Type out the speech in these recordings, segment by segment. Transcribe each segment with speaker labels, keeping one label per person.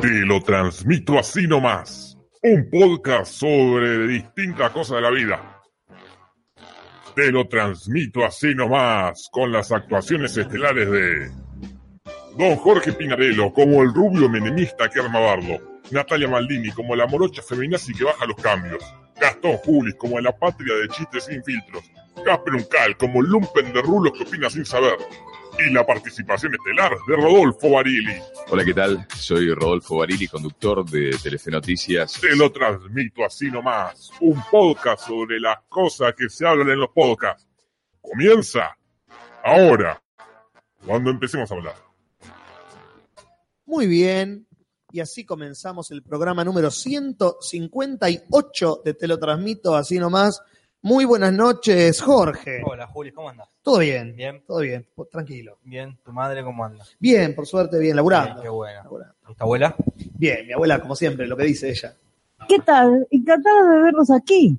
Speaker 1: Te lo transmito así nomás. Un podcast sobre distintas cosas de la vida. Te lo transmito así nomás con las actuaciones estelares de Don Jorge Pinarello como el rubio menemista que arma bardo. Natalia Maldini como la morocha feminazi que baja los cambios. Gastón Julis como la patria de chistes sin filtros. Casper Uncal como el lumpen de rulos que opina sin saber. Y la participación estelar de Rodolfo Barili.
Speaker 2: Hola, ¿qué tal? Soy Rodolfo Barili, conductor de Telefe Noticias.
Speaker 1: Te lo transmito así nomás. Un podcast sobre las cosas que se hablan en los podcasts. Comienza ahora, cuando empecemos a hablar.
Speaker 3: Muy bien. Y así comenzamos el programa número 158 de Te lo transmito así nomás. Muy buenas noches, Jorge.
Speaker 4: Hola, Juli, ¿cómo andas?
Speaker 3: Todo bien,
Speaker 4: Bien,
Speaker 3: todo bien, po- tranquilo.
Speaker 4: bien. ¿Tu madre cómo anda?
Speaker 3: Bien, por suerte, bien, laburando.
Speaker 4: Bien, qué bueno.
Speaker 3: Laburando.
Speaker 4: ¿Y tu abuela?
Speaker 3: Bien, mi abuela, como siempre, lo que dice ella.
Speaker 5: ¿Qué tal? Encantada de verlos aquí.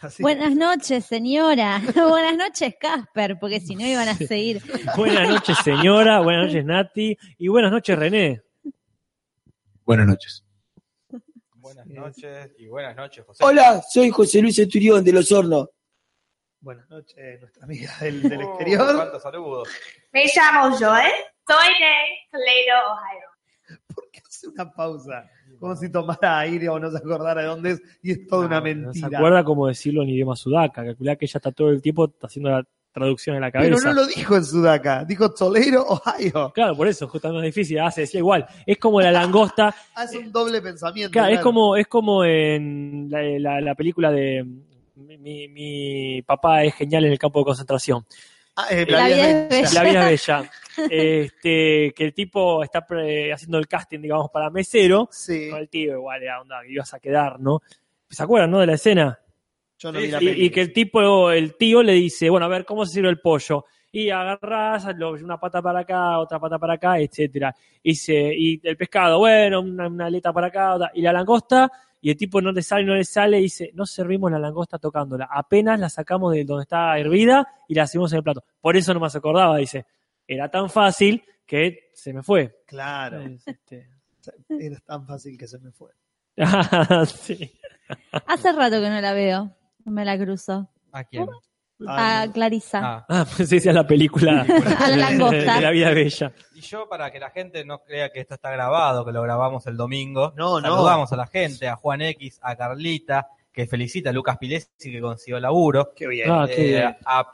Speaker 3: Así que-
Speaker 6: Buenas noches, señora. Buenas noches, Casper, porque si no iban a seguir.
Speaker 7: Buenas noches, señora. Buenas noches, Nati. Y buenas noches, René.
Speaker 8: Buenas noches.
Speaker 4: Buenas
Speaker 3: Sí.
Speaker 4: noches y buenas noches, José.
Speaker 8: Hola, soy José Luis Esturión de Los Hornos.
Speaker 3: Buenas noches, nuestra amiga del, del
Speaker 4: Oh,
Speaker 3: exterior.
Speaker 4: cuántos saludos.
Speaker 9: Me llamo Joel, soy de Toledo, Ohio.
Speaker 7: Oh,
Speaker 3: ¿Por qué hace una pausa? Como si tomara aire o no se acordara de dónde es y es toda una
Speaker 7: Ah, No se
Speaker 3: mentira.
Speaker 7: acuerda cómo decirlo en idioma sudaca. Calculá que ella está todo el tiempo haciendo la traducción en la cabeza.
Speaker 3: Pero no lo dijo en Sudaca, dijo Toleiro, Ohio.
Speaker 7: Claro, por eso, justamente es difícil. Ah, se decía igual. Es como la langosta.
Speaker 3: Hace un doble pensamiento.
Speaker 7: Eh, Claro, es
Speaker 3: claro.
Speaker 7: como, es como en la, la- la película de mi, mi- mi papá es genial en el campo de concentración.
Speaker 3: Ah, eh,
Speaker 6: La vida es bella.
Speaker 7: La vida es bella. Este, que el tipo está pre- haciendo el casting, digamos, para mesero.
Speaker 3: Sí,
Speaker 7: Con el tío, igual, era onda, que ibas a quedar, ¿no? ¿Se acuerdan, no? De la escena.
Speaker 3: yo no vi la
Speaker 7: Y,
Speaker 3: peli.
Speaker 7: y que el tipo, el tío le dice, bueno, a ver, ¿cómo se sirve el pollo? Y agarrás lo- una pata para acá, otra pata para acá, etcétera. Y, se- y el pescado, bueno, una, una aleta para acá, otra- y la langosta, y el tipo no le sale, no le sale, y dice, no servimos la langosta tocándola, apenas la sacamos de donde está hervida y la hacemos en el plato. Por eso no me acordaba, dice, era tan fácil que se me fue.
Speaker 3: Claro,
Speaker 7: Es, este,
Speaker 3: era tan fácil que se me fue.
Speaker 7: sí.
Speaker 6: Hace rato que no la veo. No Me la cruzo.
Speaker 4: ¿A quién?
Speaker 3: Ah,
Speaker 6: A
Speaker 3: no.
Speaker 6: Clarisa.
Speaker 4: Ah,
Speaker 7: Ah, pensé que decía la película
Speaker 6: A la
Speaker 7: de la
Speaker 6: langosta.
Speaker 7: vida bella.
Speaker 4: y yo, para que la gente no crea que esto está grabado, que lo grabamos el domingo,
Speaker 3: No, no.
Speaker 4: saludamos a la gente, a Juan X, a Carlita, que felicita a Lucas Pilesi que consiguió laburo,
Speaker 3: Qué bien.
Speaker 7: Ah,
Speaker 4: eh,
Speaker 7: qué bien.
Speaker 4: a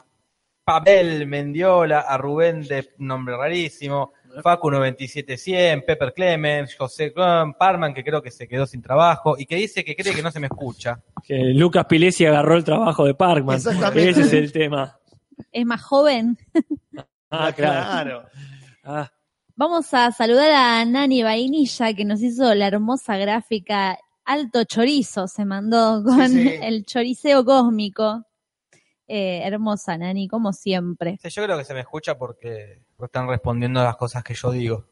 Speaker 4: Pavel Mendiola, a Rubén de nombre rarísimo, Facu 97100, Pepper Clemens, José Grum, Parman, que creo que se quedó sin trabajo, y que dice que cree que no se me escucha.
Speaker 7: Que Lucas Pilesi agarró el trabajo de Parkman.
Speaker 3: Exactamente.
Speaker 7: Ese es el tema.
Speaker 6: Es más joven.
Speaker 7: Ah, claro. Ah,
Speaker 6: Vamos a saludar a Nani Vainilla, que nos hizo la hermosa gráfica Alto Chorizo. Se mandó con
Speaker 3: Sí, sí.
Speaker 6: el choriceo cósmico. Eh, hermosa, Nani, como siempre.
Speaker 4: Sí, yo creo que se me escucha porque están respondiendo a las cosas que yo digo.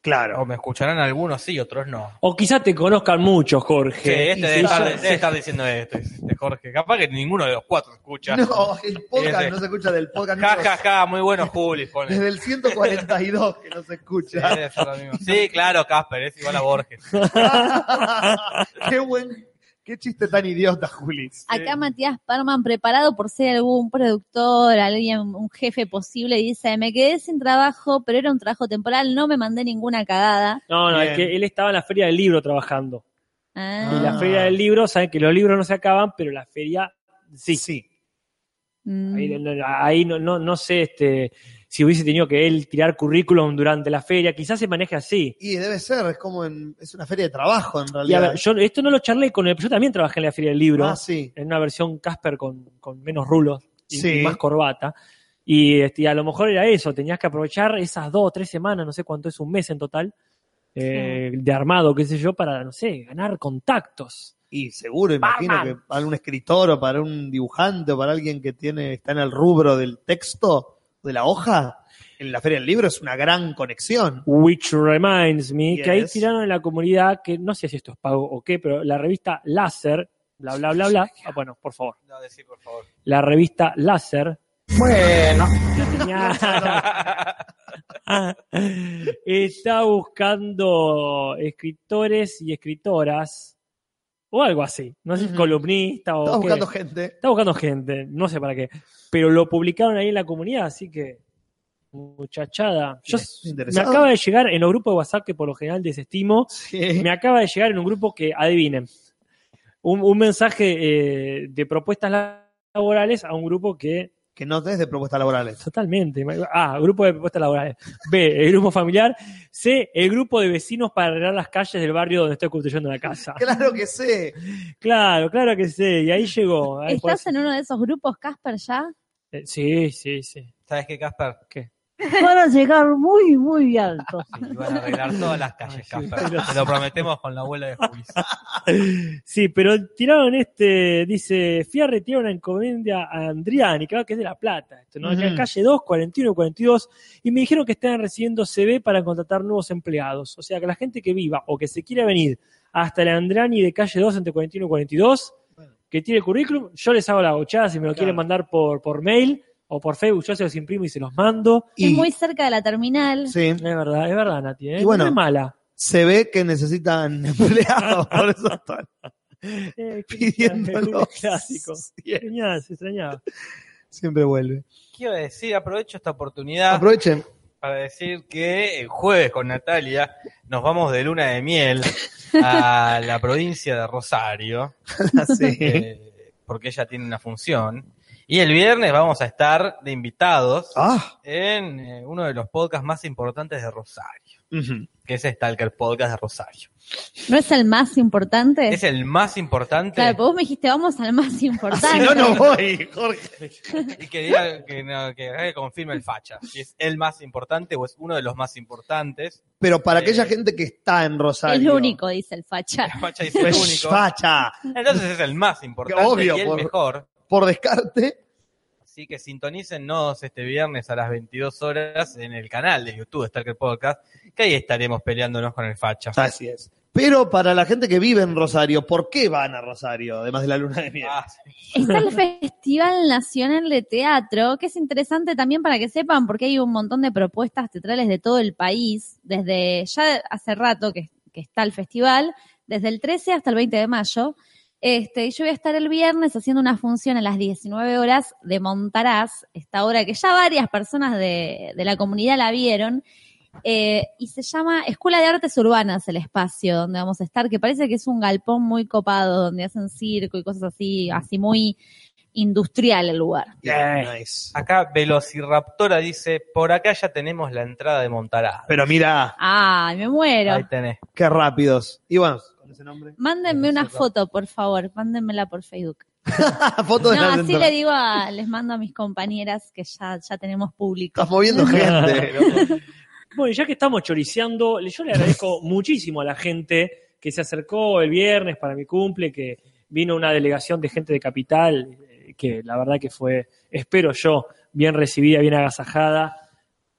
Speaker 3: Claro.
Speaker 4: O me escucharán algunos sí, otros no.
Speaker 7: O quizás te conozcan mucho,
Speaker 4: Sí,
Speaker 7: Jorge.
Speaker 4: este debe,
Speaker 7: Sí,
Speaker 4: estar,
Speaker 7: ya-
Speaker 4: debe estar diciendo esto, este Jorge. Capaz que ninguno de los cuatro escucha.
Speaker 3: No, el podcast
Speaker 4: Ese.
Speaker 3: no se escucha del podcast.
Speaker 4: Ja,
Speaker 3: número-
Speaker 4: ja, ja, muy bueno Juli, pone.
Speaker 3: Desde el 142 que no se
Speaker 4: Sí,
Speaker 3: escucha.
Speaker 4: debe ser lo mismo. Sí, claro, Casper, es igual a Borges.
Speaker 3: qué buen, qué chiste tan idiota, Julis.
Speaker 6: Acá Matías Parman, preparado por ser algún productor, alguien, un jefe posible, dice, me quedé sin trabajo, pero era un trabajo temporal, no me mandé ninguna cagada.
Speaker 7: No, no,
Speaker 3: Bien.
Speaker 7: es que él estaba en la feria del libro trabajando.
Speaker 6: Ah,
Speaker 7: Y la
Speaker 3: Ah.
Speaker 7: feria del libro, saben que los libros no se acaban, pero la feria sí.
Speaker 6: mm.
Speaker 7: Ahí, no- ahí no, no, no sé este, si hubiese tenido que él tirar currículum durante la feria. Quizás se maneje así.
Speaker 3: Y debe ser, es como en, es una feria de trabajo en
Speaker 7: Y
Speaker 3: realidad.
Speaker 7: a ver, yo esto no lo charlé con él, pero yo también trabajé en la feria del libro.
Speaker 3: Ah, sí.
Speaker 7: en una versión Casper con, con menos rulos y,
Speaker 3: Sí.
Speaker 7: y más corbata. Y, este, y a lo mejor era eso, tenías que aprovechar esas dos o tres semanas, no sé cuánto es, un mes en total, eh, de armado, qué sé yo, para, no sé, ganar contactos.
Speaker 3: Y seguro, imagino que para un escritor o para un dibujante o para alguien que tiene está en el rubro del texto, de la hoja, en la feria del libro es una gran conexión.
Speaker 7: Which reminds me, que ahí
Speaker 3: Yes.
Speaker 7: tiraron en la comunidad, que no sé si esto es pago o qué, pero la revista Láser, bla, bla, bla, bla. Ah, bueno, por favor.
Speaker 4: No, decí, por favor.
Speaker 7: La revista Láser.
Speaker 8: Bueno,
Speaker 7: que tenía- Ah, Está buscando escritores y escritoras o algo así. No sé si
Speaker 3: Ujú.
Speaker 7: columnista o.
Speaker 3: Estaba
Speaker 7: qué.
Speaker 3: buscando gente.
Speaker 7: Está buscando gente, no sé para qué. Pero lo publicaron ahí en la comunidad, así que. Muchachada. Yo
Speaker 3: ¿Les
Speaker 7: me
Speaker 3: interesaba?
Speaker 7: acaba de llegar en los grupos de WhatsApp que por lo general desestimo.
Speaker 3: Sí.
Speaker 7: Me acaba de llegar en un grupo que, adivinen, un, un mensaje eh, de propuestas laborales a un grupo que
Speaker 3: Que no des de propuestas laborales.
Speaker 7: Totalmente. A, grupo de propuestas laborales. B, el grupo familiar. C, el grupo de vecinos para arreglar las calles del barrio donde estoy construyendo la casa.
Speaker 3: Claro que sí.
Speaker 7: Claro, claro que sí. Y ahí llegó. Ahí
Speaker 6: ¿Estás
Speaker 3: pues.
Speaker 7: podés-
Speaker 6: en uno de esos grupos, Casper, ya?
Speaker 7: Eh, Sí, sí, sí.
Speaker 4: ¿Sabes qué, Casper?
Speaker 5: Van a llegar muy, muy altos.
Speaker 4: Y van a arreglar todas las calles,
Speaker 7: Ay,
Speaker 4: Casper. Te lo prometemos con la abuela de Juli.
Speaker 7: Sí, pero tiraron este, dice, Fierre tira una encomienda a Andriani, creo que es de La Plata, esto, ¿no? En la
Speaker 3: Ujú.
Speaker 7: calle 2, 41, 42, y me dijeron que están recibiendo CV para contratar nuevos empleados. O sea, que la gente que viva o que se quiera venir hasta la Andriani de calle 2 entre 41 y 42, que tiene el currículum, yo les hago la bochada si me lo
Speaker 3: Claro.
Speaker 7: quieren mandar por, por mail o por Facebook, yo se los imprimo y se los mando.
Speaker 3: Y,
Speaker 6: Es muy cerca de la terminal.
Speaker 3: sí,
Speaker 7: Es verdad, es verdad, Nati, ¿eh?
Speaker 3: Y bueno.
Speaker 7: No es mala.
Speaker 3: se ve que necesitan empleados, por eso están
Speaker 7: Eh,
Speaker 3: pidiéndolo.
Speaker 7: Clásico. Extrañaba, se extrañaba.
Speaker 3: Siempre vuelve.
Speaker 4: Quiero decir, aprovecho esta oportunidad
Speaker 3: Aprovechen.
Speaker 4: para decir que el jueves con Natalia nos vamos de luna de miel a la provincia de Rosario,
Speaker 3: Sí.
Speaker 4: eh, porque ella tiene una función. Y el viernes vamos a estar de invitados
Speaker 3: Ah.
Speaker 4: en eh, uno de los podcasts más importantes de Rosario,
Speaker 3: Ujú.
Speaker 4: que es Stalker Podcast de Rosario.
Speaker 6: ¿No es el más importante?
Speaker 4: Es el más importante.
Speaker 6: Claro, pues vos me dijiste, vamos al más
Speaker 3: Ah, Si
Speaker 6: importante.
Speaker 3: no, no voy, Jorge.
Speaker 4: Y que diga que, no, que, que eh, confirme el facha. Si es el más importante o es uno de los más importantes.
Speaker 3: Pero para
Speaker 4: Eh.
Speaker 3: aquella gente que está en Rosario.
Speaker 6: es lo único, dice el facha.
Speaker 4: El facha dice el
Speaker 3: Pues,
Speaker 4: único.
Speaker 3: facha.
Speaker 4: Entonces es el más importante
Speaker 3: Obvio,
Speaker 4: y el
Speaker 3: por-
Speaker 4: mejor.
Speaker 3: Por descarte.
Speaker 4: Así que sintonícennos este viernes a las 22 horas en el canal de YouTube de Starker Podcast, que ahí estaremos peleándonos con el facha.
Speaker 3: Así es. Pero para la gente que vive en Rosario, ¿por qué van a Rosario? Además de la luna de miel.
Speaker 4: Ah, sí.
Speaker 6: Está el Festival Nacional de Teatro, que es interesante también para que sepan, porque hay un montón de propuestas teatrales de todo el país, desde ya hace rato que, que está el festival, desde el 13 hasta el 20 de mayo. Este, y yo voy a estar el viernes haciendo una función a las 19 horas de Montaraz, esta obra que ya varias personas de, de la comunidad la vieron, eh, y se llama Escuela de Artes Urbanas, el espacio donde vamos a estar, que parece que es un galpón muy copado, donde hacen circo y cosas así, así muy industrial el lugar.
Speaker 3: Bien, nice.
Speaker 4: Acá Velociraptora dice, por acá ya tenemos la entrada de Montaraz.
Speaker 3: Pero mira,
Speaker 6: Ay, me muero.
Speaker 4: Ahí tenés.
Speaker 3: qué rápidos. Y bueno, con ese nombre.
Speaker 6: Mándenme una foto, por favor, mándenmela por Facebook.
Speaker 3: Foto
Speaker 6: No,
Speaker 3: de la
Speaker 6: así
Speaker 3: entrada.
Speaker 6: le digo a, les mando a mis compañeras que ya, ya tenemos público.
Speaker 3: Estás moviendo gente. loco.
Speaker 7: Bueno, y ya que estamos choriceando, le- yo le agradezco muchísimo a la gente que se acercó el viernes para mi cumple, que vino una delegación de gente de Capital, eh, que la verdad que fue, espero yo, bien recibida, bien agasajada.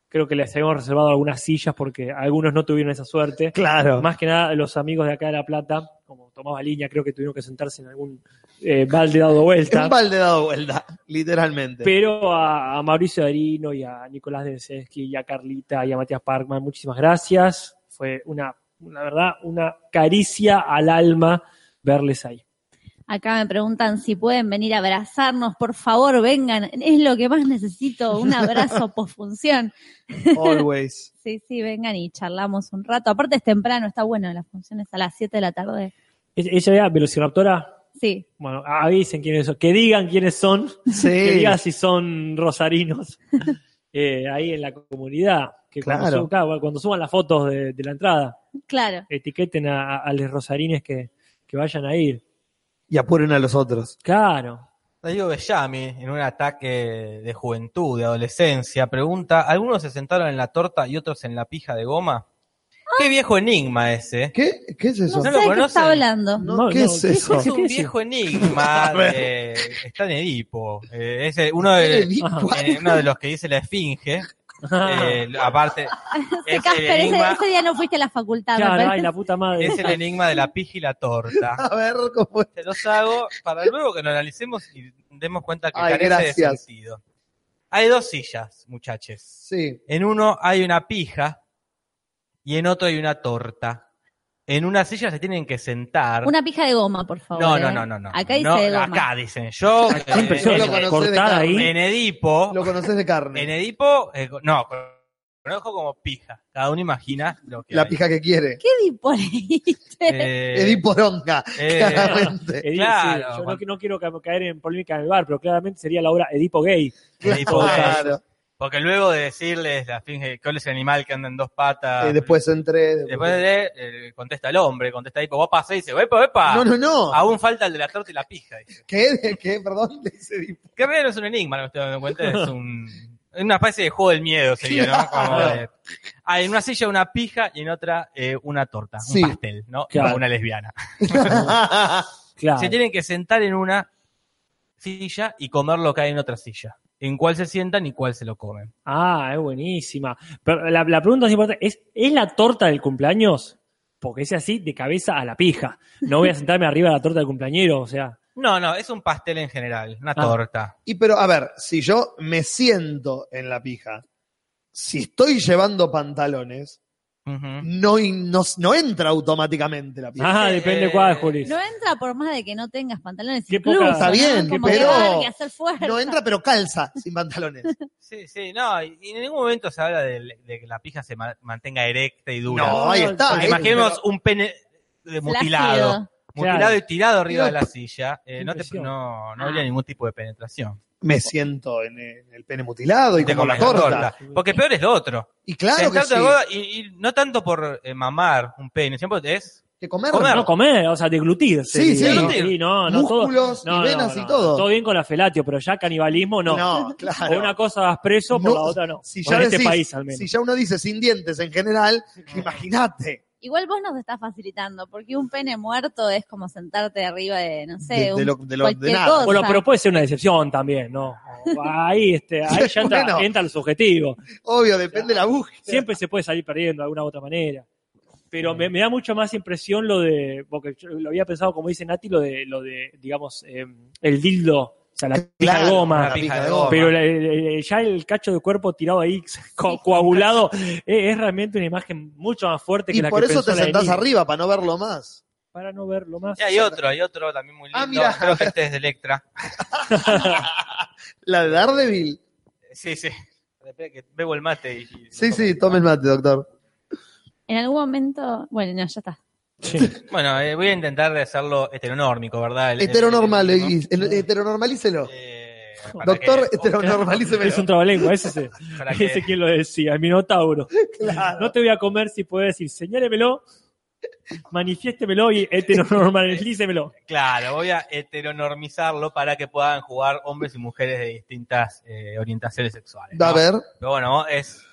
Speaker 7: Creo que les habíamos reservado algunas sillas porque algunos no tuvieron esa suerte.
Speaker 3: Claro.
Speaker 7: Más que nada los amigos de acá de La Plata, como Tomás Línea, creo que tuvieron que sentarse en algún eh, balde dado vuelta.
Speaker 3: Un balde dado vuelta, literalmente.
Speaker 7: Pero a, a Mauricio Darino y a Nicolás Denseski y a Carlita y a Matías Parkman, muchísimas gracias. Fue una, la verdad, una caricia al alma verles ahí.
Speaker 6: Acá me preguntan si pueden venir a abrazarnos, por favor, vengan. Es lo que más necesito, un abrazo por función.
Speaker 3: Always.
Speaker 6: Sí, sí, vengan y charlamos un rato. Aparte es temprano, está bueno, las funciones a las 7 de la tarde.
Speaker 7: Es- Ella era Velociraptora.
Speaker 6: Sí,
Speaker 7: Bueno, avisen quiénes son, que digan quiénes son, que
Speaker 3: Sí.
Speaker 7: digan si son rosarinos eh, ahí en la comunidad. Que cuando,
Speaker 3: Claro.
Speaker 7: sub- claro, cuando suban las fotos de, de la entrada,
Speaker 6: claro.
Speaker 7: etiqueten a, a- a los rosarines que, que vayan a ir.
Speaker 3: Y apuren a los otros.
Speaker 7: Claro.
Speaker 4: Darío Bellamy, en un ataque de juventud, de adolescencia, pregunta, ¿algunos se sentaron en la torta y otros en la pija de goma? Qué viejo enigma ese. ¿eh?
Speaker 3: ¿Qué, ¿Qué es
Speaker 6: No
Speaker 3: eso?
Speaker 4: ¿No
Speaker 6: sé
Speaker 4: lo
Speaker 6: de qué
Speaker 4: conocen?
Speaker 6: está hablando.
Speaker 3: No, ¿Qué es eso?
Speaker 4: Es un viejo enigma. de- está en Edipo. Eh, es eh, uno de,
Speaker 3: Edipo. Ah.
Speaker 4: eh, uno de los que dice la esfinge. Eh, aparte, es el,
Speaker 6: Casper, ese,
Speaker 4: enigma,
Speaker 6: ese día no fuiste a la facultad, me
Speaker 7: Claro, ay,
Speaker 6: parece.
Speaker 7: la puta madre.
Speaker 4: es el enigma de la pija y la torta.
Speaker 3: A ver cómo es.
Speaker 4: Te los hago para luego que lo analicemos y demos cuenta que
Speaker 3: Ay,
Speaker 4: carece
Speaker 3: gracias.
Speaker 4: de sentido. Hay dos sillas, muchachos.
Speaker 3: Sí.
Speaker 4: En uno hay una pija y en otro hay una torta. En una silla se tienen que sentar.
Speaker 6: Una pija de goma, por favor.
Speaker 4: no,
Speaker 6: eh.
Speaker 4: no, no, no, no.
Speaker 6: Acá dice
Speaker 4: No,
Speaker 6: de goma.
Speaker 4: Acá dicen. Yo,
Speaker 7: Siempre
Speaker 4: eh,
Speaker 7: yo
Speaker 3: lo
Speaker 7: eso,
Speaker 3: conocés de
Speaker 7: cortada
Speaker 3: carne.
Speaker 7: ahí.
Speaker 4: en Edipo,
Speaker 3: Lo conoces de carne.
Speaker 4: en Edipo, eh, no, conozco como pija. Cada uno imagina lo que
Speaker 3: la
Speaker 4: hay.
Speaker 3: pija que quiere.
Speaker 6: ¿Qué Edipo leíste?
Speaker 4: Eh,
Speaker 3: Ediporonga,
Speaker 4: eh,
Speaker 3: claramente.
Speaker 7: Edipo,
Speaker 4: Claro,
Speaker 7: sí, yo no,
Speaker 4: Juan.
Speaker 7: no quiero ca- caer en polémica en el bar, pero claramente sería la obra Edipo Gay.
Speaker 4: Edipo gay.
Speaker 3: Claro.
Speaker 4: Porque luego de decirles la finge, ¿cuál es el animal que anda en dos patas?
Speaker 3: Eh, después entré.
Speaker 4: Después de, eh, contesta el hombre, contesta Edipo, vos pasé y dice, ¡epa, epa!
Speaker 3: No, no, no.
Speaker 4: Aún falta el de la torta y la pija. Dice.
Speaker 3: ¿Qué? ¿Qué? Perdón, dice Edipo.
Speaker 4: Que en realidad no es un enigma, no me estoy dando cuenta, es un, es una especie de juego del miedo sería, ¿no? Como de- ah, en una silla una pija y en otra eh, una torta,
Speaker 3: Sí.
Speaker 4: un pastel, ¿no?
Speaker 7: Claro.
Speaker 4: Como una lesbiana.
Speaker 7: Claro.
Speaker 4: Se tienen que sentar en una silla y comer lo que hay en otra silla. En cuál se sientan y cuál se lo comen.
Speaker 7: Ah, es buenísima. Pero la, la pregunta más importante es, ¿es la torta del cumpleaños? Porque es así, de cabeza a la pija. No voy a sentarme arriba de la torta del cumpleañero, o sea.
Speaker 4: No, no, es un pastel en general, una torta.
Speaker 3: Y pero, a ver, si yo me siento en la pija, si estoy llevando pantalones,
Speaker 4: Ujú.
Speaker 3: no, in- no, no entra automáticamente la pija.
Speaker 7: Ah,
Speaker 4: Eh,
Speaker 7: depende cuál, Julis.
Speaker 6: No entra por más de que no tengas pantalones.
Speaker 7: Qué
Speaker 6: incluso,
Speaker 7: poca-
Speaker 6: ¿no?
Speaker 7: Está
Speaker 3: bien,
Speaker 6: Como
Speaker 3: que
Speaker 6: que
Speaker 3: pero-
Speaker 6: va, que hacer fuerza.
Speaker 3: No entra, pero calza sin pantalones.
Speaker 4: Sí, sí, no, y y en ningún momento se habla de, de que la pija se ma- mantenga erecta y dura.
Speaker 3: No, ahí está.
Speaker 4: Porque
Speaker 3: ahí-
Speaker 4: imaginemos un pene de mutilado,
Speaker 6: Flácido.
Speaker 4: mutilado y Ah. tirado arriba de la silla, eh,
Speaker 7: Qué
Speaker 4: no, te-
Speaker 7: impresión.
Speaker 4: no, no habría ningún tipo de penetración.
Speaker 3: Me siento en el, en el pene mutilado y
Speaker 4: Te
Speaker 3: como la
Speaker 4: comes la
Speaker 3: torta.
Speaker 4: torta. Porque peor es lo otro.
Speaker 3: Y claro que
Speaker 4: Sentarte
Speaker 3: sí.
Speaker 4: a la boda y, y no tanto por eh, mamar un pene, siempre es
Speaker 3: Que comer.
Speaker 4: Comer.
Speaker 7: No comer, o sea, deglutir.
Speaker 3: Sí,
Speaker 7: sería,
Speaker 4: sí.
Speaker 7: ¿no? no, no, todo-
Speaker 3: músculos
Speaker 7: no, no,
Speaker 3: y venas
Speaker 7: no,
Speaker 3: y todo.
Speaker 7: Todo bien con la felatio, pero ya canibalismo no.
Speaker 3: claro.
Speaker 7: O una cosa vas preso, por
Speaker 3: No,
Speaker 7: la otra no.
Speaker 3: Si
Speaker 7: Por
Speaker 3: ya,
Speaker 7: en este
Speaker 3: decís-
Speaker 7: país al menos.
Speaker 3: si ya uno dice sin dientes en general, imagínate.
Speaker 6: Igual vos nos estás facilitando, porque un pene muerto es como sentarte arriba de, no sé,
Speaker 3: De- de
Speaker 6: un-
Speaker 3: lo- de lo- de
Speaker 6: cualquier
Speaker 3: nada.
Speaker 6: cosa.
Speaker 7: Bueno, pero puede ser una decepción también, ¿no? Ahí, este, ahí ya entra,
Speaker 3: Bueno.
Speaker 7: entra el subjetivo.
Speaker 3: Obvio, depende de la búsqueda.
Speaker 7: Siempre se puede salir perdiendo de alguna u otra manera. Pero me, me da mucha más impresión lo de, porque yo lo había pensado, como dice Nati, lo de, lo de digamos, eh, el dildo, o sea, la pija de
Speaker 3: Claro,
Speaker 7: goma.
Speaker 3: la
Speaker 4: pija
Speaker 3: pija
Speaker 4: de
Speaker 3: de goma.
Speaker 7: Pero la- la- la- ya el cacho de cuerpo tirado ahí, co- coagulado, es, es realmente una imagen mucho más fuerte que
Speaker 3: Y
Speaker 7: la
Speaker 3: por
Speaker 7: que
Speaker 3: eso
Speaker 7: pensó
Speaker 3: te
Speaker 7: la de
Speaker 3: sentás
Speaker 7: Nini.
Speaker 3: arriba, para no verlo más.
Speaker 7: Para no verlo más.
Speaker 4: Y hay otro, hay otro también muy lindo.
Speaker 3: Ah, mirá.
Speaker 4: Creo que este es de Electra.
Speaker 3: La de Daredevil.
Speaker 4: Sí, sí. Espera que Bebo el mate y. y-
Speaker 3: Sí, sí, tome el mate, doctor.
Speaker 6: En algún momento, bueno, no, ya está.
Speaker 7: Sí.
Speaker 4: Bueno, eh, voy a intentar de hacerlo heteronórmico, ¿verdad? El- el-
Speaker 3: Heteronormal,
Speaker 4: el- ¿no?
Speaker 3: eh, heteronormalícelo.
Speaker 4: Eh, para
Speaker 3: Doctor,
Speaker 4: que-
Speaker 3: heteronormalícemelo.
Speaker 7: Es un trabalengua, ese, se-
Speaker 4: para que-
Speaker 7: ese quien lo decía, el minotauro. No te voy a comer si puedes decir, señálemelo, manifiéstemelo y heteronormalícemelo.
Speaker 4: Claro, voy a heteronormizarlo para que puedan jugar hombres y mujeres de distintas eh, orientaciones sexuales. ¿no?
Speaker 3: A ver.
Speaker 4: Pero bueno, es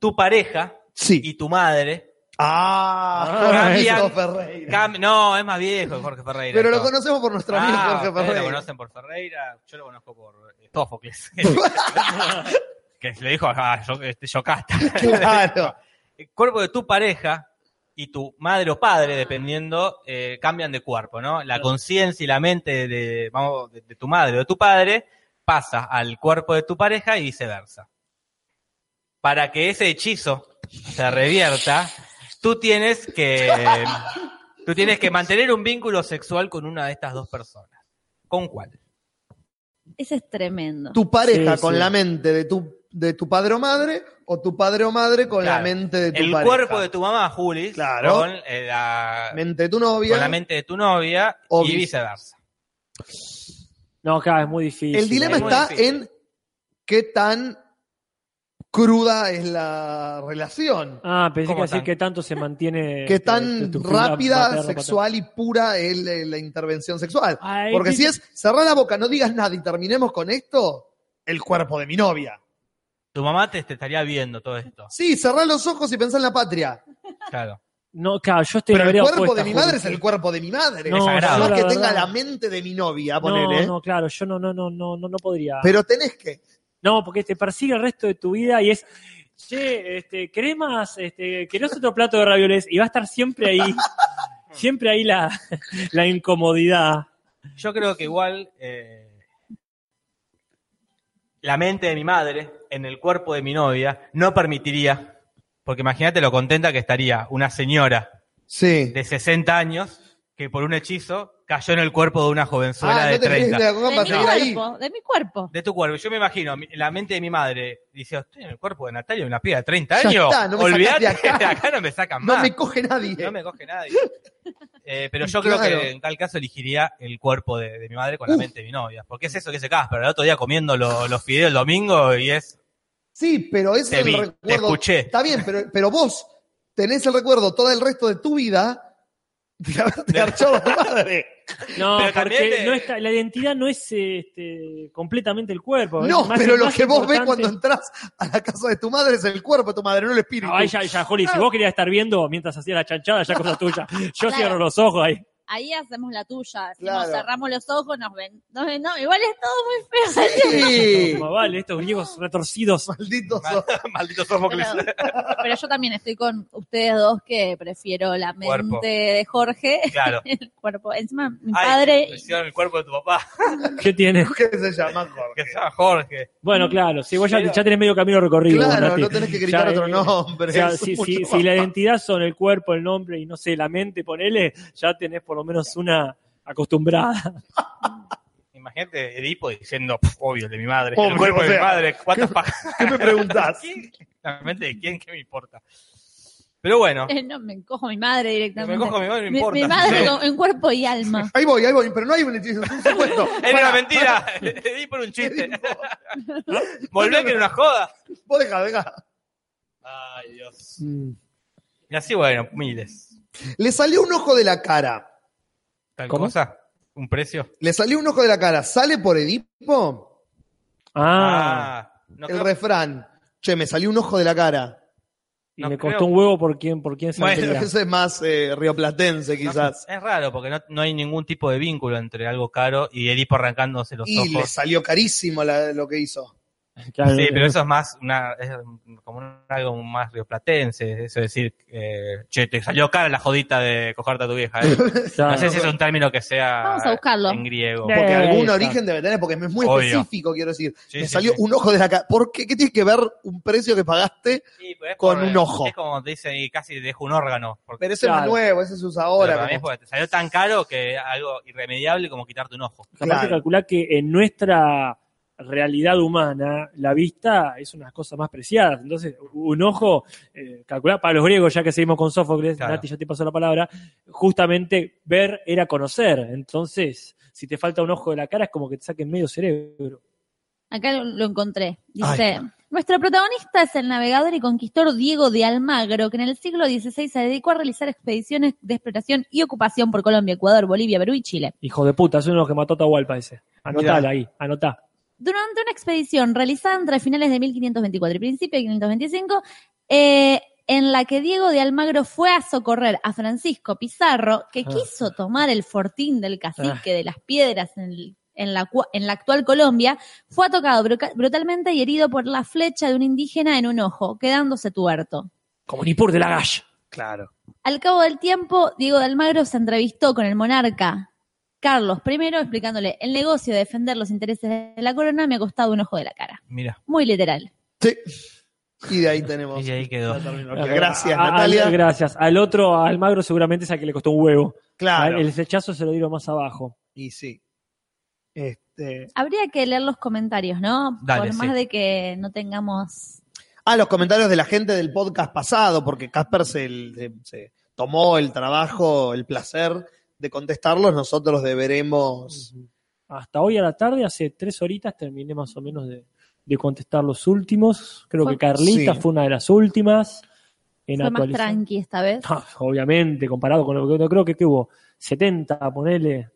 Speaker 4: tu pareja
Speaker 3: Sí.
Speaker 4: y tu madre.
Speaker 3: Ah,
Speaker 4: eso.
Speaker 3: Jorge Ferreira.
Speaker 4: Cam- no, es más viejo Jorge Ferreira.
Speaker 3: Pero lo
Speaker 4: esto.
Speaker 3: conocemos por nuestro amigo
Speaker 4: Ah,
Speaker 3: Jorge
Speaker 4: ustedes lo
Speaker 3: Ferreira.
Speaker 4: conocen por Ferreira, yo lo conozco por eh, Sófocles. que le dijo "Ah, este, a Yocasta.
Speaker 3: Claro.
Speaker 4: El cuerpo de tu pareja y tu madre o padre, dependiendo, eh, cambian de cuerpo, ¿no? La conciencia y la mente de, vamos, de, de tu madre o de tu padre pasa al cuerpo de tu pareja y viceversa. Para que ese hechizo se revierta, tú tienes que, tú tienes que mantener un vínculo sexual con una de estas dos personas. ¿Con cuál?
Speaker 6: Ese es tremendo.
Speaker 3: Tu pareja
Speaker 7: Sí,
Speaker 3: con
Speaker 7: sí.
Speaker 3: la mente de tu, de tu padre o madre o tu padre o madre con la
Speaker 4: Claro.
Speaker 3: mente de tu
Speaker 4: El
Speaker 3: pareja.
Speaker 4: cuerpo de tu mamá, Juli,
Speaker 3: Claro.
Speaker 4: con, eh, la,
Speaker 3: Mente de tu novia.
Speaker 4: con la mente de tu novia
Speaker 3: O
Speaker 4: y
Speaker 3: vice-
Speaker 4: viceversa.
Speaker 7: No, acá es muy difícil. eh.
Speaker 3: El dilema
Speaker 4: es muy
Speaker 3: está
Speaker 4: difícil.
Speaker 3: en qué tan cruda es la relación.
Speaker 7: Ah, pensé que
Speaker 4: ¿Cómo
Speaker 7: iba a decir
Speaker 4: tan-
Speaker 7: que tanto se mantiene.
Speaker 3: Qué
Speaker 7: este,
Speaker 3: tan
Speaker 7: tu figura
Speaker 3: rápida,
Speaker 7: paterna,
Speaker 3: sexual y pura es la, la intervención sexual.
Speaker 7: paterna. Ay,
Speaker 3: Porque
Speaker 7: qué-
Speaker 3: si es cerrar la boca, no digas nada y terminemos con esto, el cuerpo de mi novia.
Speaker 4: Tu mamá te, te estaría viendo todo esto.
Speaker 3: Sí, cerrar los ojos y pensar en la patria.
Speaker 4: Claro.
Speaker 7: No, claro, yo estoy
Speaker 3: Pero el
Speaker 7: habría
Speaker 3: cuerpo
Speaker 7: opuesta,
Speaker 3: de mi
Speaker 7: Juli.
Speaker 3: madre es el cuerpo de mi madre.
Speaker 7: No,
Speaker 4: Es sagrado.
Speaker 3: Por más
Speaker 7: yo la
Speaker 3: que
Speaker 7: verdad-
Speaker 3: tenga la mente de mi novia,
Speaker 7: No,
Speaker 3: ponele. ¿eh?
Speaker 7: no, claro, yo no, no, no, no, no, no podría.
Speaker 3: Pero tenés que.
Speaker 7: No, porque te persigue el resto de tu vida y es, che, este, cremas, este, querés otro plato de ravioles y va a estar siempre ahí, siempre ahí la, la incomodidad.
Speaker 4: Yo creo que igual. eh, la mente de mi madre en el cuerpo de mi novia no permitiría, porque imagínate lo contenta que estaría una señora
Speaker 3: Sí.
Speaker 4: de 60 años que por un hechizo cayó en el cuerpo de una jovenzuela
Speaker 3: Ah,
Speaker 4: de
Speaker 3: no te crees
Speaker 4: 30.
Speaker 3: la gamba,
Speaker 6: de mi
Speaker 3: seguí ahí.
Speaker 6: cuerpo, de mi cuerpo.
Speaker 4: De tu cuerpo. Yo me imagino, mi- la mente de mi madre dice, estoy en el cuerpo de Natalia, una piba de 30
Speaker 3: Ya
Speaker 4: años.
Speaker 3: está, no me
Speaker 4: Olvídate,
Speaker 3: sacás de acá.
Speaker 4: no me sacan
Speaker 3: No
Speaker 4: más.
Speaker 3: me coge nadie.
Speaker 4: Ah. No me coge nadie. Eh, pero yo creo
Speaker 3: Claro.
Speaker 4: que en tal caso elegiría el cuerpo de, de mi madre con la
Speaker 3: Uf.
Speaker 4: mente de mi novia. Porque es eso que se Casper, el otro día comiendo lo- los fideos el domingo y es,
Speaker 3: Sí, pero ese
Speaker 4: Te
Speaker 3: es el
Speaker 4: vi, te
Speaker 3: recuerdo.
Speaker 4: escuché.
Speaker 3: Está bien, pero, pero vos tenés el recuerdo todo el resto de tu vida de haberte archado a tu madre.
Speaker 7: No,
Speaker 4: Pero
Speaker 7: porque
Speaker 4: también le-
Speaker 7: no está- la identidad no es este, completamente el cuerpo.
Speaker 3: No,
Speaker 7: es más-
Speaker 3: pero lo
Speaker 7: más
Speaker 3: que vos ves
Speaker 7: importante-
Speaker 3: cuando entras a la casa de tu madre es el cuerpo de tu madre, no el espíritu.
Speaker 7: No, ahí ya, ya, Juli, si vos querías estar viendo mientras hacías la chanchada, ya cosa tuya. Yo cierro los ojos ahí.
Speaker 6: Ahí hacemos la tuya. Decimos,
Speaker 3: Claro.
Speaker 6: Cerramos los ojos, nos ven. nos ven- no, igual es todo muy feo.
Speaker 3: Sí.
Speaker 7: Como vale, estos griegos retorcidos.
Speaker 3: Maldito
Speaker 4: Mal-
Speaker 3: sos.
Speaker 4: maldito Sófocles.
Speaker 6: Pero, pero yo también estoy con ustedes dos que prefiero la mente
Speaker 4: Cuerpo.
Speaker 6: de Jorge,
Speaker 4: Claro.
Speaker 6: el cuerpo. Encima, mi
Speaker 4: Ay,
Speaker 6: padre.
Speaker 4: te hicieron el cuerpo de tu papá,
Speaker 7: ¿Qué tiene?
Speaker 3: ¿Qué se llama
Speaker 4: que
Speaker 3: Jorge?
Speaker 4: se llama Jorge.
Speaker 7: Bueno, claro, si vos ya,
Speaker 4: Pero-
Speaker 7: ya tenés medio camino recorrido.
Speaker 3: Claro,
Speaker 7: Nati.
Speaker 3: no tenés que gritar
Speaker 7: Ya,
Speaker 3: otro
Speaker 7: eh,
Speaker 3: nombre.
Speaker 7: O sea,
Speaker 3: es
Speaker 7: si,
Speaker 3: mucho
Speaker 7: si-
Speaker 3: más
Speaker 7: si la
Speaker 3: fácil.
Speaker 7: identidad son el cuerpo, el nombre y no sé, la mente, ponele, ya tenés por lo menos una acostumbrada.
Speaker 4: Imagínate Edipo diciendo, "Pf, obvio, el de mi madre.
Speaker 3: Obvio,
Speaker 4: el cuerpo
Speaker 3: o
Speaker 4: de mi
Speaker 3: sea,
Speaker 4: madre, ¿cuántas pajas?
Speaker 3: Oh, ¿Qué me preguntás?
Speaker 4: La mente de quién, ¿qué me importa? Pero bueno,
Speaker 6: Eh, no, me cojo a mi madre
Speaker 4: que
Speaker 6: directamente.
Speaker 4: me cojo a mi madre, no
Speaker 6: Mi-
Speaker 4: importa.
Speaker 6: mi madre
Speaker 4: Sí.
Speaker 6: con- en cuerpo y alma.
Speaker 3: Ahí voy, ahí voy, pero no hay un es un supuesto.
Speaker 4: Era
Speaker 3: Pará,
Speaker 4: una mentira, le di por un chiste. Volvé
Speaker 3: Volvé
Speaker 4: que
Speaker 3: que
Speaker 4: era
Speaker 3: era
Speaker 4: una joda.
Speaker 3: Vos dejá, dejá.
Speaker 4: Ay, Dios. Y así, bueno, miles.
Speaker 3: Le salió un ojo de la cara.
Speaker 4: Tal
Speaker 7: ¿Cómo?
Speaker 4: cosa, un precio.
Speaker 3: Le salió un ojo de la cara. ¿Sale por Edipo?
Speaker 7: Ah,
Speaker 4: no
Speaker 3: el
Speaker 4: creo-
Speaker 3: refrán. Che, me salió un ojo de la cara.
Speaker 7: y
Speaker 4: no
Speaker 7: me
Speaker 4: creo-
Speaker 7: costó un huevo por quién, por quién se
Speaker 4: Bueno,
Speaker 7: entendía.
Speaker 3: Ese es más eh, rioplatense,
Speaker 4: no-
Speaker 3: quizás.
Speaker 4: es raro porque no, no hay ningún tipo de vínculo entre algo caro y Edipo arrancándose los
Speaker 3: y le
Speaker 4: ojos.
Speaker 3: salió carísimo la- lo que hizo.
Speaker 7: Claro,
Speaker 4: Sí,
Speaker 7: no-
Speaker 4: pero eso es más una, es como un- algo más rioplatense, eso de decir, eh, che, te salió cara la jodita de cojarte a tu vieja. ¿eh?
Speaker 7: claro.
Speaker 4: No sé si es un término que sea
Speaker 6: Vamos a buscarlo.
Speaker 4: en griego.
Speaker 7: Sí.
Speaker 3: Porque
Speaker 7: Eh,
Speaker 3: algún
Speaker 7: está.
Speaker 3: origen debe tener, porque es muy
Speaker 4: Obvio.
Speaker 3: específico, quiero decir.
Speaker 4: Sí,
Speaker 3: me
Speaker 4: sí,
Speaker 3: salió
Speaker 4: sí.
Speaker 3: un ojo de la cara. ¿Por qué? ¿Qué tiene que ver un precio que pagaste?
Speaker 4: Sí, pero es
Speaker 3: Con un ojo.
Speaker 4: Es como te dicen, y casi dejo un órgano. Porque
Speaker 3: Pero ese no es
Speaker 7: Claro.
Speaker 3: nuevo, ese se usa
Speaker 4: Pero
Speaker 3: ahora.
Speaker 4: para mí es
Speaker 3: como-
Speaker 4: porque te salió tan caro que algo irremediable como quitarte un ojo.
Speaker 7: Aparte
Speaker 3: Claro.
Speaker 7: calcular que en nuestra realidad humana la vista es una cosa más preciada. Entonces, un ojo, eh, calcular para los griegos, ya que seguimos con Sófocles,
Speaker 4: Claro.
Speaker 7: Nati ya te pasó la palabra, justamente ver era conocer. Entonces, si te falta un ojo de la cara es como que te saquen medio cerebro.
Speaker 6: Acá lo, lo encontré.
Speaker 3: Ahí
Speaker 6: Dice, nuestro protagonista es el navegador y conquistador Diego de Almagro, que en el siglo XVI se dedicó a realizar expediciones de exploración y ocupación por Colombia, Ecuador, Bolivia, Perú y Chile.
Speaker 7: Hijo de puta, es uno de los que mató a Tahualpa ese. Anotala
Speaker 3: Mirá.
Speaker 7: ahí, anotá.
Speaker 6: Durante una expedición realizada entre finales de 1524 y principio de 1525, eh, en la que Diego de Almagro fue a socorrer a Francisco Pizarro, que
Speaker 7: Ah.
Speaker 6: quiso tomar el fortín del cacique de las piedras en, el- en la, cua- en la actual Colombia, fue atacado bruca- brutalmente y herido por la flecha de un indígena en un ojo, quedándose tuerto.
Speaker 7: Como Nippur de la Gash.
Speaker 3: Claro.
Speaker 6: Al cabo del tiempo, Diego de Almagro se entrevistó con el monarca Carlos I, explicándole, el negocio de defender los intereses de la corona me ha costado un ojo de la cara.
Speaker 4: Mira.
Speaker 6: Muy literal.
Speaker 3: Sí. Y de ahí tenemos.
Speaker 4: Y ahí quedó.
Speaker 3: la terminología. Gracias,
Speaker 7: Ah,
Speaker 3: Natalia.
Speaker 7: Al, gracias. Al otro, a Almagro, seguramente es al que le costó un huevo.
Speaker 3: Claro.
Speaker 7: El flechazo se lo dieron más abajo.
Speaker 3: Y sí. Este...
Speaker 6: Habría que leer los comentarios, ¿no?
Speaker 4: Dale,
Speaker 6: Por más
Speaker 4: sí.
Speaker 6: de que no tengamos...
Speaker 3: Ah, los comentarios de la gente del podcast pasado, porque Casper se, se- se tomó el trabajo, el placer de contestarlos. Nosotros deberemos.
Speaker 7: Hasta hoy a la tarde, hace tres horitas, terminé más o menos de, de contestar los últimos. Creo
Speaker 6: Fue-
Speaker 7: que Carlita
Speaker 3: Sí.
Speaker 7: fue una de las últimas. En
Speaker 6: Fue más
Speaker 7: actualizar.
Speaker 6: tranqui esta vez.
Speaker 7: Ah, obviamente, comparado con lo que yo creo que, que hubo 70, ponele.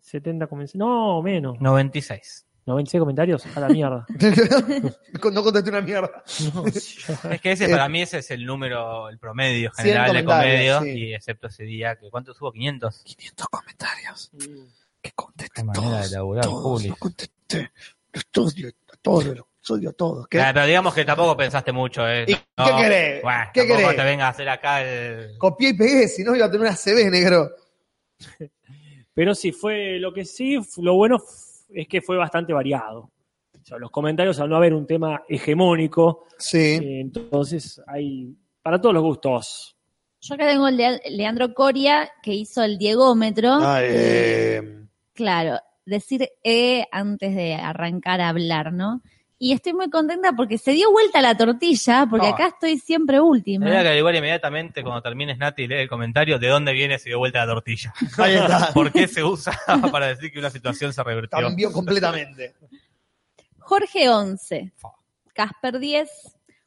Speaker 7: 70 comentarios. No, menos.
Speaker 4: 96.
Speaker 7: 96 comentarios. A la mierda.
Speaker 3: no contesté una mierda.
Speaker 7: No, yo-
Speaker 4: Es que ese para mí ese es el número, el promedio general
Speaker 3: Cien
Speaker 4: de
Speaker 3: comentarios,
Speaker 4: comedios.
Speaker 3: sí.
Speaker 4: Y excepto ese día, que ¿cuánto subo? 500.
Speaker 8: 500 comentarios
Speaker 3: Mm.
Speaker 8: que contesté
Speaker 4: Qué manera de
Speaker 8: todos.
Speaker 4: laburar,
Speaker 8: todos
Speaker 4: Juli.
Speaker 8: los contesté. Los odio a todos, los odio a todos. ¿Qué?
Speaker 4: Ah, pero digamos que tampoco pensaste mucho, ¿eh?
Speaker 3: ¿Y qué querés?
Speaker 4: Bueno,
Speaker 3: ¿Qué
Speaker 4: tampoco
Speaker 3: querés?
Speaker 4: te vengas a hacer acá el.
Speaker 3: Copié y pegué, si no iba a tener una CB, negro.
Speaker 7: Pero sí, fue lo que sí, f- lo bueno f- es que fue bastante variado. o sea, los comentarios al no haber un tema hegemónico.
Speaker 3: Sí.
Speaker 7: eh, entonces hay para todos los gustos.
Speaker 6: Yo acá tengo el de Leandro Coria, que hizo el diegómetro.
Speaker 3: Ah, eh,
Speaker 6: Claro, decir E antes de arrancar a hablar, ¿no? Y estoy muy contenta porque se dio vuelta la tortilla, porque
Speaker 4: Ah.
Speaker 6: acá estoy siempre última.
Speaker 4: Tendría que averiguar inmediatamente cuando termines Nati y lee el comentario de dónde viene se dio vuelta la tortilla.
Speaker 3: ahí está.
Speaker 4: ¿Por qué se usa para decir que una situación se revertió?
Speaker 3: Cambió completamente.
Speaker 6: Jorge 11, Casper 10,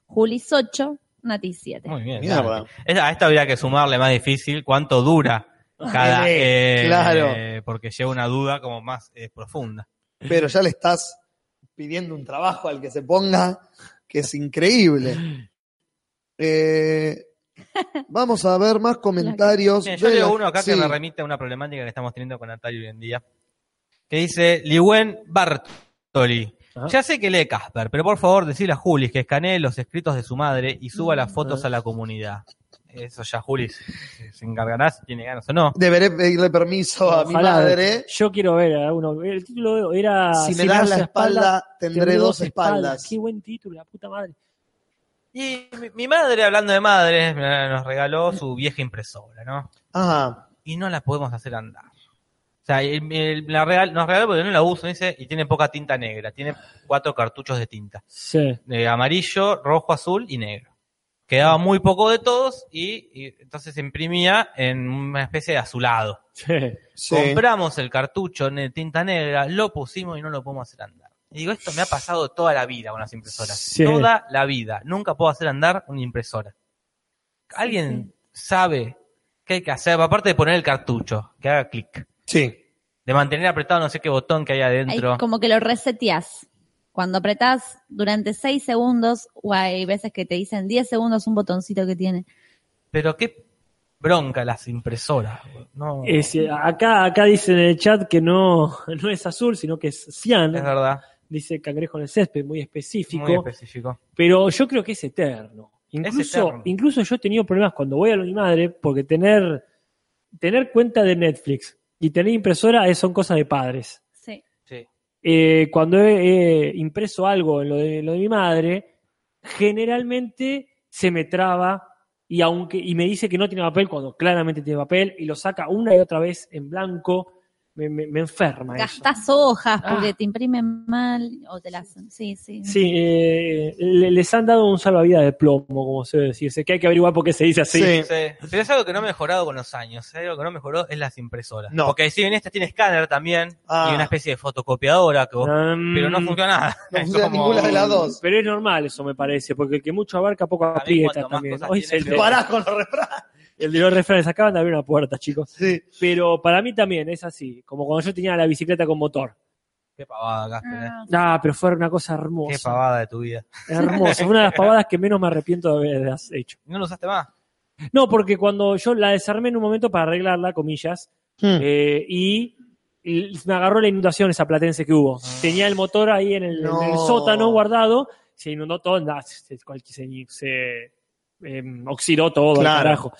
Speaker 6: Julis 8, Nati 7.
Speaker 4: Muy bien.
Speaker 3: Mierda.
Speaker 4: Es- A esta habría que sumarle más difícil cuánto dura cada
Speaker 3: Eh,
Speaker 4: eh,
Speaker 3: claro.
Speaker 4: eh, porque lleva una duda como más eh, profunda.
Speaker 3: Pero ya le estás pidiendo un trabajo al que se ponga que es increíble. Eh, vamos a ver más comentarios.
Speaker 4: Mira, yo
Speaker 3: de
Speaker 4: leo
Speaker 3: la-
Speaker 4: uno acá
Speaker 3: sí.
Speaker 4: que me remite a una problemática que estamos teniendo con Natalia hoy en día. Que dice Liwen Bartoli.
Speaker 7: Ajá.
Speaker 4: Ya sé que lee Casper, pero por favor decile a Julis que escanee los escritos de su madre y suba las fotos Mm, a la comunidad. Eso ya Julis se- se encargará si tiene ganas o no.
Speaker 3: Deberé pedirle permiso a mi
Speaker 7: Ojalá.
Speaker 3: madre.
Speaker 7: Yo quiero ver a uno. El título era
Speaker 4: Ah,
Speaker 3: Si me das la espalda, tendré dos espaldas.
Speaker 7: Qué buen título, la puta madre.
Speaker 4: Y mi, mi madre, hablando de madres, me- nos regaló su vieja impresora, ¿no?
Speaker 3: Ajá.
Speaker 4: y no la podemos hacer andar. O sea, el- el- la regal- nos regaló porque no la uso, dice, y tiene poca tinta negra. Tiene cuatro cartuchos de tinta.
Speaker 7: Sí.
Speaker 4: De eh, amarillo, rojo, azul y negro. Quedaba muy poco de todos y, y entonces se imprimía en una especie de azulado.
Speaker 7: sí.
Speaker 3: Sí.
Speaker 4: Compramos el cartucho ne- tinta negra, lo pusimos y no lo podemos hacer andar. Y digo, esto me ha pasado toda la vida con las impresoras.
Speaker 7: Sí.
Speaker 4: Toda la vida. Nunca puedo hacer andar una impresora. ¿Alguien sabe qué hay que hacer? Aparte de poner el cartucho, que haga clic.
Speaker 3: Sí.
Speaker 4: De mantener apretado no sé qué botón que hay
Speaker 6: Ahí
Speaker 4: adentro.
Speaker 6: como que lo reseteás. Cuando apretás durante 6 segundos, o hay veces que te dicen 10 segundos un botoncito que tiene.
Speaker 4: Pero qué bronca las impresoras. No, es,
Speaker 7: Es, eh, acá, acá dicen en el chat que no, no es azul, sino que es cian.
Speaker 4: verdad.
Speaker 7: Dice cangrejo en el césped, muy específico.
Speaker 4: Muy específico.
Speaker 7: pero yo creo que es eterno. Incluso,
Speaker 4: eterno.
Speaker 7: incluso yo he tenido problemas cuando voy a lo de mi madre, porque tener, tener cuenta de Netflix y tener impresora es- son cosas de padres.
Speaker 6: Sí.
Speaker 4: Sí.
Speaker 7: Eh, cuando he, he impreso algo en lo de, lo de mi madre, generalmente se me traba y, aunque, y me dice que no tiene papel cuando claramente tiene papel y lo saca una y otra vez en blanco. Me, me- me enferma eso.
Speaker 6: Gastás hojas porque
Speaker 7: Ah.
Speaker 6: te imprimen mal o te las... Sí, sí.
Speaker 7: Sí, eh, le- les han dado un salvavidas de plomo, como se debe decirse, que hay que averiguar por qué se dice así.
Speaker 3: Sí.
Speaker 4: Sí. Pero es algo que no ha mejorado con los años. Si hay Algo que no mejoró es las impresoras.
Speaker 3: No.
Speaker 4: Porque si bien esta tiene escáner también
Speaker 3: Ah. Mm.
Speaker 4: y una especie de fotocopiadora que vos
Speaker 7: Um,
Speaker 4: pero no funciona nada.
Speaker 3: No
Speaker 4: Es
Speaker 3: funciona
Speaker 4: como-
Speaker 3: ninguna de las dos.
Speaker 7: Pero es normal eso, me parece, porque el que mucho abarca, poco
Speaker 4: mí
Speaker 7: aprieta
Speaker 4: cuanto más
Speaker 7: también.
Speaker 4: cosas
Speaker 7: Hoy
Speaker 4: tiene,
Speaker 7: es el,
Speaker 4: peor.
Speaker 7: de,
Speaker 3: Pará con los refranes.
Speaker 7: el de los refranes, acaban de abrir una puerta, chicos.
Speaker 3: Sí.
Speaker 7: Pero para mí también es así, como cuando yo tenía la bicicleta con motor.
Speaker 4: Qué pavada, Gasper. eh.
Speaker 6: Ah,
Speaker 7: Ah, pero fue una cosa
Speaker 4: Qué
Speaker 7: hermosa.
Speaker 4: pavada de tu vida.
Speaker 7: Hermosa, fue una de las pavadas que menos me arrepiento de haber hecho.
Speaker 4: ¿No lo usaste más?
Speaker 7: No, porque cuando yo la desarmé en un momento para arreglarla, comillas, Eh, y y me agarró la inundación esa platense que hubo. Tenía el motor ahí en el, en el
Speaker 3: No.
Speaker 7: sótano guardado, se inundó todo, nada, se, se- cual- se- se, em, oxidó todo, al
Speaker 3: Claro.
Speaker 7: carajo.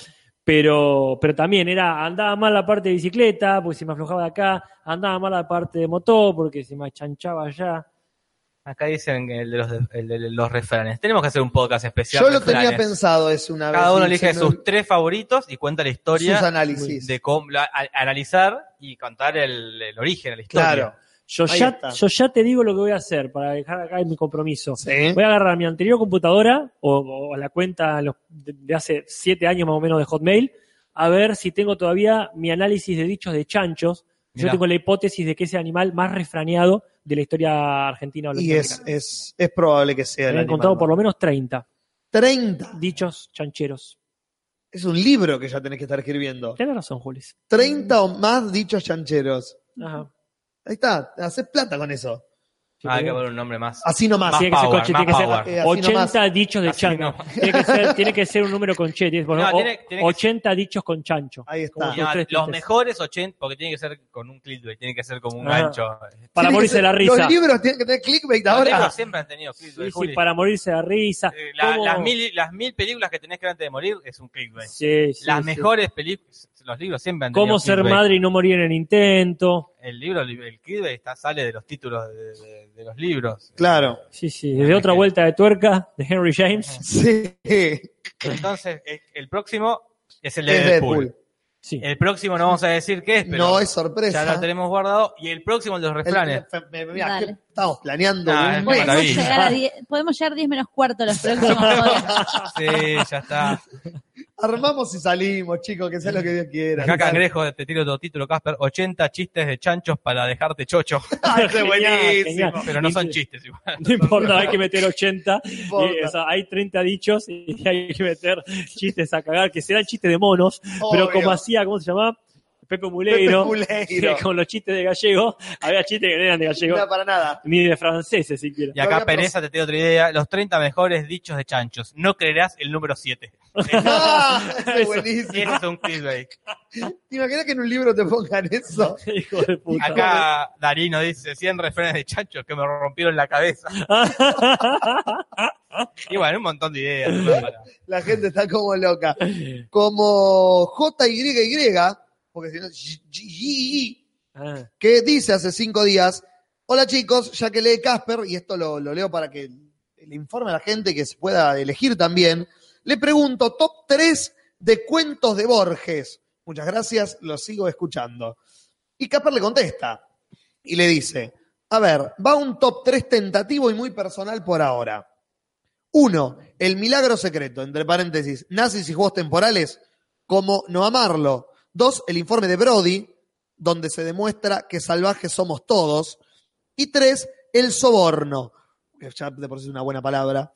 Speaker 7: Pero, pero también era, andaba mal la parte de bicicleta, porque se me aflojaba de acá, andaba mal la parte de motor, porque se me achanchaba allá.
Speaker 4: Acá dicen que el de los, el de los refranes. Tenemos que hacer un podcast especial.
Speaker 3: Yo lo
Speaker 4: refranes.
Speaker 3: tenía pensado es una vez.
Speaker 4: Cada uno
Speaker 3: y se
Speaker 4: elige
Speaker 3: me-
Speaker 4: sus tres favoritos y cuenta la historia.
Speaker 3: sus análisis.
Speaker 4: De cómo, la- a- analizar y contar el, el origen, la historia.
Speaker 3: Claro.
Speaker 7: Yo
Speaker 3: Ahí
Speaker 7: ya,
Speaker 3: está.
Speaker 7: yo ya te digo lo que voy a hacer para dejar acá mi compromiso.
Speaker 4: ¿Eh?
Speaker 3: Sí.
Speaker 7: Voy a agarrar mi anterior computadora o, o la cuenta los- de, de hace siete años más o menos de Hotmail, a ver si tengo todavía mi análisis de dichos de chanchos. Yo
Speaker 4: Mirá.
Speaker 7: tengo la hipótesis de que es el animal más refraneado de la historia argentina. o
Speaker 3: Y es,
Speaker 7: latinoamericana.
Speaker 3: es, es probable que sea
Speaker 7: Me
Speaker 3: el
Speaker 7: he encontrado
Speaker 3: animal.
Speaker 7: por lo menos 30
Speaker 3: 30.
Speaker 7: dichos chancheros.
Speaker 3: Es un libro que ya tenés que estar escribiendo.
Speaker 7: Tienes razón, Julis.
Speaker 3: 30 o más dichos chancheros.
Speaker 7: Ajá.
Speaker 3: Ahí está, haces plata con eso.
Speaker 7: Sí,
Speaker 4: Ah, hay que
Speaker 7: pero-
Speaker 4: poner un nombre más.
Speaker 3: Así nomás.
Speaker 4: Más
Speaker 7: Tiene que ser
Speaker 4: power,
Speaker 7: coche,
Speaker 4: más
Speaker 7: tiene que ser
Speaker 4: power.
Speaker 3: Eh, así
Speaker 7: 80
Speaker 3: nomás.
Speaker 7: dichos de
Speaker 4: Así
Speaker 7: chancho.
Speaker 4: nomás.
Speaker 7: Tiene, que ser- tiene que ser un número con che. tiene-
Speaker 4: No,
Speaker 7: o-
Speaker 4: tiene- tiene que
Speaker 7: 80 dichos con chancho.
Speaker 3: Ahí está.
Speaker 7: Como
Speaker 4: No,
Speaker 7: tres
Speaker 4: los
Speaker 7: tristes.
Speaker 4: mejores 80, porque tiene que ser con un clickbait, tiene que ser como un
Speaker 7: Ah.
Speaker 4: gancho.
Speaker 7: Para
Speaker 3: Tiene que
Speaker 7: morirse
Speaker 3: ser-
Speaker 7: de la risa. Ah,
Speaker 3: Los libros tienen que tener clickbait
Speaker 4: Los
Speaker 3: ahora.
Speaker 4: negros siempre han tenido
Speaker 7: Sí,
Speaker 4: clickbait.
Speaker 7: sí,
Speaker 4: Juli.
Speaker 7: para morirse de risa.
Speaker 4: Eh, la-
Speaker 7: ¿Cómo?
Speaker 4: las, mil, las mil películas que tenés que ver antes de morir es un clickbait.
Speaker 7: Sí, sí,
Speaker 4: las
Speaker 7: sí.
Speaker 4: mejores películas, los libros siempre han tenido
Speaker 7: Cómo ser
Speaker 4: clickbait.
Speaker 7: madre y no morir en el intento.
Speaker 4: el libro, el clickbait está, sale de los títulos de, de- de los libros.
Speaker 3: Claro.
Speaker 7: Sí, sí, desde otra vuelta de tuerca de Henry James.
Speaker 3: Sí.
Speaker 4: Entonces, eh, el próximo es el de
Speaker 3: Es
Speaker 4: Deadpool.
Speaker 3: Deadpool.
Speaker 7: Sí.
Speaker 4: El próximo no vamos a decir qué es, pero
Speaker 3: No es
Speaker 4: ya
Speaker 3: sorpresa.
Speaker 4: lo tenemos guardado. Y el próximo, el de los
Speaker 3: El-
Speaker 4: refranes.
Speaker 3: fe- me- me- mirá,
Speaker 6: Dale.
Speaker 3: ¿qué estamos planeando
Speaker 4: Nah,
Speaker 3: un
Speaker 4: Ah, es
Speaker 3: mes?
Speaker 6: Podemos
Speaker 4: maravilla.
Speaker 6: llegar, a die- podemos llegar 10 menos cuarto los próximos podcasts.
Speaker 4: Sí, ya está.
Speaker 3: Armamos y salimos, chicos, que sea lo que Dios quiera.
Speaker 4: Acá Cangrejo, te tiro otro título, Casper. 80 chistes de chanchos para dejarte chocho.
Speaker 3: Ah, ese es
Speaker 7: Genial,
Speaker 3: buenísimo.
Speaker 7: genial.
Speaker 4: Pero no son
Speaker 7: Sí.
Speaker 4: chistes igual.
Speaker 7: No importa, hay que meter 80.
Speaker 3: importa.
Speaker 7: Y, o sea, hay 30 dichos y hay que meter chistes a cagar, que será el chiste de monos, pero
Speaker 3: Obvio.
Speaker 7: como hacía, ¿cómo se llamaba? Pepe
Speaker 3: Pepe
Speaker 7: Muleiro,
Speaker 3: Culeiro.
Speaker 7: que con los chistes de gallego, había chistes que no eran de
Speaker 3: No
Speaker 7: gallego,
Speaker 3: era para nada.
Speaker 7: ni de franceses siquiera.
Speaker 4: Y
Speaker 3: Lo
Speaker 4: acá
Speaker 3: había
Speaker 4: Pereza te tiro otra idea. Los 30 mejores dichos de chanchos. No creerás el número 7.
Speaker 3: Ah, ese es
Speaker 7: Eso.
Speaker 4: Y
Speaker 3: buenísimo.
Speaker 4: ese es un clickbait.
Speaker 3: ¿Te imaginas que en un libro te pongan eso?
Speaker 7: Hijo de puta.
Speaker 4: Acá Darino dice 100 refranes de chanchos que me rompieron la cabeza. Y bueno, un montón de ideas. ¿no? Para-
Speaker 3: La gente está como loca. Como JYY, porque si no, YYY,
Speaker 7: Ah,
Speaker 3: que dice hace cinco días, hola chicos, ya que lee Casper, y esto lo, lo leo para que le informe a la gente que se pueda elegir también, le pregunto top 3 de cuentos de Borges. Muchas gracias, lo sigo escuchando. Y Casper le contesta y le dice, a ver, va un top 3 tentativo y muy personal por ahora. Uno, el milagro secreto, entre paréntesis, nazis y juegos temporales, como no amarlo. Dos, el informe de Brody, donde se demuestra que salvajes somos todos. Y tres, el soborno, que ya de por sí es una buena palabra.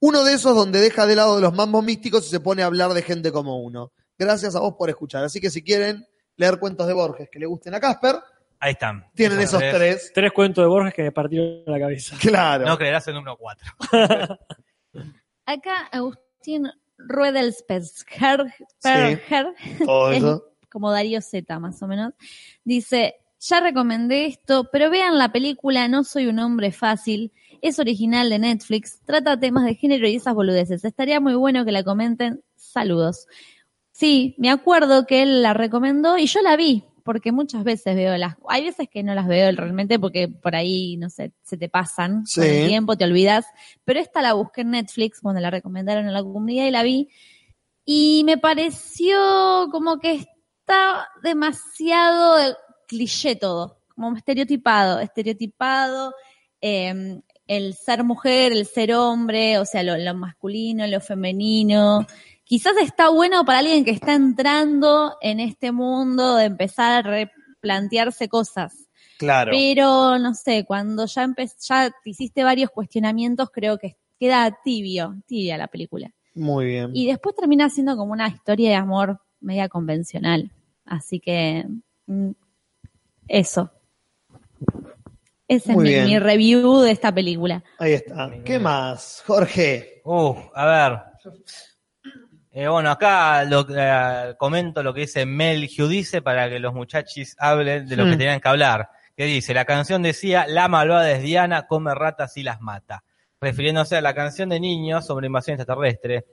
Speaker 3: Uno de esos donde deja de lado los mambos místicos y se pone a hablar de gente como uno. Gracias a vos por escuchar. Así que si quieren leer cuentos de Borges que le gusten a Casper,
Speaker 4: Ahí están.
Speaker 3: tienen esos
Speaker 4: tres.
Speaker 3: tres.
Speaker 7: tres cuentos de Borges que me partieron la cabeza.
Speaker 3: Claro.
Speaker 4: No creerás el número 4.
Speaker 6: Acá Agustín Ruedelsperger, Perger,
Speaker 3: Todo eso.
Speaker 6: como Darío Z más o menos, dice, ya recomendé esto, pero vean la película No soy un hombre fácil, es original de Netflix, trata temas de género y esas boludeces. Estaría muy bueno que la comenten. Saludos. Sí, me acuerdo que él la recomendó y yo la vi, porque muchas veces veo las... Hay veces que no las veo realmente porque por ahí, no sé, se te pasan
Speaker 3: Sí.
Speaker 6: con el tiempo, te olvidas. Pero esta la busqué en Netflix cuando la recomendaron en la comunidad y la vi. Y me pareció como que está demasiado eh, cliché todo, como estereotipado, estereotipado, eh, el ser mujer, el ser hombre, o sea, lo, lo masculino, lo femenino. Quizás está bueno para alguien que está entrando en este mundo de empezar a replantearse cosas.
Speaker 3: Claro.
Speaker 6: Pero no sé, cuando ya empe- ya te hiciste varios cuestionamientos, creo que queda tibio, tibia la película.
Speaker 3: Muy bien.
Speaker 6: Y después termina siendo como una historia de amor media convencional. Así que mm, eso. Ese
Speaker 3: Muy
Speaker 6: es
Speaker 3: bien.
Speaker 6: mi, mi review de esta película.
Speaker 3: Ahí está. ¿Qué más, Jorge?
Speaker 4: Uh, a ver. Eh, bueno, acá lo, eh, comento lo que dice Mel Giudice para que los muchachos hablen de lo
Speaker 7: Hmm.
Speaker 4: que
Speaker 3: Mm.
Speaker 4: tenían que hablar. Que dice, la canción decía, la malvada es Diana, come ratas y las mata. Refiriéndose a la canción de niños sobre invasión extraterrestre,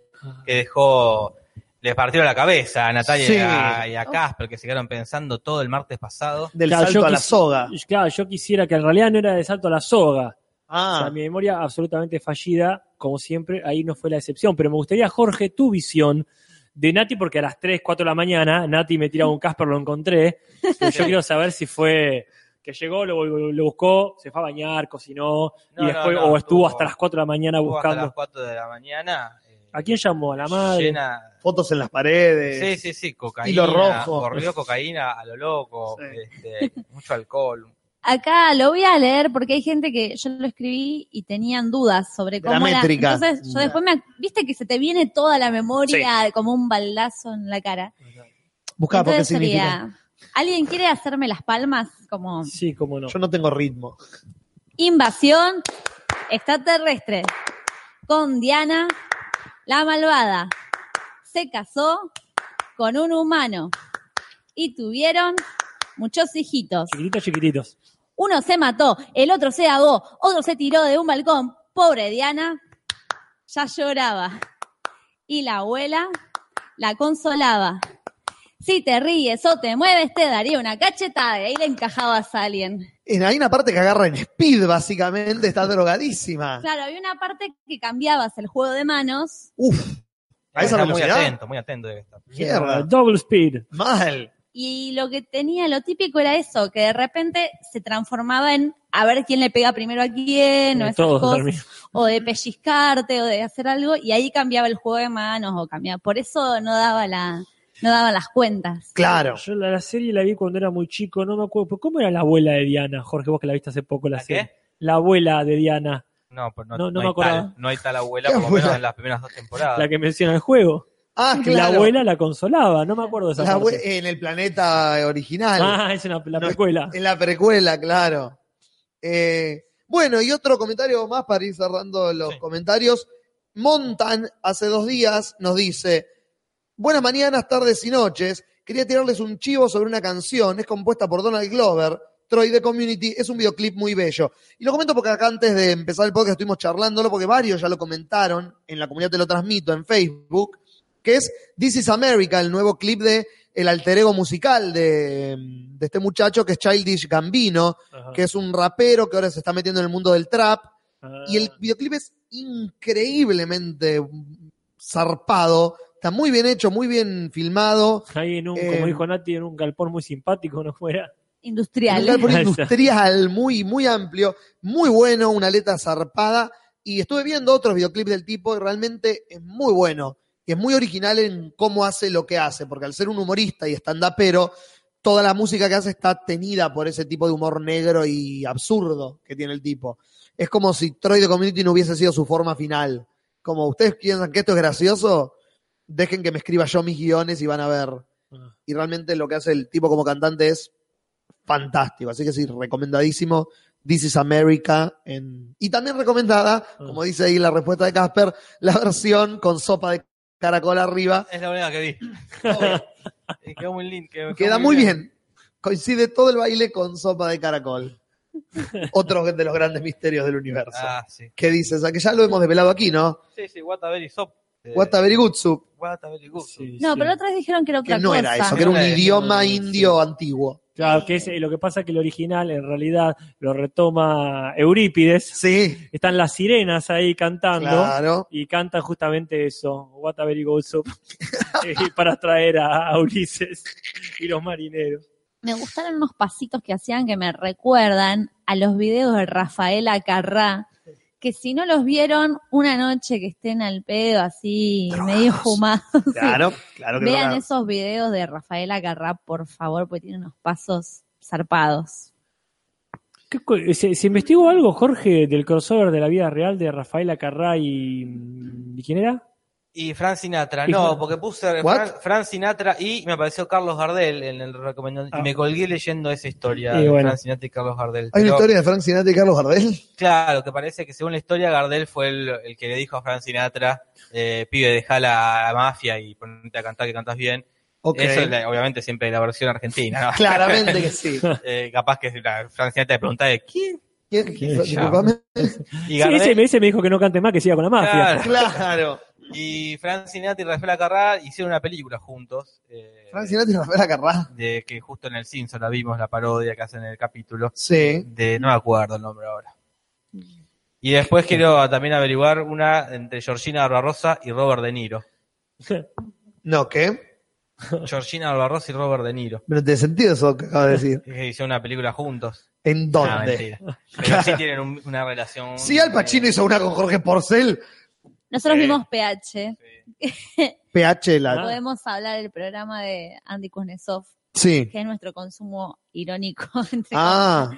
Speaker 4: que dejó, les partió la cabeza a Natalia
Speaker 3: Sí.
Speaker 4: y a- y a Casper, que se quedaron pensando todo el martes pasado.
Speaker 3: Del
Speaker 7: Claro,
Speaker 3: salto
Speaker 7: yo
Speaker 3: a la
Speaker 7: quis-
Speaker 3: soga.
Speaker 7: Claro, yo quisiera que en realidad no era de salto a la soga. O
Speaker 3: Ah,
Speaker 7: sea, mi memoria absolutamente fallida, como siempre, ahí no fue la excepción. Pero me gustaría, Jorge, tu visión de Nati, porque a las 3, 4 de la mañana Nati me tiraba un Casper, lo encontré. Pero yo quiero saber si fue que llegó, lo, lo- lo buscó, se fue a bañar, cocinó,
Speaker 4: No,
Speaker 7: y después,
Speaker 4: no, no,
Speaker 7: o estuvo
Speaker 4: estuvo-
Speaker 7: hasta las 4 de la mañana
Speaker 4: Estuvo hasta las
Speaker 7: buscando.
Speaker 4: 4 de la mañana. eh,
Speaker 7: ¿A quién llamó? ¿A la madre?
Speaker 4: llena-
Speaker 3: fotos en las paredes.
Speaker 4: Sí, sí, sí, cocaína.
Speaker 3: Hilo Eh, rojo.
Speaker 4: Corrió cocaína a lo loco,
Speaker 3: Sí.
Speaker 4: este, mucho alcohol.
Speaker 6: Acá lo voy a leer porque hay gente que yo lo escribí y tenían dudas sobre
Speaker 3: De la
Speaker 6: cómo era.
Speaker 3: métrica.
Speaker 6: Entonces, yo
Speaker 3: Mm.
Speaker 6: después me. Viste que se te viene toda la memoria como un baldazo en la cara.
Speaker 3: Buscá por qué
Speaker 6: Entonces
Speaker 3: significa.
Speaker 6: sería, ¿Alguien quiere hacerme las palmas como
Speaker 7: Sí, cómo no.
Speaker 3: Yo no tengo ritmo.
Speaker 6: invasión extraterrestre con Diana, la malvada? Se casó con un humano y tuvieron muchos hijitos.
Speaker 7: Chiquititos, chiquititos.
Speaker 6: Uno se mató, el otro se ahogó, otro se tiró de un balcón. Pobre Diana, ya lloraba. Y la abuela la consolaba. Si te ríes o te mueves, te daría una cachetada. Y ahí le encajabas a alguien.
Speaker 3: En, hay una parte que agarra en speed, básicamente, está drogadísima.
Speaker 6: Claro, había una parte que cambiabas el juego de manos.
Speaker 3: Uf, a esa
Speaker 4: Está muy
Speaker 3: velocidad.
Speaker 4: atento, muy atento debe estar.
Speaker 3: Mierda.
Speaker 7: Double speed.
Speaker 3: Mal.
Speaker 6: Y lo que tenía, lo típico era eso, que de repente se transformaba en a ver quién le pega primero a quién, o esas
Speaker 7: Todo
Speaker 6: cosas,
Speaker 7: termina.
Speaker 6: o de pellizcarte, o de hacer algo, y ahí cambiaba el juego de manos, o cambiaba. Por eso no daba la, no daba las cuentas.
Speaker 3: Claro.
Speaker 7: Yo la, la serie la vi cuando era muy chico, no me acuerdo. ¿Pero ¿Cómo era la abuela de Diana, Jorge? Vos que la viste hace poco la,
Speaker 4: ¿La
Speaker 7: serie.
Speaker 4: qué?
Speaker 7: La abuela de Diana,
Speaker 4: No, pues no,
Speaker 7: No, no
Speaker 4: no
Speaker 7: me
Speaker 4: hay tal,
Speaker 7: acordaba.
Speaker 4: no hay tal abuela,
Speaker 3: ¿Qué
Speaker 4: por lo menos
Speaker 3: abuela?
Speaker 4: en las primeras dos temporadas.
Speaker 7: la que menciona el juego.
Speaker 3: Ah, claro.
Speaker 7: La abuela la consolaba, no me acuerdo de esa
Speaker 3: La abue-
Speaker 7: parte.
Speaker 3: en el planeta original.
Speaker 7: Ah, es una, la
Speaker 3: No, eh,
Speaker 7: precuela.
Speaker 3: En la precuela, claro. Eh, bueno, y otro comentario más para ir cerrando los
Speaker 4: Sí.
Speaker 3: comentarios. Montan hace dos días nos dice: Buenas mañanas, tardes y noches. Quería tirarles un chivo sobre una canción. Es compuesta por Donald Glover. Troy de Community es un videoclip muy bello. Y lo comento porque acá antes de empezar el podcast estuvimos charlándolo, porque varios ya lo comentaron en la comunidad Te lo transmito en Facebook, que es This is America, el nuevo clip de el alter ego musical de, de este muchacho que es Childish Gambino,
Speaker 7: Ajá.
Speaker 3: que es un rapero que ahora se está metiendo en el mundo del trap.
Speaker 7: Ah.
Speaker 3: Y el videoclip es increíblemente zarpado. Está muy bien hecho, muy bien filmado.
Speaker 7: Ahí en un,
Speaker 3: eh,
Speaker 7: como dijo Nati, en un galpón muy simpático, ¿no fuera?
Speaker 3: Un
Speaker 6: Industrial.
Speaker 3: galpón
Speaker 7: Ahí está.
Speaker 3: industrial muy, muy amplio, muy bueno, una aleta zarpada. Y estuve viendo otros videoclips del tipo y realmente es muy bueno. Y es muy original en cómo hace lo que hace, porque al ser un humorista y stand-upero, toda la música que hace está tenida por ese tipo de humor negro y absurdo que tiene el tipo. Es como si Troy de Community no hubiese sido su forma final. Como ustedes piensan que esto es gracioso, dejen que me escriba yo mis guiones y van a ver.
Speaker 7: Ah.
Speaker 3: Y realmente lo que hace el tipo como cantante es fantástico. Así que sí, recomendadísimo. This is America. en- Y también recomendada, como dice ahí la respuesta de Casper, la versión con sopa de caracol arriba.
Speaker 4: Es la única que vi. Y quedó muy lindo. quedó
Speaker 3: Queda muy bien. Coincide todo el baile con sopa de caracol. Otro de los grandes misterios del universo.
Speaker 4: Ah, sí.
Speaker 3: ¿Qué dices? O sea, que ya lo hemos develado aquí, ¿no?
Speaker 4: Sí, sí, Wataberry Sop. eh,
Speaker 3: Wataberry Gutsu,
Speaker 4: Wataberry Good.
Speaker 7: Sí,
Speaker 6: No,
Speaker 7: sí.
Speaker 6: pero otras dijeron que era
Speaker 3: que
Speaker 6: otra
Speaker 3: no
Speaker 6: cosa.
Speaker 3: era eso, que era un
Speaker 4: No era eso,
Speaker 3: idioma
Speaker 7: sí.
Speaker 3: indio antiguo.
Speaker 7: Claro, que es, eh, lo que pasa es que el original en realidad lo retoma Eurípides.
Speaker 3: Sí,
Speaker 7: Están las sirenas ahí cantando.
Speaker 3: claro.
Speaker 7: Y cantan justamente eso, What a Very Good Soup, eh, para traer a, a Ulises y los marineros.
Speaker 6: Me gustaron unos pasitos que hacían que me recuerdan a los videos de Rafaela Carrá, que si no los vieron una noche que estén al pedo así, medio fumados, sí,
Speaker 3: Claro, claro que
Speaker 6: vean
Speaker 3: no.
Speaker 6: esos videos de Rafaela Carrá, por favor, porque tiene unos pasos zarpados.
Speaker 7: ¿Qué co- ¿Se, se investigó algo, Jorge, del crossover de la vida real de Rafaela Carrá y, mm, ¿y quién era?
Speaker 4: Y Fran Sinatra,
Speaker 7: Y
Speaker 4: no,
Speaker 7: Fran-
Speaker 4: porque puse
Speaker 3: What?
Speaker 4: Fran, Fran Sinatra y me apareció Carlos Gardel en el recomendado.
Speaker 7: Ah.
Speaker 4: Y me colgué leyendo esa historia
Speaker 7: Y
Speaker 4: de
Speaker 7: bueno.
Speaker 4: Fran Sinatra y Carlos Gardel.
Speaker 3: Hay una
Speaker 4: Pero,
Speaker 3: historia de Frank Sinatra y Carlos Gardel.
Speaker 4: Claro, que parece que según la historia, Gardel fue el, el que le dijo a Fran Sinatra, eh, pibe, deja la, la mafia y ponte a cantar que cantas bien.
Speaker 3: Ok.
Speaker 4: Eso es la- obviamente siempre la versión argentina, ¿no?
Speaker 3: Claramente que sí.
Speaker 4: Eh, capaz que la Fran Sinatra te pregunta de quién.
Speaker 3: ¿Quién? Disculpame.
Speaker 4: Y
Speaker 7: Sí, ese, me- ese me dijo que no cante más, que siga con la mafia.
Speaker 4: Claro.
Speaker 3: Claro.
Speaker 4: Y Fran Sinatra y Rafaela Carrá hicieron una película juntos. eh,
Speaker 3: Frank Sinatra y Rafaela Carrá.
Speaker 4: de que justo en el Simpson la vimos, la parodia que hacen en el capítulo.
Speaker 3: Sí.
Speaker 4: De, no me acuerdo el nombre ahora. Y después quiero también averiguar una entre Georgina Barbarossa y Robert De Niro.
Speaker 3: No, ¿qué?
Speaker 4: Georgina Barbarossa y Robert De Niro.
Speaker 3: No tiene sentido eso que acabas de decir.
Speaker 4: Que Hicieron una película juntos.
Speaker 3: ¿En
Speaker 4: No,
Speaker 3: dónde?
Speaker 4: mentira. Pero sí tienen un- una relación.
Speaker 3: Sí, Al Pacino hizo una con Jorge Porcel.
Speaker 6: Nosotros
Speaker 4: Sí.
Speaker 6: vimos PH,
Speaker 3: PH la.
Speaker 4: Ah.
Speaker 6: podemos hablar del programa de Andy Kuznetsov,
Speaker 3: Sí.
Speaker 6: que es nuestro consumo irónico. entre
Speaker 3: Ah,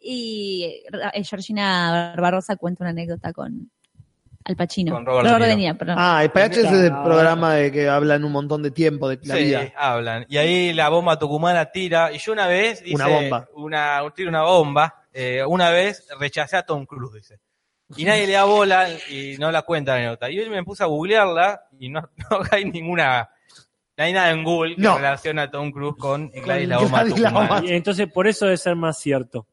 Speaker 6: Y eh, Georgina Barbarosa cuenta una anécdota con Al Pacino.
Speaker 4: Con Robert De Niro.
Speaker 6: perdón.
Speaker 3: ah, el PH es el
Speaker 7: Ah.
Speaker 3: programa de que hablan un montón de tiempo de la
Speaker 4: eh, Sí,
Speaker 3: vida.
Speaker 4: hablan. Y ahí la bomba tucumana tira. Y yo una vez. Dice,
Speaker 3: Una bomba.
Speaker 4: Una, tira una bomba. Eh, una vez rechacé a Tom Cruise, dice. Y nadie le da bola y no la cuenta la anécdota. Y yo me puse a googlearla y no, no hay ninguna. No hay nada en Google que
Speaker 3: No.
Speaker 4: relacione a Tom Cruise con Gladys la
Speaker 3: Con
Speaker 4: bomba
Speaker 3: Gladys la
Speaker 4: tucumana.
Speaker 3: Bomba.
Speaker 7: Y entonces por eso debe ser más cierto.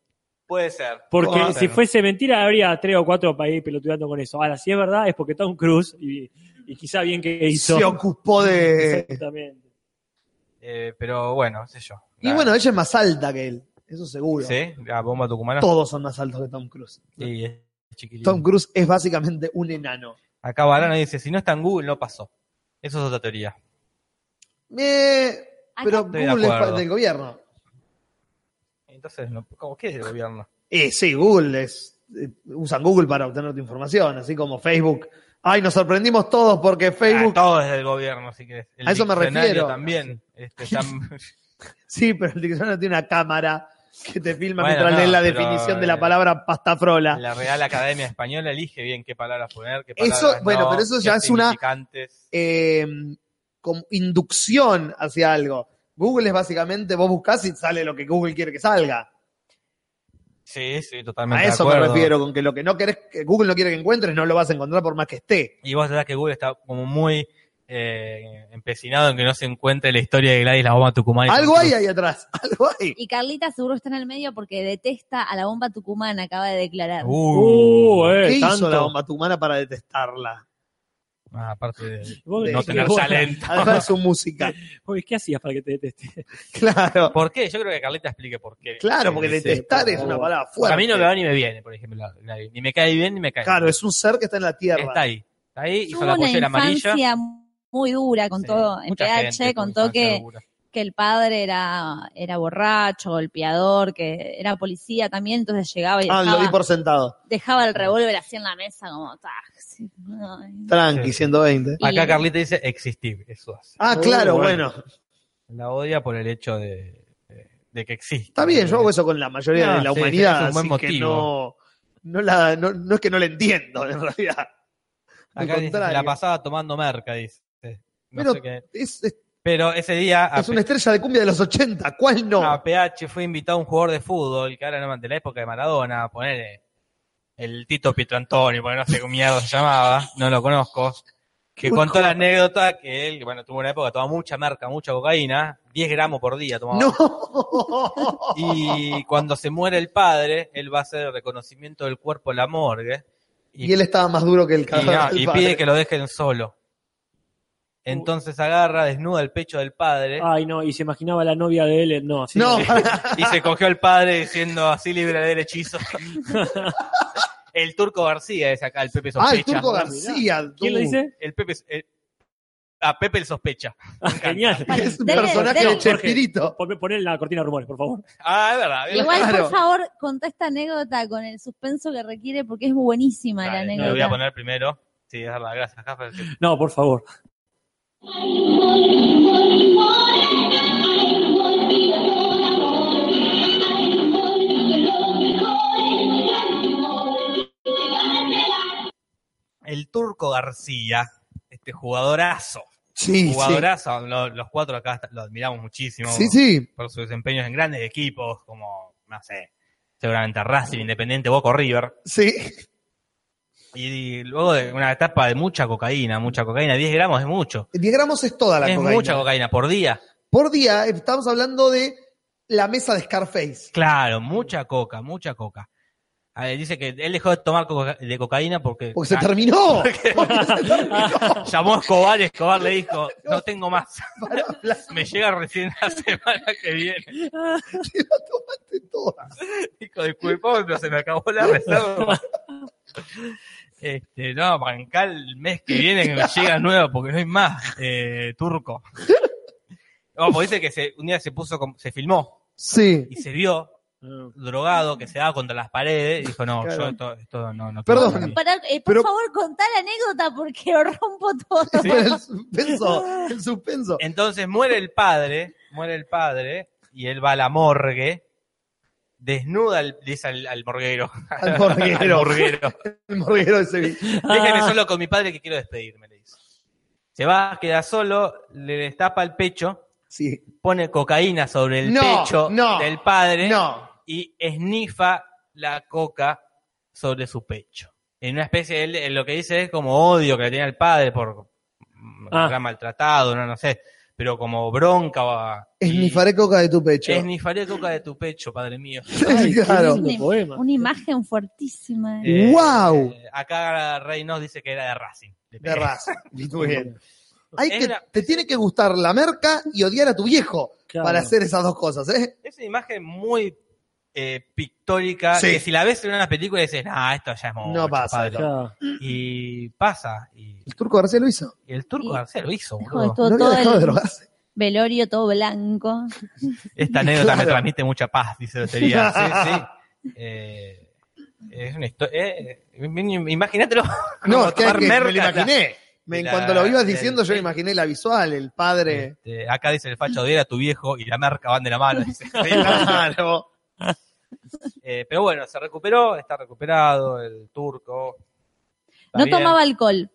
Speaker 4: Puede ser.
Speaker 7: Porque
Speaker 4: Puede
Speaker 7: si
Speaker 4: ser.
Speaker 7: fuese mentira, habría tres o cuatro países pelotudeando con eso. Ahora, si es verdad, es porque Tom Cruise, y, y quizá bien que hizo.
Speaker 3: Se ocupó de.
Speaker 7: Exactamente.
Speaker 4: Eh, pero bueno, qué sé yo.
Speaker 3: Y
Speaker 4: La-
Speaker 3: bueno, ella es más alta que él, eso seguro.
Speaker 4: Sí, la bomba tucumana.
Speaker 3: Todos son más altos que Tom Cruise.
Speaker 4: Y es chiquitín.
Speaker 3: Tom Cruise es básicamente un enano.
Speaker 4: Acá Barano dice, si no está en Google, no pasó. Eso es otra teoría.
Speaker 3: Eh, pero
Speaker 4: Estoy de
Speaker 3: Google es
Speaker 4: acuerdo.
Speaker 3: pa- del gobierno.
Speaker 4: Entonces, no- ¿cómo qué es el gobierno?
Speaker 3: Eh, sí, Google es. eh, usan Google para obtener tu información, así como Facebook. Ay, nos sorprendimos todos porque
Speaker 4: Ah,
Speaker 3: Facebook.
Speaker 4: todo es del gobierno, si querés. El
Speaker 3: A eso me
Speaker 4: diccionario
Speaker 3: refiero.
Speaker 4: También. Este, tam-
Speaker 3: Sí, pero el diccionario tiene una cámara que te filma
Speaker 4: Bueno,
Speaker 3: mientras
Speaker 4: no,
Speaker 3: lees la
Speaker 4: pero,
Speaker 3: definición de
Speaker 4: eh,
Speaker 3: la palabra pastafrola.
Speaker 4: la Real Academia Española elige bien qué palabras poner, qué
Speaker 3: Eso,
Speaker 4: palabras
Speaker 3: bueno,
Speaker 4: no,
Speaker 3: pero eso
Speaker 4: qué
Speaker 3: ya es una-
Speaker 4: significantes.
Speaker 3: eh, como inducción hacia algo. Google es básicamente, vos buscás y sale lo que Google quiere que salga.
Speaker 4: Sí, sí, totalmente
Speaker 3: A
Speaker 4: de
Speaker 3: eso me
Speaker 4: acuerdo.
Speaker 3: refiero, con que lo que no querés, que Google no quiere que encuentres, no lo vas a encontrar por más que esté.
Speaker 4: Y vos sabés que Google está como muy eh, empecinado en que no se encuentre la historia de Gladys, la bomba tucumana. y
Speaker 3: Algo
Speaker 4: Tom
Speaker 3: hay
Speaker 4: Cruise.
Speaker 3: ahí atrás, algo hay.
Speaker 6: Y Carlita seguro está en el medio porque detesta a la bomba tucumana, acaba de declarar.
Speaker 4: Uh,
Speaker 7: Uh, eh,
Speaker 3: ¿Qué
Speaker 7: tanto.
Speaker 3: hizo la bomba tucumana para detestarla?
Speaker 4: Ah, aparte de...
Speaker 7: Vos-
Speaker 3: De-
Speaker 4: No
Speaker 7: eh,
Speaker 4: tener
Speaker 7: vos-
Speaker 4: talento.
Speaker 3: Además de su música.
Speaker 7: Uy, ¿Qué hacías para que te deteste?
Speaker 3: Claro,
Speaker 4: ¿Por qué? Yo creo que Carlita explique por qué.
Speaker 3: claro, porque
Speaker 4: Sí,
Speaker 3: detestar
Speaker 4: por
Speaker 3: es
Speaker 4: favor.
Speaker 3: una palabra
Speaker 4: Porque
Speaker 3: fuerte.
Speaker 4: A mí no me va ni me viene, por ejemplo. la- la- ni me cae bien ni me cae
Speaker 3: Claro,
Speaker 4: mal.
Speaker 3: es un ser que está en la
Speaker 4: Está
Speaker 3: tierra.
Speaker 4: ahí. Está ahí, hizo
Speaker 6: Tuvo
Speaker 4: la
Speaker 6: una
Speaker 4: pollera amarilla.
Speaker 6: infancia muy dura con
Speaker 4: Sí,
Speaker 6: todo, en
Speaker 4: mucha
Speaker 6: PH,
Speaker 4: gente tuvo
Speaker 6: contó
Speaker 4: infancia
Speaker 6: que,
Speaker 4: dura.
Speaker 6: que el padre era, era borracho, golpeador, que era policía también, entonces llegaba y
Speaker 3: Ah, lo
Speaker 6: dejaba,
Speaker 3: di por sentado.
Speaker 6: dejaba el revólver así en la mesa, como, "Tah, sí, ay".
Speaker 3: Tranqui,
Speaker 4: Sí.
Speaker 3: 120.
Speaker 6: Y-
Speaker 4: Acá Carlita dice existir, eso hace.
Speaker 3: Ah,
Speaker 7: Uh,
Speaker 3: claro,
Speaker 7: bueno.
Speaker 3: bueno.
Speaker 4: La odia por el hecho de, de- de que existe.
Speaker 3: Está bien, yo hago eso con la mayoría
Speaker 4: Eh, No,
Speaker 3: de la
Speaker 4: sí,
Speaker 3: humanidad,
Speaker 4: es un buen
Speaker 3: así que no,
Speaker 4: motivo.
Speaker 3: no, la, no, no es que no la entiendo, en realidad. Al
Speaker 4: Acá dice, "Se
Speaker 3: contrario.
Speaker 4: la pasaba tomando merca, dice. No
Speaker 3: Pero
Speaker 4: sé qué.
Speaker 3: es, es-
Speaker 4: Pero ese día a,
Speaker 3: es una estrella de cumbia de los 80, ¿cuál no?
Speaker 4: a PH fue invitado un jugador de fútbol, que ahora no me- de la época de Maradona, poner el Tito Pietro Antonio, porque no sé qué mierda se llamaba, no lo conozco. Que
Speaker 3: Uy,
Speaker 4: contó
Speaker 3: joder.
Speaker 4: la anécdota que él, bueno, tuvo una época, que tomaba mucha merca, mucha cocaína, 10 gramos por día tomaba.
Speaker 3: no.
Speaker 4: Y cuando se muere el padre, él va a hacer el reconocimiento del cuerpo a la morgue.
Speaker 3: Y, él estaba más duro que el
Speaker 4: y
Speaker 3: cadáver
Speaker 4: no,
Speaker 3: del
Speaker 4: y
Speaker 3: padre.
Speaker 4: pide que lo dejen solo. Entonces agarra, desnuda el pecho del padre
Speaker 7: Ay, no, y se imaginaba la novia de él. No, así
Speaker 3: No,
Speaker 7: que-
Speaker 4: y se cogió al padre diciendo así libre del hechizo. el turco García es acá, el Pepe
Speaker 3: ah, el
Speaker 4: sospecha.
Speaker 3: Turco García.
Speaker 7: ¿Quién lo
Speaker 3: tú.
Speaker 7: dice?
Speaker 4: El Pepe, el- ah, Pepe el sospecha.
Speaker 7: Genial.
Speaker 3: Es un
Speaker 6: Dele,
Speaker 3: personaje
Speaker 6: dele.
Speaker 3: de Chespirito.
Speaker 7: Ponme, poné la cortina de rumores, por favor.
Speaker 4: Ah, es verdad. es
Speaker 6: Igual,
Speaker 3: Claro.
Speaker 6: por favor, contá esta anécdota con el suspenso que requiere porque es buenísima
Speaker 4: verdad.
Speaker 6: la
Speaker 4: Dale,
Speaker 6: anécdota.
Speaker 4: lo voy a poner primero. Sí, es verdad, gracias. Jaffa.
Speaker 7: No, por favor.
Speaker 4: El turco García, este jugadorazo,
Speaker 3: Sí, sí.
Speaker 4: jugadorazo, lo- los cuatro acá lo admiramos muchísimo.
Speaker 3: Sí, sí.
Speaker 4: por sus desempeños en grandes equipos como, no sé, seguramente Racing, Independiente, Boca o River.
Speaker 3: Sí.
Speaker 4: Y, luego de una etapa de mucha cocaína, mucha cocaína, 10 gramos es mucho.
Speaker 3: 10 gramos es toda la
Speaker 4: es
Speaker 3: cocaína.
Speaker 4: mucha cocaína por día.
Speaker 3: Por día, eh, estamos hablando de la mesa de Scarface.
Speaker 4: Claro, mucha coca, mucha coca. A ver, dice que él dejó de tomar coca- de cocaína porque,
Speaker 3: Porque se terminó.
Speaker 4: Ah, llamó a Escobar y Escobar le dijo, no tengo más. Me llega recién la semana que viene.
Speaker 3: Te la tomaste toda.
Speaker 4: Dijo, disculpame, pero se me acabó la reserva. Este, no, bancá el mes que viene que me llega nueva porque no hay más, eh, turco. No, porque dice que se- un día se puso, como- se filmó
Speaker 3: Sí.
Speaker 4: y se vio drogado que se daba contra las paredes y dijo, no,
Speaker 3: Claro.
Speaker 4: yo esto, esto no, no.
Speaker 3: Perdón.
Speaker 4: quiero para mí.
Speaker 6: Pará, eh, por
Speaker 3: Pero-
Speaker 6: favor, contá la anécdota porque rompo todo.
Speaker 3: Pero el suspenso, el suspenso.
Speaker 4: Entonces muere el padre, muere el padre y él va a la morgue, desnuda, al, dice al, al morguero.
Speaker 3: Al morguero.
Speaker 4: al morguero.
Speaker 3: El morguero de Sevilla.
Speaker 4: Déjeme
Speaker 7: Ah.
Speaker 4: solo con mi padre que quiero despedirme, le dice. Se va, queda solo, le destapa el pecho,
Speaker 3: Sí.
Speaker 4: pone cocaína sobre el
Speaker 3: No,
Speaker 4: pecho
Speaker 3: no,
Speaker 4: del padre
Speaker 3: No.
Speaker 4: y esnifa la coca sobre su pecho. En una especie, él, él lo que dice es como odio que le tiene al padre por mm,
Speaker 7: Ah.
Speaker 4: habrá maltratado, no, no sé, pero como bronca. va-
Speaker 3: Esnifaré coca de tu pecho.
Speaker 4: Esnifaré coca de tu pecho, padre mío.
Speaker 7: Ay, qué
Speaker 3: claro.
Speaker 7: lindo poema.
Speaker 6: Una imagen fuertísima.
Speaker 3: ¡Guau!
Speaker 4: Eh, acá Reynos dice que era de Racing.
Speaker 3: De raza. Muy bien. Hay
Speaker 4: Es
Speaker 3: que,
Speaker 4: la-
Speaker 3: te tiene que gustar la merca y odiar a tu viejo
Speaker 7: Claro.
Speaker 3: para hacer esas dos cosas, ¿eh?
Speaker 4: Es una imagen muy eh, pictórica.
Speaker 3: Sí.
Speaker 4: Que si la ves en una película dices, ah, esto ya es mucho,
Speaker 3: No pasa,
Speaker 4: padre".
Speaker 7: Claro.
Speaker 4: Y pasa. Y,
Speaker 3: El turco García lo hizo.
Speaker 4: y el turco
Speaker 6: Y-
Speaker 4: García lo hizo,
Speaker 6: Hijo,
Speaker 4: boludo.
Speaker 6: estuvo
Speaker 3: No había
Speaker 6: todo
Speaker 3: dejado de
Speaker 6: el
Speaker 3: drogarse.
Speaker 6: velorio todo blanco.
Speaker 4: Esta anécdota me
Speaker 3: Claro.
Speaker 4: transmite mucha paz, dice Lotería. Sí, sí. Eh, es una historia. imagínatelo.
Speaker 3: No,
Speaker 4: como
Speaker 3: es que,
Speaker 4: tomar
Speaker 3: es que me lo
Speaker 4: merca, la-
Speaker 3: imaginé. Me- en
Speaker 4: la-
Speaker 3: cuanto lo ibas
Speaker 4: del-
Speaker 3: diciendo, yo imaginé la visual, el padre.
Speaker 4: Este, acá dice el facho de a tu viejo y la marca van de la mano. dice.
Speaker 3: Claro.
Speaker 4: Eh, pero bueno, se recuperó, está recuperado el turco. Está
Speaker 6: No
Speaker 4: bien.
Speaker 6: tomaba alcohol.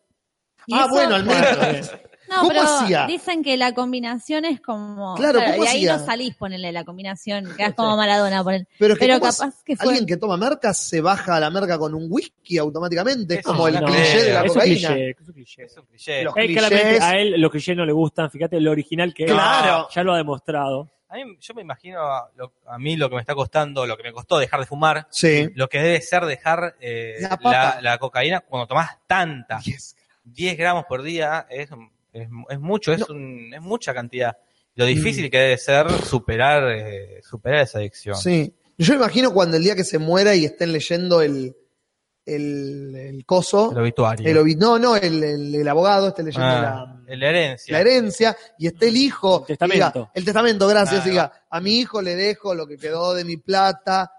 Speaker 6: Y
Speaker 3: Ah,
Speaker 6: eso-
Speaker 3: bueno, al menos.
Speaker 6: No,
Speaker 3: ¿Cómo
Speaker 6: pero
Speaker 3: hacía?
Speaker 6: dicen que la combinación es como.
Speaker 3: Claro, ¿cómo
Speaker 6: de ahí
Speaker 3: hacía?
Speaker 6: no salís, ponele la combinación. Quedás como Maradona, ponele.
Speaker 3: Pero, es que
Speaker 6: Pero
Speaker 3: ¿cómo es-
Speaker 6: capaz que fue.
Speaker 3: alguien que toma merca se baja a la merca con un whisky automáticamente. Es
Speaker 4: Eso
Speaker 3: como el
Speaker 4: no
Speaker 3: cliché
Speaker 4: creo.
Speaker 3: de la
Speaker 4: Eso
Speaker 7: es un
Speaker 3: cocaína.
Speaker 7: cliché, es un cliché.
Speaker 4: Es un cliché.
Speaker 3: Los
Speaker 7: Él,
Speaker 3: clichés.
Speaker 7: claramente a él los clichés no le gustan, fíjate lo original que es.
Speaker 3: Claro.
Speaker 7: Ya lo ha demostrado.
Speaker 4: A mí- yo me imagino a, lo- a mí lo que me está costando, lo que me costó dejar de fumar,
Speaker 3: Sí.
Speaker 4: lo que debe ser dejar eh,
Speaker 3: La
Speaker 4: la,
Speaker 3: papa.
Speaker 4: la cocaína cuando tomás tanta.
Speaker 3: Yes.
Speaker 4: 10 gramos por día es, es, es mucho, es,
Speaker 3: No. Mm.
Speaker 4: un- es mucha cantidad. Lo difícil que debe ser superar, eh, superar esa adicción.
Speaker 3: Sí. Yo imagino cuando el día que se muera y estén leyendo el, el, el coso,
Speaker 4: El obituario.
Speaker 3: el obi- no, no, el, el- el abogado esté leyendo
Speaker 4: Ah,
Speaker 3: la,
Speaker 4: la herencia.
Speaker 3: la herencia y esté el hijo.
Speaker 7: El testamento.
Speaker 3: diga- el testamento, gracias.
Speaker 4: Claro.
Speaker 3: Diga, a mi hijo le dejo lo que quedó de mi plata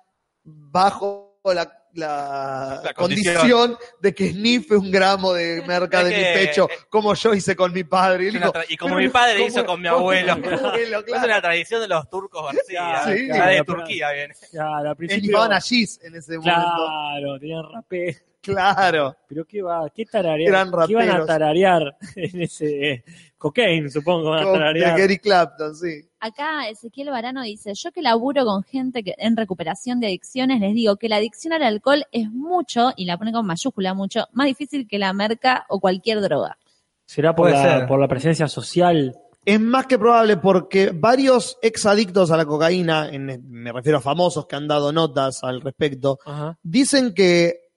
Speaker 3: bajo la, la
Speaker 4: La
Speaker 3: condición.
Speaker 4: condición.
Speaker 3: de que snife un gramo de merca de
Speaker 4: Es que-
Speaker 3: mi pecho, como yo hice con mi padre. Y,
Speaker 4: Es
Speaker 3: el
Speaker 4: una
Speaker 3: hijo,
Speaker 4: tra- y como
Speaker 3: pero
Speaker 4: mi padre
Speaker 3: ¿cómo-
Speaker 4: hizo con mi
Speaker 3: cómo-
Speaker 4: abuelo.
Speaker 3: mi abuelo,
Speaker 4: Es
Speaker 3: claro.
Speaker 4: una tradición de los turcos García.
Speaker 3: Sí.
Speaker 4: Ya de
Speaker 7: Claro, pero-
Speaker 4: Turquía viene.
Speaker 7: Claro, al principio.
Speaker 3: Esnifaban a Gis en ese momento.
Speaker 7: Claro, tenían rapé.
Speaker 3: Claro.
Speaker 7: Pero qué va, qué tararear.
Speaker 3: Eran
Speaker 7: ¿Qué iban a
Speaker 3: raperos.
Speaker 7: tararear en ese eh, cocaine, supongo, van a
Speaker 3: Con- de
Speaker 7: tararear.
Speaker 3: Gary Clapton, sí.
Speaker 6: Acá Ezequiel Barano dice, yo que laburo con gente que, en recuperación de adicciones, les digo que la adicción al alcohol es mucho, y la pone con mayúscula mucho, más difícil que la merca o cualquier droga.
Speaker 7: ¿Será por
Speaker 4: Puede
Speaker 7: la,
Speaker 4: ser.
Speaker 7: por la presencia social?
Speaker 3: Es más que probable porque varios exadictos a la cocaína, en- me refiero a famosos que han dado notas al respecto,
Speaker 7: Ajá.
Speaker 3: dicen que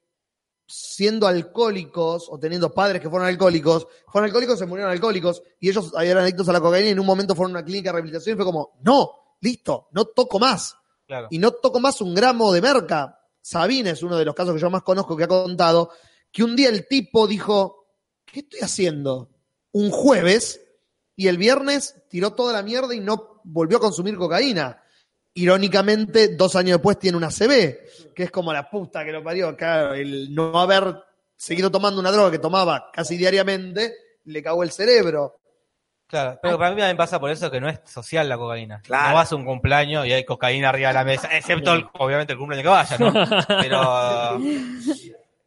Speaker 3: siendo alcohólicos o teniendo padres que fueron alcohólicos, fueron alcohólicos, se murieron alcohólicos y ellos eran adictos a la cocaína y en un momento fueron a una clínica de rehabilitación y fue como, no, listo, no toco más.
Speaker 4: Claro.
Speaker 3: y no toco más un gramo de merca. Sabina es uno de los casos que yo más conozco que ha contado, que un día el tipo dijo, ¿qué estoy haciendo? Un jueves y el viernes tiró toda la mierda y no volvió a consumir cocaína. Irónicamente, dos años después tiene una CB, que es como la puta que lo parió. Claro, el no haber seguido tomando una droga que tomaba casi diariamente le cagó el cerebro.
Speaker 4: Claro, pero para mí también pasa por eso que no es social la cocaína.
Speaker 3: Ah. Claro.
Speaker 4: No vas a un cumpleaños y hay cocaína arriba de la mesa, excepto el- obviamente el cumpleaños que vaya, ¿no? Pero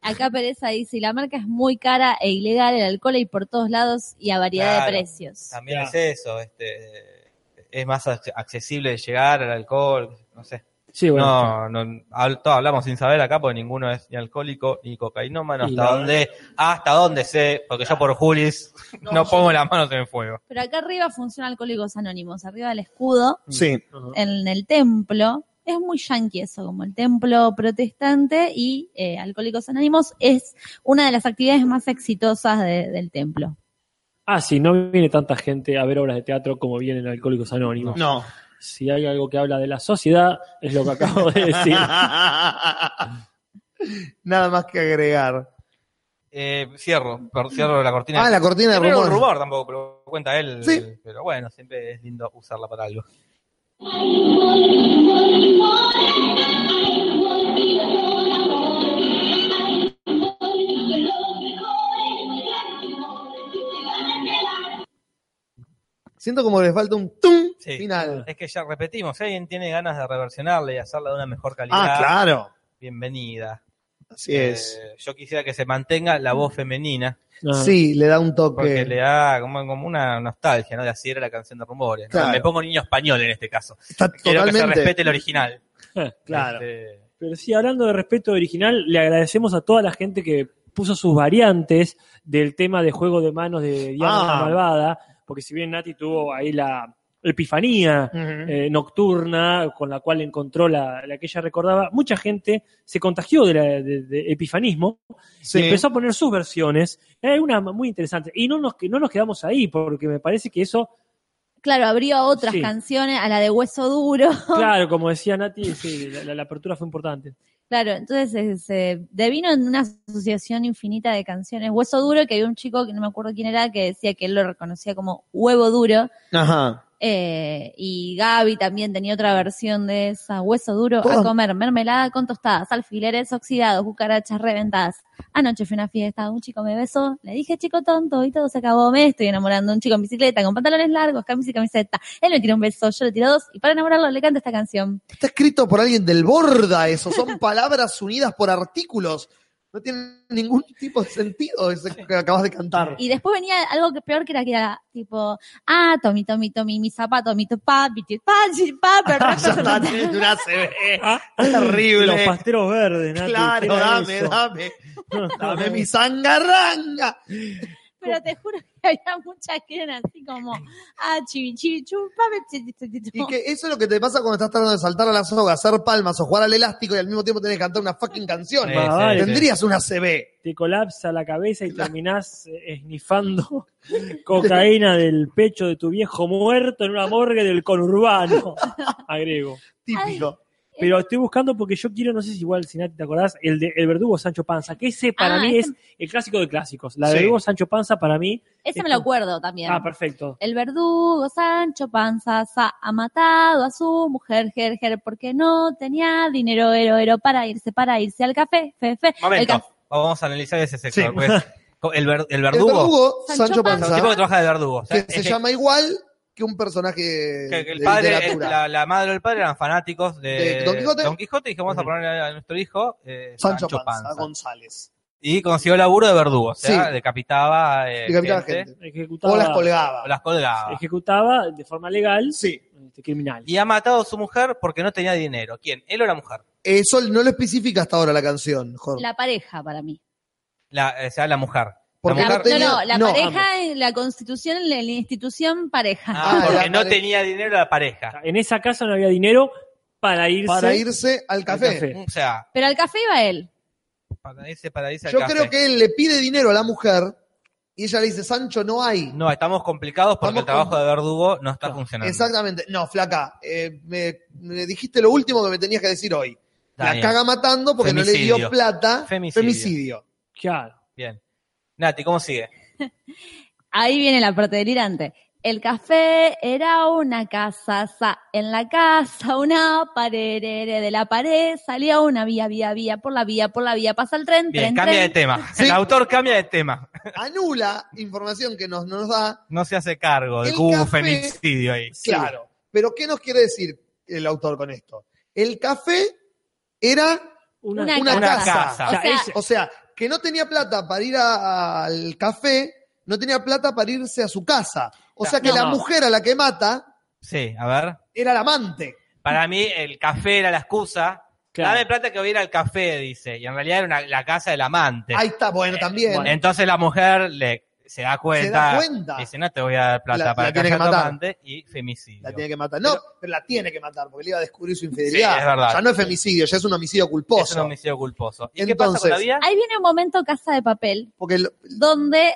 Speaker 6: Acá Pereza dice, "Y la merca es muy cara e ilegal, el alcohol hay por todos lados y a variedad
Speaker 4: Claro.
Speaker 6: de precios.
Speaker 4: también es eso, este, es más ac- accesible llegar al alcohol, no sé.
Speaker 7: Sí, bueno.
Speaker 4: No, no, hab- todos hablamos sin saber acá porque ninguno es ni alcohólico ni cocainómano, hasta
Speaker 7: No.
Speaker 4: dónde, hasta dónde sé, porque yo por Julis no, pongo las manos en el fuego.
Speaker 6: Pero acá arriba funciona Alcohólicos Anónimos, arriba del escudo,
Speaker 3: Sí.
Speaker 7: Ajá.
Speaker 6: en el templo. Es muy yanqui eso, como el templo protestante y eh, Alcohólicos Anónimos es una de las actividades más exitosas de- del templo.
Speaker 7: Ah, sí, no viene tanta gente a ver obras de teatro como vienen Alcohólicos Anónimos.
Speaker 3: No.
Speaker 7: Si hay algo que habla de la sociedad, es lo que acabo de decir.
Speaker 3: Nada más que agregar.
Speaker 4: Eh, cierro, per- cierro la cortina.
Speaker 3: Ah, la cortina de
Speaker 4: No era un
Speaker 3: rumor.
Speaker 4: rumor tampoco, pero lo cuenta él.
Speaker 3: Sí.
Speaker 4: Pero bueno, siempre es lindo usarla para algo.
Speaker 3: Siento como les falta un tum
Speaker 4: Sí.
Speaker 3: final.
Speaker 4: Es que ya repetimos, si alguien tiene ganas de reversionarla y hacerla de una mejor calidad,
Speaker 3: Ah, claro.
Speaker 4: bienvenida.
Speaker 3: Así es.
Speaker 4: Eh, yo quisiera que se mantenga la voz femenina,
Speaker 7: Ah,
Speaker 3: Sí, le da un
Speaker 4: porque
Speaker 3: toque.
Speaker 4: le da como, como una nostalgia, ¿no? De así era la canción de rumores. ¿no?
Speaker 3: Claro.
Speaker 4: Me pongo niño español en este caso.
Speaker 3: Está
Speaker 4: Quiero que se
Speaker 3: totalmente.
Speaker 4: respete el original.
Speaker 3: Claro.
Speaker 4: Este,
Speaker 7: Pero sí, hablando de respeto original, le agradecemos a toda la gente que puso sus variantes del tema de juego de manos de Diana
Speaker 3: Ah.
Speaker 7: Malvada, porque si bien Nati tuvo ahí la, epifanía
Speaker 3: Ujú.
Speaker 7: eh, nocturna con la cual encontró la, la que ella recordaba, mucha gente se contagió de, la- de- de epifanismo
Speaker 3: Sí.
Speaker 7: y empezó a poner sus versiones. Hay una muy interesante. Y no nos, que- no nos quedamos ahí, porque me parece que eso,
Speaker 6: Claro, abrió a otras
Speaker 7: Sí.
Speaker 6: canciones, a la de Hueso Duro.
Speaker 7: claro, como decía Nati, sí, la, la- la apertura fue importante.
Speaker 6: Claro, entonces eh, se devino en una asociación infinita de canciones. Hueso Duro, que había un chico, que no me acuerdo quién era, que decía que él lo reconocía como Huevo Duro.
Speaker 3: Ajá.
Speaker 6: Eh, y Gaby también tenía otra versión de esa, hueso duro a
Speaker 3: Todas-
Speaker 6: comer, mermelada con tostadas, alfileres oxidados, cucarachas reventadas. Anoche fue una fiesta, un chico me besó, le dije chico tonto y todo se acabó, me estoy enamorando de un chico en bicicleta con pantalones largos, camisa y camiseta. Él me tiró un beso, yo le tiré dos y para enamorarlo le canto esta canción.
Speaker 3: Está escrito por alguien del borda eso. Son palabras unidas por artículos. No tiene ningún tipo de sentido eso que acabas de cantar.
Speaker 6: Y después venía algo que peor que era que era tipo, ah, Tommy, Tommy, Tommy, mi zapato, mi topá, mi topá, mi topá,
Speaker 3: Ya está, tiene una CB. Ah, Terrible.
Speaker 7: Los pasteros verdes, Nati, ¿qué
Speaker 3: Claro,
Speaker 7: era
Speaker 3: dame,
Speaker 7: eso?
Speaker 3: dame. Dame mi zangarranga.
Speaker 6: Pero te juro que había muchas que eran así como, ah, chibi, chibi, chupame, chi, chi, chi, chi,
Speaker 3: Y que eso es lo que te pasa cuando estás tratando de saltar a la soga, hacer palmas o jugar al elástico y al mismo tiempo tenés que cantar una fucking canción.
Speaker 7: Sí, vale.
Speaker 3: Tendrías una CB.
Speaker 7: Te colapsa la cabeza y terminás eh, esnifando cocaína del pecho de tu viejo muerto en una morgue del conurbano, agrego.
Speaker 3: Típico.
Speaker 7: Pero estoy buscando porque yo quiero, no sé si igual, si Nati te acordás, el de El Verdugo Sancho Panza, que ese para
Speaker 6: Ah,
Speaker 7: mí
Speaker 6: ese-
Speaker 7: es el clásico de clásicos. La
Speaker 3: Sí.
Speaker 7: de Verdugo Sancho Panza para mí.
Speaker 6: Ese
Speaker 7: es
Speaker 6: me lo
Speaker 7: como-
Speaker 6: acuerdo también.
Speaker 7: Ah, perfecto.
Speaker 6: El verdugo Sancho Panza sa- ha matado a su mujer, jer, jer, porque no tenía dinero, ero, ero, para irse, para irse al café, fe, fe. El
Speaker 4: Momento,
Speaker 6: café.
Speaker 4: vamos a analizar ese sector.
Speaker 3: Sí.
Speaker 4: porque es- el, ver- el
Speaker 3: El
Speaker 4: verdugo.
Speaker 3: verdugo,
Speaker 6: Sancho
Speaker 3: Sancho
Speaker 4: es un
Speaker 3: Panza,
Speaker 4: tipo que trabaja de verdugo. O sea,
Speaker 3: que se
Speaker 4: es que-
Speaker 3: llama igual que un personaje
Speaker 4: que- que el
Speaker 3: de
Speaker 4: padre, eh,
Speaker 3: literatura.
Speaker 4: la, la madre o el padre eran fanáticos de,
Speaker 3: De Don Quijote.
Speaker 4: y dijimos vamos a ponerle a nuestro hijo eh,
Speaker 3: Sancho, Panza, González.
Speaker 4: Y consiguió laburo de verdugo. O sea,
Speaker 3: Sí.
Speaker 4: decapitaba, eh,
Speaker 3: Decapitaba
Speaker 4: gente, Ah.
Speaker 3: gente.
Speaker 7: Ejecutaba,
Speaker 3: O las colgaba.
Speaker 4: o las colgaba.
Speaker 7: ejecutaba de forma legal
Speaker 3: Sí.
Speaker 7: este, criminal.
Speaker 4: Y ha matado a su mujer porque no tenía dinero. ¿Quién? ¿Él o la mujer?
Speaker 3: Eso no lo especifica hasta ahora la canción, Jorge.
Speaker 6: La pareja para mí.
Speaker 4: La, eh, o sea, la mujer.
Speaker 3: Porque
Speaker 6: La-
Speaker 4: mujer-
Speaker 3: no tenía-
Speaker 6: no, no, la
Speaker 3: no,
Speaker 6: pareja, en la constitución, en la, en la institución pareja.
Speaker 4: Ah,
Speaker 3: Ah,
Speaker 4: porque
Speaker 3: la
Speaker 4: no
Speaker 3: pareja.
Speaker 4: tenía dinero la pareja.
Speaker 7: En esa casa no había dinero para irse.
Speaker 3: Para irse al
Speaker 7: al
Speaker 3: café.
Speaker 4: O sea,
Speaker 6: Pero al café iba él.
Speaker 4: para ese paraíso al
Speaker 3: Yo
Speaker 4: café.
Speaker 3: creo que él le pide dinero a la mujer y ella le dice, Sancho, no hay.
Speaker 4: No, estamos complicados porque
Speaker 3: Estamos
Speaker 4: el trabajo
Speaker 3: con-
Speaker 4: de verdugo no está funcionando.
Speaker 3: Exactamente. No, flaca, eh, me, me dijiste lo último que me tenías que decir hoy.
Speaker 4: Está
Speaker 3: La
Speaker 4: bien.
Speaker 3: caga matando porque no le dio
Speaker 4: Femicidio.
Speaker 3: plata.
Speaker 4: Femicidio.
Speaker 3: Femicidio.
Speaker 7: Claro.
Speaker 4: Bien. Nati, ¿cómo sigue?
Speaker 6: Ahí viene la parte delirante. El café era una casa, sa- en la casa una pared, ere, de la pared salía una vía, vía, vía, por la vía, por la vía, pasa el tren,
Speaker 4: Bien,
Speaker 6: tren,
Speaker 4: cambia de
Speaker 6: tren.
Speaker 4: tema.
Speaker 3: Sí.
Speaker 4: El autor cambia de tema.
Speaker 3: Anula información que nos, no nos da.
Speaker 4: No se hace cargo de
Speaker 3: El
Speaker 4: que hubo un
Speaker 3: café-
Speaker 4: femicidio ahí.
Speaker 3: Claro. Pero ¿qué nos quiere decir el autor con esto? El café era
Speaker 7: Una,
Speaker 6: Una
Speaker 3: una
Speaker 4: Una
Speaker 3: casa.
Speaker 4: casa.
Speaker 6: O sea,
Speaker 7: es-
Speaker 3: O sea, que no tenía plata para ir a- al café, no tenía plata para irse a su casa. O sea que
Speaker 7: No,
Speaker 3: la
Speaker 7: no.
Speaker 3: mujer a la que mata
Speaker 4: Sí, a ver.
Speaker 3: era la amante.
Speaker 4: Para mí, el café era la excusa.
Speaker 7: Claro.
Speaker 4: Dame plata que voy a ir al café, dice. Y en realidad era una- la casa del amante.
Speaker 3: Ahí está, bueno, también.
Speaker 4: Entonces la mujer le, se da cuenta.
Speaker 3: se da cuenta.
Speaker 4: Dice, no te voy a dar plata
Speaker 3: La-
Speaker 4: para
Speaker 3: la
Speaker 4: que
Speaker 3: tiene que
Speaker 4: haya tu
Speaker 3: matar.
Speaker 4: amante y femicidio.
Speaker 3: La tiene que matar. No, pero, la tiene que matar porque le iba a descubrir su
Speaker 4: Sí, es
Speaker 3: infidelidad.
Speaker 4: verdad.
Speaker 3: ya no es femicidio, ya es un homicidio culposo.
Speaker 4: Es un homicidio culposo. ¿Y qué pasa
Speaker 3: Entonces-
Speaker 4: con la vida?
Speaker 6: Ahí viene un momento casa de papel,
Speaker 3: Porque lo-
Speaker 6: donde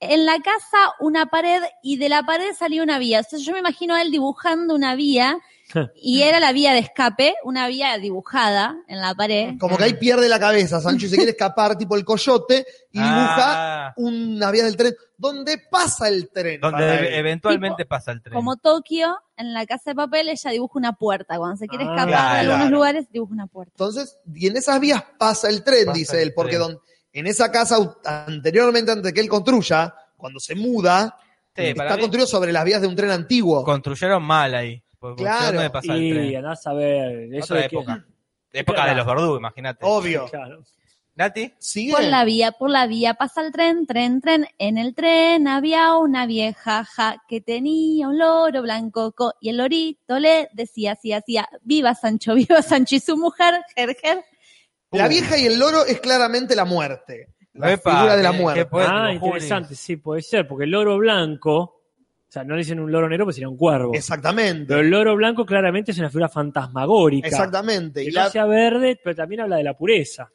Speaker 6: en la casa una pared y de la pared salía una vía. Entonces yo me imagino a él dibujando una vía y era la vía de escape, una vía dibujada en la pared.
Speaker 3: como
Speaker 4: Mm.
Speaker 3: que ahí pierde la cabeza Sancho y se quiere escapar tipo el coyote y dibuja
Speaker 4: Ah,
Speaker 3: una vía del tren. ¿Dónde pasa el tren? para él?
Speaker 4: donde eventualmente pasa el tren.
Speaker 6: Como Tokio, en la casa de papel, ella dibuja una puerta. Cuando se quiere
Speaker 7: Ah,
Speaker 6: escapar de
Speaker 4: claro.
Speaker 6: algunos lugares, dibuja una puerta.
Speaker 3: Entonces, y en esas vías pasa el tren,
Speaker 4: Pasa
Speaker 3: dice
Speaker 4: el
Speaker 3: él, porque
Speaker 4: tren.
Speaker 3: don- en esa casa au- anteriormente, antes de que él construya, cuando se muda,
Speaker 4: Sí, para
Speaker 3: está
Speaker 4: mí
Speaker 3: construido sobre las vías de un tren antiguo.
Speaker 4: construyeron mal ahí. Porque
Speaker 3: Claro.
Speaker 4: construyeron donde pasa el
Speaker 7: y
Speaker 4: tren.
Speaker 7: andás a ver. Eso
Speaker 4: Otra
Speaker 7: de que-
Speaker 4: época. Época de los verdugos, imagínate.
Speaker 3: Obvio.
Speaker 7: Claro.
Speaker 4: Nati,
Speaker 3: Sigue.
Speaker 6: Por la vía, por la vía, pasa el tren, tren, tren. En el tren había una vieja ja, que tenía un loro blanco co, y el lorito le decía así, hacía, viva Sancho, viva Sancho y su mujer, jer, jer.
Speaker 3: La vieja y el loro es claramente la muerte. La
Speaker 4: Epa,
Speaker 3: figura de la
Speaker 4: qué- qué
Speaker 3: muerte.
Speaker 4: poético,
Speaker 7: ah,
Speaker 4: Juli.
Speaker 7: interesante, sí, puede ser, porque el loro blanco sea, no le dicen un loro negro porque sería un cuervo. Pero
Speaker 3: Exactamente.
Speaker 7: el loro blanco claramente es una figura fantasmagórica.
Speaker 3: Exactamente.
Speaker 7: Que
Speaker 3: Y
Speaker 7: no
Speaker 3: la,
Speaker 7: sea verde, pero también habla de la pureza.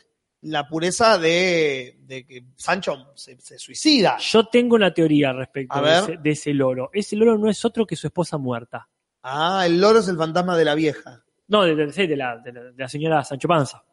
Speaker 3: la pureza de, de que Sancho se, se suicida.
Speaker 7: Yo tengo una teoría respecto
Speaker 3: A
Speaker 7: de
Speaker 3: ver.
Speaker 7: ese, de ese loro. Ese loro no es otro que su esposa muerta.
Speaker 3: Ah, el loro es el fantasma de la vieja.
Speaker 7: No, de, de- sí, de la, de la- de la señora Sancho Panza.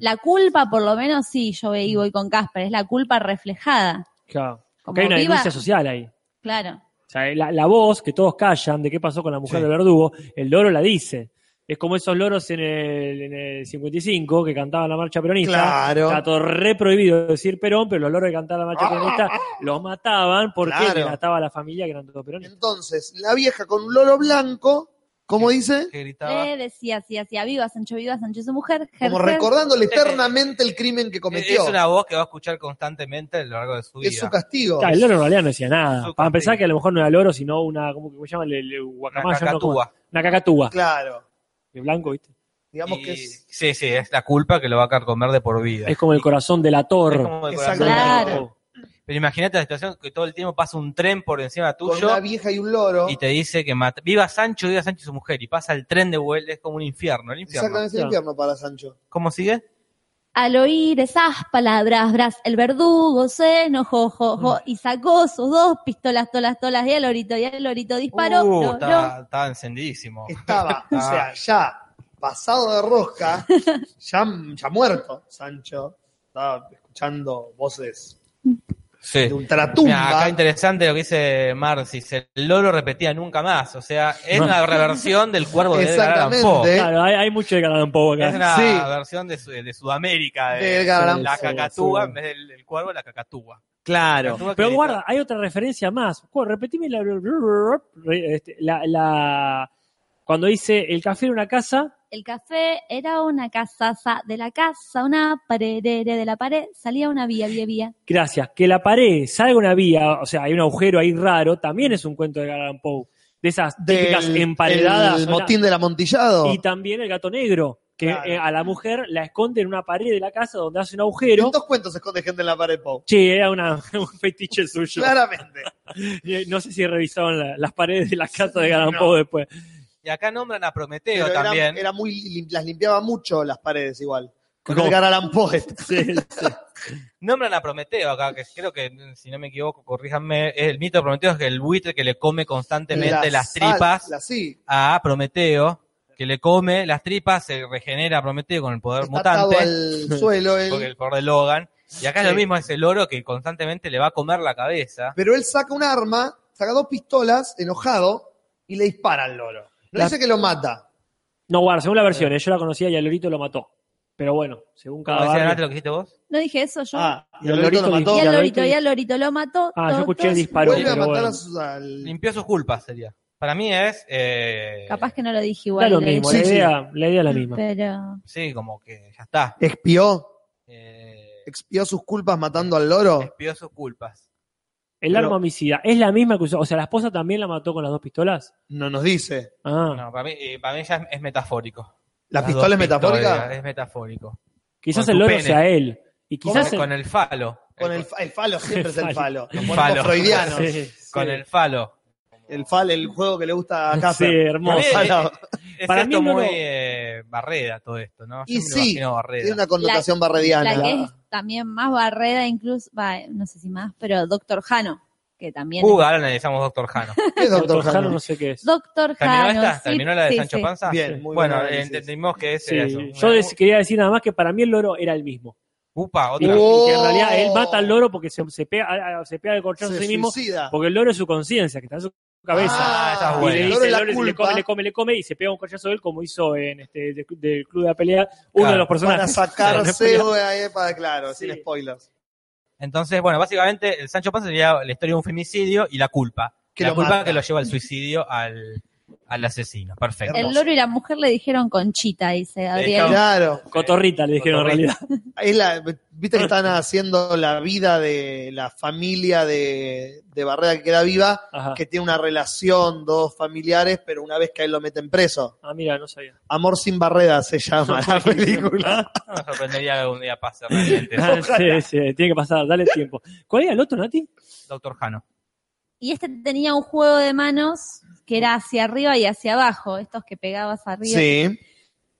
Speaker 6: La culpa, por lo menos, sí, yo veí voy con Casper, es la culpa reflejada.
Speaker 7: Claro.
Speaker 6: Como
Speaker 7: Porque hay una
Speaker 6: viva-
Speaker 7: denuncia social ahí.
Speaker 6: Claro.
Speaker 7: O sea, la, la voz que todos callan de qué pasó con la mujer
Speaker 3: Sí.
Speaker 7: del verdugo, el loro la dice. Es como esos loros en el, en el 55 que cantaban la marcha peronista.
Speaker 3: Claro.
Speaker 7: Está todo re prohibido decir Perón, pero los loros que cantaban
Speaker 4: Ah.
Speaker 7: la marcha peronista los mataban porque
Speaker 3: Claro.
Speaker 7: les ataba a la familia que eran todos peronistas.
Speaker 3: Entonces, la vieja con un loro blanco, ¿cómo dice?
Speaker 4: que gritaba.
Speaker 6: Le decía así, así, a viva Sancho, viva Sancho y su mujer.
Speaker 3: Como
Speaker 6: Jerjes.
Speaker 3: recordándole eternamente el crimen que cometió.
Speaker 4: Eh, Es una voz que va a escuchar constantemente a lo largo de su vida.
Speaker 3: Es su castigo.
Speaker 7: Claro, el loro en realidad no decía nada.
Speaker 4: Su
Speaker 7: Para empezar
Speaker 4: castigo.
Speaker 7: que a lo mejor no era loro, sino una, ¿cómo que se llama? El, el
Speaker 4: Una
Speaker 7: guacamayo, no, ¿cómo?
Speaker 4: cacatúa.
Speaker 7: Una cacatúa.
Speaker 3: Claro.
Speaker 7: De blanco, ¿viste?
Speaker 3: Digamos
Speaker 4: Y-
Speaker 3: que es.
Speaker 4: Sí, sí, es la culpa que lo va a carcomer de por vida.
Speaker 7: Es como el corazón del
Speaker 4: Es
Speaker 7: ator.
Speaker 4: como el corazón
Speaker 3: Exacto.
Speaker 4: de-
Speaker 6: Claro.
Speaker 4: Pero imagínate la situación que todo el tiempo pasa un tren por encima
Speaker 3: Con
Speaker 4: tuyo
Speaker 3: una vieja y un loro.
Speaker 4: y te dice que mata. Viva Sancho, viva Sancho y su mujer. Y pasa el tren de vuelta, es como un infierno, el infierno.
Speaker 3: Exactamente el infierno para Sancho.
Speaker 4: ¿Cómo sigue?
Speaker 6: Al oír esas palabras, bras, el verdugo se enojó jo, jo, y sacó sus dos pistolas, tolas, tolas, y al lorito, y al lorito disparó.
Speaker 4: Uh,
Speaker 6: no,
Speaker 4: estaba, estaba encendidísimo.
Speaker 3: Estaba, o
Speaker 4: Ah.
Speaker 3: sea, ya pasado de rosca, ya, ya muerto Sancho. Estaba escuchando voces
Speaker 4: Sí.
Speaker 3: de
Speaker 4: Eh, Mirá, acá
Speaker 3: ultratumba.
Speaker 4: interesante lo que dice Marcis. El loro repetía nunca más. O sea, es una reversión del cuervo de Edgar Allan Poe.
Speaker 3: Exactamente.
Speaker 7: Claro, hay, hay mucho de Galán Poe acá.
Speaker 4: Es una
Speaker 3: Sí.
Speaker 4: versión de, su- de Sudamérica.
Speaker 3: De
Speaker 4: De,
Speaker 3: Edgar Allan
Speaker 4: la
Speaker 7: Poe,
Speaker 4: cacatúa,
Speaker 7: sí.
Speaker 4: en vez del el cuervo, la cacatúa.
Speaker 7: Claro.
Speaker 4: Actúa
Speaker 7: Pero
Speaker 4: que-
Speaker 7: guarda, hay otra referencia más. Cu- Repetime la, este, la- la- Cuando dice el café era una casa,
Speaker 6: El café era una casaza de la casa, una pared de la pared, salía una vía, vía, vía.
Speaker 7: gracias, que la pared salga una vía, o sea, hay un agujero ahí raro, también es un cuento de Galán Poe. De esas típicas
Speaker 3: Del-
Speaker 7: emparedadas.
Speaker 3: El
Speaker 7: o sea,
Speaker 3: motín del amontillado.
Speaker 7: Y también el gato negro, que
Speaker 3: Claro.
Speaker 7: eh, a la mujer la esconde en una pared de la casa donde hace un agujero.
Speaker 3: En dos cuentos se esconde gente en la pared, Pau.
Speaker 7: Sí, era una- un fetiche suyo.
Speaker 3: Claramente.
Speaker 7: Eh, No sé si revisaban la- las paredes de la casa de Galán Poe después.
Speaker 4: Y acá nombran a
Speaker 3: Pero
Speaker 4: Prometeo
Speaker 3: era,
Speaker 4: también.
Speaker 3: era muy, lim- las limpiaba mucho las paredes igual. Con
Speaker 7: ¿Cómo?
Speaker 3: Edgar Allan Poe.
Speaker 7: Sí, sí.
Speaker 4: Nombran a Prometeo acá, que creo que, si no me equivoco, corríjanme, es el mito de Prometeo es que el buitre que le come constantemente las,
Speaker 3: sal-
Speaker 4: tripas
Speaker 3: las- sí.
Speaker 4: a Prometeo, que le come las tripas, se regenera Prometeo con el poder
Speaker 3: Está atado
Speaker 4: mutante,
Speaker 3: al suelo él.
Speaker 4: porque el poder de Logan. Y acá es
Speaker 3: Sí.
Speaker 4: lo mismo, es el oro que constantemente le va a comer la cabeza.
Speaker 3: Pero él saca un arma, saca dos pistolas, enojado, y le dispara al loro. No
Speaker 7: La-
Speaker 3: dice que lo mata.
Speaker 7: No, guarda, según la versión, eh, yo la conocía y al Lorito lo mató. Pero bueno, según
Speaker 4: ¿Cómo
Speaker 7: cada
Speaker 4: decía Nate
Speaker 7: barrio-
Speaker 4: lo que hiciste vos?
Speaker 6: No dije eso yo.
Speaker 3: Ah, y el
Speaker 7: El
Speaker 3: lorito lo mató.
Speaker 7: lorito
Speaker 6: y
Speaker 7: dice-
Speaker 6: al
Speaker 7: al
Speaker 6: lorito,
Speaker 7: lorito-
Speaker 6: y al lorito lo mató.
Speaker 7: Ah, yo
Speaker 6: to,
Speaker 7: escuché
Speaker 6: to.
Speaker 7: el disparo.
Speaker 3: Vuelve a
Speaker 7: pero
Speaker 3: matar
Speaker 7: bueno.
Speaker 3: a sus- al...
Speaker 4: Limpió sus culpas, sería. Para mí es... eh,
Speaker 6: Capaz que no lo dije
Speaker 7: Da
Speaker 6: igual.
Speaker 7: lo
Speaker 6: de
Speaker 7: mismo,
Speaker 6: hecho.
Speaker 7: la,
Speaker 3: Sí, sí.
Speaker 7: idea, la idea es la misma.
Speaker 6: Pero
Speaker 4: Sí, como que ya está.
Speaker 3: Expió.
Speaker 4: Eh,
Speaker 3: Expió sus culpas matando al loro.
Speaker 4: expió sus culpas.
Speaker 7: El
Speaker 3: Pero-
Speaker 7: arma homicida es la misma que usó. O sea, la esposa también la mató con las dos pistolas.
Speaker 3: No nos dice.
Speaker 7: Ah,
Speaker 4: No, para mí, eh, para mí ya es, es metafórico.
Speaker 3: ¿La
Speaker 4: Las
Speaker 3: pistola es
Speaker 4: dos pistolas, eh,
Speaker 3: metafórica?
Speaker 4: Es metafórico.
Speaker 7: quizás
Speaker 4: con
Speaker 7: el
Speaker 4: tu
Speaker 7: loro
Speaker 4: pene.
Speaker 7: sea él. Y quizás.
Speaker 4: con, con el falo.
Speaker 3: Con el, fa- el falo, siempre es el falo. Los
Speaker 4: eh,
Speaker 3: falo.
Speaker 4: El falo.
Speaker 3: freudianos.
Speaker 7: Sí, sí.
Speaker 4: con el falo.
Speaker 3: El fal, el juego que le gusta a
Speaker 7: Sí,
Speaker 3: Casper.
Speaker 7: hermoso.
Speaker 4: Eh,
Speaker 3: Falo.
Speaker 4: Es
Speaker 7: Para
Speaker 4: para
Speaker 7: mí
Speaker 4: mí
Speaker 7: no
Speaker 4: muy
Speaker 7: lo-
Speaker 4: eh, barreda todo esto, ¿no?
Speaker 3: Y
Speaker 4: me lo
Speaker 3: sí,
Speaker 4: imagino barreda.
Speaker 3: Tiene una connotación barrediana.
Speaker 6: la que es también más barrera, incluso, va, no sé si más, pero Doctor Jano, que también.
Speaker 4: Uh,
Speaker 6: es-
Speaker 4: ahora analizamos Doctor Jano.
Speaker 3: ¿Qué es
Speaker 7: Doctor
Speaker 3: Doctor
Speaker 7: Jano
Speaker 3: Jano?
Speaker 7: no sé qué es.
Speaker 6: Doctor
Speaker 4: ¿Terminó
Speaker 6: Jano.
Speaker 4: esta?
Speaker 6: sí,
Speaker 4: ¿Terminó la de
Speaker 6: sí,
Speaker 4: Sancho
Speaker 6: sí.
Speaker 4: Panza?
Speaker 3: Bien, muy
Speaker 4: bueno,
Speaker 3: buen análisis.
Speaker 4: entendimos que es
Speaker 7: Sí,
Speaker 4: eso.
Speaker 7: Yo
Speaker 4: Una-
Speaker 7: des- quería decir nada más que para mí el loro era el mismo.
Speaker 4: Upa,
Speaker 7: Y,
Speaker 4: otra.
Speaker 7: y
Speaker 3: Oh.
Speaker 7: que en realidad él mata al loro porque se, se pega, se pega el corchazo a
Speaker 3: Se
Speaker 7: sí mismo.
Speaker 3: suicida.
Speaker 7: Porque el loro es su conciencia, que está en su cabeza.
Speaker 4: Ah, esa es
Speaker 7: Y
Speaker 4: buena.
Speaker 7: le
Speaker 3: el
Speaker 7: dice,
Speaker 3: loro es la
Speaker 7: el loro le
Speaker 3: culpa
Speaker 7: come, le come, le come y se pega un collazo de él como hizo en este de- del club de la pelea uno
Speaker 4: Claro.
Speaker 7: de los
Speaker 3: para
Speaker 7: personajes.
Speaker 3: sacarse, eh, para, claro,
Speaker 7: Sí.
Speaker 3: sin spoilers.
Speaker 4: Entonces, bueno, básicamente el Sancho Panza sería la historia de un femicidio y la culpa.
Speaker 3: Que
Speaker 4: la
Speaker 3: lo
Speaker 4: culpa
Speaker 3: mata.
Speaker 4: que lo lleva al suicidio al, al asesino. Perfecto.
Speaker 6: El loro y la mujer le dijeron conchita, dice Gabriel.
Speaker 4: hecho-
Speaker 3: Claro.
Speaker 7: Cotorrita le dijeron en
Speaker 4: Cotorrita.
Speaker 7: realidad.
Speaker 3: Es la, Viste que están haciendo la vida de la familia de, de Barrera que queda viva,
Speaker 7: Ajá.
Speaker 3: que tiene una relación, dos familiares, pero una vez que a él lo meten preso.
Speaker 7: Ah, mira, no sabía.
Speaker 3: Amor sin barreras se llama la película.
Speaker 4: No me sorprendería que algún día pase realmente.
Speaker 7: Ah, sí, sí, tiene que pasar, dale tiempo. ¿Cuál era el otro, Nati?
Speaker 4: Doctor Jano.
Speaker 6: Y este tenía un juego de manos que era hacia arriba y hacia abajo, estos que pegabas arriba.
Speaker 3: Sí.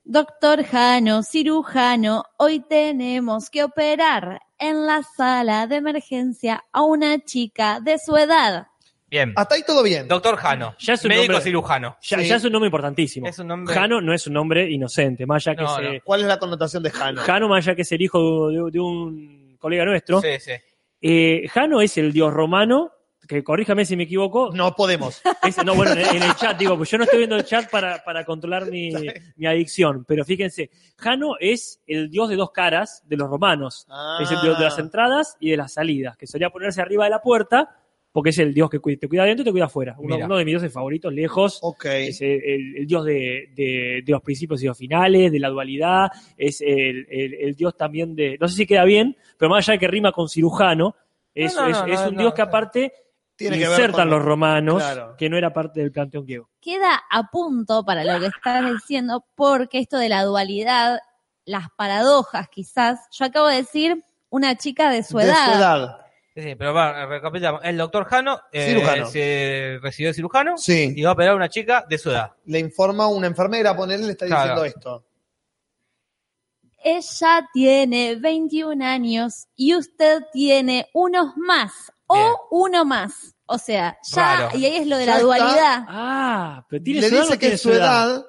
Speaker 6: Doctor Jano, cirujano, hoy tenemos que operar en la sala de emergencia a una chica de su edad.
Speaker 4: Bien.
Speaker 3: Hasta ahí todo bien.
Speaker 4: Doctor Jano,
Speaker 7: Ya es un
Speaker 4: médico
Speaker 7: nombre-
Speaker 4: cirujano.
Speaker 7: Ya,
Speaker 3: Sí.
Speaker 7: ya es un nombre importantísimo.
Speaker 4: Es un nombre.
Speaker 7: Jano no es un nombre inocente, más allá que
Speaker 4: No,
Speaker 7: se-
Speaker 4: no.
Speaker 3: ¿Cuál es la connotación de Jano?
Speaker 7: Jano, más allá que es el hijo de, de un colega nuestro.
Speaker 4: Sí, sí.
Speaker 7: Eh, Jano es el dios romano, que corríjame si me equivoco.
Speaker 3: No podemos.
Speaker 7: Es- no, bueno, en, en el chat, digo, pues yo no estoy viendo el chat para, para controlar mi, mi adicción, pero fíjense, Jano es el dios de dos caras de los romanos. Es el
Speaker 3: Ah,
Speaker 7: dios de
Speaker 4: Ah.
Speaker 7: las entradas y de las salidas, que solía ponerse arriba de la puerta, porque es el dios que cu- te cuida adentro y te cuida afuera. Uno,
Speaker 4: Mira.
Speaker 7: uno de mis dioses favoritos, lejos.
Speaker 3: Ok.
Speaker 7: Es el, el- el dios de, de- de los principios y los finales, de la dualidad, es el, el- el dios también de... No sé si queda bien, pero más allá de que rima con cirujano, es,
Speaker 4: No, no,
Speaker 7: es-
Speaker 4: no,
Speaker 7: es
Speaker 4: no,
Speaker 7: un
Speaker 4: no,
Speaker 7: dios que
Speaker 4: no.
Speaker 7: aparte
Speaker 3: Tiene que ver
Speaker 7: insertan
Speaker 3: con-
Speaker 7: los romanos,
Speaker 3: Claro.
Speaker 7: que no era parte del planteón griego.
Speaker 6: Queda a punto para lo que estás diciendo, porque esto de la dualidad, las paradojas quizás, yo acabo de decir una chica de su
Speaker 3: de
Speaker 6: edad.
Speaker 3: su edad.
Speaker 4: Sí, sí, pero va, recapitulamos. El doctor Jano eh,
Speaker 3: Cirujano.
Speaker 4: se recibió de cirujano y
Speaker 3: Sí.
Speaker 4: va a operar a una chica de su edad.
Speaker 3: Le informa una enfermera, ponerle, le está diciendo
Speaker 4: Claro.
Speaker 3: esto.
Speaker 6: Ella tiene 21 años y usted tiene unos más o
Speaker 4: Bien.
Speaker 6: uno más. O sea, ya,
Speaker 4: Raro.
Speaker 6: y ahí es lo de
Speaker 3: Ya
Speaker 6: la
Speaker 3: está.
Speaker 6: dualidad.
Speaker 7: Ah, pero tiene
Speaker 3: Le
Speaker 7: su edad, no
Speaker 3: dice que
Speaker 7: tiene
Speaker 3: es su edad.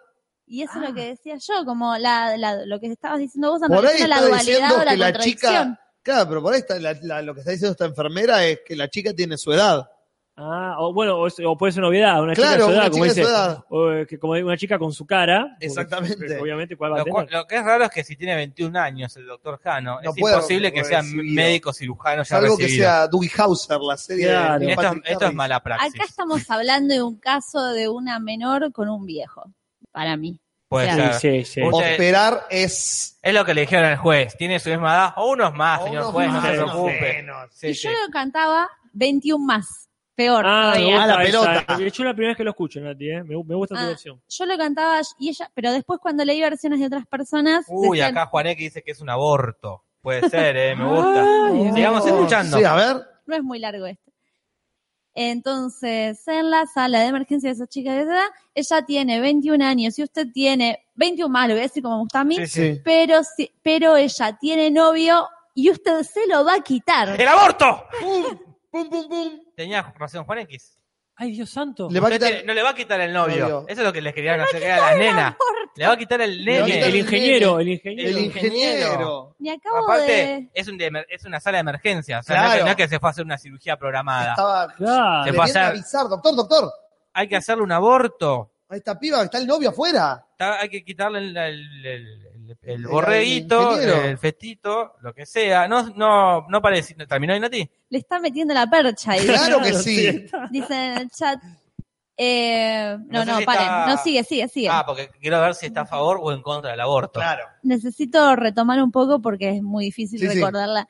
Speaker 6: Y eso
Speaker 3: Ah.
Speaker 6: es lo que decía yo, como la, la- lo que estabas diciendo vos en
Speaker 3: Por ahí
Speaker 6: relación
Speaker 3: está
Speaker 6: a la dualidad
Speaker 3: diciendo
Speaker 6: o la
Speaker 3: que la
Speaker 6: contradicción.
Speaker 3: chica. Claro, pero por ahí está, la- la- lo que está diciendo esta enfermera es que la chica tiene su edad.
Speaker 7: Ah, o bueno, o, es- o puede ser novedad, una chica de
Speaker 3: Claro,
Speaker 7: su
Speaker 3: una
Speaker 7: edad, como
Speaker 3: chica de su
Speaker 7: dice,
Speaker 3: edad.
Speaker 7: o, eh, que como digo, una chica con su cara, porque,
Speaker 3: Exactamente.
Speaker 7: eh, obviamente cuál va a
Speaker 4: Lo,
Speaker 7: tener.
Speaker 4: cu- lo que es raro es que si tiene 21 años el doctor Jano,
Speaker 3: No
Speaker 4: es
Speaker 3: puede
Speaker 4: imposible que sea
Speaker 3: recibido.
Speaker 4: médico cirujano ya
Speaker 3: Salvo que
Speaker 4: recibido.
Speaker 3: sea Dewey Hauser, la serie
Speaker 7: Claro.
Speaker 3: de Neil
Speaker 4: Esto, es-
Speaker 3: Patrick
Speaker 4: esto es
Speaker 3: Harris.
Speaker 4: mala praxis.
Speaker 6: Acá estamos hablando de un caso de una menor con un viejo, para mí.
Speaker 4: Puede
Speaker 6: o sea,
Speaker 4: ser.
Speaker 7: Sí, sí, sí.
Speaker 4: O-
Speaker 3: Operar es.
Speaker 4: Es lo que le dijeron al juez. Tiene su misma edad o unos más,
Speaker 3: a
Speaker 4: señor
Speaker 3: unos
Speaker 4: juez,
Speaker 3: más,
Speaker 4: no se
Speaker 3: unos
Speaker 4: preocupe.
Speaker 3: menos.
Speaker 4: Sí,
Speaker 6: y
Speaker 4: sí.
Speaker 6: yo lo cantaba 21 más, peor.
Speaker 7: Ah, me
Speaker 6: todavía.
Speaker 7: gusta
Speaker 3: A la
Speaker 7: esa.
Speaker 3: pelota.
Speaker 7: De hecho, es la primera vez que lo escucho, Nati, eh. me, gu- me gusta tu
Speaker 6: Ah.
Speaker 7: versión.
Speaker 6: Yo lo cantaba y ella, pero después cuando leí versiones de otras personas,
Speaker 4: Uy,
Speaker 6: decían,
Speaker 4: acá Juanek dice que es un aborto. Puede ser, eh, me gusta. Sigamos escuchando.
Speaker 3: Sí, a ver.
Speaker 6: no es muy largo este. Entonces, en la sala de emergencia de esa chica de esa edad, ella tiene 21 años y usted tiene 21 más, lo voy a decir como me gusta a mí,
Speaker 4: Sí, sí.
Speaker 3: Sí.
Speaker 6: pero, si- pero ella tiene novio y usted se lo va a quitar.
Speaker 4: ¡El aborto!
Speaker 3: ¡Pum! ¡Pum, pum, pum!
Speaker 4: Tenía razón Juan X.
Speaker 7: Ay, Dios santo.
Speaker 3: Le va a
Speaker 4: Usted
Speaker 3: quitar.
Speaker 4: tiene- no le va a quitar el novio.
Speaker 3: Novio.
Speaker 4: Eso es lo que les querían hacer creer a las nenas. Le va a quitar el
Speaker 3: va a quitar
Speaker 7: El, el
Speaker 4: nene.
Speaker 3: el
Speaker 7: ingeniero, el
Speaker 3: El
Speaker 7: ingeniero.
Speaker 3: ingeniero.
Speaker 6: Y acabo
Speaker 4: Aparte,
Speaker 6: de...
Speaker 4: es, un de emer- es una sala de emergencia. O sea, no, es que,
Speaker 3: Claro.
Speaker 4: no es que se fue a hacer una cirugía programada.
Speaker 3: Estaba.
Speaker 7: Claro.
Speaker 4: Se
Speaker 3: Le
Speaker 4: pasa-
Speaker 3: viene a avisar, doctor, doctor.
Speaker 4: Hay que hacerle un aborto.
Speaker 3: A esta piba está el novio afuera.
Speaker 4: Está- hay que quitarle el, el, el- el- el
Speaker 3: El
Speaker 4: borreguito, el,
Speaker 3: ingeniero.
Speaker 4: festito, lo que sea. No, no, no parece. ¿Terminó Inati?
Speaker 6: Le están metiendo la percha ahí.
Speaker 3: Claro que sí.
Speaker 6: Dicen en el chat. Eh,
Speaker 4: No
Speaker 6: no,
Speaker 4: sé
Speaker 6: no,
Speaker 4: si
Speaker 6: paren.
Speaker 4: está-
Speaker 6: No, sigue, sigue, sigue.
Speaker 4: Ah, porque quiero ver si está a favor o en contra del aborto.
Speaker 3: Claro.
Speaker 6: Necesito retomar un poco porque es muy difícil
Speaker 3: Sí, sí.
Speaker 6: recordarla.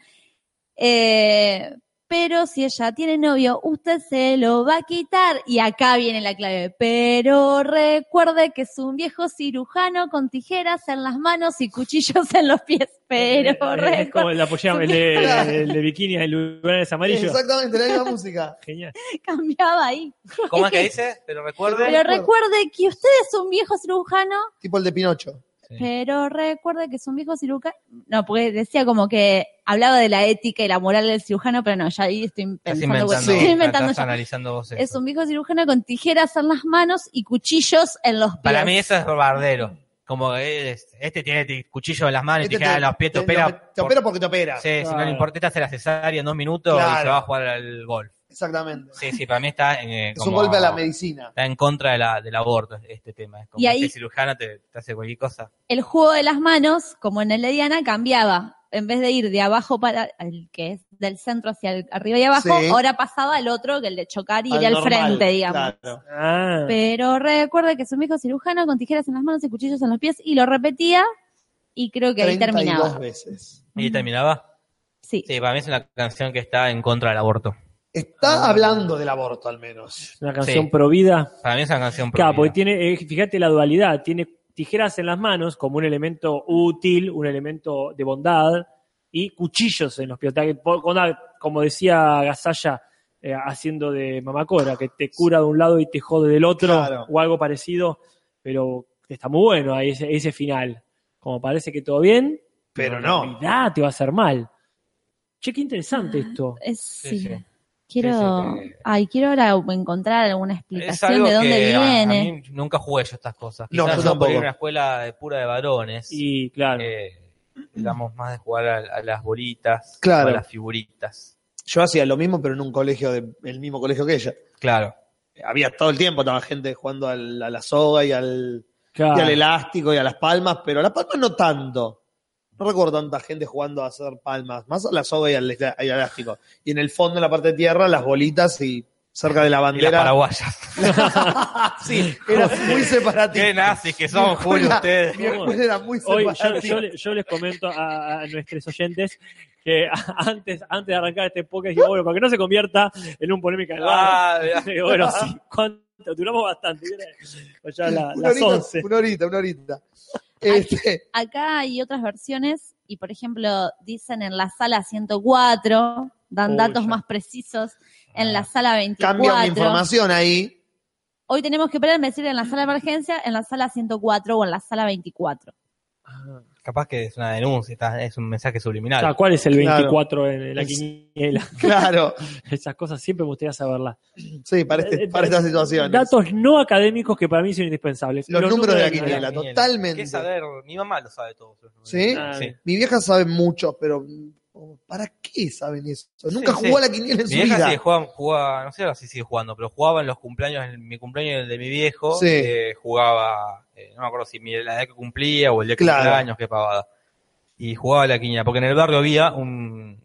Speaker 6: Eh, pero si ella tiene novio, usted se lo va a quitar. Y acá viene la clave. Pero recuerde que es un viejo cirujano con tijeras en las manos y cuchillos en los pies. Pero
Speaker 7: Eh, es como
Speaker 6: recuerde,
Speaker 7: el de, apoyame, el de, el de bikini, el lugar amarillo.
Speaker 3: Exactamente, la misma música.
Speaker 7: Genial.
Speaker 6: cambiaba ahí.
Speaker 4: ¿Cómo es que dice? Pero recuerde.
Speaker 6: Pero recuerde que usted es un viejo cirujano,
Speaker 3: Tipo el de Pinocho.
Speaker 4: Sí.
Speaker 6: pero recuerde que es un viejo cirujano. No, porque decía como que hablaba de la ética y la moral del cirujano, pero no, ya ahí estoy
Speaker 4: Estás inventando,
Speaker 6: inventando. cosas. Estoy
Speaker 4: estás
Speaker 6: inventando yo.
Speaker 4: analizando vos
Speaker 6: Es
Speaker 4: eso.
Speaker 6: un viejo cirujano con tijeras en las manos y cuchillos en los pies.
Speaker 4: Para mí eso es bardero. Como es- este tiene ti- cuchillo en las manos y
Speaker 3: Este
Speaker 4: te queda en los pies, te opera.
Speaker 3: Te
Speaker 4: por-
Speaker 3: opera porque te opera.
Speaker 4: Sí, si no
Speaker 7: Claro.
Speaker 4: le importa, te hace la cesárea en dos minutos y se
Speaker 3: Claro.
Speaker 4: va a jugar al golf.
Speaker 3: Exactamente.
Speaker 4: Sí, sí, para mí está eh,
Speaker 3: Es un
Speaker 4: como-
Speaker 3: golpe a la medicina.
Speaker 4: Está en contra de la, del aborto este tema. Es como
Speaker 6: Y ahí-
Speaker 4: este cirujano te, te hace cualquier cosa.
Speaker 6: El juego de las manos, como en el de Diana, cambiaba. En vez de ir de abajo para el que es del centro hacia el- arriba y abajo,
Speaker 3: Sí.
Speaker 6: ahora pasaba al otro que el de chocar y ir al
Speaker 3: normal,
Speaker 6: frente, digamos.
Speaker 3: Claro.
Speaker 7: Ah.
Speaker 6: Pero recuerda que es un viejo cirujano con tijeras en las manos y cuchillos en los pies y lo repetía y creo que ahí
Speaker 3: 32
Speaker 6: terminaba.
Speaker 3: veces.
Speaker 4: Y terminaba.
Speaker 6: Sí.
Speaker 4: Sí, para mí es una canción que está en contra del aborto. Ah.
Speaker 3: Está hablando del aborto, al menos.
Speaker 7: Una canción
Speaker 4: Sí.
Speaker 7: pro vida.
Speaker 4: Para mí es una canción
Speaker 7: Claro, porque
Speaker 4: prohibida.
Speaker 7: tiene, eh, fíjate la dualidad, tiene tijeras en las manos como un elemento útil, un elemento de bondad, y cuchillos en los pies. O sea, que po- con- Como decía Gasalla, eh, haciendo de mamacora, que te cura de un lado y te jode del otro,
Speaker 4: Claro.
Speaker 7: o algo parecido, pero está muy bueno ahí ese, ese final. Como parece que todo bien,
Speaker 8: Pero
Speaker 7: En
Speaker 8: no.
Speaker 7: realidad te va a hacer mal. Che, qué interesante esto.
Speaker 6: Es,
Speaker 4: Sí,
Speaker 6: sí.
Speaker 4: sí.
Speaker 6: Quiero,
Speaker 4: Sí, sí, que-
Speaker 6: ay, quiero ahora encontrar alguna
Speaker 4: Es
Speaker 6: explicación
Speaker 4: algo
Speaker 6: de dónde
Speaker 4: que ah, a-
Speaker 6: viene.
Speaker 4: a mí nunca jugué yo estas cosas.
Speaker 8: No,
Speaker 4: Quizás
Speaker 8: yo
Speaker 4: yo por ir
Speaker 8: tampoco.
Speaker 4: a una escuela de- pura de varones.
Speaker 7: Y claro,
Speaker 4: eh, digamos, más de jugar a, a las bolitas,
Speaker 8: Claro.
Speaker 4: o a las figuritas.
Speaker 8: Yo hacía lo mismo, pero en un colegio, de, el mismo colegio que ella.
Speaker 4: Claro.
Speaker 8: Había todo el tiempo, estaba gente jugando al- a la soga y al,
Speaker 7: claro.
Speaker 8: y al elástico y a las palmas, pero a las palmas no tanto. No recuerdo tanta gente jugando a hacer palmas, más a la soga y al, y al elástico. Y en el fondo, en la parte de tierra, las bolitas y cerca de la
Speaker 4: Y las
Speaker 8: bandera. Ah,
Speaker 4: paraguayas.
Speaker 8: sí, era muy separatista.
Speaker 4: Qué nazis que son, Julio,
Speaker 8: Hola.
Speaker 4: ustedes.
Speaker 8: Mi escuela era muy
Speaker 7: Hoy
Speaker 8: separatista.
Speaker 7: yo, yo le- yo les comento a, a nuestros oyentes que a- antes, antes de arrancar este podcast, dije, bueno, para que no se convierta en un polémica del bar,
Speaker 4: Ah, mirá.
Speaker 7: digo, bueno, sí, ¿cuánto? duramos bastante, o ya la-
Speaker 8: una,
Speaker 7: las
Speaker 8: horita,
Speaker 7: 11.
Speaker 8: una horita, una horita.
Speaker 6: Ay.
Speaker 8: Este,
Speaker 6: Acá hay otras versiones y, por ejemplo, dicen en la sala 104, dan
Speaker 7: Uy,
Speaker 6: datos
Speaker 7: ya.
Speaker 6: más precisos,
Speaker 4: Ah.
Speaker 6: en la sala 24.
Speaker 8: cambian la información ahí.
Speaker 6: Hoy tenemos que esperar, me decir en la sala de emergencia, en la sala 104 o en la sala 24.
Speaker 4: Capaz que es una denuncia, está- es un mensaje
Speaker 7: O sea,
Speaker 4: subliminal.
Speaker 7: Ah, ¿cuál es el
Speaker 8: Claro.
Speaker 7: 24 en la
Speaker 8: Es-
Speaker 7: quiniela?
Speaker 8: Claro,
Speaker 7: Esas cosas siempre me gustaría saberlas.
Speaker 8: sí, para, este-
Speaker 7: Eh,
Speaker 8: para
Speaker 7: eh,
Speaker 8: estas situaciones.
Speaker 7: Datos no académicos que para mí son indispensables.
Speaker 8: Los números de la
Speaker 7: quiniela.
Speaker 8: quiniela, totalmente.
Speaker 4: ¿Qué saber? Mi mamá lo sabe todo.
Speaker 8: ¿Sí?
Speaker 7: Ah,
Speaker 4: sí.
Speaker 8: Mi vieja sabe mucho, pero oh, ¿para qué saben eso? Nunca
Speaker 4: Sí,
Speaker 8: jugó
Speaker 4: sí.
Speaker 8: a la quiniela en
Speaker 4: Mi
Speaker 8: su
Speaker 4: vieja
Speaker 8: vida.
Speaker 4: sigue jugaba, jugaba- no sé ahora si sigue jugando, pero jugaba en los cumpleaños, en mi cumpleaños y el de mi viejo,
Speaker 8: Sí.
Speaker 4: eh, jugaba, eh, no me acuerdo si mi- la edad que cumplía o el de
Speaker 8: Claro.
Speaker 4: cumpleaños, qué pavada. Y jugaba a la quiniela, porque en el barrio había un,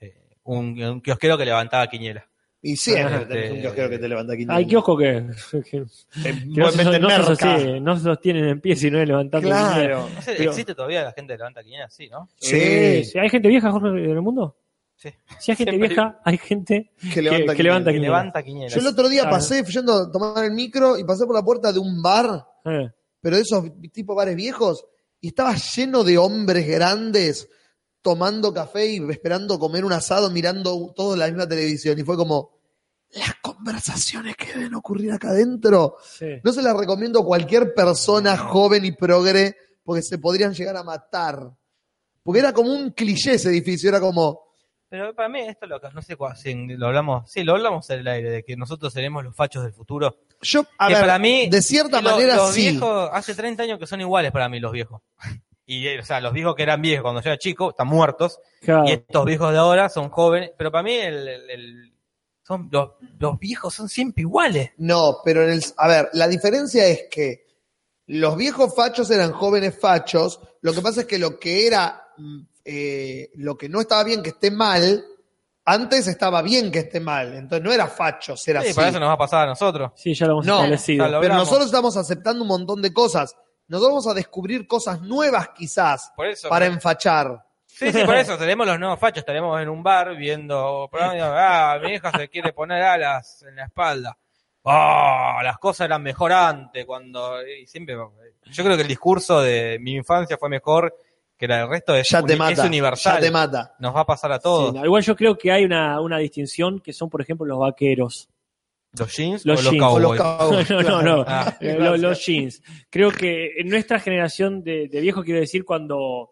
Speaker 4: eh, un, un kiosquero que levantaba quiniela.
Speaker 8: Y siempre
Speaker 4: Este,
Speaker 8: tenés un kiosquero que te levanta quiniela.
Speaker 7: Hay kiosco que, que-
Speaker 8: En-
Speaker 7: que no, se,
Speaker 8: meten
Speaker 7: no eh. se
Speaker 8: merca.
Speaker 7: sostiene- no se sostienen en pie, sino levantando dinero.
Speaker 8: Claro.
Speaker 4: No sé,
Speaker 7: Pero-
Speaker 4: ¿existe todavía la gente que levanta quiniela? Sí, ¿no?
Speaker 8: Sí,
Speaker 7: Eh, ¿Hay gente vieja, Jorge, en el mundo?
Speaker 4: Sí.
Speaker 7: Si hay gente
Speaker 4: Siempre
Speaker 7: vieja, hay gente
Speaker 8: que
Speaker 7: que- que
Speaker 8: levanta quiniela.
Speaker 7: levanta
Speaker 4: Que
Speaker 7: quiniela.
Speaker 4: levanta quiniela.
Speaker 8: Yo el otro día
Speaker 7: Claro.
Speaker 8: pasé yendo a tomar el micro y pasé por la puerta de un bar,
Speaker 7: eh,
Speaker 8: pero de esos tipo bares viejos, y estaba lleno de hombres grandes tomando café y esperando comer un asado, mirando todo la misma televisión. Y fue como, las conversaciones que deben ocurrir acá adentro.
Speaker 7: sí.
Speaker 8: No se las recomiendo a cualquier persona joven y progre, porque se podrían llegar a matar. Porque era como un cliché ese edificio, era como,
Speaker 4: Pero para mí esto lo, no sé cua- si lo hablamos, sí, lo hablamos en el aire, de que nosotros seremos los fachos del futuro.
Speaker 8: yo, a
Speaker 4: que
Speaker 8: ver,
Speaker 4: para mí,
Speaker 8: de cierta
Speaker 4: lo-
Speaker 8: manera
Speaker 4: los
Speaker 8: sí.
Speaker 4: viejos, hace 30 años que son iguales para mí los viejos. Y, eh, o sea, los viejos que eran viejos cuando yo era chico, están muertos.
Speaker 7: Claro.
Speaker 4: Y estos viejos de ahora son jóvenes. Pero para mí, el, el- el- son, los, los viejos son siempre iguales.
Speaker 8: No, pero en el, a ver, la diferencia es que los viejos fachos eran jóvenes fachos, lo que pasa es que lo que era, mm, eh, lo que no estaba bien que esté mal, antes estaba bien que esté mal, entonces no era facho, era
Speaker 4: Sí,
Speaker 8: así.
Speaker 4: para eso nos va a pasar a nosotros.
Speaker 7: Sí, ya lo hemos
Speaker 8: No,
Speaker 7: establecido.
Speaker 4: ya lo-
Speaker 8: Pero
Speaker 4: hablamos.
Speaker 8: nosotros estamos aceptando un montón de cosas. Nosotros vamos a descubrir cosas nuevas quizás
Speaker 4: Por eso.
Speaker 8: para enfachar.
Speaker 4: Sí, sí, por eso seremos los nuevos fachos. Estaremos en un bar viendo. programas, digamos, Ah, mi hija se quiere poner alas en la espalda. Ah, las cosas eran mejor antes. cuando y siempre Yo creo que el discurso de mi infancia fue mejor que la del resto. De,
Speaker 8: Ya te
Speaker 4: es
Speaker 8: mata.
Speaker 4: universal.
Speaker 8: Ya te mata.
Speaker 4: Nos va a pasar a todos.
Speaker 7: Sí, no, igual yo creo que hay una, una distinción que son, por ejemplo, los vaqueros.
Speaker 4: Los jeans
Speaker 7: Los
Speaker 4: o los
Speaker 7: jeans.
Speaker 8: O
Speaker 4: cowboys.
Speaker 8: los cowboys,
Speaker 7: No, no, no.
Speaker 4: Ah,
Speaker 7: Eh, lo- los jeans. Creo que en nuestra generación de, de viejos, quiero decir, cuando.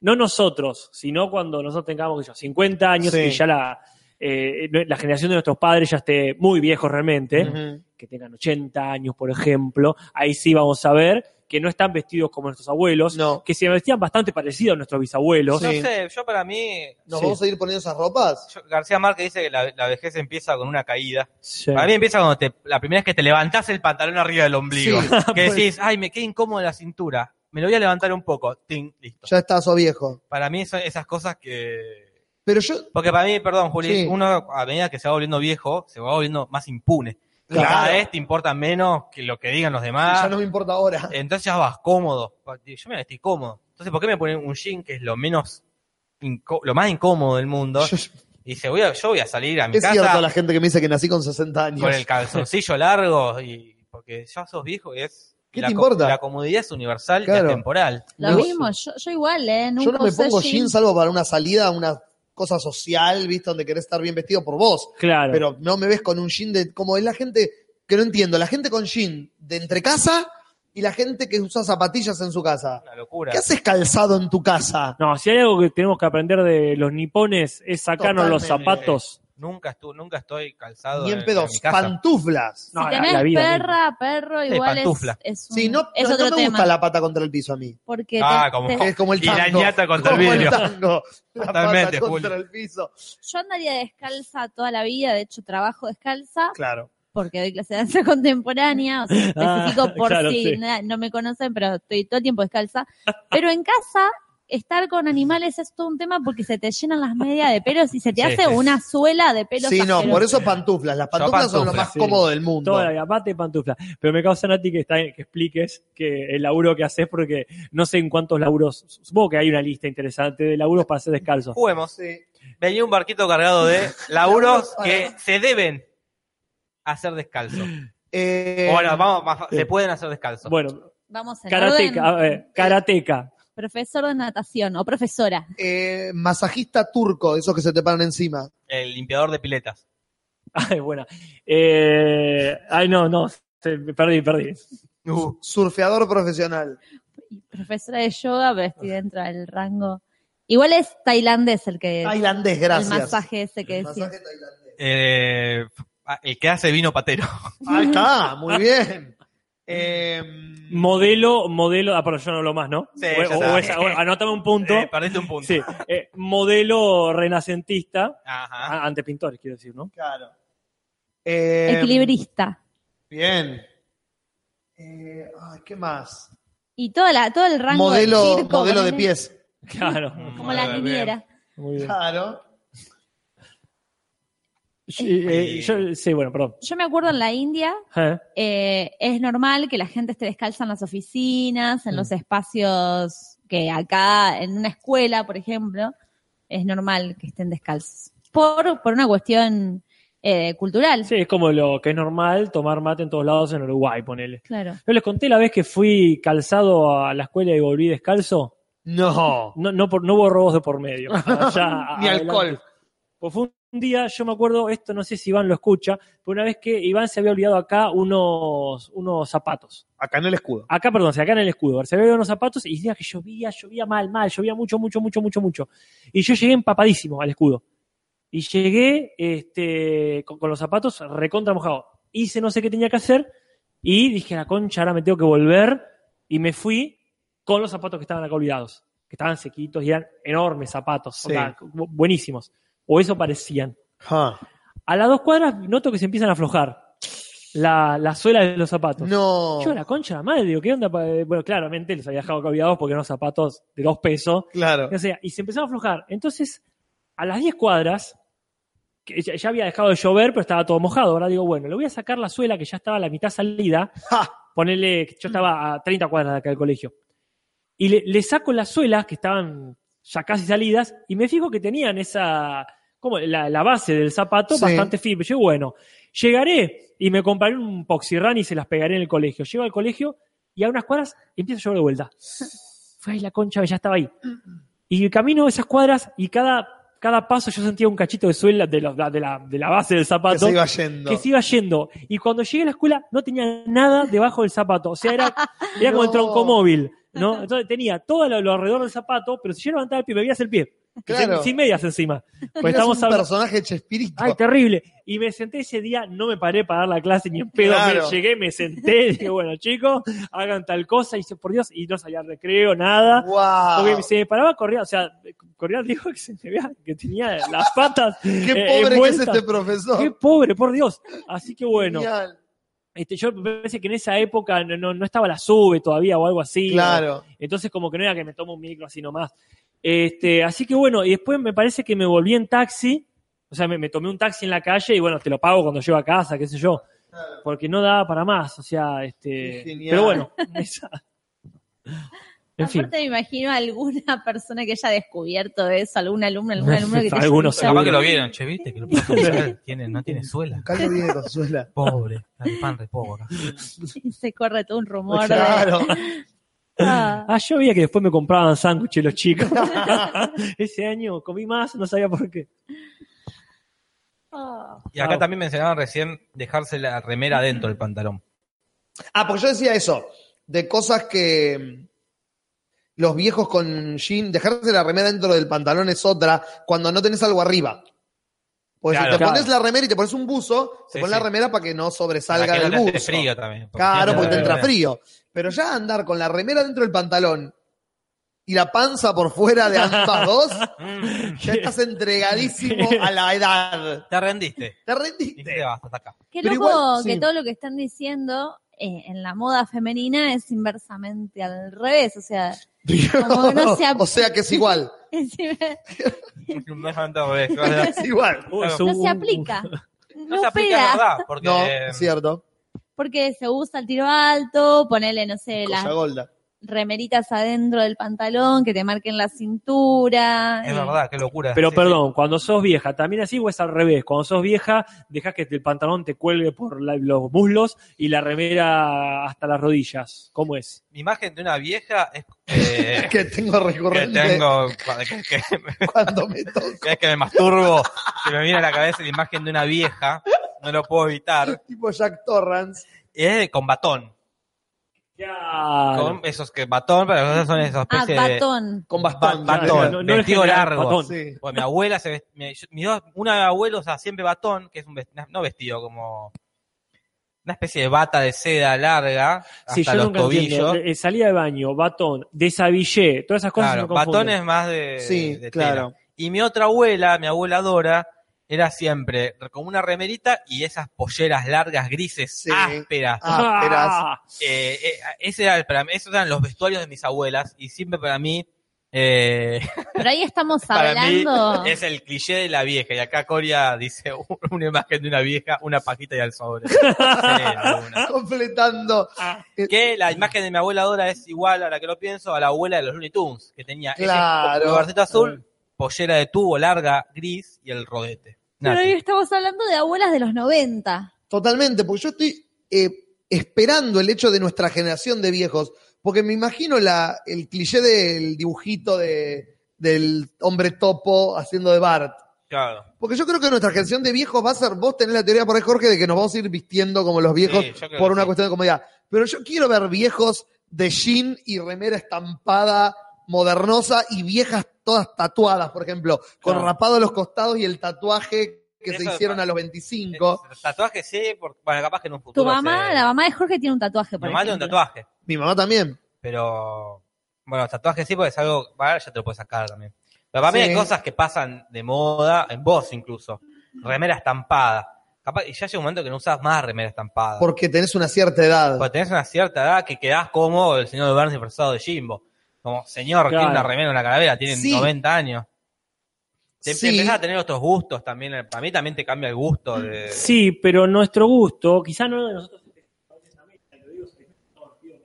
Speaker 7: No nosotros, sino cuando nosotros tengamos qué sé yo, 50 años
Speaker 8: Sí.
Speaker 7: y ya la, eh, la generación de nuestros padres ya esté muy viejos realmente,
Speaker 8: Ujú.
Speaker 7: que tengan 80 años, por ejemplo, ahí sí vamos a ver que no están vestidos como nuestros abuelos,
Speaker 8: No.
Speaker 7: que se vestían bastante parecido a nuestros bisabuelos.
Speaker 4: No
Speaker 8: Sí.
Speaker 4: sé, yo para mí.
Speaker 8: ¿Nos
Speaker 7: Sí.
Speaker 8: vamos a ir poniendo esas ropas?
Speaker 4: yo- García Márquez dice que la, la vejez empieza con una caída.
Speaker 7: Sí.
Speaker 4: Para mí empieza cuando te, la primera vez que te levantás el pantalón arriba del ombligo.
Speaker 8: Sí.
Speaker 4: Que decís, ay, me queda incómodo la cintura. Me lo voy a levantar un poco. Ting, listo.
Speaker 8: Ya estás o viejo.
Speaker 4: Para mí son esas cosas que...
Speaker 8: Pero yo,
Speaker 4: Porque para mí, perdón, Juli,
Speaker 8: Sí.
Speaker 4: uno a medida que se va volviendo viejo, se va volviendo más impune.
Speaker 8: Claro.
Speaker 4: Cada vez te importa menos que lo que digan los demás.
Speaker 8: ya no me importa ahora.
Speaker 4: Entonces ya vas cómodo. Yo me vestí cómodo. Entonces, ¿por qué me ponen un jean que es lo menos... incó- lo más incómodo del mundo?
Speaker 8: Yo- yo-
Speaker 4: Y dice, voy a, yo voy a salir a mi
Speaker 8: es
Speaker 4: casa
Speaker 8: cierto la gente que me dice que nací con 60 años.
Speaker 4: con el calzoncillo largo y porque ya sos viejo y es
Speaker 8: ¿Qué
Speaker 4: la
Speaker 8: te
Speaker 4: co-
Speaker 8: importa?
Speaker 4: la comodidad es universal
Speaker 8: Claro.
Speaker 4: y atemporal
Speaker 6: Lo
Speaker 8: No.
Speaker 6: mismo, yo, yo igual, ¿eh?
Speaker 8: Yo
Speaker 6: Nunca
Speaker 8: no me
Speaker 6: usé
Speaker 8: pongo
Speaker 6: jeans.
Speaker 8: jeans salvo para una salida, una
Speaker 3: cosa social, ¿viste? Donde querés estar bien vestido por vos.
Speaker 7: Claro.
Speaker 3: Pero no me ves con un jean de. Como es la gente que no entiendo, la gente con jean de entre casa y la gente que usa zapatillas en su casa.
Speaker 4: Una locura.
Speaker 3: ¿Qué haces calzado en tu
Speaker 6: Mm,
Speaker 3: casa?
Speaker 7: No, si hay algo que tenemos que aprender de los nipones es sacarnos los
Speaker 3: Totalmente.
Speaker 7: zapatos.
Speaker 4: Nunca, estu- nunca estoy calzado.
Speaker 3: Ni en
Speaker 4: mi
Speaker 3: pedos,
Speaker 4: casa.
Speaker 3: pantuflas.
Speaker 7: No,
Speaker 6: si
Speaker 7: la-
Speaker 6: tenés
Speaker 7: Ah, la vida
Speaker 6: perra, perro,
Speaker 4: Sí,
Speaker 6: igual es,
Speaker 4: pantufla.
Speaker 6: es, un-
Speaker 3: Sí, no,
Speaker 6: es
Speaker 3: no- no
Speaker 6: otro
Speaker 3: me
Speaker 6: tema.
Speaker 3: gusta la pata contra el piso a mí.
Speaker 6: Porque
Speaker 4: Ah,
Speaker 6: te-
Speaker 4: como-
Speaker 6: te-
Speaker 3: Es como el
Speaker 4: Y la
Speaker 3: tango.
Speaker 4: ñata contra el
Speaker 3: Como
Speaker 4: vidrio.
Speaker 3: tango. La
Speaker 4: Totalmente,
Speaker 3: pata contra
Speaker 4: Julio.
Speaker 3: el piso.
Speaker 6: yo andaría descalza toda la vida, de hecho trabajo descalza
Speaker 3: Claro.
Speaker 6: porque doy clase de danza contemporánea, o sea,
Speaker 7: Ah,
Speaker 6: especifico por
Speaker 7: claro,
Speaker 6: si
Speaker 7: sí.
Speaker 6: na- no me conocen, pero estoy todo el tiempo descalza. Pero en casa, estar con animales es todo un tema porque se te llenan las medias de pelos y se te
Speaker 4: Sí,
Speaker 6: hace
Speaker 4: sí.
Speaker 6: una suela de pelos.
Speaker 3: Sí, no,
Speaker 6: asquerosos.
Speaker 3: por eso pantuflas. Las pantuflas son lo
Speaker 4: pantuflas,
Speaker 3: más
Speaker 7: sí.
Speaker 3: cómodo del mundo.
Speaker 7: Toda la vida, mate y pantufla. Pero me causa, Nati, que, está, que expliques que el laburo que haces, porque no sé en cuántos laburos, supongo que hay una lista interesante de laburos para hacer descalzo.
Speaker 4: Juguemos. Venía un barquito cargado de laburos que se deben hacer descalzo.
Speaker 3: Eh,
Speaker 4: Bueno, vamos, más fa- se pueden hacer descalzo.
Speaker 7: Bueno,
Speaker 6: Vamos en
Speaker 7: karateca, a
Speaker 6: orden.
Speaker 7: ver, karateca.
Speaker 6: Profesor de natación o profesora.
Speaker 3: eh, masajista turco, esos que se te paran encima.
Speaker 4: El limpiador de piletas.
Speaker 7: Ay, buena. Eh, ay, no, no, se- me perdí, perdí.
Speaker 3: Uh, Surfeador profesional.
Speaker 6: Y profesora de yoga, pero estoy dentro del rango. Igual es tailandés el que...
Speaker 3: Tailandés,
Speaker 6: el
Speaker 3: gracias.
Speaker 6: masaje ese que decía.
Speaker 3: Masaje tailandés.
Speaker 4: Eh, ah, el que hace vino patero.
Speaker 3: Ahí está, muy bien. Eh,
Speaker 7: Modelo, modelo, ah, perdón, yo no hablo más, ¿no?
Speaker 4: Sí,
Speaker 7: O-
Speaker 4: ya
Speaker 7: o
Speaker 4: está.
Speaker 7: esa, bueno, anótame un punto.
Speaker 4: Eh, perdiste un punto.
Speaker 7: Sí, eh, modelo renacentista,
Speaker 4: Ajá.
Speaker 7: ah, ante pintores, quiero decir, ¿no?
Speaker 3: claro. Eh,
Speaker 6: Equilibrista.
Speaker 3: Bien. Eh, ay, ¿Qué más?
Speaker 6: Y toda la, todo el rango
Speaker 3: modelo
Speaker 6: del circo,
Speaker 3: modelo de
Speaker 6: ponele,
Speaker 3: pies.
Speaker 7: Claro,
Speaker 4: Mm.
Speaker 6: Como la
Speaker 4: Muy
Speaker 6: niñera.
Speaker 7: muy bien.
Speaker 3: Claro.
Speaker 7: Sí, eh, yo- sí, bueno, perdón.
Speaker 6: Yo me acuerdo en la India,
Speaker 7: Eh,
Speaker 6: eh, es normal que la gente esté descalza en las oficinas,
Speaker 3: Mm.
Speaker 6: en los espacios que acá, en una escuela, por ejemplo, es normal que estén descalzos. Por, por una cuestión eh, cultural.
Speaker 7: Sí, es como lo que es normal tomar mate en todos lados en Uruguay, ponele.
Speaker 6: Claro.
Speaker 7: Yo les conté la vez que fui calzado a la escuela y volví descalzo.
Speaker 3: No.
Speaker 7: No, no, por- no hubo robos de por medio. Allá,
Speaker 3: Ni
Speaker 7: adelante.
Speaker 3: alcohol.
Speaker 7: Pues fue un día, yo me acuerdo, esto no sé si Iván lo escucha, pero una vez que Iván se había olvidado acá unos, unos zapatos.
Speaker 3: Acá en el escudo.
Speaker 7: Acá, perdón, acá en el escudo. Se había olvidado unos zapatos y decía que llovía, llovía mal, mal, llovía mucho, mucho, mucho, mucho, mucho. Y yo llegué empapadísimo al escudo. Y llegué este, con, con los zapatos recontra mojado. Hice no sé qué tenía que hacer y dije, la concha, ahora me tengo que volver. Y me fui con los zapatos que estaban acá olvidados, que estaban sequitos y eran enormes zapatos,
Speaker 3: Sí.
Speaker 7: onda, bu- buenísimos. O eso parecían.
Speaker 4: Ah,
Speaker 7: A las dos cuadras noto que se empiezan a aflojar la, la suela de los zapatos.
Speaker 3: No.
Speaker 7: Yo la concha de la madre, digo, ¿qué onda? Pa- eh, Bueno, claramente los había dejado colgados porque eran zapatos de dos pesos.
Speaker 3: Claro.
Speaker 7: O sea, y se empezaron a aflojar. Entonces, a las diez cuadras, que ya, ya había dejado de llover, pero estaba todo mojado. Ahora digo, bueno, le voy a sacar la suela que ya estaba a la mitad salida. Ah,
Speaker 3: Ja.
Speaker 7: Ponerle, yo estaba a 30 cuadras de acá del colegio. Y le, le saco las suelas que estaban ya casi salidas y me fijo que tenían esa, como la, la base del zapato
Speaker 3: Sí.
Speaker 7: bastante firme. Yo, bueno, llegaré y me compraré un poxirrán y se las pegaré en el colegio. Llego al colegio y a unas cuadras empieza a llover de vuelta. Fue ahí la concha, ya estaba ahí. Y camino esas cuadras y cada, cada paso yo sentía un cachito de suela de, los- de, la, de la base del
Speaker 3: Que
Speaker 7: zapato
Speaker 3: se iba yendo.
Speaker 7: que se iba yendo. Y cuando llegué a la escuela no tenía nada debajo del zapato. O sea, era, era como el
Speaker 3: No.
Speaker 7: tronco móvil. ¿no? Entonces tenía todo lo, lo alrededor del zapato, pero si yo levantaba el pie, me veías el pie. Y
Speaker 3: Claro.
Speaker 7: sen- Sin medias encima. Pues
Speaker 3: Eras
Speaker 7: estamos
Speaker 3: un
Speaker 7: hablando.
Speaker 3: personaje chespirito.
Speaker 7: Ay, terrible. Y me senté ese día, no me paré para dar la clase ni en pedo. Me-
Speaker 3: Claro.
Speaker 7: llegué, me senté, dije, bueno, chicos, hagan tal cosa. Y dice, por Dios, y no salía al recreo, nada.
Speaker 3: Guau.
Speaker 7: Porque se me paraba corría, o sea, corría dijo que se me vea, que tenía las patas.
Speaker 3: Qué pobre que es este profesor.
Speaker 7: eh, Qué pobre, por Dios. Así que bueno,
Speaker 3: Genial.
Speaker 7: este, yo me parece que en esa época no, no, no estaba la sube todavía o algo así.
Speaker 3: Claro.
Speaker 7: Entonces como que no era que me tomo un micro así nomás. Este, así que bueno, y después me parece que me volví en taxi, o sea, me, me tomé un taxi en la calle y bueno, te lo pago cuando llego a casa, qué sé yo, porque no daba para más, o sea, este,
Speaker 3: Qué genial.
Speaker 7: pero bueno, esa- en fin,
Speaker 6: Aparte me imagino a alguna persona que haya descubierto eso, algún alumno, algún alumno que te haya
Speaker 7: Algunos
Speaker 6: dicho,
Speaker 7: seguro.
Speaker 4: Capaz que lo vieron, che, viste que lo tiene, no tiene suela.
Speaker 3: Caldo viene con suela.
Speaker 4: Pobre, el pan repobo acá.
Speaker 6: y se corre todo un rumor de-
Speaker 3: Claro.
Speaker 6: Ah.
Speaker 7: Ah, yo veía que después me compraban sándwiches los chicos. Ese año comí más, no sabía por qué.
Speaker 4: Y acá
Speaker 7: Ah.
Speaker 4: también mencionaban recién dejarse la remera dentro del pantalón.
Speaker 3: Ah, porque yo decía eso, de cosas que mm, los viejos con jean, dejarse la remera dentro del pantalón es otra, cuando no tenés algo arriba. Pues
Speaker 4: Claro,
Speaker 3: si te
Speaker 7: claro.
Speaker 3: pones la remera y te pones un buzo, te
Speaker 4: Sí,
Speaker 3: pones
Speaker 4: sí.
Speaker 3: la remera para que no sobresalga
Speaker 4: Para que no
Speaker 3: del
Speaker 4: te entre
Speaker 3: buzo.
Speaker 4: frío también. porque
Speaker 3: Claro,
Speaker 4: tiene
Speaker 3: porque te
Speaker 4: la
Speaker 3: entra
Speaker 4: remera.
Speaker 3: frío. Pero ya andar con la remera dentro del pantalón y la panza por fuera de ambas dos,
Speaker 4: Mm,
Speaker 3: ya estás entregadísimo a la edad.
Speaker 4: te rendiste.
Speaker 3: Te
Speaker 4: Y
Speaker 3: rendiste.
Speaker 4: te vas hasta acá.
Speaker 6: Qué
Speaker 3: Pero
Speaker 6: loco
Speaker 3: igual,
Speaker 6: que
Speaker 3: sí.
Speaker 6: todo lo que están diciendo eh, en la moda femenina es inversamente al revés. O sea, Como que no se ap-
Speaker 3: o sea que es igual.
Speaker 6: encima
Speaker 4: No es tanto
Speaker 3: eh.
Speaker 4: al revés, ¿verdad?
Speaker 3: Es igual.
Speaker 7: Oh,
Speaker 4: Claro.
Speaker 7: es
Speaker 6: no
Speaker 7: un-
Speaker 6: se aplica. No,
Speaker 4: No se aplica la
Speaker 6: pega.
Speaker 4: verdad, porque
Speaker 3: No,
Speaker 4: eh,
Speaker 3: es cierto.
Speaker 6: Porque se usa el tiro alto, ponerle, no sé,
Speaker 3: Cosa
Speaker 6: las
Speaker 3: Golda.
Speaker 6: remeritas adentro del pantalón, que te marquen la cintura.
Speaker 4: es
Speaker 6: eh,
Speaker 4: verdad, qué locura.
Speaker 7: Pero
Speaker 4: Sí, sí.
Speaker 7: perdón, cuando sos vieja, ¿también así o es al revés? Cuando sos vieja, dejas que el pantalón te cuelgue por la- los muslos y la remera hasta las rodillas. ¿Cómo es?
Speaker 4: Mi imagen de una vieja es eh,
Speaker 3: Que tengo
Speaker 4: que
Speaker 3: recurrente
Speaker 4: tengo. Que, que-
Speaker 3: cuando me toco.
Speaker 4: que es que me masturbo, que me viene a la cabeza la imagen de una vieja. No lo puedo evitar.
Speaker 3: Tipo Jack Torrance.
Speaker 4: Es con batón. Con
Speaker 7: Claro.
Speaker 4: esos que batón, pero esos son esos
Speaker 6: Ah,
Speaker 4: especies de.
Speaker 6: batón.
Speaker 3: Con bastón.
Speaker 4: Ba-
Speaker 7: Claro,
Speaker 4: batón,
Speaker 7: en
Speaker 4: vestido
Speaker 7: general,
Speaker 4: largo.
Speaker 7: batón.
Speaker 3: Sí.
Speaker 4: Bueno, mi abuela se vest- mi- yo- mis dos- una de abuelos usaba siempre batón, que es un vestido, no vestido, como una especie de bata de seda larga hasta
Speaker 7: Sí, yo
Speaker 4: los
Speaker 7: nunca
Speaker 4: tobillos.
Speaker 7: entiendo. Eh, Salida de baño, batón, desabillé, todas esas cosas
Speaker 4: Claro,
Speaker 7: me confunden.
Speaker 4: batón es más de,
Speaker 3: Sí,
Speaker 4: Eh, de
Speaker 3: claro.
Speaker 4: tela. Y mi otra abuela, mi abuela Dora, era siempre como una remerita y esas polleras largas, grises,
Speaker 3: Sí.
Speaker 4: ásperas.
Speaker 3: Ah, esperás.
Speaker 7: Ah,
Speaker 4: Eh, eh, ese era el- para mí- esos eran los vestuarios de mis abuelas y siempre para mí... eh,
Speaker 6: Pero ahí estamos
Speaker 4: Para mí
Speaker 6: hablando.
Speaker 4: es el cliché de la vieja. Y acá Coria dice una imagen de una vieja, una pajita y al sobre. Sí, alguna.
Speaker 3: Completando.
Speaker 4: que la imagen de mi abuela Dora es igual, ahora que lo pienso, a la abuela de los Looney Tunes, que tenía ese
Speaker 3: Claro.
Speaker 4: pulgarcito azul, pollera de tubo larga, gris y el rodete.
Speaker 6: Pero
Speaker 4: Nada,
Speaker 6: ahí
Speaker 4: sí.
Speaker 6: estamos hablando de abuelas de los 90.
Speaker 3: Totalmente, porque yo estoy eh, esperando el hecho de nuestra generación de viejos, porque me imagino la, el cliché del dibujito de, del hombre topo haciendo de Bart.
Speaker 4: Claro.
Speaker 3: Porque yo creo que nuestra generación de viejos va a ser, vos tenés la teoría por ahí, Jorge, de que nos vamos a ir vistiendo como los viejos
Speaker 4: Sí, yo creo
Speaker 3: por
Speaker 4: que
Speaker 3: una
Speaker 4: sí.
Speaker 3: cuestión de comodidad. Pero yo quiero ver viejos de jean y remera estampada, modernosa, y viejas todas tatuadas, por ejemplo, con
Speaker 7: Claro.
Speaker 3: rapado a los costados y el tatuaje que
Speaker 4: Eso
Speaker 3: se
Speaker 4: es
Speaker 3: hicieron
Speaker 4: pa-
Speaker 3: a los 25.
Speaker 4: Es- Tatuaje Eh, sí, porque, bueno, capaz que en un futuro.
Speaker 6: Tu mamá,
Speaker 4: se-
Speaker 6: la mamá de Jorge tiene un tatuaje.
Speaker 4: Mi
Speaker 6: Por
Speaker 4: mamá tiene un
Speaker 6: ejemplo.
Speaker 4: tatuaje.
Speaker 3: Mi mamá también.
Speaker 4: Pero bueno, tatuajes sí, porque es algo, para ya te lo puedes sacar también. Pero para mí
Speaker 3: Sí.
Speaker 4: hay cosas que pasan de moda, en vos incluso. Remera estampada. Capaz, y ya llega un momento que no usas más remera estampada.
Speaker 3: Porque tenés una cierta edad.
Speaker 4: Porque tenés una cierta edad que quedás como el señor de Burns disfrazado de Jimbo. Como, señor,
Speaker 7: Claro.
Speaker 4: tiene una remera en la calavera, tiene
Speaker 3: Sí.
Speaker 4: 90 años. Te, te
Speaker 3: Sí.
Speaker 4: empezás a tener otros gustos también. Para mí también te cambia el gusto de.
Speaker 7: Sí, pero nuestro gusto, quizá no de nosotros. lo digo,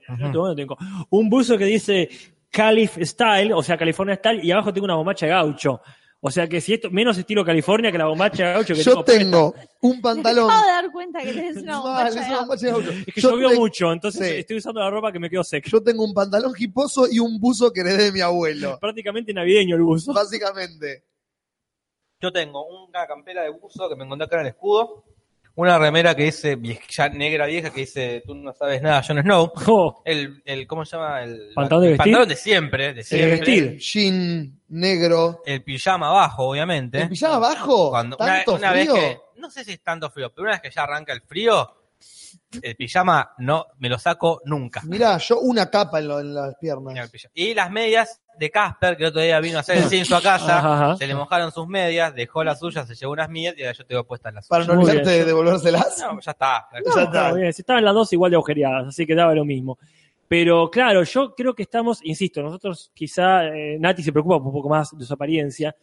Speaker 7: no tengo, no tengo. Un buzo que dice Calif Style, o sea, California Style, y abajo tengo una bombacha de gaucho. O sea que si esto, menos estilo California que la bombacha de gaucho que
Speaker 3: Yo
Speaker 7: puesta.
Speaker 3: tengo un pantalón.
Speaker 6: Me acabo de dar cuenta que tenés una bombacha
Speaker 3: Mal,
Speaker 6: de
Speaker 3: es una
Speaker 6: agua.
Speaker 3: bombacha de auto.
Speaker 7: Es que yo, veo
Speaker 3: te-
Speaker 7: mucho, entonces
Speaker 3: sí.
Speaker 7: estoy usando la ropa que me quedo seca.
Speaker 3: yo tengo un pantalón hiposo y un buzo que heredé de mi abuelo.
Speaker 7: Prácticamente navideño el buzo.
Speaker 3: Básicamente.
Speaker 4: Yo tengo una campera de buzo que me encontré acá en el escudo, una remera que dice, vie- ya negra vieja, que dice, tú no sabes nada, Jon Snow.
Speaker 7: Oh,
Speaker 4: El, el ¿cómo se llama? El
Speaker 7: ¿Pantalón de
Speaker 4: el
Speaker 7: vestir?
Speaker 4: pantalón de siempre, de
Speaker 7: El
Speaker 4: siempre.
Speaker 7: vestir.
Speaker 3: Jean negro.
Speaker 4: El pijama abajo, obviamente.
Speaker 3: ¿El pijama abajo?
Speaker 4: Cuando- una,
Speaker 3: ¿Tanto
Speaker 4: una
Speaker 3: frío?
Speaker 4: vez que, no sé si es tanto frío, pero una vez que ya arranca el frío, el pijama no me lo saco nunca.
Speaker 3: Mirá, yo una capa en, lo- en las
Speaker 4: Mira el
Speaker 3: piernas.
Speaker 4: pijama. Y las medias de Casper, que el otro día vino a hacer el cinzo a casa,
Speaker 7: Ajá, ajá.
Speaker 4: se le mojaron sus medias, dejó las suyas, se llevó unas mías y ahora yo tengo puestas las
Speaker 3: Para
Speaker 4: suyas.
Speaker 3: no
Speaker 7: Muy
Speaker 3: olvidarte
Speaker 7: bien.
Speaker 3: de devolvérselas.
Speaker 4: No, ya está.
Speaker 3: Ya
Speaker 7: No,
Speaker 3: está.
Speaker 7: está bien, si estaban las dos igual de agujereadas, así que daba lo mismo. Pero claro, yo creo que estamos, insisto, nosotros quizá eh, Nati se preocupa un poco más de su apariencia,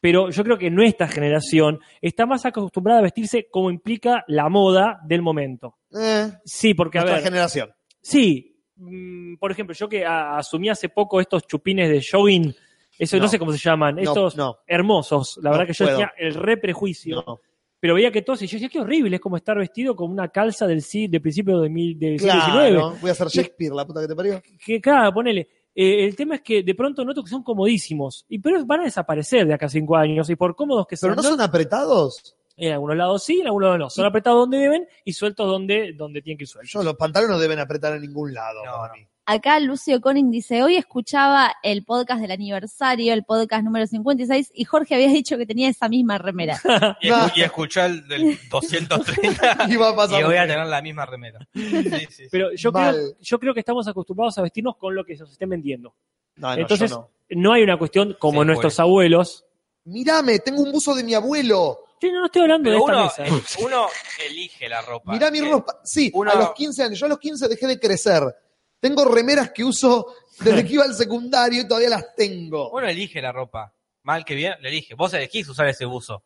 Speaker 7: pero yo creo que nuestra generación está más acostumbrada a vestirse como implica la moda del momento.
Speaker 3: Eh,
Speaker 7: Sí, porque a
Speaker 3: nuestra
Speaker 7: ver,
Speaker 3: generación.
Speaker 7: sí, mm, por ejemplo, yo que a- asumí hace poco estos chupines de jogging, eso no,
Speaker 3: No.
Speaker 7: sé cómo se llaman,
Speaker 3: No,
Speaker 7: estos
Speaker 3: no,
Speaker 7: hermosos, la
Speaker 3: No
Speaker 7: verdad que yo
Speaker 3: puedo.
Speaker 7: decía el re prejuicio
Speaker 3: no.
Speaker 7: pero veía que todos, y yo decía, qué horrible, es como estar vestido con una calza del, si- de principio de mil- del siglo XIX.
Speaker 3: Claro, voy a hacer Shakespeare, la puta que te parió.
Speaker 7: que claro, ponele. eh, el tema es que de pronto noto que son comodísimos, y pero van a desaparecer de acá a cinco años, y por cómodos que
Speaker 3: ¿Pero
Speaker 7: sean,
Speaker 3: no
Speaker 7: ¿no?
Speaker 3: son apretados?
Speaker 7: en algunos lados sí, en algunos lados no. Son apretados donde deben y sueltos donde, donde tienen que ir sueltos.
Speaker 3: Yo, los pantalones no deben apretar en ningún lado
Speaker 4: No,
Speaker 3: para
Speaker 4: no.
Speaker 3: mí.
Speaker 6: Acá Lucio Conin dice, hoy escuchaba el podcast del aniversario, el podcast número 56, y Jorge había dicho que tenía esa misma remera.
Speaker 4: Y, escu- y escuchá el del 230
Speaker 3: Y va a pasar.
Speaker 4: y voy a tener la misma remera. Sí, sí, sí.
Speaker 7: Pero yo
Speaker 3: Mal.
Speaker 7: creo, yo creo que estamos acostumbrados a vestirnos con lo que se nos estén vendiendo.
Speaker 3: No, no, yo
Speaker 7: Entonces-
Speaker 3: no.
Speaker 7: No hay una cuestión como
Speaker 4: Sí,
Speaker 7: nuestros abuelos.
Speaker 3: Mirame, tengo un buzo de mi abuelo.
Speaker 7: Yo no, no estoy hablando
Speaker 4: Pero
Speaker 7: de esta
Speaker 4: uno,
Speaker 7: mesa. ¿eh?
Speaker 4: uno elige la ropa.
Speaker 3: Mirá mi
Speaker 4: Eh,
Speaker 3: ropa. Sí,
Speaker 4: uno-
Speaker 3: a los 15 años. Yo a los 15 dejé de crecer. Tengo remeras que uso desde que iba al secundario y todavía las tengo.
Speaker 4: Uno elige la ropa. Mal que bien, le elige. Vos elegís usar ese buzo.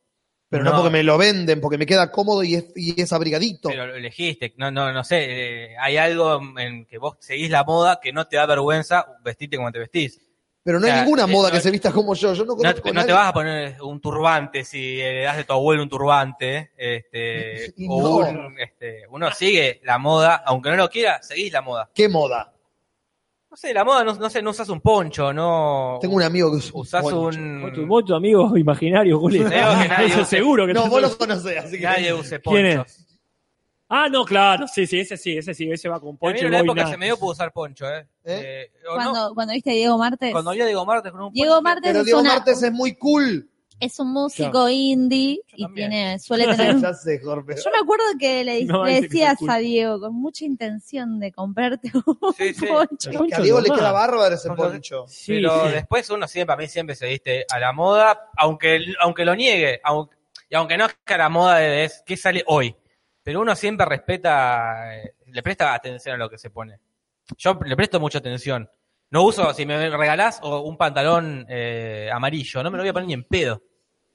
Speaker 3: Pero no,
Speaker 4: no. Eh,
Speaker 3: porque me lo venden, porque me queda cómodo y es, y es abrigadito.
Speaker 4: Pero lo elegiste. No, no, no sé. eh, hay algo en que vos seguís la moda que no te da vergüenza vestirte como te vestís.
Speaker 3: Pero no hay
Speaker 4: Ya,
Speaker 3: ninguna
Speaker 4: eh,
Speaker 3: moda
Speaker 4: no-
Speaker 3: que se vista como yo. Yo no
Speaker 4: No,
Speaker 3: conozco
Speaker 4: te- no te
Speaker 3: nadie.
Speaker 4: vas a poner un turbante si le das de tu abuelo un turbante. Este,
Speaker 3: Y
Speaker 4: o
Speaker 3: no.
Speaker 4: un, este, uno sigue la moda, aunque no lo quiera, seguís la moda.
Speaker 3: ¿Qué moda?
Speaker 4: No sé, la moda, no, no sé, no usas un poncho, no.
Speaker 3: Tengo un amigo que usa un
Speaker 4: Usás
Speaker 3: poncho.
Speaker 4: un.
Speaker 7: Vos, tu, vos, tu amigo imaginario, Juli.
Speaker 4: Creo que nadie
Speaker 7: Eso
Speaker 4: usa-
Speaker 7: seguro que
Speaker 3: No,
Speaker 7: te-
Speaker 3: vos lo conocés, así que...
Speaker 4: Nadie use
Speaker 7: ¿Quién
Speaker 4: ponchos.
Speaker 7: Ah, no, claro. Sí, sí, ese sí, ese sí. Ese va con
Speaker 4: A mí
Speaker 7: poncho
Speaker 4: en
Speaker 7: y
Speaker 4: una época
Speaker 7: boina.
Speaker 4: se me dio por usar poncho, ¿eh?
Speaker 3: ¿Eh?
Speaker 4: Eh, o no,
Speaker 6: Cuando, cuando viste a Diego Martes,
Speaker 4: cuando había Diego Martes con un poncho.
Speaker 6: Diego Martes
Speaker 3: Pero
Speaker 6: es,
Speaker 3: Diego
Speaker 6: una-
Speaker 3: Martes es muy cool.
Speaker 6: es un músico
Speaker 7: Claro.
Speaker 6: indie
Speaker 4: Yo
Speaker 6: y
Speaker 4: también.
Speaker 6: tiene, suele tener...
Speaker 3: ya sé, Jorge.
Speaker 6: Yo me acuerdo que le,
Speaker 7: No,
Speaker 6: le
Speaker 7: dice que
Speaker 6: decías
Speaker 7: soy cool.
Speaker 6: a Diego con mucha intención de comprarte un
Speaker 4: Sí, sí.
Speaker 6: poncho.
Speaker 7: Poncho
Speaker 3: Que a Diego le
Speaker 7: nomás.
Speaker 3: queda bárbaro ese
Speaker 4: Poncho-
Speaker 3: poncho.
Speaker 7: Sí,
Speaker 4: Pero
Speaker 7: sí.
Speaker 4: después uno siempre, a mí siempre se viste a la moda, aunque, aunque lo niegue, aunque, y aunque no es que a la moda de- es que sale hoy. Pero uno siempre respeta, eh, le presta atención a lo que se pone. Yo le presto mucha atención. No uso, si me regalás o un pantalón eh, amarillo, no me lo voy a poner ni en pedo.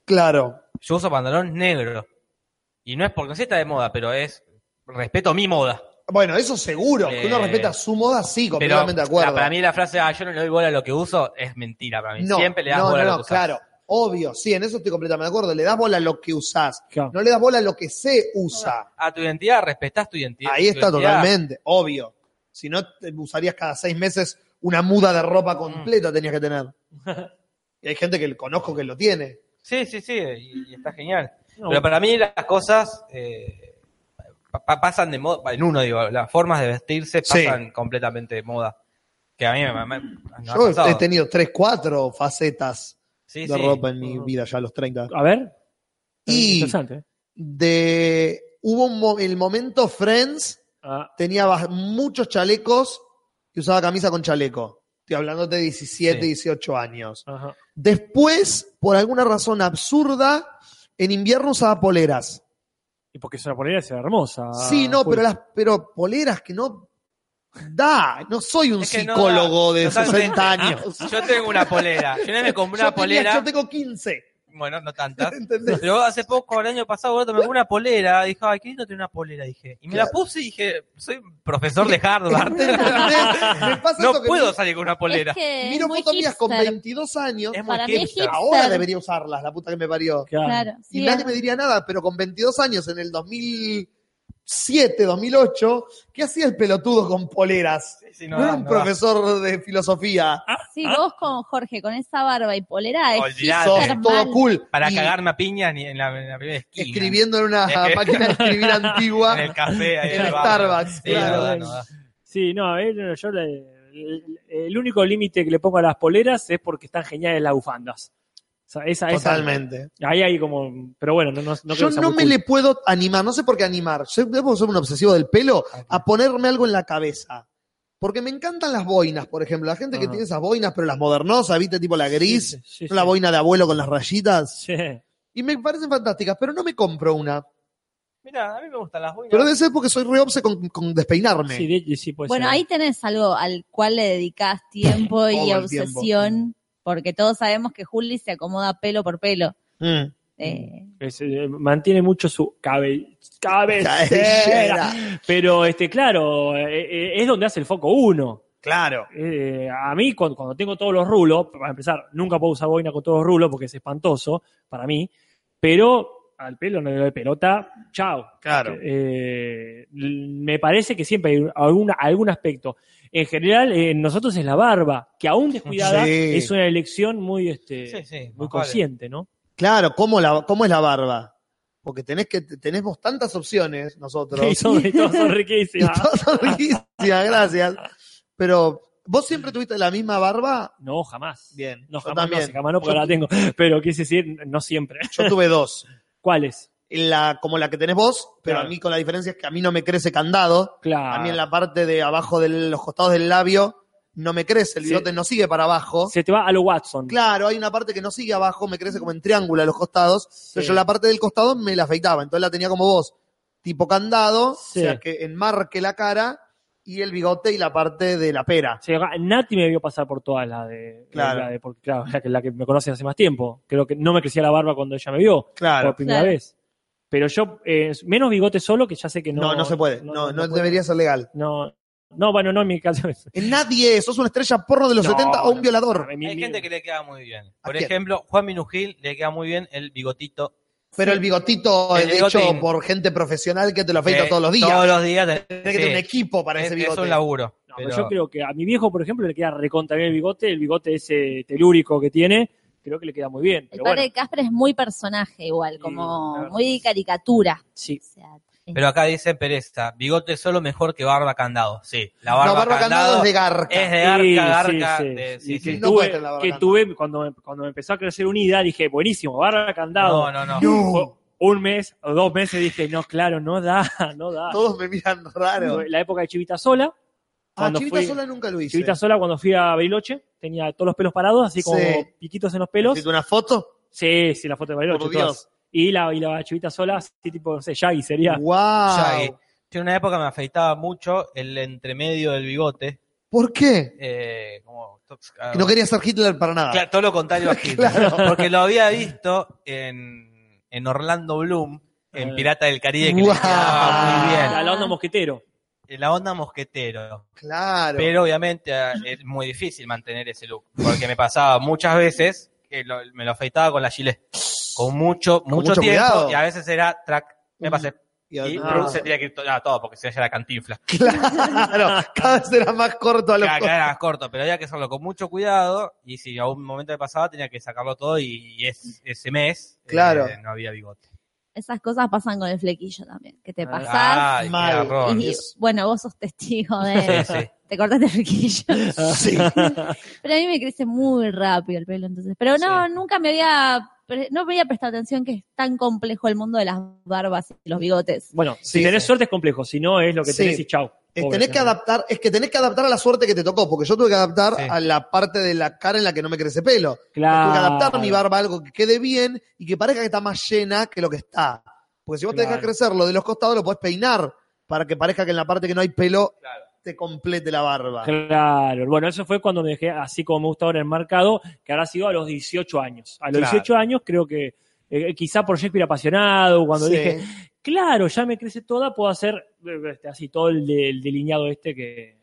Speaker 3: Claro.
Speaker 4: Yo uso pantalón negro. Y no es porque no sé está de moda, pero es respeto mi moda.
Speaker 3: Bueno, eso seguro. que uno
Speaker 4: Eh,
Speaker 3: respeta su moda, sí,
Speaker 4: Pero
Speaker 3: completamente de
Speaker 4: la-
Speaker 3: acuerdo.
Speaker 4: para mí la frase, ah, yo no le doy bola a lo que uso, es mentira para mí.
Speaker 3: no,
Speaker 4: Siempre le das
Speaker 3: no,
Speaker 4: bola
Speaker 3: no,
Speaker 4: a
Speaker 3: no,
Speaker 4: lo que usas.
Speaker 3: claro. Obvio, sí, en eso estoy completamente de acuerdo. Le das bola a lo que usás.
Speaker 7: Claro.
Speaker 3: No le das bola a lo que se usa.
Speaker 4: A tu identidad, respetás tu identidad.
Speaker 3: Ahí
Speaker 4: tu
Speaker 3: está
Speaker 4: identidad.
Speaker 3: totalmente, obvio. Si no, te usarías cada seis meses una muda de
Speaker 4: Mm.
Speaker 3: ropa completa, tenías que tener. Y hay gente que conozco que lo tiene.
Speaker 4: Sí, sí, sí, y, y está genial.
Speaker 7: No,
Speaker 4: Pero para mí las cosas eh, pa- pa- pasan de moda, en uno digo, las formas de vestirse
Speaker 3: Sí.
Speaker 4: pasan completamente de moda. Que a mí me, me- me- me ha
Speaker 3: Yo
Speaker 4: pasado.
Speaker 3: he tenido tres, cuatro facetas
Speaker 4: Sí,
Speaker 3: de
Speaker 4: sí.
Speaker 3: ropa en mi vida ya a los 30.
Speaker 7: A ver.
Speaker 3: Y-
Speaker 7: Interesante. ¿eh?
Speaker 3: De, hubo un mo- el momento Friends
Speaker 7: Ah,
Speaker 3: tenía bas- muchos chalecos y usaba camisa con chaleco. Estoy hablando de 17,
Speaker 4: Sí.
Speaker 3: 18 años.
Speaker 7: ajá.
Speaker 3: Después, por alguna razón absurda, en invierno usaba poleras.
Speaker 7: Y porque es una polera es hermosa. Pues,
Speaker 3: sí, no,
Speaker 7: Juli.
Speaker 3: pero las pero poleras que no da. No soy un
Speaker 4: Es que no
Speaker 3: psicólogo
Speaker 4: da,
Speaker 3: de
Speaker 4: totalmente.
Speaker 3: 60 años.
Speaker 4: Yo tengo una polera. Yo no me compré
Speaker 3: Yo
Speaker 4: una
Speaker 3: tenía-
Speaker 4: polera. Ah.
Speaker 3: yo tengo 15.
Speaker 4: Bueno, no tantas.
Speaker 3: ¿Entendés?
Speaker 4: Pero hace poco, el año pasado, Roberto, me compré una polera. Dije, ay, qué lindo tiene una polera. Dije, y me la
Speaker 3: Claro.
Speaker 4: puse y dije, soy profesor de
Speaker 3: ¿Entendés?
Speaker 4: Harvard.
Speaker 3: Me pasa
Speaker 4: no
Speaker 3: esto que
Speaker 4: puedo
Speaker 3: mi-
Speaker 4: salir con una polera.
Speaker 6: Es que es
Speaker 3: miro
Speaker 6: Eh, muy
Speaker 3: fotos mías con
Speaker 6: hipster.
Speaker 3: 22 años.
Speaker 4: Es muy
Speaker 6: Para mí es
Speaker 4: hipster.
Speaker 6: hipster.
Speaker 3: Ahora debería usarlas, la puta que me parió.
Speaker 7: Claro.
Speaker 6: Claro,
Speaker 3: y
Speaker 6: sí,
Speaker 3: nadie
Speaker 6: es-
Speaker 3: me diría nada, pero con 22 años, en el 2007, 2008, ¿qué hacía el pelotudo con poleras?
Speaker 4: Sí, sí,
Speaker 3: No,
Speaker 4: no
Speaker 3: era
Speaker 4: da,
Speaker 3: un
Speaker 4: no da.
Speaker 3: profesor de filosofía.
Speaker 6: sí, vos con Jorge, con esa barba y polera, es
Speaker 4: Olvidate.
Speaker 3: Sos
Speaker 6: hipster
Speaker 3: todo
Speaker 6: mal.
Speaker 3: cool.
Speaker 4: Ah, Para
Speaker 3: Y
Speaker 4: cagarme a piña ni en la, en la primera esquina.
Speaker 3: Escribiendo en una
Speaker 4: Es que-
Speaker 3: máquina de escribir
Speaker 4: en
Speaker 3: antigua.
Speaker 4: el café. ahí
Speaker 3: En
Speaker 4: el barrio.
Speaker 3: Starbucks,
Speaker 4: Sí,
Speaker 3: claro.
Speaker 4: no da, no da.
Speaker 7: Sí, no, eh, no, yo le- el, el único límite que le pongo a las poleras es porque están geniales las bufandas. O sea, esa, esa-
Speaker 3: Totalmente.
Speaker 7: ahí hay como, pero bueno, no, no, no creo
Speaker 3: Yo
Speaker 7: que sea
Speaker 3: no
Speaker 7: muy
Speaker 3: me
Speaker 7: cool.
Speaker 3: le puedo animar, no sé por qué animar. Yo debo ser un obsesivo del pelo a ponerme algo en la cabeza. Porque me encantan las boinas, por ejemplo. La gente que
Speaker 7: Ajá.
Speaker 3: tiene esas boinas, pero las modernosas, ¿viste? Tipo la gris,
Speaker 7: Ah. Sí, sí,
Speaker 3: no la
Speaker 7: sí.
Speaker 3: boina de abuelo con las rayitas.
Speaker 7: Sí.
Speaker 3: Y me parecen fantásticas, pero no me compro una.
Speaker 4: Mirá, a mí me gustan las boinas.
Speaker 3: Pero debe ser porque soy re obse con, con despeinarme.
Speaker 7: Sí, de- sí, puede
Speaker 6: Bueno,
Speaker 7: ser.
Speaker 6: ahí tenés algo al cual le dedicás tiempo y
Speaker 3: Todo el tiempo.
Speaker 6: obsesión, porque todos sabemos que Juli se acomoda pelo por pelo.
Speaker 3: Mm.
Speaker 6: Eh,
Speaker 7: Es, eh, mantiene mucho su cabe- cabecera.
Speaker 3: Cabellera.
Speaker 7: Pero este, claro, eh, eh, es donde hace el foco uno.
Speaker 3: Claro.
Speaker 7: Eh, a mí, cuando, cuando tengo todos los rulos, para empezar, nunca puedo usar boina con todos los rulos porque es espantoso para mí. Pero al pelo, no le doy pelota, chao.
Speaker 10: Claro.
Speaker 7: Eh, me parece que siempre hay alguna, algún aspecto. En general, eh, nosotros es la barba, que aún descuidada
Speaker 8: Sí.
Speaker 7: es una elección muy, este,
Speaker 4: Sí, sí,
Speaker 7: muy
Speaker 4: más vale.
Speaker 7: consciente, ¿no?
Speaker 8: Claro, ¿cómo, la, ¿cómo es la barba? Porque tenés que tenés vos tantas opciones nosotros.
Speaker 7: Y son, y todas son riquísimas.
Speaker 8: Todas son riquísimas, gracias. Pero, ¿vos siempre tuviste la misma barba?
Speaker 7: No, jamás.
Speaker 8: Bien.
Speaker 7: No,
Speaker 8: yo
Speaker 7: jamás, no,
Speaker 8: también.
Speaker 7: sí, jamás no, porque
Speaker 8: Yo
Speaker 7: ahora la tengo. Pero quise decir, no siempre.
Speaker 8: Yo tuve dos.
Speaker 7: ¿Cuáles?
Speaker 8: La, como la que tenés vos, pero
Speaker 7: Claro. Ah.
Speaker 8: a mí con la diferencia es que a mí no me crece candado.
Speaker 7: Claro.
Speaker 8: A mí en la parte de abajo de los costados del labio no me crece, el
Speaker 7: Sí.
Speaker 8: bigote no sigue para abajo.
Speaker 7: Se te va a lo Watson.
Speaker 8: Claro, hay una parte que no sigue abajo, me crece como en triángulo a los costados. Pero
Speaker 7: Sí.
Speaker 8: yo la parte del costado me la afeitaba, entonces la tenía como vos, tipo candado,
Speaker 7: Sí.
Speaker 8: o sea que enmarque la cara y el bigote y la parte de la pera.
Speaker 7: O sea, Nati me vio pasar por todas las de.
Speaker 8: Claro.
Speaker 7: la de- porque, claro, la que, la que me conoce hace más tiempo. Creo que no me crecía la barba cuando ella me vio.
Speaker 8: Claro.
Speaker 7: Por primera
Speaker 6: Claro.
Speaker 7: vez. Pero yo, eh, menos bigote solo, que ya sé que no.
Speaker 8: No, no, se puede, no, no,
Speaker 7: puede.
Speaker 8: debería ser legal.
Speaker 7: No, no, bueno, no en mi caso. es-
Speaker 8: En nadie, sos una estrella porno de los
Speaker 7: No,
Speaker 8: 70 o un
Speaker 7: no,
Speaker 8: violador.
Speaker 7: mi-
Speaker 4: Hay
Speaker 7: mi-
Speaker 4: gente que le queda muy bien. Por
Speaker 8: quién?
Speaker 4: ejemplo, Juan Minujil le queda muy bien el bigotito.
Speaker 8: Pero el bigotito
Speaker 4: El
Speaker 8: es hecho
Speaker 4: bigotín.
Speaker 8: por gente profesional que te lo afeita
Speaker 4: Eh,
Speaker 8: todos los días.
Speaker 4: Todos los días.
Speaker 8: Tenés que tener un equipo para ese
Speaker 4: es, es
Speaker 8: bigote.
Speaker 4: un laburo.
Speaker 7: No, pero
Speaker 4: pero
Speaker 7: yo creo que a mi viejo, por ejemplo, le queda recontra bien el bigote, el bigote ese telúrico que tiene, creo que le queda muy bien.
Speaker 6: El
Speaker 7: Pero
Speaker 6: padre
Speaker 7: bueno,
Speaker 6: de Casper es muy personaje igual,
Speaker 7: Sí,
Speaker 6: como
Speaker 7: claro.
Speaker 6: muy caricatura.
Speaker 7: sí.
Speaker 6: O sea,
Speaker 4: pero acá dice pereza. Bigote solo mejor que barba candado. Sí, la barba,
Speaker 8: no, barba candado es de garca.
Speaker 4: es de
Speaker 7: Sí,
Speaker 4: garca, garca.
Speaker 7: sí, sí.
Speaker 4: de-
Speaker 7: Y
Speaker 4: sí,
Speaker 7: que
Speaker 4: sí.
Speaker 8: No puede
Speaker 7: tuve,
Speaker 8: tener la barba
Speaker 7: que
Speaker 8: candado.
Speaker 7: tuve cuando, me, cuando me empezó a crecer una idea, dije, buenísimo, barra candado.
Speaker 4: No, no, no.
Speaker 7: O- Un mes o dos meses dije, no, claro, no da, no da.
Speaker 8: Todos me miran raro. eh.
Speaker 7: La época de Chivita Sola.
Speaker 8: Ah,
Speaker 7: cuando
Speaker 8: Chivita
Speaker 7: fui-
Speaker 8: sola nunca lo hice.
Speaker 7: Chivita Sola cuando fui a Bariloche, tenía todos los pelos parados, así como
Speaker 8: Sí.
Speaker 7: piquitos en los pelos.
Speaker 8: ¿Necesito una foto?
Speaker 7: Sí, sí, la foto de Bariloche.
Speaker 8: Por
Speaker 7: todas.
Speaker 8: Dios.
Speaker 7: Y la, y la chivita sola, así tipo, no sé, Shaggy sería.
Speaker 8: Wow.
Speaker 4: Shaggy. Yo en una época me afeitaba mucho el entremedio del bigote.
Speaker 8: ¿Por qué?
Speaker 4: eh, como, ah,
Speaker 8: Que no quería ser Hitler para nada.
Speaker 4: Claro, todo lo contrario a Hitler. Porque lo había visto en, en Orlando Bloom, en
Speaker 7: Ah.
Speaker 4: Pirata del Caribe, que
Speaker 8: Guau.
Speaker 4: le quedaba muy bien.
Speaker 7: La, la onda mosquetero.
Speaker 4: En La onda mosquetero.
Speaker 8: Claro.
Speaker 4: Pero obviamente ah, es muy difícil mantener ese look. Porque me pasaba muchas veces que lo- me lo afeitaba con la gilet. Con mucho, mucho,
Speaker 8: mucho
Speaker 4: tiempo.
Speaker 8: cuidado.
Speaker 4: Y a veces era track. Me pasé.
Speaker 8: Y-
Speaker 4: Y
Speaker 8: ah,
Speaker 4: Bruce se tenía que ir to- ah, todo porque se hacía la cantinfla.
Speaker 8: claro, cada vez era más corto a los
Speaker 4: Cada- cada era más corto, pero había que hacerlo con mucho cuidado. Y si a un momento me pasaba, tenía que sacarlo todo. Y, y es- ese mes eh,
Speaker 8: Claro.
Speaker 4: no había bigote.
Speaker 6: esas cosas pasan con el flequillo también, que te pasás.
Speaker 4: Ay, qué
Speaker 8: mal.
Speaker 4: garrón.
Speaker 6: y, bueno, vos sos testigo de...
Speaker 4: ah, Sí, sí.
Speaker 6: Te cortaste el flequillo.
Speaker 8: Sí.
Speaker 6: Pero a mí me crece muy rápido el pelo, entonces. Pero no, nunca me había, pre- no me había prestado atención que es tan complejo el mundo de las barbas y los bigotes.
Speaker 7: Bueno,
Speaker 8: Sí,
Speaker 7: si tenés
Speaker 8: sí.
Speaker 7: suerte es complejo, si no es lo que
Speaker 8: Sí.
Speaker 7: tenés y chau.
Speaker 8: Es
Speaker 7: Pobre,
Speaker 8: tenés que
Speaker 7: ¿no?
Speaker 8: adaptar, es que tenés que adaptar a la suerte que te tocó, porque yo tuve que adaptar
Speaker 4: Sí.
Speaker 8: a la parte de la cara en la que no me crece pelo. Tuve que
Speaker 7: Claro.
Speaker 8: adaptar mi barba a algo que quede bien y que parezca que está más llena que lo que está. Porque si vos te dejas
Speaker 7: Claro.
Speaker 8: crecer lo de los costados, lo podés peinar para que parezca que en la parte que no hay pelo te complete la barba.
Speaker 7: Claro, bueno, eso fue cuando me dejé, así como me gusta ahora el marcado, que habrá sido a los 18 años. A los
Speaker 8: Claro.
Speaker 7: 18 años creo que, eh, quizá por Shakespeare apasionado, cuando
Speaker 8: Sí.
Speaker 7: dije, claro, ya me crece toda, puedo hacer eh, este, así todo el, de- el delineado este que,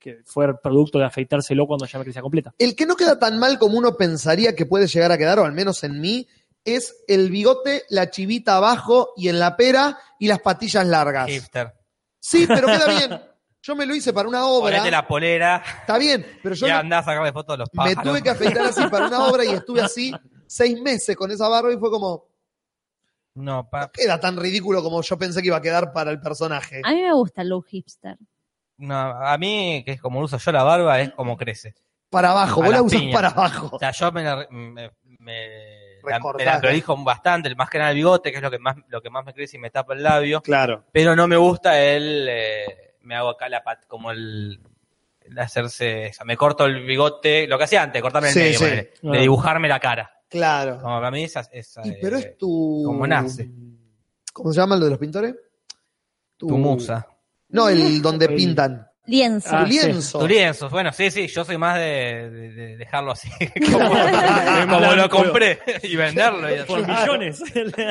Speaker 7: que fue producto de afeitárselo cuando ya me crecía completa.
Speaker 8: El que no queda tan mal como uno pensaría que puede llegar a quedar, o al menos en mí, es el bigote, la chivita abajo y en la pera y las patillas largas.
Speaker 4: Hipster.
Speaker 8: Sí, pero queda bien. Yo me lo hice para una obra.
Speaker 4: Ponete la polera
Speaker 8: Está bien, pero yo
Speaker 4: y
Speaker 8: no-
Speaker 4: andá a sacarle fotos a los
Speaker 8: me
Speaker 4: pájaros.
Speaker 8: tuve que afeitar así para una obra y estuve así seis meses con esa barba y fue como,
Speaker 4: No, pa-
Speaker 8: no queda tan ridículo como yo pensé que iba a quedar para el personaje.
Speaker 7: Ah.
Speaker 6: A mí me gusta el look hipster.
Speaker 4: no, a mí, que es como uso yo la barba, es como crece.
Speaker 8: Para abajo,
Speaker 4: A
Speaker 8: vos la
Speaker 4: las
Speaker 8: usas
Speaker 4: piñas.
Speaker 8: para abajo.
Speaker 4: O sea, yo me la, re- me, me, la, me
Speaker 8: Recortaste.
Speaker 4: la prolijo bastante, más que nada el bigote, que es lo que más, lo que más me crece y me tapa el labio.
Speaker 8: Claro.
Speaker 4: Pero no me gusta el. eh, me hago acá la pat, como el. el hacerse. o sea, me corto el bigote, lo que hacía antes, cortarme el
Speaker 8: Sí,
Speaker 4: medio,
Speaker 8: sí.
Speaker 4: ponele,
Speaker 7: Ah.
Speaker 4: de dibujarme la cara.
Speaker 8: Claro.
Speaker 4: Como para mí esa. esa
Speaker 8: Y, pero
Speaker 4: eh,
Speaker 8: es tu...
Speaker 4: como nace.
Speaker 8: ¿Cómo se llama lo de los pintores?
Speaker 4: tu, musa.
Speaker 8: No, el donde
Speaker 7: El-
Speaker 8: pintan.
Speaker 6: Lienzo.
Speaker 7: Ah,
Speaker 8: tu lienzo.
Speaker 4: Tu lienzo. Bueno, sí, sí, yo soy más de, de- de dejarlo así. como,
Speaker 8: Ah,
Speaker 4: como lo compré y venderlo. y así.
Speaker 7: Ah, Por millones.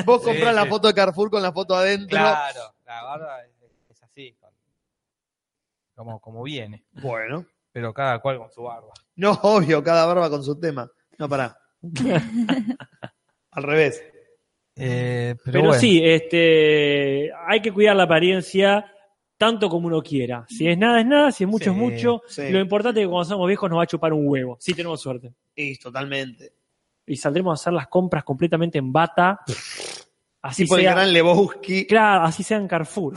Speaker 8: Vos comprás
Speaker 4: Sí,
Speaker 8: la
Speaker 4: sí.
Speaker 8: foto de Carrefour con la foto adentro.
Speaker 4: Claro, la barba es, es así. Como, como viene.
Speaker 8: Bueno.
Speaker 4: Pero cada cual con su barba.
Speaker 8: No, obvio, cada barba con su tema. No, pará. Al revés.
Speaker 4: Eh, pero
Speaker 7: Pero
Speaker 4: bueno.
Speaker 7: sí, este, hay que cuidar la apariencia tanto como uno quiera. Si es nada, es nada, si es mucho,
Speaker 4: Sí,
Speaker 7: es mucho.
Speaker 3: sí.
Speaker 7: Lo importante es que cuando somos viejos nos va a chupar un huevo, si tenemos suerte.
Speaker 3: Sí, totalmente.
Speaker 7: Y saldremos a hacer las compras completamente en bata. Así,
Speaker 3: Tipo el
Speaker 7: sea,
Speaker 3: gran Lebowski.
Speaker 7: claro, así sea en Carrefour.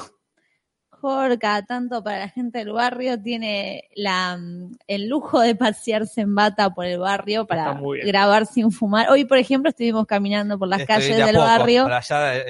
Speaker 6: Jorca, tanto para la gente del barrio, tiene la, mm, el lujo de pasearse en bata por el barrio para
Speaker 7: muy bien.
Speaker 6: grabar sin fumar. Hoy, por ejemplo, estuvimos caminando por las
Speaker 4: Estoy
Speaker 6: calles
Speaker 4: de a
Speaker 6: del
Speaker 4: poco,
Speaker 6: barrio.
Speaker 4: Para allá, eh,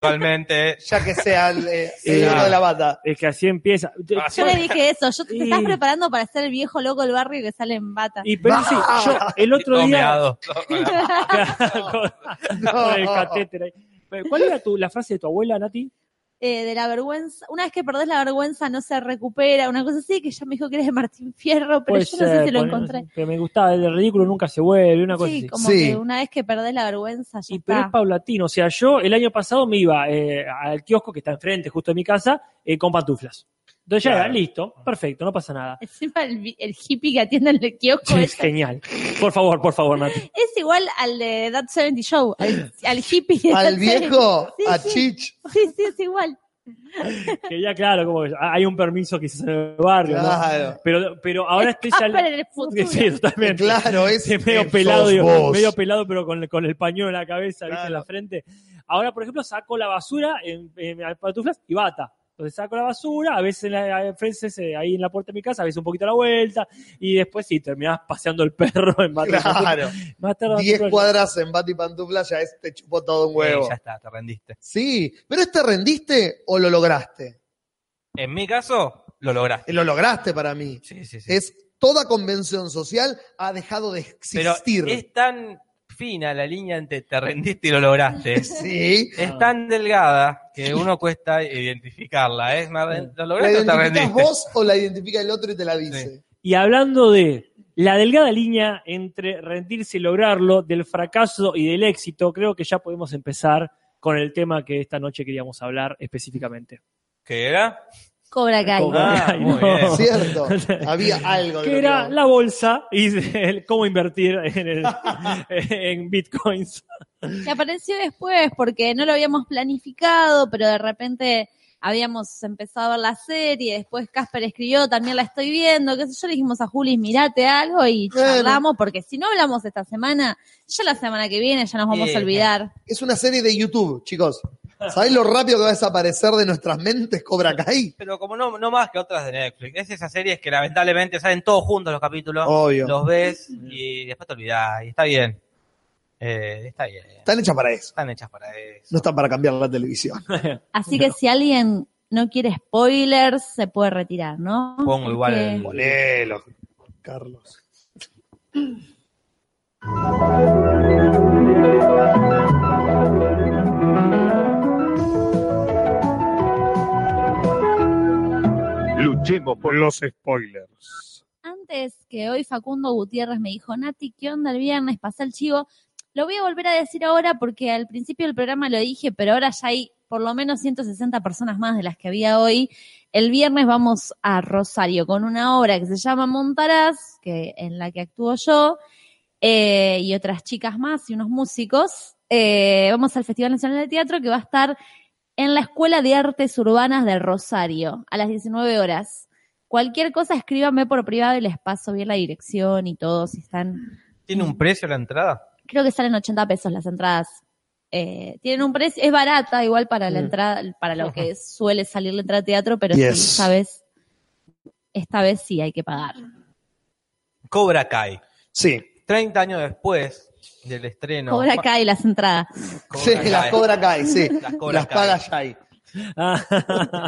Speaker 4: eventualmente.
Speaker 3: Ya que sea el, eh,
Speaker 7: Sí,
Speaker 3: el negro
Speaker 7: claro.
Speaker 3: de la bata.
Speaker 7: Es que así empieza.
Speaker 6: Yo le dije eso, yo te estás
Speaker 7: Y-
Speaker 6: preparando para ser el viejo loco del barrio que sale en bata.
Speaker 7: Y pero sí, yo el otro
Speaker 4: todo
Speaker 7: día.
Speaker 4: meado, eh, todo meado.
Speaker 7: con, con el catéter ahí. Pero, ¿Cuál era tu, la frase de tu abuela, Nati?
Speaker 6: Eh, de la vergüenza, una vez que perdés la vergüenza no se recupera, una cosa así, que ella me dijo que eres de Martín Fierro, pero
Speaker 7: Puede
Speaker 6: yo no sé
Speaker 7: ser,
Speaker 6: si lo
Speaker 7: poner-
Speaker 6: encontré.
Speaker 7: Que me gustaba, el ridículo nunca se vuelve, una cosa
Speaker 6: Sí,
Speaker 7: así.
Speaker 6: como
Speaker 3: Sí.
Speaker 6: que una vez que perdés la vergüenza ya
Speaker 7: Y pero es
Speaker 6: está.
Speaker 7: paulatino. O sea, yo el año pasado me iba eh, al kiosco que está enfrente, justo de mi casa, eh, con pantuflas. Entonces ya
Speaker 3: Claro.
Speaker 7: era, listo, perfecto, no pasa nada.
Speaker 6: Encima el, vi- el hippie que atiende el kiosco
Speaker 7: Sí,
Speaker 6: es,
Speaker 7: es genial. Por favor, por favor, Nati.
Speaker 6: es igual al de That 70 Show, al, al hippie. de That
Speaker 3: Al
Speaker 6: 70.
Speaker 3: viejo,
Speaker 6: Sí,
Speaker 3: a
Speaker 6: sí.
Speaker 3: Chich.
Speaker 6: Sí, sí, es igual.
Speaker 7: Que ya, claro, como que hay un permiso quizás en el barrio, ¿no?
Speaker 3: Claro.
Speaker 7: Pero, pero ahora estoy
Speaker 6: Escapa
Speaker 7: saliendo.
Speaker 6: en el futuro.
Speaker 7: Sí, totalmente.
Speaker 3: Claro, es
Speaker 7: Sí, medio
Speaker 3: sos
Speaker 7: pelado, digo,
Speaker 3: vos.
Speaker 7: medio pelado, pero con, con el pañuelo en la cabeza, ¿viste?
Speaker 3: Claro.
Speaker 7: en la frente. Ahora, por ejemplo, saco la basura en, en- en pantuflas y bata. Entonces saco la basura, a veces en la, a veces, eh, ahí en la puerta de mi casa, a veces un poquito a la vuelta, y después sí, terminás paseando el perro en bata. y pantuflas.
Speaker 3: Claro.
Speaker 7: Más tarde,
Speaker 3: 10
Speaker 7: pantuflas.
Speaker 3: cuadras en bata y pantufla, ya es, te chupó todo un
Speaker 4: Eh,
Speaker 3: huevo.
Speaker 4: ya está, te rendiste.
Speaker 3: Sí, pero este rendiste o lo lograste. Eh,
Speaker 4: En mi caso, lo lograste.
Speaker 3: Lo lograste para mí.
Speaker 4: Sí, sí, sí.
Speaker 3: Es toda convención social ha dejado de
Speaker 4: Pero
Speaker 3: existir.
Speaker 4: es tan fina la línea entre te rendiste y lo lograste.
Speaker 3: Sí.
Speaker 4: Es tan delgada que uno cuesta identificarla. ¿eh? Más bien,
Speaker 3: ¿La
Speaker 4: ¿Lo lograste o te
Speaker 3: identificas
Speaker 4: rendiste?
Speaker 3: vos o la identifica el otro y te la dice?
Speaker 7: Y hablando de la delgada línea entre rendirse y lograrlo, del fracaso y del éxito, creo que ya podemos empezar con el tema que esta noche queríamos hablar específicamente.
Speaker 4: ¿Qué era?
Speaker 6: Cobra Kai.
Speaker 7: Cobra
Speaker 4: Ah,
Speaker 7: Kai,
Speaker 4: muy bien.
Speaker 7: no.
Speaker 3: Cierto. Había algo. de
Speaker 7: que
Speaker 3: lo
Speaker 7: era
Speaker 3: que-
Speaker 7: la bolsa y el cómo invertir en, el- en bitcoins.
Speaker 6: Que apareció después porque no lo habíamos planificado, pero de repente habíamos empezado a ver la serie, después Casper escribió, también la estoy viendo, qué sé yo, le dijimos a Juli, mirate algo y
Speaker 3: Bueno.
Speaker 6: charlamos, porque si no hablamos esta semana, ya la semana que viene ya nos vamos
Speaker 4: Sí.
Speaker 6: a olvidar.
Speaker 3: Es una serie de YouTube, chicos. ¿Sabés lo rápido que va a desaparecer de nuestras mentes Cobra Kai?
Speaker 4: Pero como no, no más que otras de Netflix. Es esas series que lamentablemente salen todos juntos los capítulos.
Speaker 3: Obvio.
Speaker 4: Los ves y después te olvidás. Y está bien. Eh, está bien.
Speaker 3: Están hechas para eso.
Speaker 4: Están hechas para eso.
Speaker 3: No están para cambiar la televisión.
Speaker 6: Así que si alguien no quiere spoilers, se puede retirar, ¿no?
Speaker 4: Pongo igual
Speaker 6: Porque-
Speaker 4: el-
Speaker 3: Ponelo, Carlos.
Speaker 8: Luchemos por los spoilers.
Speaker 6: Antes que hoy Facundo Gutiérrez me dijo, Nati, ¿qué onda el viernes? Pasé el chivo. Lo voy a volver a decir ahora porque al principio del programa lo dije, pero ahora ya hay por lo menos 160 personas más de las que había hoy. El viernes vamos a Rosario con una obra que se llama Montaraz, que, en la que actúo yo, eh, y otras chicas más y unos músicos. Eh, vamos al Festival Nacional de Teatro que va a estar en la Escuela de Artes Urbanas de Rosario a las 19 horas. Cualquier cosa escríbanme por privado y les paso bien la dirección y todo, si están...
Speaker 4: ¿Tiene un precio la entrada?
Speaker 6: Creo que salen 80 pesos las entradas. Eh, tienen un precio, es barata igual para la
Speaker 7: Mm.
Speaker 6: entrada, para lo que suele salir la entrada a teatro, pero
Speaker 3: Yes.
Speaker 6: sí, esta vez, esta vez sí hay que pagar.
Speaker 4: Cobra Kai.
Speaker 3: Sí.
Speaker 4: 30 años después del estreno.
Speaker 6: Cobra acá y las entradas.
Speaker 4: Cobra
Speaker 3: sí,
Speaker 4: Kai.
Speaker 3: las Cobra Kai, sí.
Speaker 4: Las
Speaker 3: Las,
Speaker 4: Cobra Kai.
Speaker 3: paga Shai.
Speaker 7: Ah,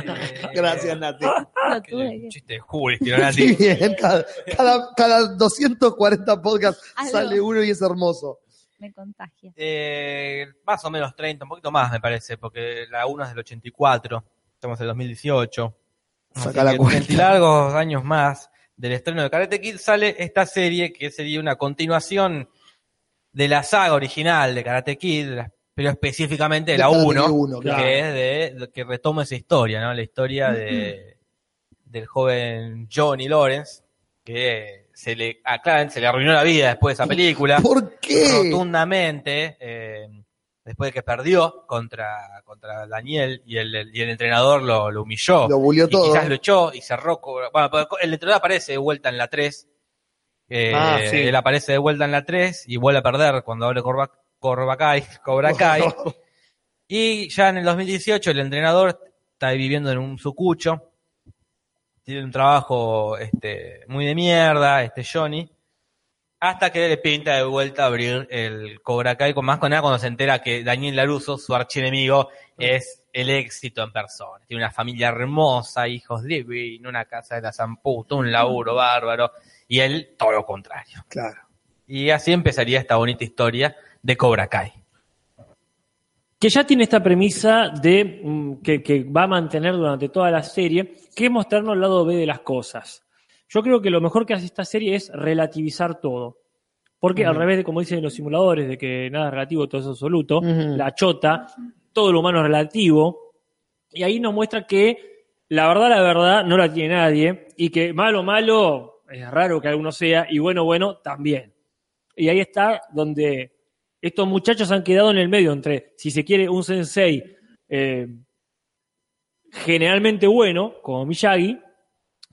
Speaker 4: Eh,
Speaker 3: Gracias, Nati.
Speaker 6: Lo
Speaker 4: que-
Speaker 6: tuve que-
Speaker 4: Chiste de Juli, tiró
Speaker 3: Sí,
Speaker 4: Nati.
Speaker 3: bien. Cada, cada, cada 240 podcasts
Speaker 6: Algo.
Speaker 3: sale uno y es hermoso.
Speaker 6: me contagia.
Speaker 4: Eh, más o menos 30, un poquito más me parece, porque la 1 es del 84, estamos en el 2018. Así
Speaker 3: Saca la
Speaker 4: que
Speaker 3: cuenta.
Speaker 4: 30 y largos años más del estreno de Karate Kid sale esta serie que sería una continuación de la saga original de Karate Kid, de la- pero específicamente de la Eh,
Speaker 3: Karate Kid
Speaker 4: 1,
Speaker 3: uno,
Speaker 4: que
Speaker 3: claro.
Speaker 4: es de, de- que retoma esa historia, ¿no? La historia de del joven Johnny Lawrence que se le aclaran, se le arruinó la vida después de esa película
Speaker 3: ¿Por qué?
Speaker 4: rotundamente. eh, después de que perdió contra, contra Daniel y el, el- y el entrenador lo, lo humilló.
Speaker 3: Lo bulió
Speaker 4: y
Speaker 3: todo.
Speaker 4: quizás lo echó y cerró. co- Bueno, pero el entrenador aparece de vuelta en la 3. Eh,
Speaker 3: Ah, sí.
Speaker 4: Él aparece de vuelta en la 3 y vuelve a perder cuando hable Corba, Corbacay, Cobra Kai. Y ya en el 2018 el entrenador está viviendo en un sucucho. Tiene un trabajo este, muy de mierda, este Johnny. Hasta que le pinta de vuelta abrir el Cobra Kai, con más con nada cuando se entera que Daniel Laruso, su archienemigo, es el éxito en persona. Tiene una familia hermosa, hijos divinos, una casa de la zamputa, un laburo bárbaro, y él todo lo contrario.
Speaker 8: Claro.
Speaker 4: Y así empezaría esta bonita historia de Cobra Kai.
Speaker 7: que ya tiene esta premisa de mm, que, que va a mantener durante toda la serie, que es mostrarnos el lado B de las cosas. Yo creo que lo mejor que hace esta serie es relativizar todo. Porque al revés de como dicen los simuladores, de que nada es relativo, todo es absoluto,
Speaker 3: Ujú.
Speaker 7: la chota, todo lo humano es relativo, y ahí nos muestra que la verdad, la verdad, no la tiene nadie, y que malo, malo, es raro que alguno sea, y bueno, bueno, también. Y ahí está donde estos muchachos han quedado en el medio entre, si se quiere, un sensei eh, generalmente bueno, como Miyagi,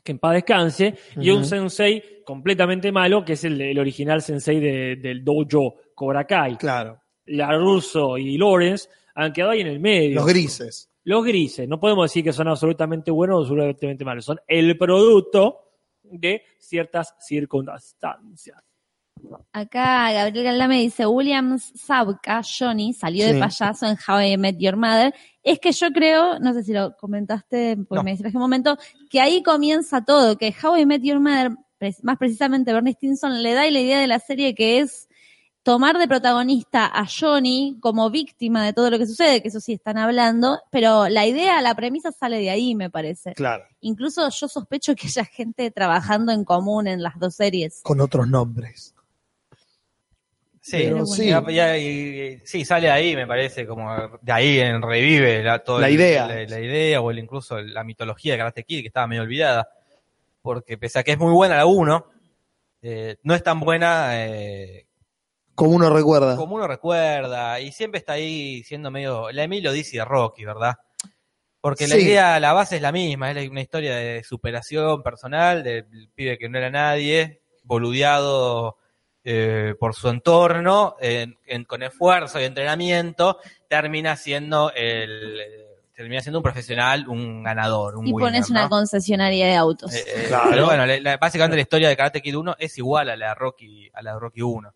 Speaker 7: que en paz descanse, y
Speaker 3: Ujú.
Speaker 7: un sensei completamente malo, que es el, el original sensei de- del dojo Cobra Kai.
Speaker 3: Claro.
Speaker 7: Larusso y Lawrence han quedado ahí en el medio.
Speaker 3: Los grises.
Speaker 7: Los grises, no podemos decir que son absolutamente buenos o absolutamente malos, son el producto de ciertas circunstancias.
Speaker 6: Acá Gabriel Galdame dice, Williams Zabka, Johnny, salió
Speaker 3: Sí.
Speaker 6: de payaso en How I Met Your Mother. Es que yo creo, no sé si lo comentaste, porque
Speaker 4: No.
Speaker 6: me distraje un momento, que ahí comienza todo, que How I Met Your Mother, pre- más precisamente Bernie Stinson, le da la idea de la serie que es tomar de protagonista a Johnny como víctima de todo lo que sucede, que eso sí están hablando, pero la idea, la premisa sale de ahí, me parece.
Speaker 3: Claro.
Speaker 6: Incluso yo sospecho que haya gente trabajando en común en las dos series.
Speaker 3: Con otros nombres.
Speaker 4: Sí,
Speaker 3: Pero
Speaker 4: sí.
Speaker 3: bueno.
Speaker 4: ya- y- sí, sale ahí, me parece, como de ahí en revive la, todo
Speaker 3: La
Speaker 4: el-
Speaker 3: idea.
Speaker 4: La, la idea o el- incluso la mitología de Karate Kid, que estaba medio olvidada. Porque pese a que es muy buena la 1, eh, no es tan buena eh,
Speaker 3: Como uno recuerda.
Speaker 4: como uno recuerda, y siempre está ahí siendo medio la Emilio Dizzy de Rocky, ¿verdad? Porque la
Speaker 3: Sí.
Speaker 4: idea, la base es la misma, es la- una historia de superación personal, del pibe que no era nadie, boludeado eh, por su entorno, en- en- con esfuerzo y entrenamiento, termina siendo el termina siendo un profesional, un ganador, un
Speaker 6: Y
Speaker 4: winner,
Speaker 6: pones una
Speaker 4: ¿no?
Speaker 6: concesionaria de autos.
Speaker 4: Eh, eh,
Speaker 3: Claro.
Speaker 4: Pero bueno, la- la- básicamente la historia de Karate Kid 1 es igual a la Rocky, a la Rocky 1.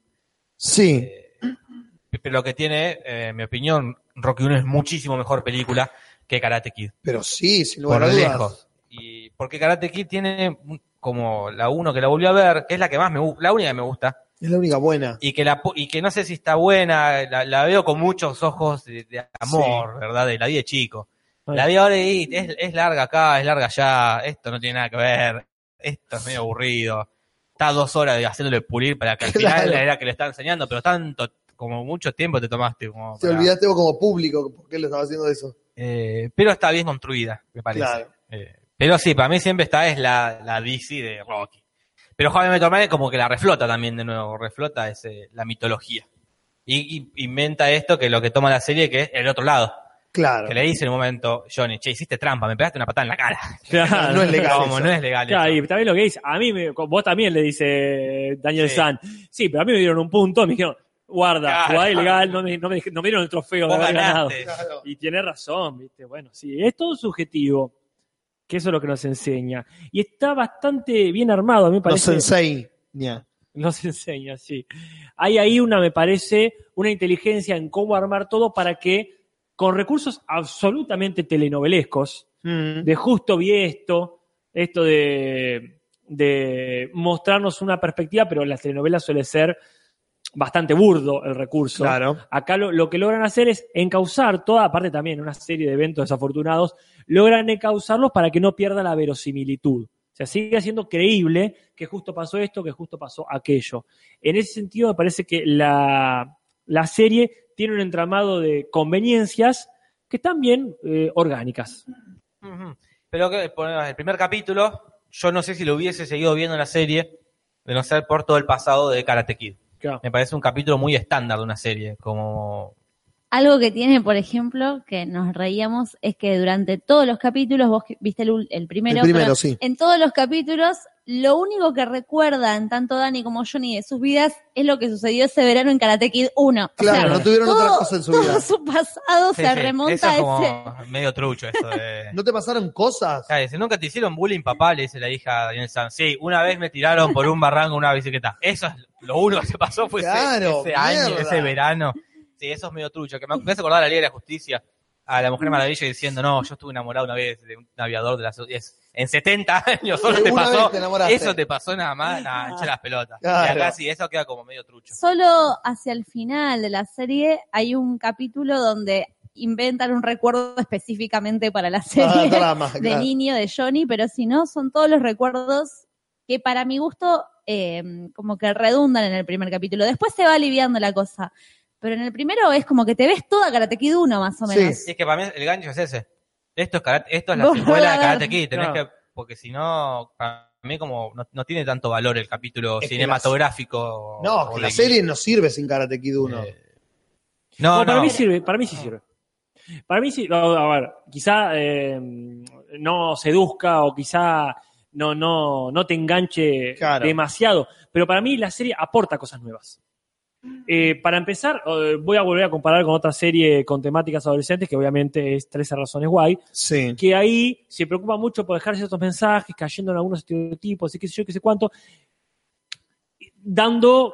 Speaker 3: Sí.
Speaker 4: Eh, pero lo que tiene, eh, en mi opinión, Rocky 1 es muchísimo mejor película que Karate Kid.
Speaker 3: Pero sí, sin lugar
Speaker 4: Por
Speaker 3: a dudas.
Speaker 4: lejos. Y porque Karate Kid tiene un- como la 1 que la volví a ver, que es la que más me gu- la única que me gusta,
Speaker 3: Es la única buena.
Speaker 4: y que la pu- y que no sé si está buena, la, la veo con muchos ojos de, de amor, ¿verdad? De la vida de chico. La vi ahora y es, es larga acá, es larga allá, esto no tiene nada que ver, esto es medio aburrido. Está dos horas de- haciéndole pulir para que al
Speaker 3: Claro.
Speaker 4: final era que le está enseñando, pero tanto, como mucho tiempo te tomaste. Como
Speaker 3: Te
Speaker 4: para-
Speaker 3: olvidaste vos como público por qué lo estaba haciendo eso.
Speaker 4: Eh, pero está bien construida, me parece.
Speaker 3: Claro.
Speaker 4: Eh, pero sí, para mí siempre está es la, la DC de Rocky. Pero Javier Metroman como que la reflota también de nuevo, reflota ese, la mitología. Y, y inventa esto que lo que toma la serie que es el otro lado.
Speaker 3: Claro.
Speaker 4: Que le dice en un momento, Johnny, che, hiciste trampa, me pegaste una patada en la cara.
Speaker 7: Claro.
Speaker 3: No es legal.
Speaker 4: Como
Speaker 3: eso.
Speaker 4: no es legal.
Speaker 7: Claro,
Speaker 4: eso.
Speaker 7: y también lo que dice, a mí, me- vos también le dice Daniel
Speaker 4: Sí.
Speaker 7: San, sí, pero a mí me dieron un punto, me dijeron, guarda,
Speaker 4: Claro.
Speaker 7: jugada ilegal, no me, no, me, no me dieron el trofeo de
Speaker 4: Vos
Speaker 7: haber ganado.
Speaker 4: ganaste.
Speaker 3: Claro.
Speaker 7: Y tiene razón, ¿viste? Bueno, sí, es todo subjetivo, que eso es lo que nos enseña. Y está bastante bien armado, a mí me
Speaker 3: No
Speaker 7: parece.
Speaker 3: sensei. ña.
Speaker 7: Nos enseña, sí. Hay ahí una, me parece, una inteligencia en cómo armar todo para que, con recursos absolutamente telenovelescos,
Speaker 3: Mm.
Speaker 7: de justo vi esto, esto de, de mostrarnos una perspectiva, pero en las telenovelas suele ser bastante burdo el recurso.
Speaker 3: Claro.
Speaker 7: Acá lo, lo que logran hacer es encauzar toda, aparte también una serie de eventos desafortunados, logran encauzarlos para que no pierda la verosimilitud. O sea, sigue siendo creíble que justo pasó esto, que justo pasó aquello. En ese sentido, me parece que la, la serie tiene un entramado de conveniencias que están bien eh, orgánicas.
Speaker 4: Ujú. Pero que, por ejemplo, el primer capítulo, yo no sé si lo hubiese seguido viendo en la serie, de no ser por todo el pasado de Karate Kid.
Speaker 7: Claro.
Speaker 4: Me parece un capítulo muy estándar de una serie, como
Speaker 6: Algo que tiene, por ejemplo, que nos reíamos, es que durante todos los capítulos, vos que- viste el, ul- el primero,
Speaker 3: El primero,
Speaker 6: pero
Speaker 3: sí.
Speaker 6: en todos los capítulos, lo único que recuerdan tanto Dani como Johnny de sus vidas es lo que sucedió ese verano en Karate Kid 1. O
Speaker 3: Claro,
Speaker 6: sea,
Speaker 3: no tuvieron
Speaker 6: todo,
Speaker 3: otra cosa en su vida.
Speaker 6: todo su pasado
Speaker 4: Sí,
Speaker 6: se
Speaker 4: sí, eso
Speaker 6: remonta
Speaker 4: es
Speaker 6: a ese...
Speaker 4: como medio trucho eso de...
Speaker 3: ¿No te pasaron cosas?
Speaker 4: Claro, dice, nunca te hicieron bullying, papá, le dice la hija a Daniel Sanz. Sí, una vez me tiraron por un barranco una bicicleta. Eso es lo único que se pasó fue ese-
Speaker 3: Claro,
Speaker 4: ese, año,
Speaker 3: mierda.
Speaker 4: ese verano. Sí, eso es medio trucho. Que me, me hace acordar a la Liga de la Justicia, a la Mujer Maravilla diciendo, no, yo estuve enamorado una vez de un aviador de la... so- es- en 70 años solo
Speaker 3: Sí,
Speaker 4: te
Speaker 3: una
Speaker 4: pasó.
Speaker 3: vez te enamoraste.
Speaker 4: eso te pasó nada más, nada, hincha las pelotas. Y
Speaker 3: Claro.
Speaker 4: acá sí, eso queda como medio trucho.
Speaker 6: Solo hacia el final de la serie hay un capítulo donde inventan un recuerdo específicamente para la
Speaker 3: Ah,
Speaker 6: serie
Speaker 3: drama,
Speaker 6: de
Speaker 3: claro.
Speaker 6: niño de Johnny, pero si no, son todos los recuerdos que para mi gusto eh, como que redundan en el primer capítulo. Después se va aliviando la cosa. Pero en el primero es como que te ves toda Karate Kid 1 más o
Speaker 3: Sí.
Speaker 6: menos.
Speaker 4: Sí, es que para mí el gancho es ese. Esto es, karate- esto es la
Speaker 6: Vos
Speaker 4: secuela de
Speaker 6: vas a
Speaker 4: Karate
Speaker 6: ver.
Speaker 4: Kid. tenés
Speaker 7: Claro.
Speaker 4: que- porque si no, para mí como no, no tiene tanto valor el capítulo
Speaker 3: Es que
Speaker 4: cinematográfico.
Speaker 3: No,
Speaker 4: o
Speaker 3: que
Speaker 4: de-
Speaker 3: la serie no sirve sin Karate Kid 1.
Speaker 4: Eh, No,
Speaker 7: No,
Speaker 4: no, Ah.
Speaker 7: para mí sirve, para mí sí sirve. Para mí sí, no, a ver, quizá eh, no seduzca o quizá no, no, no te enganche
Speaker 3: Claro.
Speaker 7: demasiado, pero para mí la serie aporta cosas nuevas. Eh, para empezar, eh, voy a volver a comparar con otra serie con temáticas adolescentes, que obviamente es 13 razones guay,
Speaker 3: Sí.
Speaker 7: que ahí se preocupa mucho por dejar ciertos mensajes, cayendo en algunos estereotipos, y qué sé yo, qué sé cuánto, dando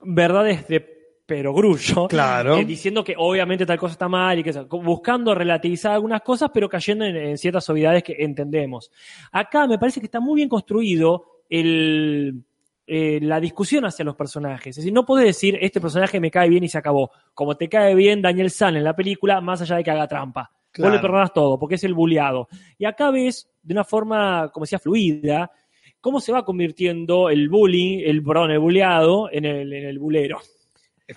Speaker 7: verdades de perogrullo,
Speaker 3: Claro.
Speaker 7: eh, diciendo que obviamente tal cosa está mal y que eso, como buscando relativizar algunas cosas, pero cayendo en, en ciertas obviedades que entendemos. Acá me parece que está muy bien construido el, eh, la discusión hacia los personajes. Es decir, no podés decir, este personaje me cae bien y se acabó. Como te cae bien Daniel San en la película, más allá de que haga trampa.
Speaker 3: Claro.
Speaker 7: Vos le perdonás todo, porque es el buleado. Y acá ves, de una forma, como decía, fluida, cómo se va convirtiendo el bullying, el, perdón, el buleado en el, en el bulero.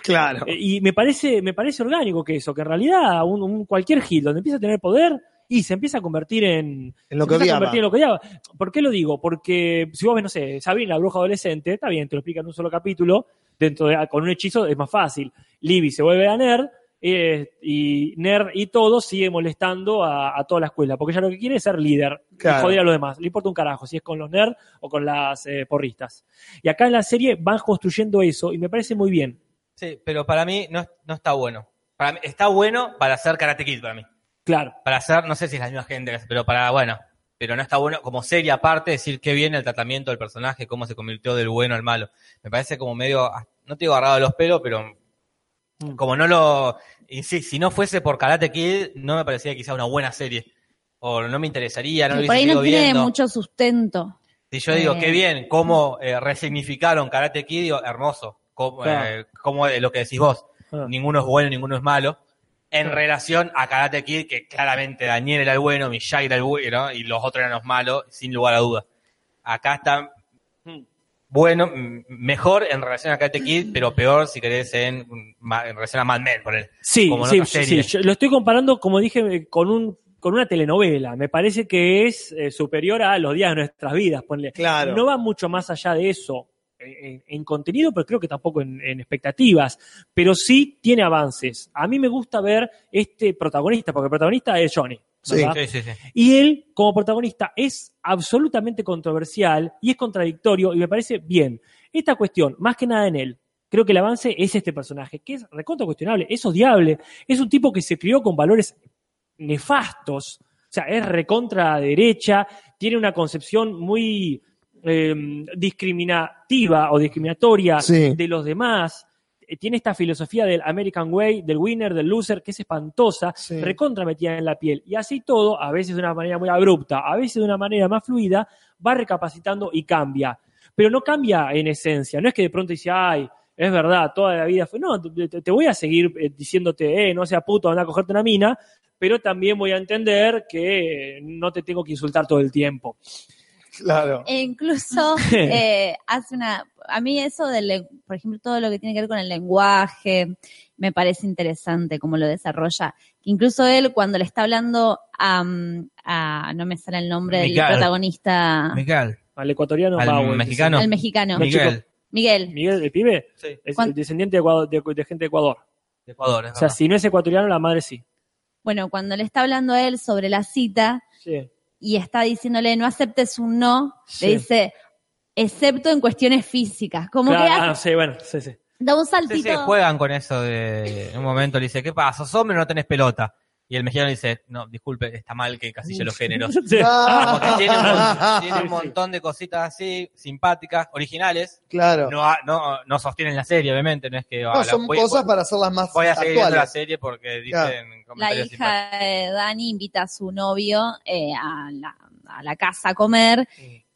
Speaker 3: Claro.
Speaker 7: Eh, Y me parece, me parece orgánico que eso, que en realidad un, un cualquier gil donde empieza a tener poder y se empieza a convertir en
Speaker 3: En lo
Speaker 7: se
Speaker 3: que
Speaker 7: empieza a
Speaker 3: odiaba.
Speaker 7: convertir en lo que odiaba. ¿Por qué lo digo? Porque si vos ves, no sé, Sabrina, la bruja adolescente, está bien, te lo explica en un solo capítulo, dentro de, con un hechizo es más fácil. Libby se vuelve a nerd eh, y nerd y todo sigue molestando a, a toda la escuela, porque ella lo que quiere es ser líder y
Speaker 3: Claro.
Speaker 7: joder a los demás. Le importa un carajo si es con los nerds o con las eh, porristas. Y acá en la serie van construyendo eso y me parece muy bien.
Speaker 4: sí, pero para mí no, no está bueno. Para mí, está bueno para hacer Karate Kid, para mí.
Speaker 7: Claro.
Speaker 4: Para hacer, no sé si es la misma gente, pero para, bueno, pero no está bueno como serie aparte decir qué viene el tratamiento del personaje, cómo se convirtió del bueno al malo. Me parece como medio, no te digo agarrado a los pelos, pero
Speaker 7: Mm.
Speaker 4: como no lo, y sí, si no fuese por Karate Kid, no me parecía quizá una buena serie. O no me interesaría, no lo
Speaker 6: Y por ahí
Speaker 4: hubiese
Speaker 6: no
Speaker 4: seguido
Speaker 6: tiene
Speaker 4: viendo.
Speaker 6: mucho sustento.
Speaker 4: Y yo digo,
Speaker 6: Eh.
Speaker 4: qué bien, cómo eh, resignificaron Karate Kid, digo, hermoso, como,
Speaker 7: Claro.
Speaker 4: eh, como eh, lo que decís vos,
Speaker 7: Ah.
Speaker 4: ninguno es bueno, ninguno es malo, en relación a Karate Kid, que claramente Daniel era el bueno, Miyagi era el bueno, y los otros eran los malos, sin lugar a duda. Acá está
Speaker 7: Hmm.
Speaker 4: bueno, m- mejor en relación a Karate Kid, pero peor si querés en, en relación a Mad Men, por él.
Speaker 7: Sí,
Speaker 4: como en
Speaker 7: sí,
Speaker 4: otra
Speaker 7: sí,
Speaker 4: serie.
Speaker 7: sí. Yo lo estoy comparando, como dije, eh, con un con una telenovela. Me parece que es eh, superior a los días de nuestras vidas, ponle.
Speaker 3: Claro.
Speaker 7: No va mucho más allá de eso eh, en, en contenido, pero creo que tampoco en, en expectativas. Pero sí tiene avances. A mí me gusta ver este protagonista, porque el protagonista es Johnny.
Speaker 3: Sí.
Speaker 7: ¿verdad?
Speaker 4: Sí, sí, sí.
Speaker 7: Y él, como protagonista, es absolutamente controversial y es contradictorio y me parece bien. Esta cuestión, más que nada en él, creo que el avance es este personaje, que es recontra cuestionable, es odiable, es un tipo que se crió con valores nefastos, o sea, es recontra derecha, tiene una concepción muy eh, discriminativa o discriminatoria
Speaker 3: Sí.
Speaker 7: de los demás, eh, tiene esta filosofía del American Way, del winner, del loser, que es espantosa,
Speaker 3: Sí.
Speaker 7: recontra metida en la piel. Y así todo, a veces de una manera muy abrupta, a veces de una manera más fluida, va recapacitando y cambia. Pero no cambia en esencia, no es que de pronto dice, ay, es verdad, toda la vida fue. No, te, te- te voy a seguir eh, diciéndote, eh, no sea puto, anda a cogerte una mina, pero también voy a entender que eh, no te tengo que insultar todo el tiempo.
Speaker 3: Claro.
Speaker 6: E incluso eh, hace una. A mí, eso del. len- Por ejemplo, todo lo que tiene que ver con el lenguaje, me parece interesante cómo lo desarrolla. Que Incluso él, cuando le está hablando a. mm, a- no me sale el nombre del
Speaker 4: Miguel.
Speaker 6: protagonista,
Speaker 4: Miguel,
Speaker 7: Al ecuatoriano,
Speaker 4: al
Speaker 7: Bauer,
Speaker 4: mexicano,
Speaker 6: al mexicano,
Speaker 7: Ah. No,
Speaker 4: Miguel.
Speaker 7: chico.
Speaker 6: Miguel.
Speaker 7: Miguel, el pibe,
Speaker 4: Sí.
Speaker 7: es
Speaker 6: ¿Cuán-
Speaker 7: descendiente de, Ecuador- de- de gente de Ecuador.
Speaker 4: de Ecuador. es
Speaker 7: O sea,
Speaker 4: verdad.
Speaker 7: si no es ecuatoriano, la madre sí.
Speaker 6: Bueno, cuando le está hablando a él sobre la cita
Speaker 7: Sí.
Speaker 6: y está diciéndole no aceptes un no,
Speaker 7: Sí.
Speaker 6: le dice excepto en cuestiones físicas. Como
Speaker 7: Claro,
Speaker 6: que
Speaker 7: ah,
Speaker 6: hace-
Speaker 7: sí, bueno, sí, sí.
Speaker 6: da un
Speaker 4: Sí,
Speaker 6: saltito.
Speaker 4: sí, juegan con eso de. En un momento le dice, ¿qué pasa? ¿Sos hombre o no tenés pelota? Y el mexicano le dice, no, disculpe, está mal que casille los géneros.
Speaker 7: Sí.
Speaker 4: Como
Speaker 3: Ah,
Speaker 4: que tiene un, mon- tiene un
Speaker 7: Sí, sí.
Speaker 4: montón de cositas así, simpáticas, originales.
Speaker 3: Claro. No,
Speaker 4: No, ha- no, no sostienen la serie, obviamente, no es que. ah, la-
Speaker 3: son
Speaker 4: voy-
Speaker 3: cosas
Speaker 4: voy-
Speaker 3: para hacerlas más
Speaker 4: Voy a seguir viendo la
Speaker 3: actuales.
Speaker 4: serie porque
Speaker 3: Claro.
Speaker 4: dicen
Speaker 6: La
Speaker 4: comentarios simpáticos.
Speaker 6: hija de Dani invita a su novio eh, a, la, a la casa a comer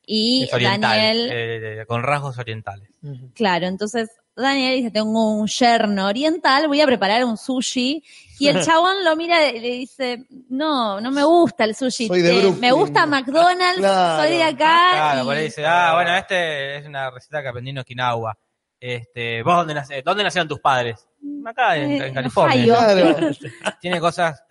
Speaker 6: y
Speaker 4: Es oriental,
Speaker 6: Daniel,
Speaker 4: eh, con rasgos orientales.
Speaker 6: claro, entonces Daniel dice, tengo un yerno oriental, voy a preparar un sushi. Y el chabón lo mira y le dice, no, no me gusta el sushi.
Speaker 3: Soy de
Speaker 6: eh,
Speaker 3: Brooklyn".
Speaker 6: me gusta McDonald's,
Speaker 3: Claro.
Speaker 6: soy de acá.
Speaker 4: Claro,
Speaker 6: y-
Speaker 4: por ahí dice, ah, bueno, este es una receta que aprendí en Okinawa. Este, ¿Vos dónde, nace- dónde nacieron tus padres? Acá en,
Speaker 6: Eh,
Speaker 4: en
Speaker 6: en
Speaker 4: California.
Speaker 6: Ohio.
Speaker 3: Claro.
Speaker 4: Tiene cosas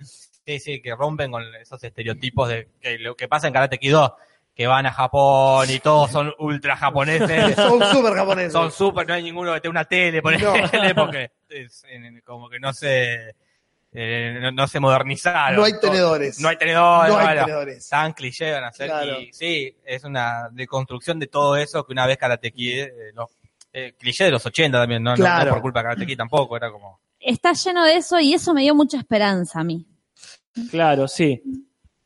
Speaker 4: sí, sí, que rompen con esos estereotipos de que lo que pasa en Karate Kid 2, que van a Japón y todos son ultra japoneses.
Speaker 3: Son súper japoneses.
Speaker 4: son súper, no hay ninguno que tenga una tele, por
Speaker 3: No.
Speaker 4: ejemplo, porque es, eh, como que no se, eh, no, no se modernizaron.
Speaker 3: No hay tenedores.
Speaker 4: No hay tenedores,
Speaker 3: No hay
Speaker 4: bueno,
Speaker 3: tenedores.
Speaker 4: Tan cliché van a ser.
Speaker 3: Claro.
Speaker 4: Y sí, es una deconstrucción de todo eso que una vez Karate Kid, eh, los- eh, cliché de los 80 también, no, No- no
Speaker 3: Claro.
Speaker 4: por culpa de Karate Kid tampoco, era como...
Speaker 6: Está lleno de eso y eso me dio mucha esperanza a mí.
Speaker 7: Claro, sí.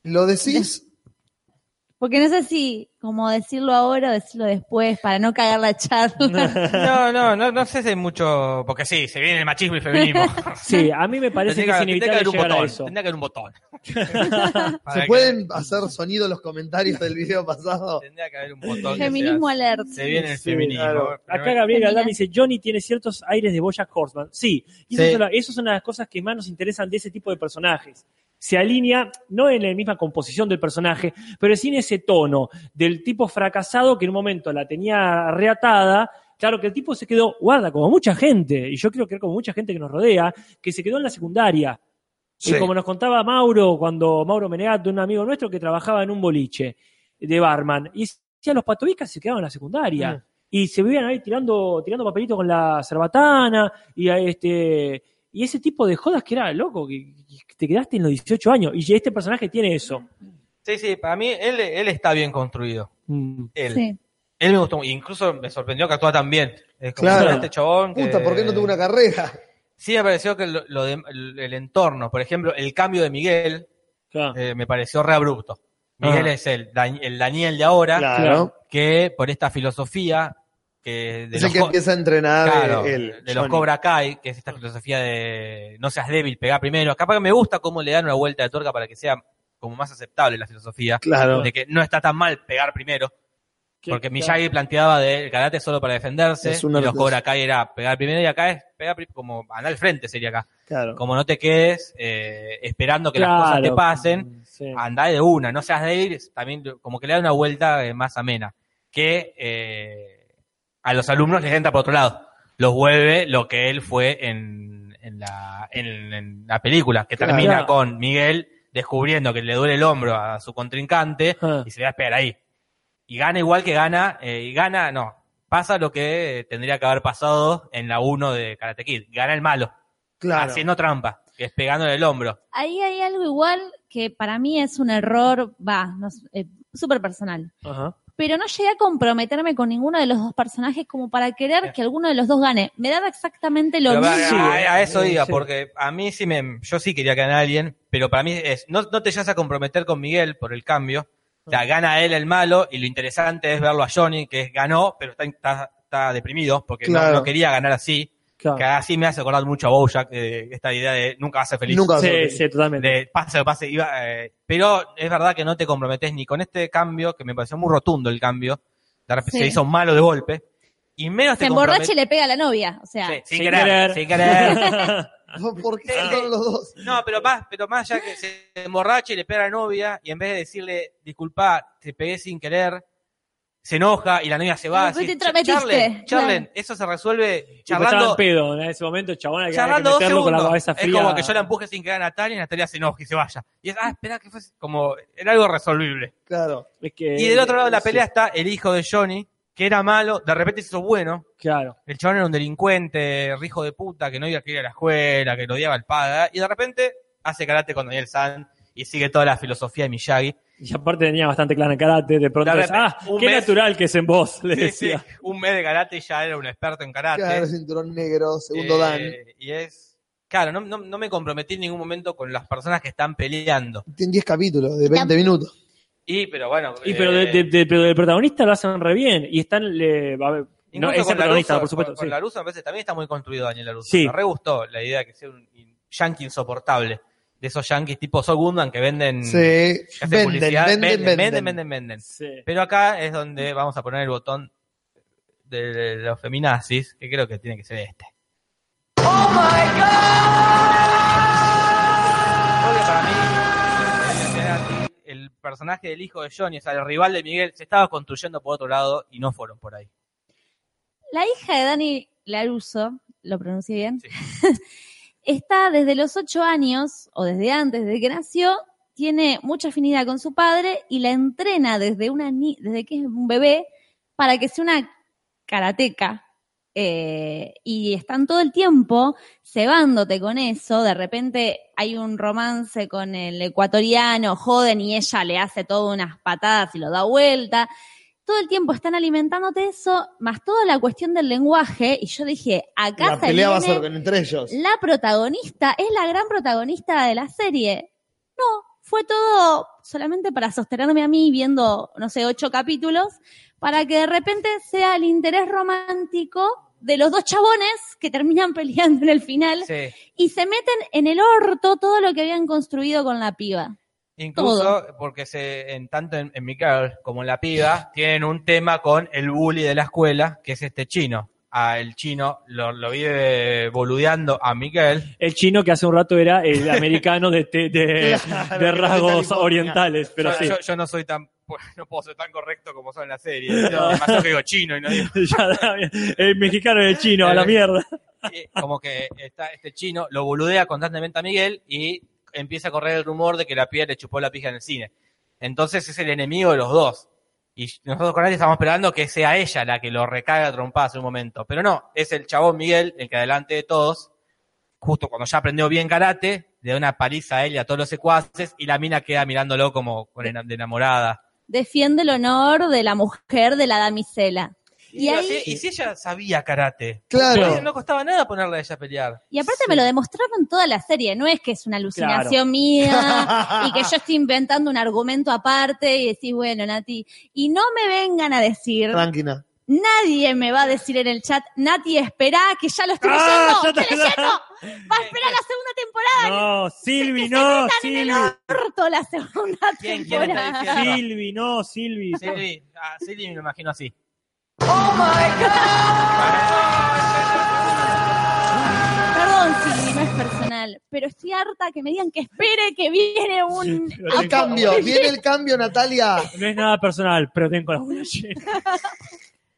Speaker 3: ¿Lo decís?
Speaker 6: Porque no sé si como decirlo ahora o decirlo después para no cagar la charla.
Speaker 4: No, no, no, no sé si hay mucho, porque sí, se viene el machismo y el feminismo.
Speaker 7: Sí, a mí me parece
Speaker 4: Tendría
Speaker 7: que es
Speaker 4: tendría que haber
Speaker 7: inevitable
Speaker 4: un
Speaker 7: llegar a
Speaker 4: botón.
Speaker 7: eso.
Speaker 4: Tendría que haber un botón. Para
Speaker 3: ¿Se
Speaker 4: que-
Speaker 3: pueden hacer sonido en los comentarios del video pasado?
Speaker 4: Tendría que haber un botón. que
Speaker 6: Feminismo
Speaker 4: sea-
Speaker 6: alert.
Speaker 4: Se viene el
Speaker 7: Sí,
Speaker 4: feminismo.
Speaker 3: claro.
Speaker 4: Pero-
Speaker 7: Acá Gabriel Galdán
Speaker 6: Mira.
Speaker 7: dice, Johnny tiene ciertos aires de Boya Horseman. Sí, y
Speaker 4: Sí.
Speaker 7: Esas, son las, esas son las cosas que más nos interesan de ese tipo de personajes. Se alinea, no en la misma composición del personaje, pero sí en ese tono del tipo fracasado que en un momento la tenía reatada. Claro que el tipo se quedó, guarda, como mucha gente, y yo creo que como mucha gente que nos rodea, que se quedó en la secundaria.
Speaker 3: Sí.
Speaker 7: Y como nos contaba Mauro, cuando Mauro Menegato, un amigo nuestro que trabajaba en un boliche de barman, y decía, los patobicas se quedaban en la secundaria y se vivían ahí tirando, tirando papelitos con la cerbatana y a este y ese tipo de jodas que era loco, que, que te quedaste en los 18 años. Y este personaje tiene eso.
Speaker 4: Sí, sí, para mí él, él está bien construido.
Speaker 7: Mm.
Speaker 4: Él.
Speaker 6: Sí.
Speaker 4: Él me gustó. mu- Incluso me sorprendió que actúa tan bien. Es como
Speaker 3: Claro.
Speaker 4: este chabón. que-
Speaker 3: Puta, ¿por qué no tuvo una carrera?
Speaker 4: Sí, me pareció que lo, lo de- el entorno, por ejemplo, el cambio de Miguel,
Speaker 7: Claro.
Speaker 4: eh, me pareció re abrupto. Miguel
Speaker 7: Ah.
Speaker 4: es el, Dan- el Daniel de ahora,
Speaker 7: Claro.
Speaker 4: que por esta filosofía que de
Speaker 3: Es
Speaker 4: los
Speaker 3: el que
Speaker 4: co-
Speaker 3: empieza a entrenar eh,
Speaker 4: Claro,
Speaker 3: el,
Speaker 4: de los Cobra Kai, que es esta filosofía de no seas débil, pegá primero. Capaz que me gusta cómo le dan una vuelta de tuerca para que sea como más aceptable la filosofía.
Speaker 3: Claro.
Speaker 4: De que no está tan mal pegar primero.
Speaker 7: Que-
Speaker 4: Porque
Speaker 7: claro.
Speaker 4: Miyagi planteaba de el karate solo para defenderse.
Speaker 3: Es una
Speaker 4: y los
Speaker 3: locura.
Speaker 4: Cobra Kai era pegar primero y acá es pegar pri- como andar al frente sería acá.
Speaker 3: Claro.
Speaker 4: Como no te quedes eh, esperando que las cosas te
Speaker 7: Claro.
Speaker 4: pasen
Speaker 7: Sí.
Speaker 4: andá de una, no seas débil, también como que le da una vuelta eh, más amena, que eh, a los alumnos les entra por otro lado, los vuelve lo que él fue en, en, la, en, en la película, que
Speaker 3: Claro.
Speaker 4: termina
Speaker 7: Claro.
Speaker 4: con Miguel descubriendo que le duele el hombro a su contrincante
Speaker 7: Ah.
Speaker 4: y se va a esperar ahí. Y gana igual que gana, eh, y gana, no, pasa lo que eh, tendría que haber pasado en la 1 de Karate Kid, gana el malo,
Speaker 3: Claro.
Speaker 4: haciendo trampa, que es pegándole el hombro.
Speaker 6: Ahí hay algo igual que para mí es un error, va, no, s- eh, súper personal.
Speaker 7: Ajá.
Speaker 6: Pero no llegué a comprometerme con ninguno de los dos personajes como para querer que alguno de los dos gane. Me daba exactamente lo
Speaker 4: Pero
Speaker 6: mismo.
Speaker 4: va- ah, a, a eso
Speaker 7: Sí,
Speaker 4: iba,
Speaker 7: sí.
Speaker 4: porque a mí sí me. Yo sí quería ganar a alguien, pero para mí es. No, no te llegas a comprometer con Miguel por el cambio. O sea, gana él el malo, y lo interesante es verlo a Johnny, que es, ganó, pero está, está, está deprimido, porque no-
Speaker 3: Claro. Ah.
Speaker 4: no, quería ganar así.
Speaker 7: Claro.
Speaker 4: Que así me hace acordar mucho a Bojack, eh, esta idea de nunca va a ser feliz.
Speaker 3: Nunca va a ser
Speaker 7: Sí,
Speaker 3: feliz.
Speaker 7: sí, totalmente. pues
Speaker 4: De pase, pase, iba, eh, pero es verdad que no te comprometes ni con este cambio, que me pareció muy rotundo el cambio. De repente
Speaker 6: Sí.
Speaker 4: se hizo un malo de golpe. Y menos
Speaker 6: Se
Speaker 4: te
Speaker 6: emborracha y
Speaker 4: comprometes.
Speaker 6: le pega a la novia. O sea,
Speaker 4: Sí, sin,
Speaker 7: Sin
Speaker 4: querer,
Speaker 7: querer.
Speaker 4: sin querer.
Speaker 3: ¿Por qué
Speaker 4: Sí.
Speaker 3: son los dos?
Speaker 4: No, pero más, pero más ya que se emborracha y le pega a la novia, y en vez de decirle, disculpa, te pegué sin querer, se enoja y la novia se va.
Speaker 6: Ah, pues
Speaker 4: así,
Speaker 6: te
Speaker 4: "Ch-
Speaker 6: intrometiste",
Speaker 4: Charlen, charlen,
Speaker 6: claro.
Speaker 4: eso se resuelve
Speaker 7: Tipo, estaba en
Speaker 4: charlando,
Speaker 7: pedo en ese momento, chabón, hay pues que, hay que
Speaker 4: charlando dos
Speaker 7: meterlo con la
Speaker 4: segundos.
Speaker 7: cabeza
Speaker 4: Es
Speaker 7: fría.
Speaker 4: como que yo la empuje sin querer a Natalia y Natalia se enoja y se vaya. Y es, ah, espera, que fue como, era algo resolvible.
Speaker 3: Claro.
Speaker 7: Es que-
Speaker 4: Y del otro lado de la
Speaker 7: sí.
Speaker 4: pelea está el hijo de Johnny, que era malo, de repente se hizo bueno.
Speaker 7: Claro.
Speaker 4: El chabón era un delincuente, hijo de puta, que no iba a ir a la escuela, que lo odiaba al padre, ¿eh? y de repente hace karate con Daniel San y sigue toda la filosofía de Miyagi.
Speaker 7: Y aparte tenía bastante clara en karate, de pronto
Speaker 4: De
Speaker 7: es,
Speaker 4: repente,
Speaker 7: ah,
Speaker 4: un
Speaker 7: qué
Speaker 4: mes-
Speaker 7: natural que es en vos, le
Speaker 4: Sí, sí,
Speaker 7: decía.
Speaker 4: un mes de karate y ya era un experto en karate.
Speaker 3: Claro, cinturón negro, segundo
Speaker 4: Eh,
Speaker 3: Dan.
Speaker 4: Y es. Claro, no, no- no me comprometí en ningún momento con las personas que están peleando.
Speaker 3: Tiene 10 capítulos de 20 minutos.
Speaker 4: Y, pero bueno.
Speaker 7: Y pero, de-
Speaker 4: eh,
Speaker 7: de- de- pero del protagonista lo hacen re bien. Y están. Le, a ver, no,
Speaker 4: incluso
Speaker 7: es el
Speaker 4: con
Speaker 7: protagonista,
Speaker 4: Laruso,
Speaker 7: por supuesto.
Speaker 4: Con, con
Speaker 7: sí.
Speaker 4: Laruso me parece que también está muy construido Daniel Laruso.
Speaker 7: Sí.
Speaker 4: Me re gustó la idea de que sea un yankee insoportable. De esos yankees tipo Sol Gundan que venden.
Speaker 3: Sí,
Speaker 4: que
Speaker 3: venden,
Speaker 4: hacen
Speaker 3: venden,
Speaker 4: Mm. publicidad,
Speaker 3: venden,
Speaker 4: venden, venden, venden, venden.
Speaker 7: Sí.
Speaker 4: Pero acá es donde vamos a poner el botón de, de los feminazis, que creo que tiene que ser este. ¡Oh my god! Porque para mí, Cerati, el personaje del hijo de Johnny, o sea, el rival de Miguel, se estaba construyendo por otro lado y no fueron por ahí.
Speaker 6: La hija de Dani Laruso, lo pronuncié bien,
Speaker 4: Sí.
Speaker 6: está desde los ocho años, o desde antes, desde que nació, tiene mucha afinidad con su padre y la entrena desde, una ni- desde que es un bebé para que sea una karateca. Eh, y están todo el tiempo cebándote con eso. De repente hay un romance con el ecuatoriano, joden y ella le hace todas unas patadas y lo da vuelta todo el tiempo están alimentándote eso, más toda la cuestión del lenguaje, y yo dije, acá
Speaker 3: La
Speaker 6: se
Speaker 3: pelea va a
Speaker 6: viene
Speaker 3: ser entre ellos.
Speaker 6: la protagonista, es la gran protagonista de la serie. No, fue todo solamente para sostenerme a mí viendo, no sé, ocho capítulos, para que de repente sea el interés romántico de los dos chabones que terminan peleando en el final
Speaker 4: Sí.
Speaker 6: y se meten en el orto todo lo que habían construido con la piba.
Speaker 4: Incluso porque se, en tanto en, en mi girl como en la piba, tienen un tema con el bully de la escuela, que es este chino. A el chino lo, lo vive boludeando a Miguel.
Speaker 7: El chino que hace un rato era el americano de, te- de,
Speaker 3: Claro,
Speaker 7: de
Speaker 3: que no
Speaker 7: rasgos
Speaker 3: está ni-
Speaker 7: orientales. Pero
Speaker 4: yo,
Speaker 7: sí.
Speaker 4: yo- yo no soy tan, no puedo ser tan correcto como son en la serie. Además, yo digo chino y no digo.
Speaker 7: Ya da bien. el mexicano y el chino, a la mierda.
Speaker 4: Eh, Como que está este chino lo boludea constantemente a Miguel y empieza a correr el rumor de que la piba le chupó la pija en el cine. Entonces es el enemigo de los dos. Y nosotros con él estamos esperando que sea ella la que lo recaga a trompadas en un momento. Pero no, es el chabón Miguel el que adelante de todos, justo cuando ya aprendió bien karate, le da una paliza a él y a todos los secuaces y la mina queda mirándolo como con ena- de enamorada.
Speaker 6: Defiende el honor de la mujer, de la damisela. Y,
Speaker 4: Y,
Speaker 6: ahí-
Speaker 4: si- y si ella sabía karate,
Speaker 3: Claro.
Speaker 4: no costaba nada ponerla a ella a pelear.
Speaker 6: Y aparte me lo demostraron toda la serie, no es que es una alucinación mía y que yo estoy inventando un argumento aparte y decís, bueno, Nati, y no me vengan a decir,
Speaker 3: Tranquila.
Speaker 6: nadie me va a decir en el chat, Nati, esperá, que ya lo estoy
Speaker 7: Ah,
Speaker 6: leyendo,
Speaker 7: ya
Speaker 6: estoy
Speaker 7: está.
Speaker 6: leyendo, va a esperar la segunda temporada,
Speaker 7: No, Silvi, no,
Speaker 6: en el
Speaker 7: Silvi.
Speaker 6: orto la segunda
Speaker 4: ¿Quién- quién está
Speaker 6: temporada.
Speaker 4: diciendo?
Speaker 7: Silvi, no, Silvi.
Speaker 4: Silvi, a Silvi me lo imagino así.
Speaker 6: Perdón, Silvi, no es personal, pero estoy harta que me digan que espere que viene un...
Speaker 7: Pero
Speaker 3: El
Speaker 7: tengo-
Speaker 3: Ah, cambio, viene el cambio, Natalia.
Speaker 7: No es nada personal, pero tengo la bola llena.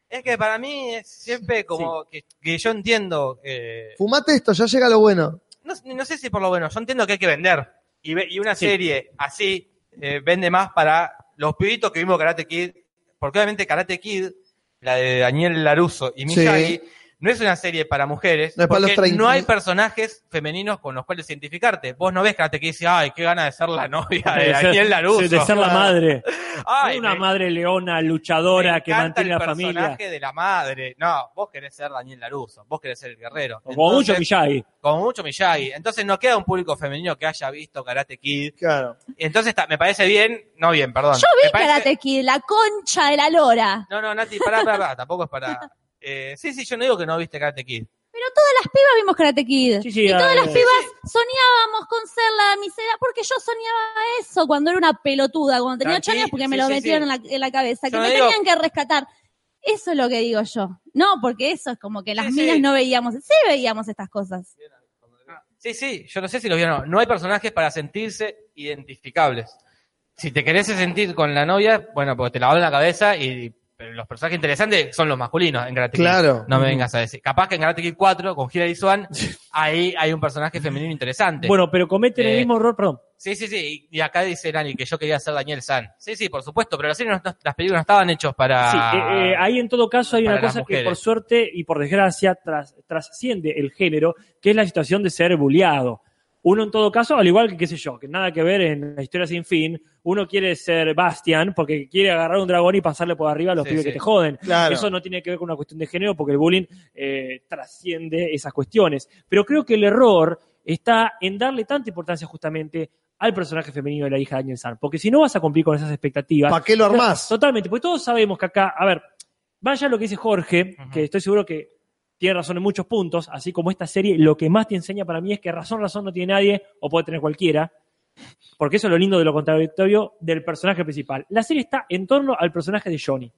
Speaker 4: Es que para mí es siempre como que, que yo entiendo, eh,
Speaker 3: Fumate esto, ya llega lo bueno.
Speaker 4: no, no sé si por lo bueno, yo entiendo que hay que vender. Y, ve- y una
Speaker 7: Sí.
Speaker 4: serie así eh, vende más para los pibitos que vimos Karate Kid, porque obviamente Karate Kid, la de Daniel Laruso y
Speaker 3: Sí.
Speaker 4: Miyagi, no es una serie para mujeres,
Speaker 3: No es para los
Speaker 4: porque
Speaker 3: 30.
Speaker 4: no hay personajes femeninos con los cuales identificarte. Vos no ves Karate Kid y dices, ay, qué gana de ser la novia de
Speaker 7: De ser-
Speaker 4: Daniel Laruso.
Speaker 7: De ser la madre.
Speaker 4: Ay,
Speaker 7: una
Speaker 4: me-
Speaker 7: madre leona,
Speaker 4: Me
Speaker 7: luchadora, que
Speaker 4: encanta
Speaker 7: mantiene
Speaker 4: el
Speaker 7: la familia.
Speaker 4: personaje de la madre. No, vos querés ser Daniel Laruso, vos querés ser el guerrero.
Speaker 7: Como mucho
Speaker 4: Entonces,
Speaker 7: Miyagi.
Speaker 4: Como mucho Miyagi. Entonces no queda un público femenino que haya visto Karate Kid.
Speaker 3: Claro.
Speaker 4: Entonces está- me parece bien, no bien, perdón.
Speaker 6: Yo
Speaker 4: Me
Speaker 6: vi
Speaker 4: parece-
Speaker 6: Karate Kid, la concha de la lora.
Speaker 4: No, no, Nati, pará, pará, pará, tampoco es para... Eh, sí, sí, yo no digo que no viste Karate Kid.
Speaker 6: Pero todas las pibas vimos Karate Kid.
Speaker 7: Sí, sí,
Speaker 6: y todas
Speaker 7: eh,
Speaker 6: las pibas soñábamos con ser la misera, porque yo soñaba eso cuando era una pelotuda, cuando tenía ocho
Speaker 4: Tranqui,
Speaker 6: años, porque me
Speaker 4: sí,
Speaker 6: lo
Speaker 4: sí,
Speaker 6: metieron
Speaker 4: sí.
Speaker 6: En, la, en la cabeza,
Speaker 4: Yo
Speaker 6: que me
Speaker 4: digo-
Speaker 6: tenían que rescatar. Eso es lo que digo yo. No, porque eso es como que las
Speaker 4: Sí,
Speaker 6: minas
Speaker 4: sí.
Speaker 6: no veíamos, sí veíamos estas cosas.
Speaker 4: Sí, sí, yo no sé si lo vieron o no. No hay personajes para sentirse identificables. Si te querés sentir con la novia, bueno, porque te la en la cabeza y pero los personajes interesantes son los masculinos en Karate Kid.
Speaker 3: Claro.
Speaker 4: No me vengas a decir. Capaz que en Karate Kid 4, con Hilary Swan, ahí hay un personaje femenino interesante.
Speaker 7: Bueno, pero cometen el
Speaker 4: Eh,
Speaker 7: mismo error, perdón.
Speaker 4: Sí, sí, sí. Y acá dice Nani que yo quería ser Daniel San. Sí, sí, por supuesto, pero las, series no- no- las películas no estaban hechas para.
Speaker 7: Sí, eh, eh, ahí en todo caso hay una
Speaker 4: para las
Speaker 7: cosa que
Speaker 4: mujeres.
Speaker 7: por suerte y por desgracia tras, trasciende el género, que es la situación de ser bulleado. Uno en todo caso, al igual que qué sé yo, que nada que ver en la historia sin fin, uno quiere ser Bastian porque quiere agarrar un dragón y pasarle por arriba a los
Speaker 4: Sí,
Speaker 7: pibes
Speaker 4: sí.
Speaker 7: que te joden.
Speaker 3: Claro.
Speaker 7: Eso no tiene que ver con una cuestión de género porque el bullying eh, trasciende esas cuestiones. Pero creo que el error está en darle tanta importancia justamente al personaje femenino de la hija de Daniel San, porque si no vas a cumplir con esas expectativas,
Speaker 3: ¿Para qué lo armás?
Speaker 7: Totalmente, porque todos sabemos que acá, a ver, vaya lo que dice Jorge,
Speaker 4: Ujú.
Speaker 7: que estoy seguro que tiene razón en muchos puntos, así como esta serie, lo que más te enseña para mí es que razón, razón no tiene nadie, o puede tener cualquiera, porque eso es lo lindo de lo contradictorio del personaje principal. La serie está en torno al personaje de Johnny.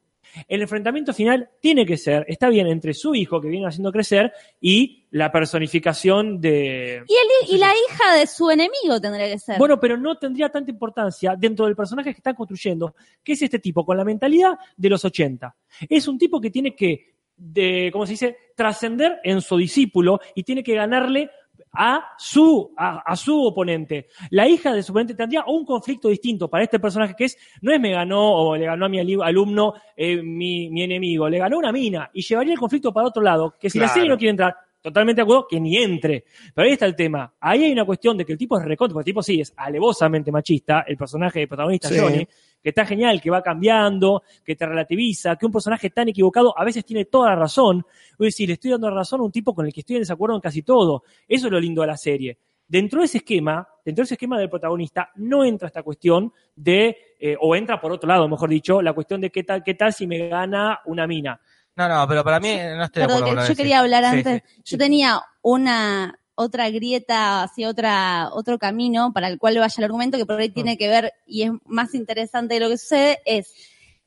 Speaker 7: El enfrentamiento final tiene que ser, está bien, entre su hijo que viene haciendo crecer y la personificación de,
Speaker 6: Y, el hi- y la hija de su enemigo tendría que ser.
Speaker 7: bueno, pero no tendría tanta importancia dentro del personaje que están construyendo, que es este tipo, con la mentalidad de los 80. Es un tipo que tiene que, de, ¿cómo se dice?, trascender en su discípulo y tiene que ganarle a su, a, a su oponente. La hija de su oponente tendría un conflicto distinto para este personaje que es, no es me ganó o le ganó a mi ali- alumno eh, mi, mi enemigo, le ganó una mina y llevaría el conflicto para otro lado, que si la
Speaker 3: Claro.
Speaker 7: serie no quiere entrar, totalmente de acuerdo, que ni entre. Pero ahí está el tema. Ahí hay una cuestión de que el tipo es recontra, porque el tipo sí es alevosamente machista, el personaje del protagonista
Speaker 3: Sí.
Speaker 7: Johnny, que está genial, que va cambiando, que te relativiza, que un personaje tan equivocado a veces tiene toda la razón. Voy a decir, le estoy dando razón a un tipo con el que estoy en desacuerdo en casi todo. Eso es lo lindo de la serie. Dentro de ese esquema, dentro de ese esquema del protagonista, no entra esta cuestión de, eh, o entra por otro lado, mejor dicho, la cuestión de qué tal, qué tal si me gana una mina.
Speaker 4: No, no, pero para mí no estoy de
Speaker 6: Perdón,
Speaker 4: acuerdo con lo que
Speaker 6: que yo
Speaker 4: decís.
Speaker 6: quería hablar
Speaker 4: Sí,
Speaker 6: antes.
Speaker 4: sí.
Speaker 6: Yo tenía una otra grieta hacia otra, otro camino para el cual vaya el argumento que por ahí
Speaker 4: Mm.
Speaker 6: tiene que ver y es más interesante de lo que sucede es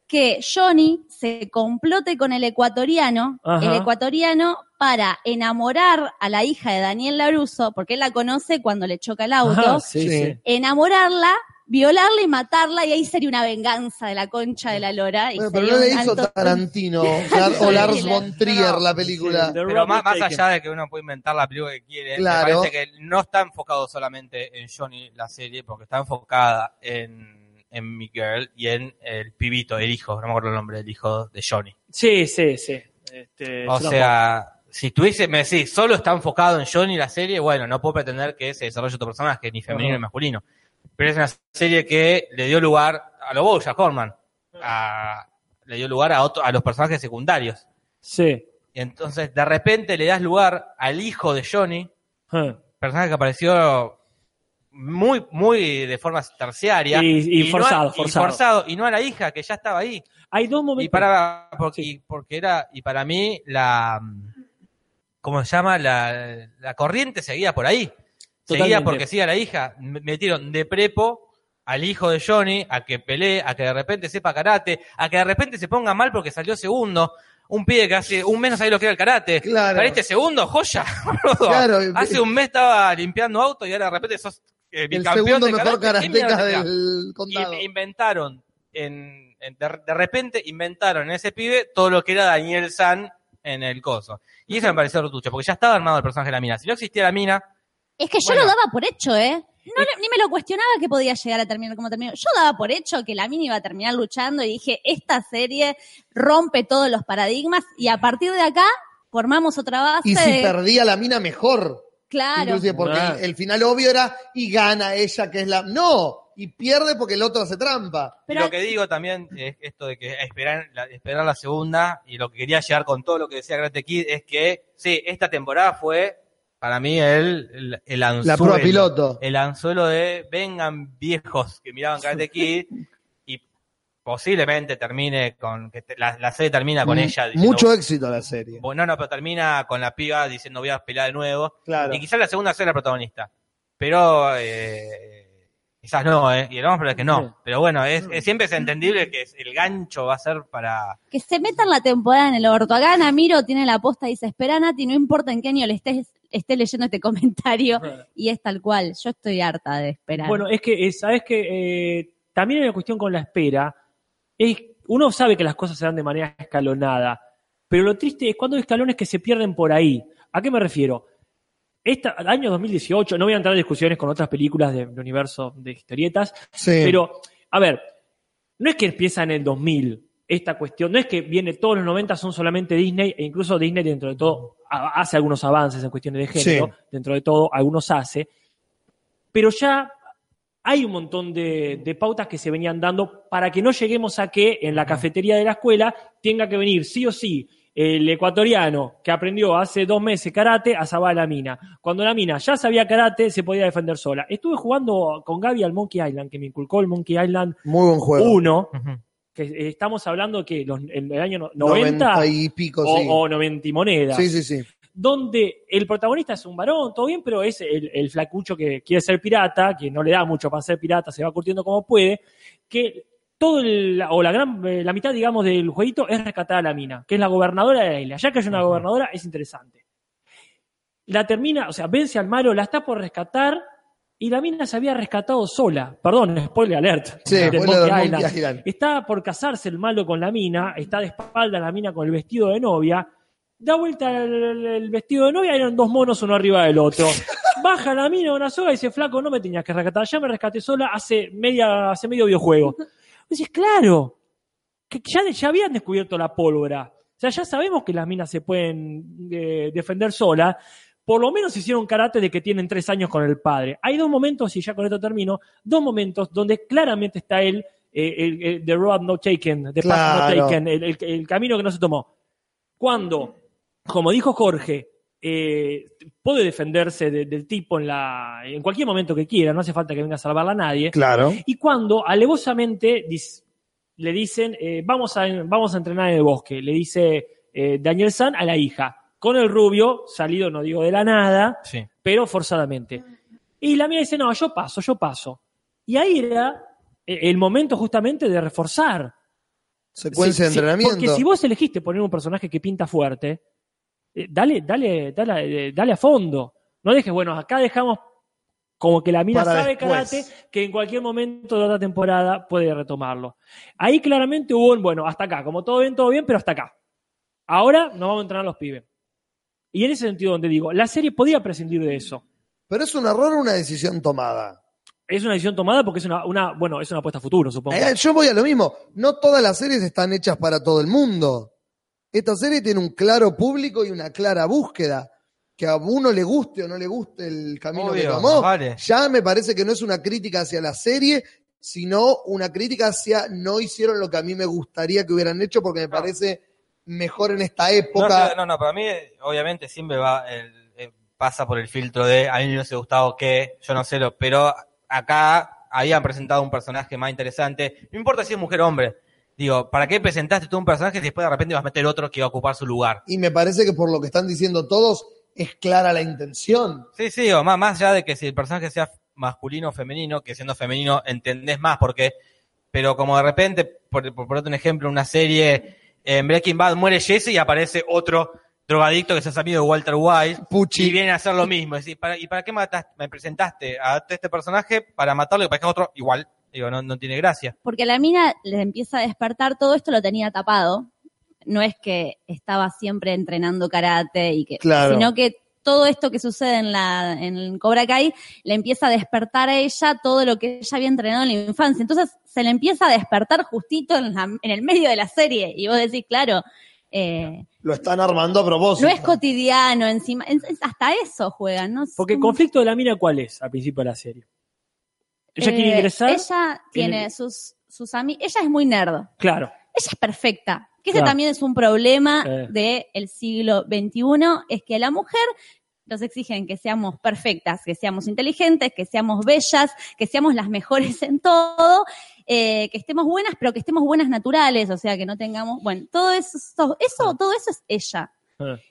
Speaker 6: que Johnny se complote con el ecuatoriano,
Speaker 7: Ajá.
Speaker 6: el ecuatoriano para enamorar a la hija de Daniel Laruso, porque él la conoce cuando le choca el auto,
Speaker 7: Ajá, sí,
Speaker 3: Sí.
Speaker 7: sí.
Speaker 6: enamorarla, violarla y matarla y ahí sería una venganza de la concha de la lora. y
Speaker 3: Bueno, pero
Speaker 6: sería
Speaker 3: no le
Speaker 6: un
Speaker 3: hizo
Speaker 6: alto-
Speaker 3: Tarantino o Lars von Trier la película.
Speaker 7: The
Speaker 4: Pero más,
Speaker 7: Robert
Speaker 4: más
Speaker 7: Taken.
Speaker 4: allá de que uno puede inventar la película que quiere,
Speaker 3: Claro.
Speaker 4: me parece que no está enfocado solamente en Johnny la serie, porque está enfocada en, en Miguel y en el pibito, el hijo, no me acuerdo el nombre del hijo de Johnny.
Speaker 7: Sí, sí, sí. Este,
Speaker 4: O
Speaker 7: yo
Speaker 4: sea, si tuviese, me decís, solo está enfocado en Johnny la serie, bueno, no puedo pretender que se desarrolle otro personaje, ni femenino
Speaker 7: Ajá.
Speaker 4: ni masculino. Pero es una serie que le dio lugar a lo Bojack Horman, a- le dio lugar a, otro, a los personajes secundarios.
Speaker 7: tampoco. Sí.
Speaker 4: Y entonces, de repente, le das lugar al hijo de Johnny,
Speaker 7: Ah.
Speaker 4: personaje que apareció muy, muy de forma terciaria.
Speaker 7: Y- y
Speaker 4: no
Speaker 7: forzado,
Speaker 4: a- y
Speaker 7: forzado.
Speaker 4: y no a la hija, que ya estaba ahí.
Speaker 7: Hay dos momentos.
Speaker 4: Y para, porque,
Speaker 7: Sí.
Speaker 4: porque era, y para mí, la, ¿cómo se llama? La, la corriente seguía por ahí. Seguía
Speaker 7: Totalmente.
Speaker 4: porque siga la hija. Me- Metieron de prepo al hijo de Johnny, a que pelee, a que de repente sepa karate, a que de repente se ponga mal porque salió segundo. Un pibe que hace un mes no sabía lo que era el karate.
Speaker 3: Claro.
Speaker 4: Para este segundo, joya. boludo.
Speaker 3: Claro.
Speaker 4: hace un mes estaba limpiando auto y ahora de repente sos eh,
Speaker 3: El
Speaker 4: bicampeón
Speaker 3: segundo
Speaker 4: de
Speaker 3: mejor
Speaker 4: karate. ¿Qué mierda
Speaker 3: karateca
Speaker 4: te da?
Speaker 3: del
Speaker 4: Y
Speaker 3: condado.
Speaker 4: inventaron, en, en- de, de repente inventaron en ese pibe todo lo que era Daniel San en el coso. Y eso me pareció rotucho, porque ya estaba armado el personaje de la mina. Si no existía la mina,
Speaker 6: Es que yo
Speaker 4: Bueno.
Speaker 6: lo daba por hecho, ¿eh? No, le- ni me lo cuestionaba que podía llegar a terminar como terminó. Yo daba por hecho que la mini iba a terminar luchando y dije, esta serie rompe todos los paradigmas y a partir de acá formamos otra base.
Speaker 3: Y si
Speaker 6: de-
Speaker 3: perdía la mina, mejor.
Speaker 6: claro.
Speaker 3: Inclusive porque
Speaker 7: Ah.
Speaker 3: el, el final obvio era y gana ella, que es la. ¡No! Y pierde porque el otro hace trampa.
Speaker 4: y
Speaker 6: Pero
Speaker 4: lo que digo también es esto de que esperar la, esperar la segunda, y lo que quería llegar con todo lo que decía Grande Kid es que, sí, esta temporada fue para mí el, el, el
Speaker 3: La
Speaker 4: anzuelo.
Speaker 3: prueba piloto.
Speaker 4: el anzuelo de vengan viejos que miraban Karate Kid y posiblemente termine con que te- la, la serie termina con ella diciendo,
Speaker 3: Mm, Mucho éxito la serie.
Speaker 4: "Vos- no no pero termina con la piba diciendo voy a pelear de nuevo
Speaker 3: Claro.
Speaker 4: y quizás la segunda sea la protagonista pero eh, quizás no eh y el hombre es que
Speaker 7: Sí.
Speaker 4: no pero bueno
Speaker 3: Mm.
Speaker 4: es, es- siempre es entendible que es- el gancho va a ser para
Speaker 6: que se metan la temporada en el orto. Acá Namiro tiene la posta y dice, espera Nati, no importa en qué año le estés, estés leyendo este comentario. Y es tal cual, yo estoy harta de esperar.
Speaker 7: Bueno, es que, eh, sabes que eh, también hay una cuestión con la espera. Es, uno sabe que las cosas se dan de manera escalonada, pero lo triste es cuando hay escalones que se pierden por ahí. ¿A qué me refiero? esta, año 2018, no voy a entrar en discusiones con otras películas de- del universo de historietas,
Speaker 3: Sí.
Speaker 7: pero, a ver, no es que empieza en el 2000 esta cuestión, no es que viene todos los 90 son solamente Disney, e incluso Disney dentro de todo ha- hace algunos avances en cuestiones de género,
Speaker 3: Sí.
Speaker 7: dentro de todo algunos hace, pero ya hay un montón de, de pautas que se venían dando para que no lleguemos a que en la cafetería de la escuela tenga que venir sí o sí el ecuatoriano que aprendió hace dos meses karate a Zabá la mina. Cuando la mina ya sabía karate, se podía defender sola. Estuve jugando con Gaby al Monkey Island, que me inculcó el Monkey Island
Speaker 3: Muy buen juego.
Speaker 7: 1,
Speaker 4: Ujú.
Speaker 7: que eh, estamos hablando que los, en el año no- 90,
Speaker 3: 90 y pico,
Speaker 7: o,
Speaker 3: sí.
Speaker 7: o 90 y moneda
Speaker 3: sí, sí, sí.
Speaker 7: donde el protagonista es un varón, todo bien, pero es el, el flacucho que quiere ser pirata, que no le da mucho para ser pirata, se va curtiendo como puede, que todo el- o la gran eh, la mitad digamos del jueguito es rescatar a la mina, que es la gobernadora de la isla. Ya que hay una gobernadora es interesante. La termina, o sea, vence al malo, la está por rescatar y la mina se había rescatado sola. Perdón, spoiler alert.
Speaker 3: Sí, fue
Speaker 7: del
Speaker 3: lo
Speaker 7: Monkey
Speaker 3: de Monkey
Speaker 7: Island.
Speaker 3: Island.
Speaker 7: Está por casarse el malo con la mina, está de espalda la mina con el vestido de novia, da vuelta el, el vestido de novia, eran dos monos uno arriba del otro. Baja la mina de una soga y dice, flaco, no me tenías que rescatar, ya me rescaté sola hace, media, hace medio videojuego. Dices, claro, que ya, ya habían descubierto la pólvora. O sea, ya sabemos que las minas se pueden eh, defender solas. Por lo menos hicieron karate de que tienen tres años con el padre. Hay dos momentos, y ya con esto termino, dos momentos donde claramente está el, eh, el- el- The Road No Taken, The Path
Speaker 3: Claro.
Speaker 7: No Taken, el, el- el camino que no se tomó. Cuando, como dijo Jorge, eh, puede defenderse de- del tipo en, la, en cualquier momento que quiera, no hace falta que venga a salvarla a nadie
Speaker 3: Claro.
Speaker 7: y cuando alevosamente dis- le dicen, eh, vamos, a, vamos a entrenar en el bosque, le dice eh, Daniel San a la hija, con el rubio, salido no digo de la nada,
Speaker 4: Sí.
Speaker 7: pero forzadamente. Y la mía dice, no, yo paso, yo paso. Y ahí era eh, el momento justamente de reforzar.
Speaker 3: Secuencia de
Speaker 7: Si- si-
Speaker 3: entrenamiento.
Speaker 7: porque si vos elegiste poner un personaje que pinta fuerte, eh, dale, dale, dale, eh, dale a fondo. No dejes, bueno, acá dejamos como que la mina
Speaker 3: Para
Speaker 7: sabe
Speaker 3: después.
Speaker 7: karate, que en cualquier momento de otra temporada puede retomarlo. Ahí claramente hubo un, bueno, hasta acá, como todo bien, todo bien, pero hasta acá. Ahora nos vamos a entrenar los pibes. Y en ese sentido donde digo, la serie podía prescindir de eso.
Speaker 3: Pero es un error o una decisión tomada.
Speaker 7: Es una decisión tomada porque es una, una- bueno, es una apuesta a futuro, supongo.
Speaker 3: Eh, Yo voy a lo mismo. No todas las series están hechas para todo el mundo. Esta serie tiene un claro público y una clara búsqueda. Que a uno le guste o no le guste el camino que
Speaker 4: Obvio,
Speaker 3: tomó,
Speaker 4: vale.
Speaker 3: ya me parece que no es una crítica hacia la serie, sino una crítica hacia no hicieron lo que a mí me gustaría que hubieran hecho porque me parece mejor en esta
Speaker 4: No,
Speaker 3: época.
Speaker 4: no, no, no, para mí, obviamente, siempre va el- eh, pasa por el filtro de a mí me hubiese gustado que, yo no sé, lo, pero acá habían presentado un personaje más interesante. No importa si es mujer o hombre. Digo, ¿para qué presentaste tú un personaje si después de repente vas a meter otro que va a ocupar su lugar?
Speaker 3: Y me parece que por lo que están diciendo todos, es clara la intención.
Speaker 4: Sí, sí, o más, más allá de que si el personaje sea masculino o femenino, que siendo femenino entendés más porque, pero como de repente, por, por ponerte un ejemplo, una serie, en Breaking Bad muere Jesse y aparece otro drogadicto que es amigo de Walter White y
Speaker 3: Puchi.
Speaker 4: viene a hacer lo mismo. Es decir, ¿para, ¿y para qué mataste, me presentaste a este personaje para matarlo y para que parezca otro igual? Digo, no, no tiene gracia.
Speaker 6: Porque la mina le empieza a despertar, todo esto lo tenía tapado. No es que estaba siempre entrenando karate y que,
Speaker 3: Claro.
Speaker 6: sino que todo esto que sucede en la en Cobra Kai le empieza a despertar a ella todo lo que ella había entrenado en la infancia. Entonces se le empieza a despertar justito en, la- en el medio de la serie y vos decís, claro, eh,
Speaker 3: Lo están armando a propósito.
Speaker 6: no es cotidiano encima, en- en- hasta eso juegan, ¿no?
Speaker 7: Porque
Speaker 3: mm.
Speaker 7: el
Speaker 6: Son-
Speaker 7: conflicto de la mina, ¿cuál es al principio de la serie? Ella quiere
Speaker 6: eh,
Speaker 7: ingresar,
Speaker 6: Ella tiene
Speaker 7: el-
Speaker 6: sus, sus amigas, ella es muy nerd.
Speaker 7: claro.
Speaker 6: ella es perfecta. Que ese
Speaker 7: Claro.
Speaker 6: también es un problema
Speaker 7: Eh.
Speaker 6: del siglo XXI, es que a la mujer nos exigen que seamos perfectas, que seamos inteligentes, que seamos bellas, que seamos las mejores en todo, eh, que estemos buenas, pero que estemos buenas naturales, o sea, que no tengamos, bueno, todo eso, eso todo eso es ella.
Speaker 7: Eh.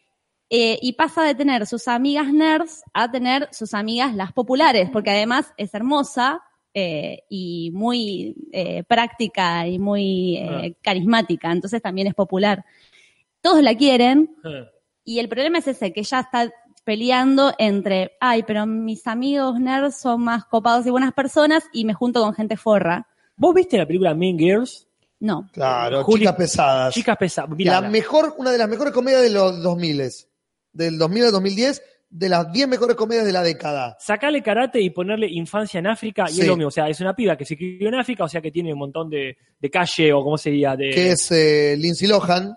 Speaker 6: Eh, y pasa de tener sus amigas nerds a tener sus amigas las populares, porque además es hermosa eh, y muy eh, práctica y muy eh, carismática, entonces también es popular. Todos la quieren
Speaker 7: Eh.
Speaker 6: y el problema es ese, que ya está peleando entre, ay, pero mis amigos nerds son más copados y buenas personas y me junto con gente forra.
Speaker 7: ¿Vos viste la película Mean Girls?
Speaker 6: No.
Speaker 3: Claro,
Speaker 7: Juli-
Speaker 3: chicas pesadas.
Speaker 7: Chicas pesadas.
Speaker 3: la
Speaker 7: mirala.
Speaker 3: mejor, una de las mejores comedias de los 2000 del 2000 al 2010 de las 10 mejores comedias de la década.
Speaker 7: Sacarle karate y ponerle infancia en África y
Speaker 3: Sí.
Speaker 7: es lo mismo. O sea, es una piba que se crió en África, o sea que tiene un montón de, de calle o como sería, de.
Speaker 3: Que es eh, Lindsay Lohan.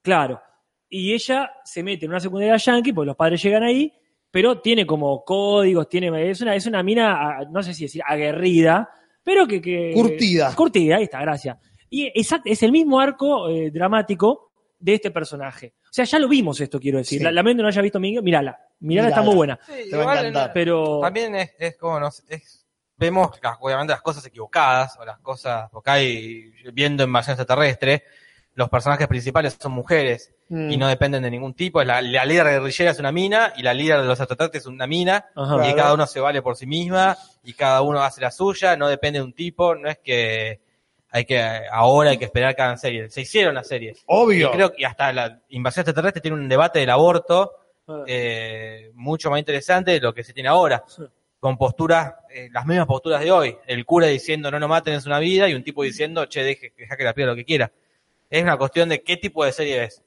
Speaker 7: Claro. Y ella se mete en una secundaria yankee, porque los padres llegan ahí, pero tiene como códigos, tiene. Es una, es una mina, ah, no sé si decir, aguerrida, pero que. que-
Speaker 3: Curtida.
Speaker 7: Curtida, ahí está, gracias. Y exact- es el mismo arco eh, dramático de este personaje. O sea, ya lo vimos esto, quiero decir.
Speaker 3: Sí.
Speaker 7: La- Lamento no haya visto Miguel, mirala. Mirala está
Speaker 3: Mirala.
Speaker 7: muy buena.
Speaker 4: Sí,
Speaker 3: Te va a
Speaker 4: igual,
Speaker 3: encantar.
Speaker 7: Pero.
Speaker 4: También es, es como nos es- vemos las- obviamente las cosas equivocadas o las cosas porque hay viendo invasión extraterrestre, los personajes principales son mujeres y no dependen de ningún tipo. La, la líder guerrillera es una mina y la líder de los extraterrestres es una mina
Speaker 7: Ajá.
Speaker 4: y cada uno se vale por sí misma y cada uno hace la suya, no depende de un tipo, no es que hay que ahora hay que esperar cada serie. Se hicieron las series.
Speaker 3: Obvio.
Speaker 4: Y creo que hasta la invasión extraterrestre tiene un debate del aborto
Speaker 7: Ah.
Speaker 4: eh, mucho más interesante de lo que se tiene ahora.
Speaker 7: Sí.
Speaker 4: Con posturas, eh, las mismas posturas de hoy. El cura diciendo no no maten es una vida y un tipo diciendo che, deje, deja que la pida lo que quiera. Es una cuestión de qué tipo de serie es.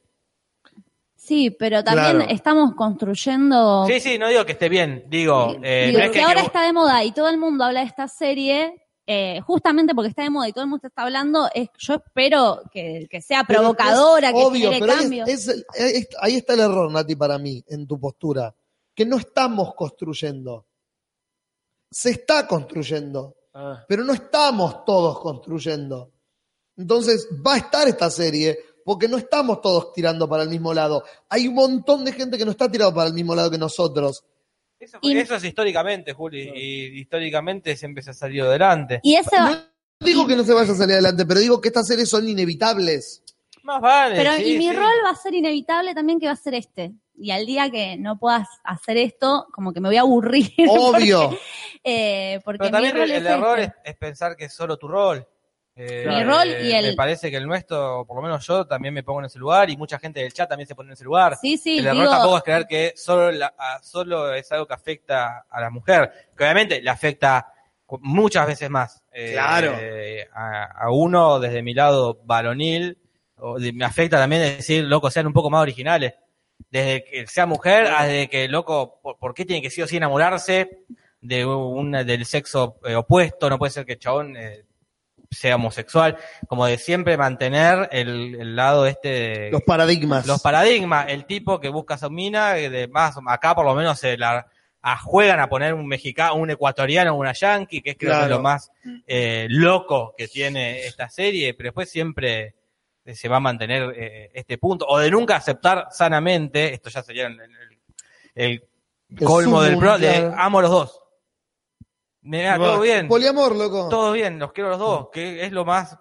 Speaker 6: Sí, pero también
Speaker 3: Claro.
Speaker 6: estamos construyendo.
Speaker 4: Sí, sí, no digo que esté bien. Digo, eh,
Speaker 6: Digo,
Speaker 4: no es
Speaker 6: que
Speaker 4: que,
Speaker 6: ahora
Speaker 4: que-
Speaker 6: está de moda y todo el mundo habla de esta serie. eh, justamente porque está de moda y todo el mundo está hablando, es, yo espero que, que sea
Speaker 3: Pero
Speaker 6: provocadora,
Speaker 3: es
Speaker 6: que
Speaker 3: obvio,
Speaker 6: genere
Speaker 3: pero ahí
Speaker 6: cambios.
Speaker 3: es- es- ahí- ahí está el error, Nati, para mí, en tu postura. Que no estamos construyendo. Se está construyendo,
Speaker 7: Ah.
Speaker 3: pero no estamos todos construyendo. Entonces va a estar este- esta serie, porque no estamos todos tirando para el mismo lado. Hay un montón de gente que no está tirando para el mismo lado que nosotros.
Speaker 4: Eso,
Speaker 6: Y-
Speaker 4: eso es históricamente, Juli, y históricamente siempre se ha salido adelante.
Speaker 6: Y ese,
Speaker 3: No digo que no se vaya a salir adelante, pero digo que estas series son inevitables.
Speaker 4: Más vale.
Speaker 6: pero
Speaker 4: sí,
Speaker 6: y mi
Speaker 4: sí.
Speaker 6: rol va a ser inevitable también que va a ser este. Y al día que no puedas hacer esto, como que me voy a aburrir.
Speaker 3: Obvio.
Speaker 6: Porque, eh, porque
Speaker 4: Pero también
Speaker 6: mi rol
Speaker 4: el, el
Speaker 6: es
Speaker 4: error
Speaker 6: este.
Speaker 4: es, es pensar que es solo tu rol. Eh,
Speaker 7: Mi
Speaker 6: rol y el-
Speaker 4: Me parece que el nuestro, o por lo menos yo, también me pongo en ese lugar y mucha gente del chat también se pone en ese lugar.
Speaker 6: Sí, sí,
Speaker 4: el error
Speaker 6: digo,
Speaker 4: tampoco es creer que solo, la- a- solo es algo que afecta a la mujer, que obviamente le afecta cu- muchas veces más. Eh,
Speaker 3: Claro.
Speaker 4: eh, a, a uno desde mi lado varonil, o de- me afecta también decir, loco, sean un poco más originales. Desde que sea mujer, a desde que, loco, ¿por, por qué tiene que sí o sí enamorarse de una, del sexo eh, opuesto? No puede ser que el chabón eh, sea homosexual. Como de siempre mantener el, el lado este de,
Speaker 3: Los paradigmas.
Speaker 4: los paradigmas, el tipo que busca a mina, eh, de más, acá por lo menos se la a- juegan a poner un mexicano, un ecuatoriano, una yanqui, que es creo que es
Speaker 3: Claro.
Speaker 4: lo más eh, loco que tiene esta serie, pero después siempre eh, se va a mantener eh, este punto, o de nunca aceptar sanamente, esto ya sería el, el- el
Speaker 3: El
Speaker 4: colmo
Speaker 3: sumo,
Speaker 4: del pro, de
Speaker 3: claro.
Speaker 4: amo a los dos. Mirá, todo bien,
Speaker 3: Poliamor, loco.
Speaker 4: todo bien, los quiero a los dos, que es lo más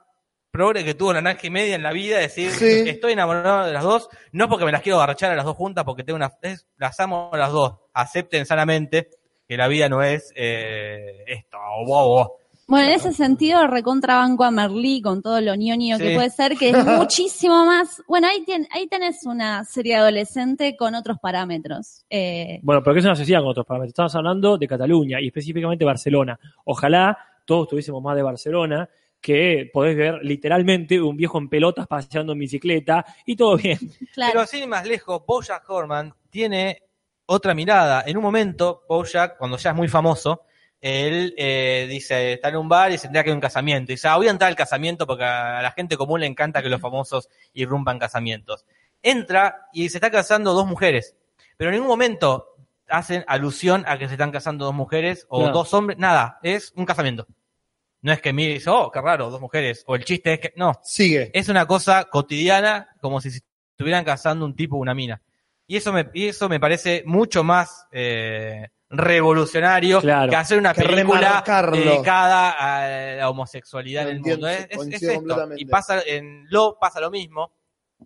Speaker 4: progre que tuvo la naranja y media en la vida, decir,
Speaker 3: Sí.
Speaker 4: estoy enamorado de las dos, no porque me las quiero agarrachar a las dos juntas, porque tengo una, es- las amo a las dos, acepten sanamente que la vida no es eh, esto, o vos, vos.
Speaker 6: Bueno, en ese sentido, recontrabanco a Merlí con todo lo ñoño
Speaker 4: Sí.
Speaker 6: que puede ser, que es muchísimo más. Bueno, ahí, tien- ahí tenés una serie adolescente con otros parámetros. Eh,
Speaker 7: Bueno, pero que eso no se hacía con otros parámetros. Estamos hablando de Cataluña y específicamente Barcelona. Ojalá todos tuviésemos más de Barcelona, que podés ver literalmente un viejo en pelotas paseando en bicicleta y todo bien.
Speaker 6: claro.
Speaker 4: Pero sin ir más lejos, Bojack Horman tiene otra mirada. En un momento, Bojack, cuando ya es muy famoso, él eh, dice, está en un bar y se entera que hay un casamiento. Y dice, "Ah, voy a entrar al casamiento porque a la gente común le encanta que los famosos irrumpan casamientos. Entra y se está casando dos mujeres. Pero en ningún momento hacen alusión a que se están casando dos mujeres o
Speaker 7: No.
Speaker 4: dos hombres. Nada, es un casamiento. No es que mire y dice, oh, qué raro, dos mujeres. O el chiste es que... No,
Speaker 3: Sigue.
Speaker 4: es una cosa cotidiana, como si se estuvieran cazando un tipo o una mina. Y eso me, y eso me parece mucho más eh, revolucionario
Speaker 7: Claro.
Speaker 4: que hacer una
Speaker 3: Que
Speaker 4: película
Speaker 3: remarcarlo.
Speaker 4: dedicada a la homosexualidad
Speaker 3: Lo
Speaker 4: en el
Speaker 3: entiendo,
Speaker 4: mundo. Es, es-
Speaker 3: coincido
Speaker 4: es esto.
Speaker 3: completamente.
Speaker 4: Y pasa en Lo pasa lo mismo,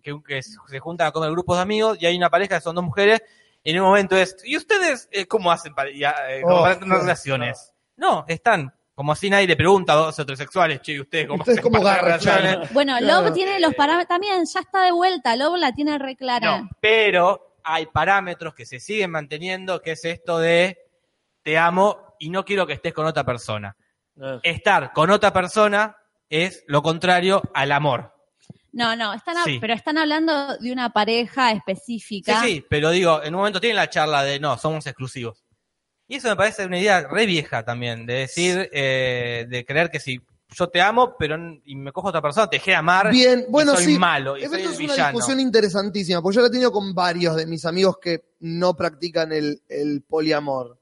Speaker 4: que, un- que se juntan a comer grupos de amigos y hay una pareja que son dos mujeres, y en un momento es, ¿y ustedes eh, cómo hacen para, ya, eh, como
Speaker 3: Oh,
Speaker 4: para tener
Speaker 3: claro.
Speaker 4: relaciones? No, están como si nadie le pregunta a dos heterosexuales, che, ¿y ustedes cómo
Speaker 3: Ustedes
Speaker 4: hacen
Speaker 3: cómo
Speaker 4: para tener
Speaker 3: garchan.
Speaker 4: relaciones?
Speaker 6: Bueno,
Speaker 3: Claro.
Speaker 6: Love tiene los parámetros. También ya está de vuelta, Love la tiene re clara.
Speaker 4: No, pero hay parámetros que se siguen manteniendo, que es esto de te amo y no quiero que estés con otra Ah, persona. Estar con otra persona es lo contrario al amor.
Speaker 6: No, no, están hab-
Speaker 4: Sí.
Speaker 6: pero están hablando de una pareja
Speaker 4: Sí,
Speaker 6: específica.
Speaker 4: sí, pero digo, en un momento tienen la charla de no, somos exclusivos. Y eso me parece una idea re vieja también, de decir, eh, de creer que si yo te amo, pero n- y me cojo a otra persona, te dejé de amar,
Speaker 3: Bien,
Speaker 4: y
Speaker 3: bueno,
Speaker 4: soy
Speaker 3: sí.
Speaker 4: malo, y
Speaker 3: Esto
Speaker 4: soy el
Speaker 3: es una
Speaker 4: villano.
Speaker 3: discusión interesantísima, porque yo la he tenido con varios de mis amigos que no practican el, el poliamor.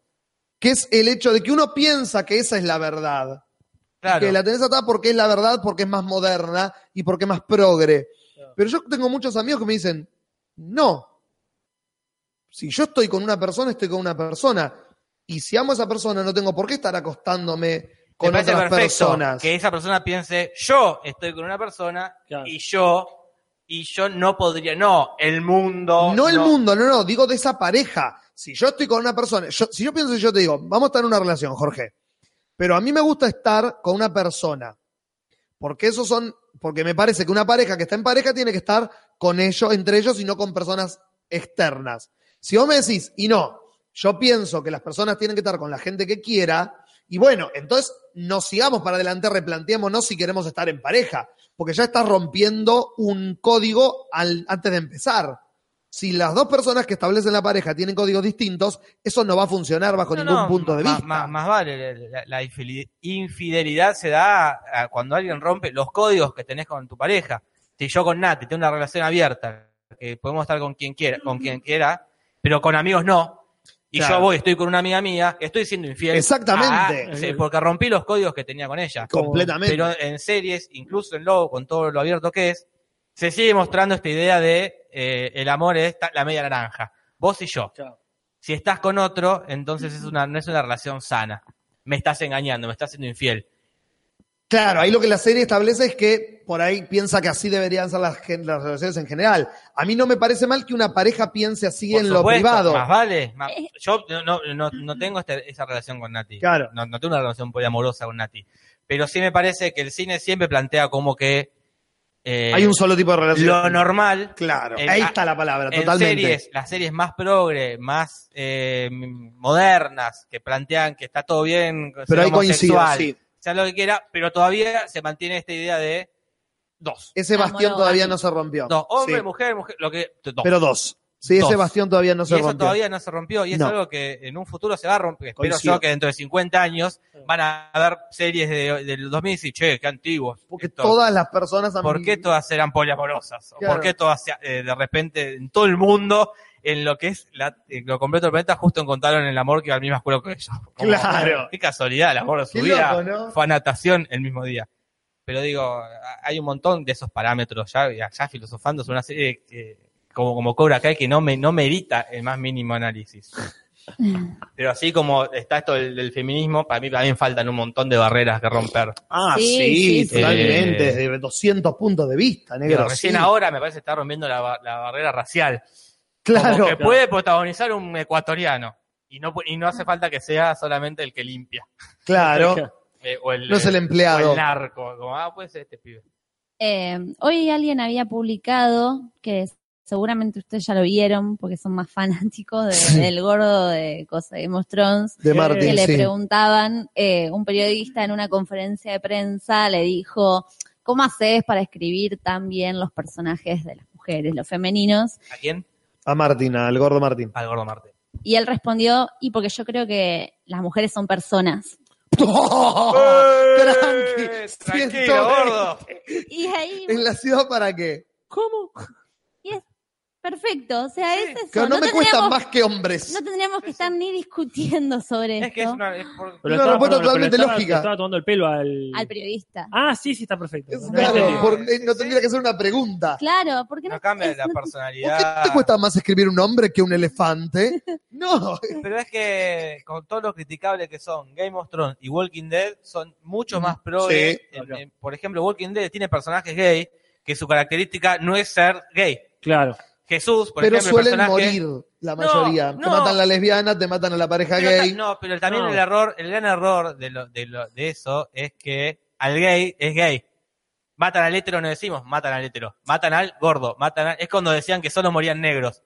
Speaker 3: Que es el hecho de que uno piensa que esa es la verdad.
Speaker 4: Claro.
Speaker 3: Que la tenés atada porque es la verdad, porque es más moderna y porque es más progre. Pero yo tengo muchos amigos que me dicen, no. Si yo estoy con una persona, estoy con una persona. Y si amo a esa persona, no tengo por qué estar acostándome
Speaker 4: Me
Speaker 3: con
Speaker 4: parece
Speaker 3: otras
Speaker 4: perfecto
Speaker 3: personas.
Speaker 4: Que esa persona piense, yo estoy con una persona
Speaker 7: Claro.
Speaker 4: y yo, y yo no podría, no, el mundo.
Speaker 3: No el mundo, no, no, digo de esa pareja. Si yo estoy con una persona, yo- si yo pienso, yo te digo, vamos a estar en una relación, Jorge. Pero a mí me gusta estar con una persona. Porque esos son, porque me parece que una pareja que está en pareja tiene que estar con ellos, entre ellos y no con personas externas. Si vos me decís, y no, yo pienso que las personas tienen que estar con la gente que quiera, y bueno, entonces nos sigamos para adelante, replanteémonos si queremos estar en pareja, porque ya estás rompiendo un código al- antes de empezar. Si las dos personas que establecen la pareja tienen códigos distintos, eso no va a funcionar bajo
Speaker 4: No,
Speaker 3: ningún
Speaker 4: no,
Speaker 3: punto de
Speaker 4: más,
Speaker 3: vista.
Speaker 4: Más, más vale, la, la infili- infidelidad se da a- cuando alguien rompe los códigos que tenés con tu pareja. Si yo con Nati tengo una relación abierta, que podemos estar con quien quiera, con quien quiera, pero con amigos no. Y
Speaker 3: Claro.
Speaker 4: yo voy, estoy con una amiga mía, estoy siendo infiel.
Speaker 3: Exactamente.
Speaker 4: Ah, sí, porque rompí los códigos que tenía con ella.
Speaker 3: Completamente.
Speaker 4: Pero en series, incluso en Lobo, con todo lo abierto que es, se sigue mostrando esta idea de eh, el amor es ta- la media naranja. Vos y yo.
Speaker 7: Claro.
Speaker 4: Si estás con otro, entonces es una, no es una relación sana. Me estás engañando, me estás siendo infiel.
Speaker 3: Claro, ahí lo que la serie establece es que por ahí piensa que así deberían ser las, gen- las relaciones en general. A mí no me parece mal que una pareja piense así
Speaker 4: Por
Speaker 3: en lo
Speaker 4: supuesto,
Speaker 3: privado.
Speaker 4: Más vale. más-
Speaker 6: Eh.
Speaker 4: yo no, no- no- no tengo este- esa relación con Nati.
Speaker 3: Claro.
Speaker 4: No, no tengo una relación poliamorosa con Nati. Pero sí me parece que el cine siempre plantea como que eh,
Speaker 3: Hay un solo tipo de relación.
Speaker 4: lo normal
Speaker 3: Claro,
Speaker 4: En-
Speaker 3: ahí
Speaker 4: a-
Speaker 3: está la palabra,
Speaker 4: en
Speaker 3: totalmente.
Speaker 4: series, las series más progre, más eh, m- modernas, que plantean que está todo bien, ser
Speaker 3: Pero ahí coincido,
Speaker 4: homosexual,
Speaker 3: sí.
Speaker 4: sea lo que quiera, pero todavía se mantiene esta idea de dos.
Speaker 3: Ese bastión
Speaker 6: Amor,
Speaker 3: todavía
Speaker 6: ahí.
Speaker 3: no se rompió.
Speaker 4: Dos, hombre,
Speaker 3: Sí,
Speaker 4: mujer, mujer, lo que... dos.
Speaker 3: Pero dos. Sí,
Speaker 4: Dos.
Speaker 3: ese bastión todavía no
Speaker 4: y
Speaker 3: se
Speaker 4: eso
Speaker 3: rompió.
Speaker 4: todavía no se rompió, y es
Speaker 3: No.
Speaker 4: algo que en un futuro se va a romper. Espero
Speaker 3: Coincido.
Speaker 4: yo que dentro de 50 años van a haber series de- del 2000 y decir, che, qué antiguos.
Speaker 3: Porque
Speaker 4: Esto-
Speaker 3: todas las personas han...
Speaker 4: ¿Por qué todas eran poliamorosas? ¿O
Speaker 3: Claro.
Speaker 4: ¿Por qué todas se- eh, de repente en todo el mundo, en lo que es la, en lo completo del planeta, justo encontraron el amor que iba al mismo escuela que ellos? Como,
Speaker 3: Claro.
Speaker 4: Qué casualidad, el amor de su
Speaker 3: Qué
Speaker 4: vida.
Speaker 3: loco, ¿no?
Speaker 4: Fue a natación el mismo día. Pero digo, a- hay un montón de esos parámetros ya, ya filosofando sobre una serie que, eh, como, como Cobra Kai que no, me, no merita el más mínimo análisis. Pero así como está esto del, del feminismo, para mí también faltan un montón de barreras que romper.
Speaker 3: Ah, sí,
Speaker 6: Sí, sí, sí.
Speaker 3: totalmente,
Speaker 4: Eh.
Speaker 3: desde 200 puntos de vista,
Speaker 4: Digo,
Speaker 3: negro.
Speaker 4: recién
Speaker 3: sí.
Speaker 4: ahora me parece que está rompiendo la, ba- la barrera racial.
Speaker 3: Claro.
Speaker 4: Como que puede protagonizar un ecuatoriano. Y no, pu- y no hace falta que sea solamente el que limpia.
Speaker 3: Claro,
Speaker 4: Eh, o el,
Speaker 3: no es el
Speaker 4: eh, o
Speaker 3: empleado.
Speaker 4: el narco. Como, ah, puede ser este pibe.
Speaker 6: Eh, hoy alguien había publicado, que seguramente ustedes ya lo vieron, porque son más fanáticos de-
Speaker 3: Sí.
Speaker 6: del gordo de Cosa de Game of Thrones,
Speaker 3: De
Speaker 7: que
Speaker 3: Martín,
Speaker 6: que le
Speaker 3: sí.
Speaker 6: preguntaban, eh, un periodista en una conferencia de prensa le dijo, ¿cómo haces para escribir tan bien los personajes de las mujeres, los femeninos?
Speaker 4: ¿A quién?
Speaker 3: A Martín, al gordo Martín.
Speaker 4: Al gordo Marte.
Speaker 6: Y él respondió, y porque yo creo que las mujeres son personas.
Speaker 4: ¡Eh!
Speaker 3: Oh, Tranqui,
Speaker 4: Tranquilo,
Speaker 3: 120.
Speaker 4: gordo.
Speaker 6: Y ahí,
Speaker 3: ¿En la ciudad para qué?
Speaker 7: ¿Cómo?
Speaker 6: perfecto, o sea, es eso.
Speaker 3: Claro, no, me cuesta
Speaker 6: tendríamos-
Speaker 3: más que hombres.
Speaker 6: No tendríamos que estar ni discutiendo sobre
Speaker 4: Es que es
Speaker 6: esto
Speaker 4: una. es por-
Speaker 3: Una respuesta totalmente
Speaker 7: estaba,
Speaker 3: lógica.
Speaker 7: le estaba tomando el pelo al...
Speaker 6: al periodista.
Speaker 7: Ah, sí, sí, está perfecto.
Speaker 3: Es-
Speaker 7: No
Speaker 3: claro,
Speaker 7: entendí.
Speaker 3: porque no tendría que ser una pregunta.
Speaker 6: Claro, porque no,
Speaker 4: no cambia
Speaker 6: es-
Speaker 4: la
Speaker 6: no-
Speaker 3: ¿Por qué
Speaker 4: personalidad.
Speaker 3: te cuesta más escribir un hombre que un elefante? No,
Speaker 4: Pero es que con todo lo criticable que son Game of Thrones y Walking Dead son mucho más progres.
Speaker 3: Sí.
Speaker 4: En- en- por ejemplo, Walking Dead tiene personajes gay que su característica no es ser gay.
Speaker 7: Claro.
Speaker 4: Jesús, por
Speaker 3: pero
Speaker 4: ejemplo, el
Speaker 3: suelen
Speaker 4: personaje,
Speaker 3: morir la mayoría. Te
Speaker 4: no.
Speaker 3: matan la lesbiana, te matan a la pareja
Speaker 4: Pero
Speaker 3: gay.
Speaker 4: ta- no, pero también
Speaker 7: No.
Speaker 4: el error, el gran error de, lo, de, lo- de eso es que al gay es gay. Matan al hétero, no decimos, matan al hétero. Matan al gordo, matan al... Es cuando decían que solo morían negros.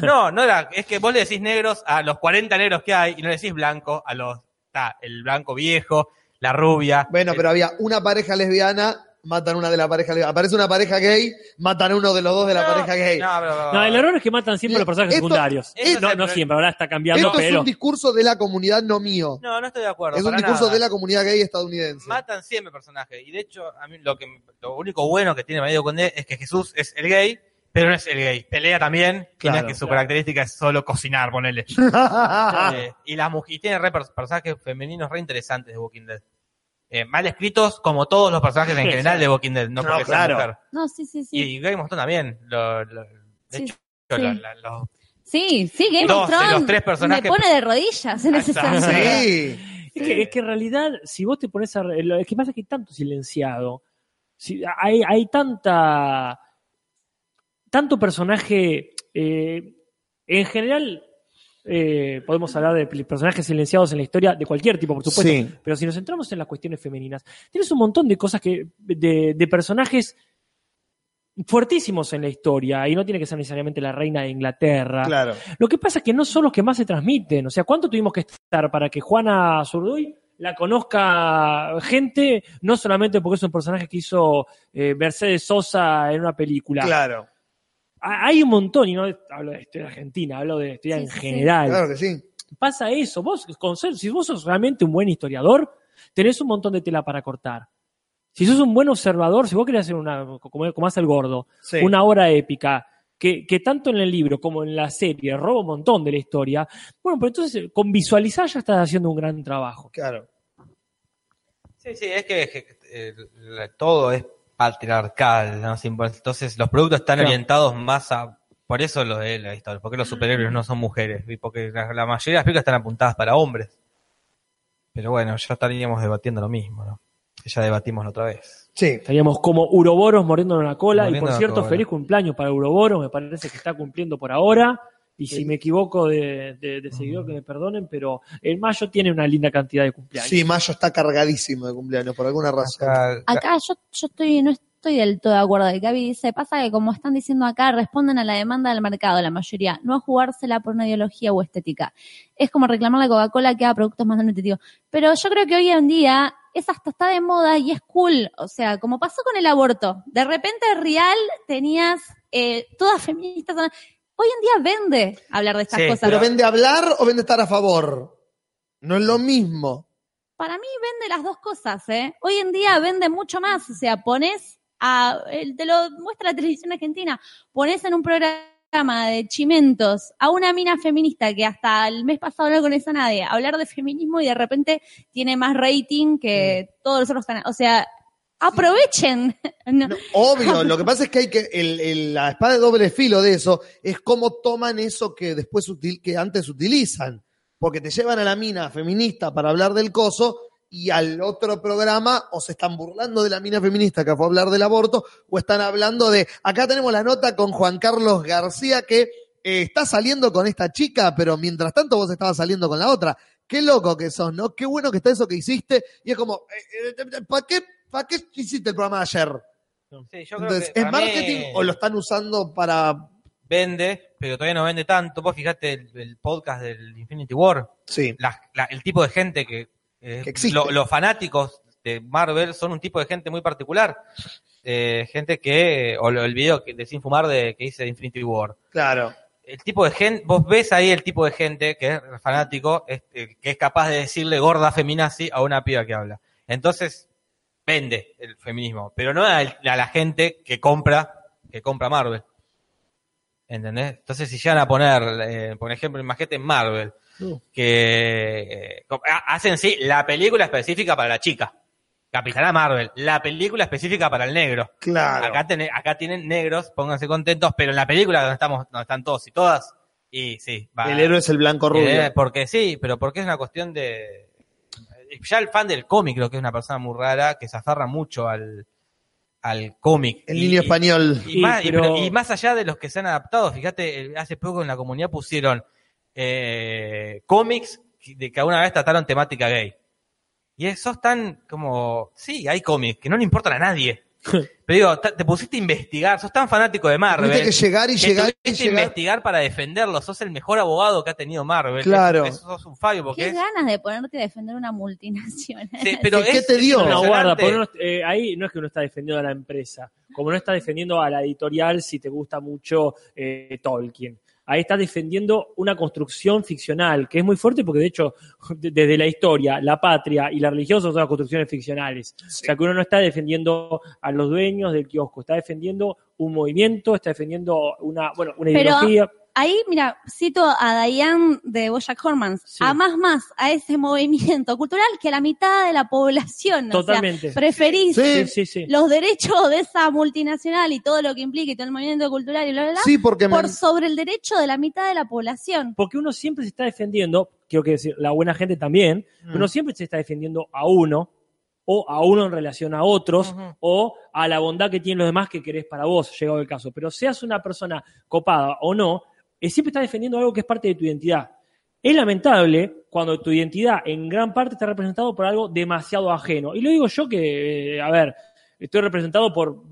Speaker 4: No, no era... Es que vos le decís negros a los 40 negros que hay y no le decís blanco a los... Está, el blanco viejo, la rubia.
Speaker 3: Bueno,
Speaker 4: el-
Speaker 7: Eh,
Speaker 3: pero había una pareja lesbiana matan una de la pareja. gay. Aparece una pareja gay, matan uno de los dos de la
Speaker 4: No,
Speaker 3: pareja gay.
Speaker 4: No, pero-
Speaker 7: No, el error es que matan siempre a los personajes
Speaker 3: Esto-
Speaker 7: secundarios.
Speaker 4: esto es
Speaker 7: no,
Speaker 4: el
Speaker 7: no
Speaker 4: pro-
Speaker 7: siempre, ahora está cambiando,
Speaker 3: Esto es
Speaker 7: pero.
Speaker 3: un discurso de la comunidad, no mío.
Speaker 4: No, no estoy de acuerdo.
Speaker 3: es un
Speaker 4: para
Speaker 3: discurso
Speaker 4: nada.
Speaker 3: de la comunidad gay estadounidense.
Speaker 4: Matan siempre personajes. Y de hecho, a mí lo, que, lo único bueno que tiene Mario Condé es que Jesús es el gay, pero no es el gay. Pelea también, y no es
Speaker 3: Claro.
Speaker 4: que su característica es solo cocinar, ponele.
Speaker 7: Ah.
Speaker 4: Eh, y las mujeres tienen re pers- personajes femeninos re interesantes de Walking Dead. Eh, mal escritos como todos los personajes en
Speaker 7: Sí,
Speaker 4: general
Speaker 7: sí.
Speaker 4: de Walking Dead, no,
Speaker 3: No,
Speaker 4: porque sea
Speaker 3: claro.
Speaker 4: mujer.
Speaker 6: No, sí, sí, sí.
Speaker 4: Y Game of Thrones también. Lo, lo- de
Speaker 6: Sí,
Speaker 4: hecho,
Speaker 6: sí.
Speaker 4: lo- la- los-
Speaker 6: Sí, sí, Game
Speaker 4: Dos
Speaker 6: of
Speaker 4: de los
Speaker 6: Thrones
Speaker 4: tres personajes-
Speaker 6: me pone de rodillas en ese
Speaker 4: Exacto.
Speaker 6: sentido.
Speaker 3: sí.
Speaker 7: Es que, es que en realidad, si vos te pones a. re- lo- Es que pasa que hay tanto silenciado. Si, hay, hay tanta. Tanto personaje. eh, en general, eh, podemos hablar de pl- personajes silenciados en la historia, de cualquier tipo, por supuesto.
Speaker 3: Sí.
Speaker 7: Pero si nos centramos en las cuestiones femeninas, tienes un montón de cosas que. de, de personajes fuertísimos en la historia. Y no tiene que ser necesariamente la reina de Inglaterra.
Speaker 3: Claro.
Speaker 7: Lo que pasa es que no son los que más se transmiten. O sea, ¿cuánto tuvimos que estar para que Juana Zurduy la conozca gente? No solamente porque es un personaje que hizo eh, Mercedes Sosa en una película.
Speaker 3: Claro.
Speaker 7: Ha- Hay un montón, y no hablo de historia argentina, hablo de historia
Speaker 6: Sí,
Speaker 7: en
Speaker 6: sí, sí.
Speaker 7: general.
Speaker 3: Claro que sí.
Speaker 7: Pasa eso. Vos, con ser- si vos sos realmente un buen historiador, tenés un montón de tela para cortar. Si sos un buen observador, si vos querés hacer una, como, como hace el gordo,
Speaker 3: Sí.
Speaker 7: una obra épica que, que tanto en el libro como en la serie roba un montón de la historia, bueno, pero entonces eh, con visualizar ya estás haciendo un gran trabajo.
Speaker 3: Claro.
Speaker 4: Sí, sí, es que je- eh, la- todo es patriarcal, ¿no? Sin- Entonces los productos están
Speaker 7: Claro.
Speaker 4: orientados más a... Por eso lo de la historia, porque los superhéroes no son mujeres, y porque la, la mayoría de las películas están apuntadas para hombres. Pero bueno, ya estaríamos debatiendo lo mismo, ¿no? Que ya debatimos la otra vez.
Speaker 3: Sí.
Speaker 7: Estaríamos como Uroboros mordiéndonos la cola, y
Speaker 4: Mordiendo
Speaker 7: por
Speaker 4: la
Speaker 7: cierto,
Speaker 4: cola.
Speaker 7: feliz cumpleaños para Uroboros, me parece que está cumpliendo por ahora. Y si
Speaker 3: Sí.
Speaker 7: me equivoco de, de- de seguidor, que me perdonen, pero en mayo tiene una linda cantidad de cumpleaños.
Speaker 3: Sí, mayo está cargadísimo de cumpleaños, por alguna razón.
Speaker 4: Acá-
Speaker 6: Acá yo, yo estoy, no estoy del todo de acuerdo. Gaby dice, pasa que como están diciendo acá, responden a la demanda del mercado, la mayoría, no a jugársela por una ideología o estética. Es como reclamar a Coca-Cola que haga productos más nutritivos. Pero yo creo que hoy en día es hasta está de moda y es cool. O sea, como pasó con el aborto. De repente Real tenías eh, todas feministas. Hoy en día vende hablar de estas
Speaker 4: Sí,
Speaker 6: cosas.
Speaker 3: ¿Pero vende hablar o vende estar a favor? No es lo mismo.
Speaker 6: Para mí vende las dos cosas, ¿eh? Hoy en día vende mucho más, o sea, pones a, el- te lo muestra la televisión argentina, pones en un programa de chimentos a una mina feminista que hasta el mes pasado no con a nadie, a hablar de feminismo y de repente tiene más rating que todos los otros canales, o sea, aprovechen. No,
Speaker 3: No, obvio, lo que pasa es que hay que. el- el- la espada de doble filo de eso es cómo toman eso que después util- que antes utilizan. Porque te llevan a la mina feminista para hablar del coso y al otro programa o se están burlando de la mina feminista que fue a hablar del aborto o están hablando de. Acá tenemos la nota con Juan Carlos García que eh, está saliendo con esta chica, pero mientras tanto vos estabas saliendo con la otra. Qué loco que sos, ¿no? Qué bueno que está eso que hiciste. Y es como, ¿para qué, pa' qué hiciste el programa de ayer?
Speaker 4: Sí, yo creo
Speaker 3: Entonces,
Speaker 4: que
Speaker 3: ¿es
Speaker 4: para mí
Speaker 3: marketing o lo están usando para.?
Speaker 4: Vende, pero todavía no vende tanto. Vos fijate el, el podcast del Infinity War,
Speaker 3: Sí.
Speaker 4: la- la- el tipo de gente que, eh,
Speaker 3: Que existe.
Speaker 4: lo- los fanáticos de Marvel son un tipo de gente muy particular. Eh, gente que, o lo- el video que, de Sin Fumar de, que hice de Infinity War.
Speaker 3: Claro.
Speaker 4: El tipo de gente, vos ves ahí el tipo de gente que es fanático, este, que es capaz de decirle gorda feminazi a una piba que habla. Entonces, vende el feminismo, pero no a, el- a la gente que compra, que compra Marvel. ¿Entendés? Entonces, si llegan a poner, eh, por ejemplo, imagínate Marvel,
Speaker 3: Uh.
Speaker 4: que eh, co- ha- hacen sí la película específica para la chica. Capitana Marvel, la película específica para el negro.
Speaker 3: Claro.
Speaker 4: Acá, tené- acá tienen negros, pónganse contentos, pero en la película donde estamos, donde están todos y todas, y sí, va.
Speaker 3: el héroe es el blanco rubio.
Speaker 4: Eh, porque sí, pero porque es una cuestión de. Ya el fan del cómic creo que es una persona muy rara que se aferra mucho al, al cómic.
Speaker 3: el
Speaker 4: Y-
Speaker 3: niño
Speaker 4: y-
Speaker 3: español.
Speaker 4: Y,
Speaker 7: Sí,
Speaker 4: más, y-
Speaker 7: pero-
Speaker 4: pero- y más allá de los que se han adaptado, fíjate, el- hace poco en la comunidad pusieron eh, cómics de que alguna vez trataron temática gay. Y esos tan como. Sí, hay cómics que no le importan a nadie. Pero digo, ta- te pusiste a investigar, sos tan fanático de Marvel.
Speaker 3: Tuviste que llegar y
Speaker 4: que
Speaker 3: llegar y
Speaker 4: tuviste que
Speaker 3: llegar.
Speaker 4: investigar para defenderlo, sos el mejor abogado que ha tenido Marvel.
Speaker 3: Claro.
Speaker 4: Eso sos un fallo, porque
Speaker 6: Qué
Speaker 4: es-
Speaker 6: ganas de ponerte a defender una multinacional.
Speaker 4: Sí, pero
Speaker 3: ¿Qué
Speaker 4: es-
Speaker 3: te
Speaker 4: es
Speaker 3: dio?
Speaker 7: No,
Speaker 4: impresionante.
Speaker 7: guarda, porque uno, eh, ahí no es que uno está defendiendo a la empresa, como no está defendiendo a la editorial si te gusta mucho eh, Tolkien. Ahí estás defendiendo una construcción ficcional, que es muy fuerte porque, de hecho, de- desde la historia, la patria y la religión son todas construcciones ficcionales. O sea, que uno no está defendiendo a los dueños del kiosco, está defendiendo un movimiento, está defendiendo una, bueno, una
Speaker 6: Pero-
Speaker 7: ideología.
Speaker 6: Ahí, mira, cito a Diane de Boyack Hormans,
Speaker 7: Sí.
Speaker 6: a más más a ese movimiento cultural que a la mitad de la población. o sea,
Speaker 7: Totalmente.
Speaker 6: preferís
Speaker 7: Sí,
Speaker 3: Sí,
Speaker 7: sí, sí.
Speaker 6: los derechos de esa multinacional y todo lo que implica y todo el movimiento cultural y bla, bla, bla,
Speaker 3: sí, porque me-
Speaker 6: por sobre el derecho de la mitad de la población.
Speaker 7: Porque uno siempre se está defendiendo, quiero que decir, la buena gente también, pero uno siempre se está defendiendo a uno, o a uno en relación a otros,
Speaker 4: Ujú.
Speaker 7: o a la bondad que tienen los demás que querés para vos, llegado el caso. Pero seas una persona copada o no, eh, siempre estás defendiendo algo que es parte de tu identidad. Es lamentable cuando tu identidad en gran parte está representado por algo demasiado ajeno. Y lo digo yo que, eh, a ver, estoy representado por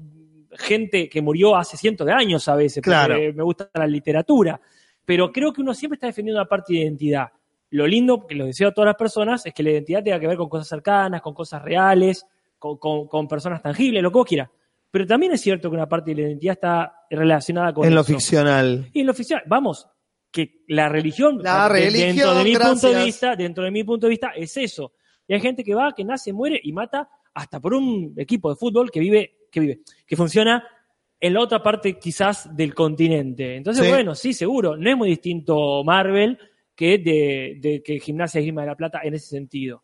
Speaker 7: gente que murió hace cientos de años a veces, porque
Speaker 3: Claro.
Speaker 7: me gusta la literatura. Pero creo que uno siempre está defendiendo una parte de identidad. Lo lindo que les deseo a todas las personas es que la identidad tenga que ver con cosas cercanas, con cosas reales, con, con- con personas tangibles, lo que vos quieras. Pero también es cierto que una parte de la identidad está relacionada con
Speaker 3: en lo
Speaker 7: eso.
Speaker 3: ficcional.
Speaker 7: Y en lo oficial, vamos, que la religión,
Speaker 3: La
Speaker 7: de- dentro
Speaker 3: religión,
Speaker 7: de mi punto de
Speaker 3: gracias.
Speaker 7: vista, dentro de mi punto de vista, es eso. Y hay gente que va, que nace, muere y mata hasta por un equipo de fútbol que vive, que vive, que funciona en la otra parte quizás del continente. Entonces,
Speaker 3: Sí.
Speaker 7: bueno, sí, seguro, no es muy distinto Marvel que de, de- que Gimnasia y Grima de la Plata en ese sentido.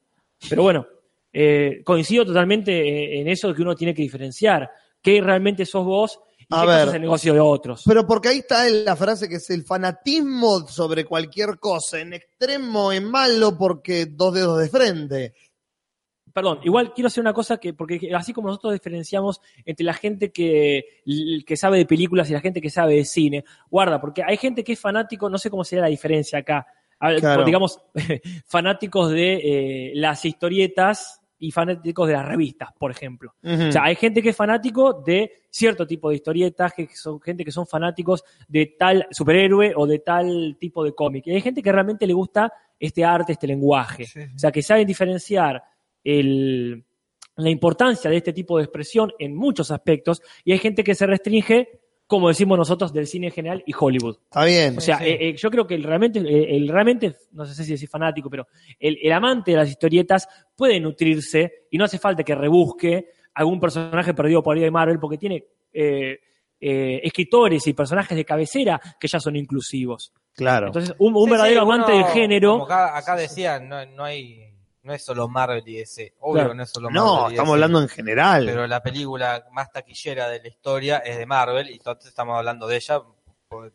Speaker 7: Pero bueno, eh, coincido totalmente eh, en eso de que uno tiene que diferenciar qué realmente sos vos y
Speaker 3: A
Speaker 7: qué
Speaker 3: ver.
Speaker 7: cosa es el negocio de otros.
Speaker 3: Pero porque ahí está la frase que es el fanatismo sobre cualquier cosa, en extremo, en malo, porque dos dedos de frente.
Speaker 7: Perdón, igual quiero hacer una cosa que, porque así como nosotros diferenciamos entre la gente que, que sabe de películas y la gente que sabe de cine, guarda, porque hay gente que es fanático, no sé cómo sería la diferencia acá, A ver,
Speaker 3: Claro.
Speaker 7: digamos, fanáticos de eh, las historietas y fanáticos de las revistas, por ejemplo. O sea, hay gente que es fanático de cierto tipo de historietas, que son gente que son fanáticos de tal superhéroe o de tal tipo de cómic. Y hay gente que realmente le gusta este arte, este lenguaje.
Speaker 4: Sí, sí.
Speaker 7: O sea, que saben diferenciar el- la importancia de este tipo de expresión en muchos aspectos. Y hay gente que se restringe, como decimos nosotros, del cine en general y Hollywood.
Speaker 3: Está bien.
Speaker 7: O sea,
Speaker 4: Sí.
Speaker 7: eh, eh, yo creo que el realmente, eh, el realmente, no sé si decir fanático, pero el, el amante de las historietas puede nutrirse y no hace falta que rebusque algún personaje perdido por ahí de Marvel porque tiene eh, eh, escritores y personajes de cabecera que ya son inclusivos.
Speaker 3: claro.
Speaker 7: Entonces, un, un
Speaker 4: Sí,
Speaker 7: verdadero
Speaker 4: sí, uno-
Speaker 7: amante del
Speaker 4: como
Speaker 7: género.
Speaker 4: acá, acá decían, no, no hay, no es solo Marvel y DC. Obvio,
Speaker 7: Claro.
Speaker 4: que no es solo Marvel.
Speaker 3: No,
Speaker 4: y
Speaker 3: estamos
Speaker 4: DC,
Speaker 3: hablando en general.
Speaker 4: Pero la película más taquillera de la historia es de Marvel y entonces estamos hablando de ella por,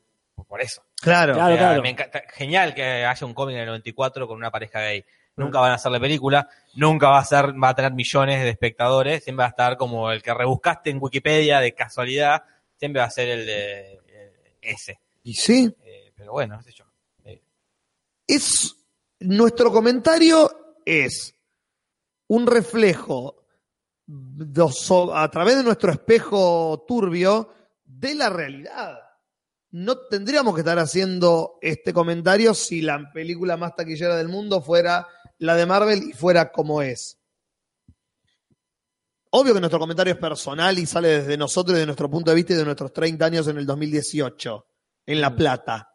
Speaker 4: por eso.
Speaker 3: claro.
Speaker 7: Claro.
Speaker 4: O sea, me encanta- genial que haya un cómic en el 94 con una pareja gay.
Speaker 7: Mm.
Speaker 4: Nunca van a hacerle película, nunca va a ser, va a tener millones de espectadores, siempre va a estar como el que rebuscaste en Wikipedia de casualidad, siempre va a ser el de eh, ese.
Speaker 3: Y sí,
Speaker 4: Eh, pero bueno, no sé yo.
Speaker 3: es nuestro comentario es un reflejo do- so- a través de nuestro espejo turbio de la realidad. No tendríamos que estar haciendo este comentario si la película más taquillera del mundo fuera la de Marvel y fuera como es. Obvio que nuestro comentario es personal y sale desde nosotros y de nuestro punto de vista y de nuestros 30 años en el 2018, en
Speaker 7: Mm.
Speaker 3: La Plata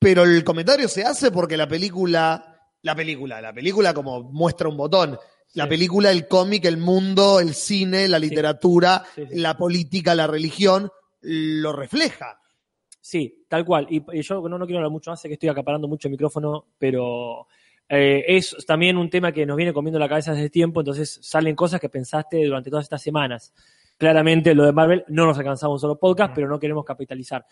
Speaker 3: pero el comentario se hace porque la película, la película, la película como muestra un botón, la
Speaker 7: Sí.
Speaker 3: película, el cómic, el mundo, el cine, la literatura,
Speaker 7: Sí, sí.
Speaker 3: la política, la religión, lo refleja.
Speaker 7: Sí, tal cual. Y, y yo no, no quiero hablar mucho más, sé que estoy acaparando mucho el micrófono, pero eh, es también un tema que nos viene comiendo la cabeza desde tiempo, entonces salen cosas que pensaste durante todas estas semanas. Claramente lo de Marvel no nos alcanzaba un solo podcast, pero no queremos capitalizar.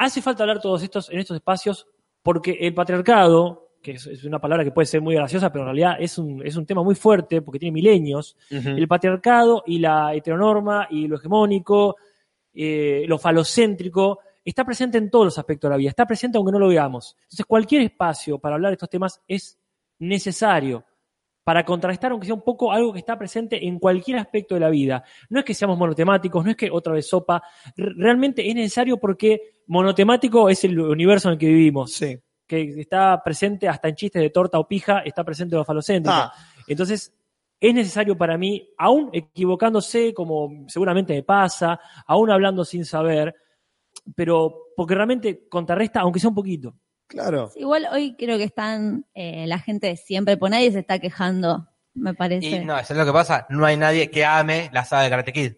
Speaker 7: Hace falta hablar todos estos en estos espacios porque el patriarcado, que es, es una palabra que puede ser muy graciosa, pero en realidad es un, es un tema muy fuerte porque tiene milenios, el patriarcado y la heteronorma y lo hegemónico, eh, lo falocéntrico, está presente en todos los aspectos de la vida, está presente aunque no lo veamos. Entonces, cualquier espacio para hablar de estos temas es necesario para contrastar, aunque sea un poco, algo que está presente en cualquier aspecto de la vida. No es que seamos monotemáticos, no es que otra vez sopa. Re- Realmente es necesario porque monotemático es el universo en el que vivimos
Speaker 3: Sí.
Speaker 7: que está presente hasta en chistes de torta o pija, está presente lo falocéntrico.
Speaker 3: Ah.
Speaker 7: Entonces, es necesario para mí, aún equivocándose, como seguramente me pasa, aún hablando sin saber, pero porque realmente contrarresta, aunque sea un poquito.
Speaker 3: Claro.
Speaker 6: Igual hoy creo que están eh, la gente de siempre, por nadie se está quejando, me
Speaker 4: Y
Speaker 6: parece.
Speaker 4: no, eso es lo que pasa. No hay nadie que ame la saga de Karate Kid.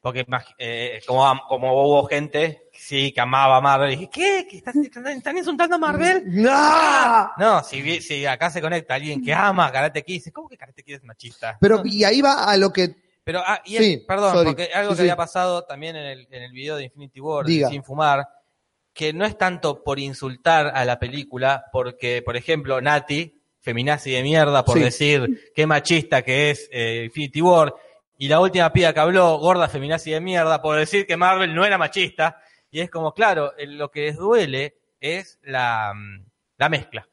Speaker 4: Porque imag- eh, como, am- como hubo gente sí, que amaba a Marvel, dije, ¿qué? ¿Qué estás- están, están insultando a
Speaker 7: Mm.
Speaker 4: Marvel?
Speaker 3: ¡No!
Speaker 4: No, si, vi- si acá se conecta alguien que ama a Karate Kid, dice, ¿cómo que Karate Kid es machista?
Speaker 3: Pero, y ahí va a lo que.
Speaker 4: Pero, ah, y
Speaker 3: Sí,
Speaker 4: el- perdón,
Speaker 3: sorry.
Speaker 4: porque algo
Speaker 3: Sí,
Speaker 4: que
Speaker 3: sí.
Speaker 4: había pasado también en el, en el video de Infinity War, de
Speaker 3: Diga.
Speaker 4: Sin Fumar, que no es tanto por insultar a la película, porque, por ejemplo, Nati, feminazi de mierda, por
Speaker 3: Sí.
Speaker 4: decir qué machista que es eh, Infinity War, y la última pía que habló, gorda feminazi de mierda, por decir que Marvel no era machista, y es como, claro, eh, lo que les duele es la, mm, la mezcla.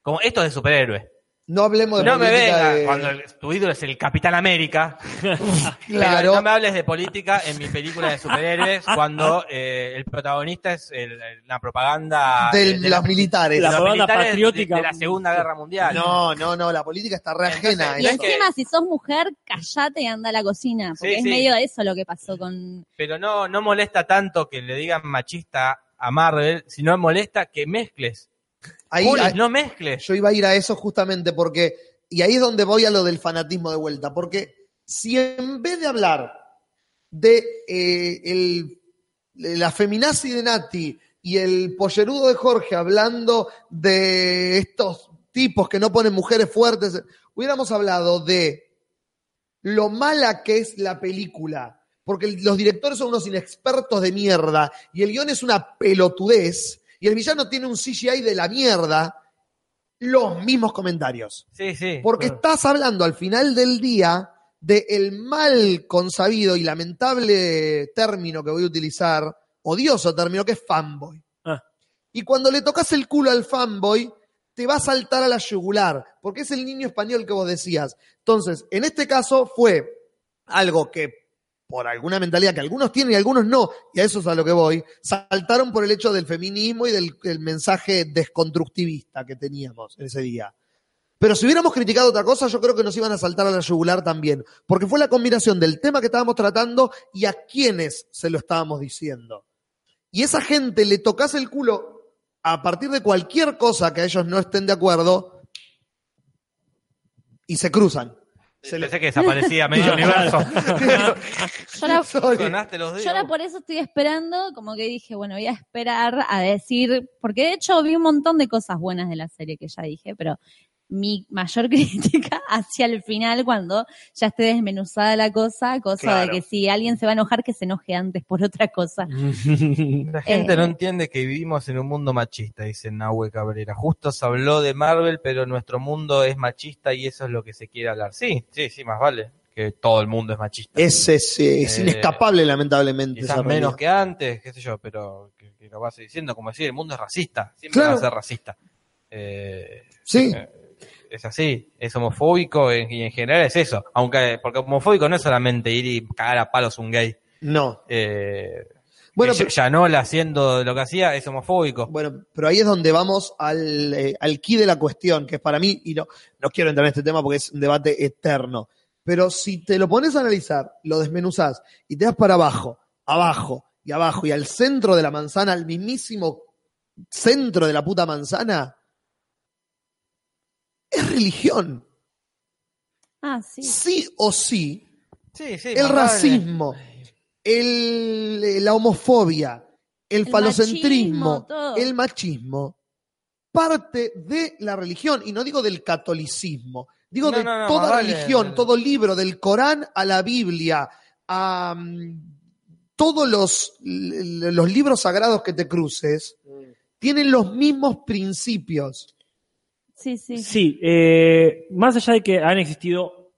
Speaker 4: Como esto es de superhéroes.
Speaker 3: No hablemos de
Speaker 4: No me
Speaker 3: política
Speaker 4: venga
Speaker 3: de-
Speaker 4: cuando el- tu ídolo es el Capitán América.
Speaker 3: Claro.
Speaker 4: Pero no me hables de política en mi película de superhéroes cuando eh, el protagonista es el- el- la propaganda
Speaker 3: de,
Speaker 4: eh,
Speaker 3: los
Speaker 4: la-
Speaker 3: militares.
Speaker 4: de los
Speaker 7: La propaganda
Speaker 4: militares de-
Speaker 7: patriótica.
Speaker 4: de, la Segunda Guerra Mundial.
Speaker 3: No, no, no, la política está re ajena. a
Speaker 6: Y
Speaker 4: Entonces,
Speaker 3: eso.
Speaker 4: que-
Speaker 6: encima, si sos mujer, callate y anda a la cocina, porque
Speaker 4: Sí,
Speaker 6: es
Speaker 4: sí.
Speaker 6: medio eso lo que pasó con...
Speaker 4: Pero no, no molesta tanto que le digan machista a Marvel, sino molesta que mezcles.
Speaker 3: Ahí,
Speaker 4: Jules,
Speaker 3: ahí-
Speaker 4: no mezcles.
Speaker 3: yo iba a ir a eso justamente porque, y ahí es donde voy a lo del fanatismo de vuelta, porque si en vez de hablar de eh, el, la feminazi de Nati y el pollerudo de Jorge hablando de estos tipos que no ponen mujeres fuertes, hubiéramos hablado de lo mala que es la película, porque el- los directores son unos inexpertos de mierda y el guión es una pelotudez y el villano tiene un CGI de la mierda, los mismos comentarios.
Speaker 4: Sí, sí.
Speaker 3: Porque estás hablando al final del día de el mal consabido y lamentable término que voy a utilizar, odioso término, que es fanboy.
Speaker 7: Ah.
Speaker 3: Y cuando le tocas el culo al fanboy, te va a saltar a la yugular, porque es el niño español que vos decías. Entonces, en este caso fue algo que por alguna mentalidad que algunos tienen y algunos no, y a eso es a lo que voy, saltaron por el hecho del feminismo y del, del mensaje desconstructivista que teníamos ese día. Pero si hubiéramos criticado otra cosa, yo creo que nos iban a saltar a la yugular también, porque fue la combinación del tema que estábamos tratando y a quienes se lo estábamos diciendo. Y esa gente le tocas el culo a partir de cualquier cosa que ellos no estén de acuerdo y se cruzan. Se le-
Speaker 4: Pensé que desaparecía medio universo.
Speaker 6: Yo la-
Speaker 3: Sorry.
Speaker 4: Sonaste los
Speaker 6: Yo ahora
Speaker 4: dedos.
Speaker 6: por eso estoy esperando, como que dije, bueno, voy a esperar a decir, porque de hecho vi un montón de cosas buenas de la serie que ya dije, pero mi mayor crítica hacia el final, cuando ya esté desmenuzada la cosa, cosa
Speaker 3: Claro.
Speaker 6: de que si alguien se va a enojar, que se enoje antes por otra cosa.
Speaker 4: La gente
Speaker 6: Eh.
Speaker 4: no entiende que vivimos en un mundo machista, dice Nahue Cabrera. Justo se habló de Marvel, pero nuestro mundo es machista y eso es lo que se quiere hablar. Sí, sí, sí, más vale que todo el mundo es machista.
Speaker 3: Es, es, eh, es
Speaker 4: Eh,
Speaker 3: inescapable, lamentablemente.
Speaker 4: Quizás
Speaker 3: esa
Speaker 4: menos
Speaker 3: realidad.
Speaker 4: que antes, qué sé yo, pero que, que lo vas diciendo, como decir, el mundo es racista, siempre
Speaker 3: Claro.
Speaker 4: va a ser racista. Eh,
Speaker 3: Sí,
Speaker 4: eh, es así, es homofóbico eh, y en general es eso. Aunque, porque homofóbico no es solamente ir y cagar a palos un gay.
Speaker 3: no.
Speaker 4: Eh,
Speaker 3: Bueno,
Speaker 4: que
Speaker 3: pero,
Speaker 4: Yanola haciendo lo que hacía es homofóbico.
Speaker 3: bueno, pero ahí es donde vamos al, eh, al key de la cuestión, que es para mí, y no, no quiero entrar en este tema porque es un debate eterno, pero si te lo pones a analizar, lo desmenuzás y te das para abajo, abajo y abajo y al centro de la manzana, al mismísimo centro de la puta manzana, es religión.
Speaker 6: Ah, sí.
Speaker 3: Sí o sí,
Speaker 4: Sí, sí,
Speaker 3: el
Speaker 4: más
Speaker 3: racismo, el- eh, la homofobia, el,
Speaker 6: El
Speaker 3: falocentrismo,
Speaker 6: machismo, todo.
Speaker 3: el machismo, parte de la religión, y no digo del catolicismo, digo
Speaker 4: No,
Speaker 3: de
Speaker 4: no, no,
Speaker 3: toda
Speaker 4: más vale
Speaker 3: religión,
Speaker 4: el-
Speaker 3: todo libro, del Corán a la Biblia, a mm, todos los, l- los libros sagrados que te cruces,
Speaker 4: Mm.
Speaker 3: tienen los mismos principios.
Speaker 6: Sí, sí.
Speaker 7: Sí, eh, más allá de que han existido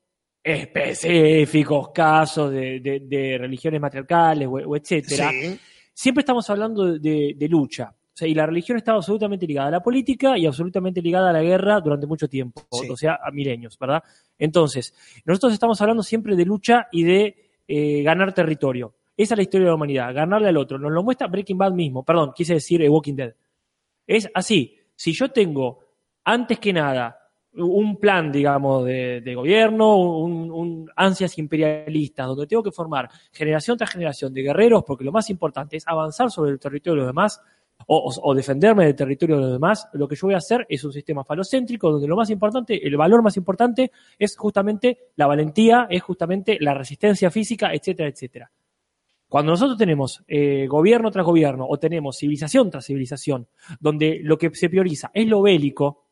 Speaker 7: específicos casos de, de- de religiones matriarcales o, o etcétera,
Speaker 3: Sí.
Speaker 7: siempre estamos hablando de, de lucha. O sea, y la religión está absolutamente ligada a la política y absolutamente ligada a la guerra durante mucho tiempo,
Speaker 3: Sí.
Speaker 7: o sea, a milenios, ¿verdad? Entonces, nosotros estamos hablando siempre de lucha y de eh, ganar territorio. Esa es la historia de la humanidad, ganarle al otro. Nos lo muestra Breaking Bad mismo, perdón, quise decir eh, Walking Dead. Es así, si yo tengo, antes que nada, un plan, digamos, de, de gobierno, un, un ansias imperialistas, donde tengo que formar generación tras generación de guerreros, porque lo más importante es avanzar sobre el territorio de los demás, o, o- o defenderme del territorio de los demás, lo que yo voy a hacer es un sistema falocéntrico donde lo más importante, el valor más importante es justamente la valentía, es justamente la resistencia física, etcétera, etcétera. Cuando nosotros tenemos eh, gobierno tras gobierno o tenemos civilización tras civilización, donde lo que se prioriza es lo bélico,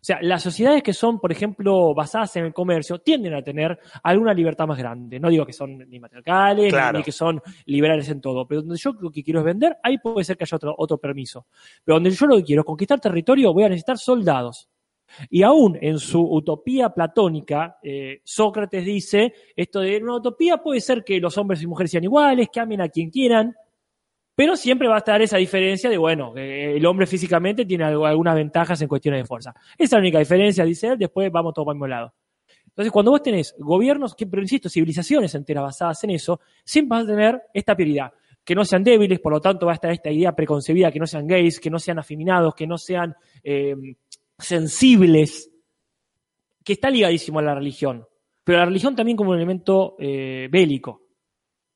Speaker 7: o sea, las sociedades que son, por ejemplo, basadas en el comercio, tienden a tener alguna libertad más grande. No digo que son ni matriarcales, ni-
Speaker 11: Claro.
Speaker 7: ni que son liberales en todo, pero donde yo lo que quiero es vender, ahí puede ser que haya otro, otro permiso. Pero donde yo lo que quiero es conquistar territorio, voy a necesitar soldados. Y aún en su utopía platónica, eh, Sócrates dice esto de en una utopía puede ser que los hombres y mujeres sean iguales, que amen a quien quieran, pero siempre va a estar esa diferencia de, bueno, que el hombre físicamente tiene algo- algunas ventajas en cuestiones de fuerza. Esa es la única diferencia, dice él, después vamos todos para el mismo lado. Entonces, cuando vos tenés gobiernos, que, pero insisto, civilizaciones enteras basadas en eso, siempre vas a tener esta prioridad. Que no sean débiles, por lo tanto va a estar esta idea preconcebida, que no sean gays, que no sean afeminados, que no sean eh, sensibles, que está ligadísimo a la religión. Pero la religión también como un elemento eh, bélico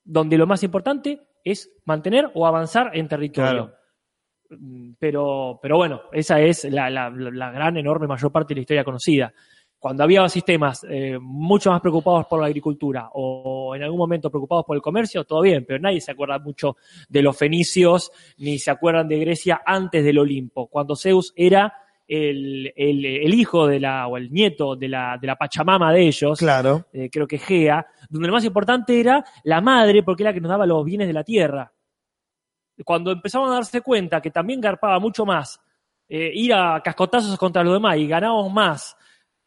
Speaker 7: donde lo más importante es mantener o avanzar en territorio. Mm, Pero, pero bueno, esa es la, la- la gran, enorme mayor parte de la historia conocida. Cuando había sistemas eh, mucho más preocupados por la agricultura o en algún momento preocupados por el comercio, todo bien, pero nadie se acuerda mucho de los fenicios ni se acuerdan de Grecia antes del Olimpo, cuando Zeus era el, el- el hijo de la, o el nieto de la, de la Pachamama de ellos
Speaker 3: Claro.
Speaker 7: eh, creo que Gea, donde lo más importante era la madre, porque era la que nos daba los bienes de la tierra. Cuando empezaban a darse cuenta que también garpaba mucho más eh, ir a cascotazos contra los demás y ganábamos más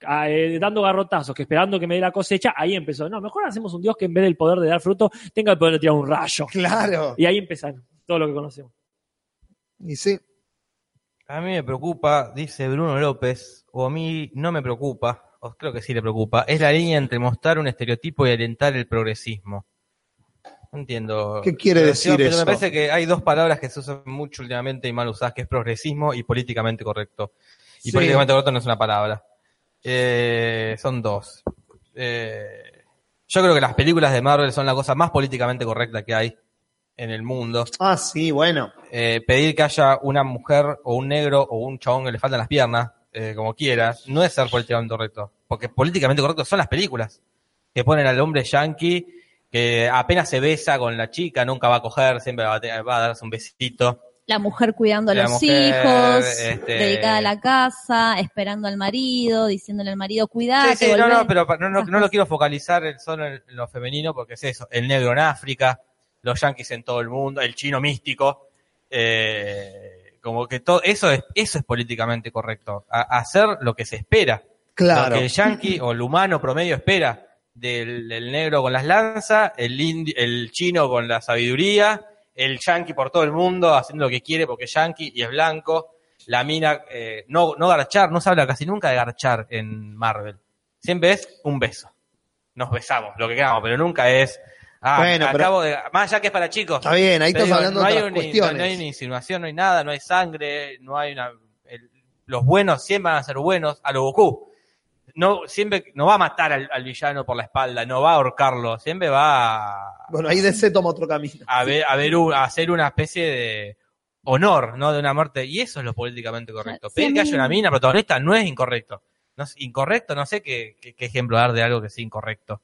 Speaker 7: a, eh, dando garrotazos que esperando que me dé la cosecha, ahí empezó. No, mejor hacemos un dios que en vez del poder de dar fruto tenga el poder de tirar un rayo.
Speaker 3: Claro.
Speaker 7: Y ahí empezaron todo lo que conocemos.
Speaker 3: Y sí.
Speaker 4: A mí me preocupa, dice Bruno López, o a mí no me preocupa, o creo que sí le preocupa, es la línea entre mostrar un estereotipo y alentar el progresismo. No entiendo.
Speaker 3: ¿Qué quiere
Speaker 4: Pero
Speaker 3: decir
Speaker 4: pero
Speaker 3: eso?
Speaker 4: Me parece que hay dos palabras que se usan mucho últimamente y mal usadas, que es progresismo y políticamente correcto. Y
Speaker 3: Sí.
Speaker 4: políticamente correcto no es una palabra. Eh, son dos. Eh, yo creo que las películas de Marvel son la cosa más políticamente correcta que hay en el mundo
Speaker 3: Ah, sí, bueno.
Speaker 4: eh, pedir que haya una mujer o un negro o un chabón que le faltan las piernas, eh, como quieras, no es ser políticamente correcto. Porque políticamente correcto son las películas. Que ponen al hombre yankee que apenas se besa con la chica, nunca va a coger, siempre va a, te- va a darse un besito.
Speaker 6: La mujer cuidando a
Speaker 4: La
Speaker 6: los
Speaker 4: mujer,
Speaker 6: hijos,
Speaker 4: este-
Speaker 6: dedicada a la casa, esperando al marido, diciéndole al marido, cuidado.
Speaker 4: Sí, sí, no, no, pero pa- no, no- no lo quiero focalizar en- solo en lo femenino porque es eso, el negro en África, los yanquis en todo el mundo, el chino místico, eh, como que todo eso es, eso es políticamente correcto, a- hacer lo que se espera,
Speaker 3: Claro.
Speaker 4: lo que el yanqui o el humano promedio espera, del, del negro con las lanzas, el, indi- el chino con la sabiduría, el yanqui por todo el mundo haciendo lo que quiere porque es yanqui y es blanco, la mina, eh, no, no garchar, no se habla casi nunca de garchar en Marvel. Siempre es un beso. Nos besamos, lo que queramos, pero nunca es. Ah,
Speaker 3: Bueno, pero-
Speaker 4: acabo de. Más ya que es para chicos.
Speaker 3: Está bien, ahí estás
Speaker 4: Pero digo,
Speaker 3: hablando
Speaker 4: no
Speaker 3: de
Speaker 4: hay
Speaker 3: otras
Speaker 4: una-
Speaker 3: cuestiones.
Speaker 4: No hay una insinuación, no hay nada, no hay sangre, no hay una. el- los buenos siempre van a ser buenos, a lo Goku. No, siempre, no va a matar al, al villano por la espalda, no va a ahorcarlo, siempre va a,
Speaker 3: Bueno, ahí DC toma otro camino.
Speaker 4: a ver, a ver un- a hacer una especie de honor, ¿no? De una muerte. Y eso es lo políticamente correcto.
Speaker 6: Sí, a
Speaker 4: Pedir que
Speaker 6: mí-
Speaker 4: haya una mina protagonista no es incorrecto. No es incorrecto, no sé qué, qué- qué ejemplo dar de algo que sea incorrecto.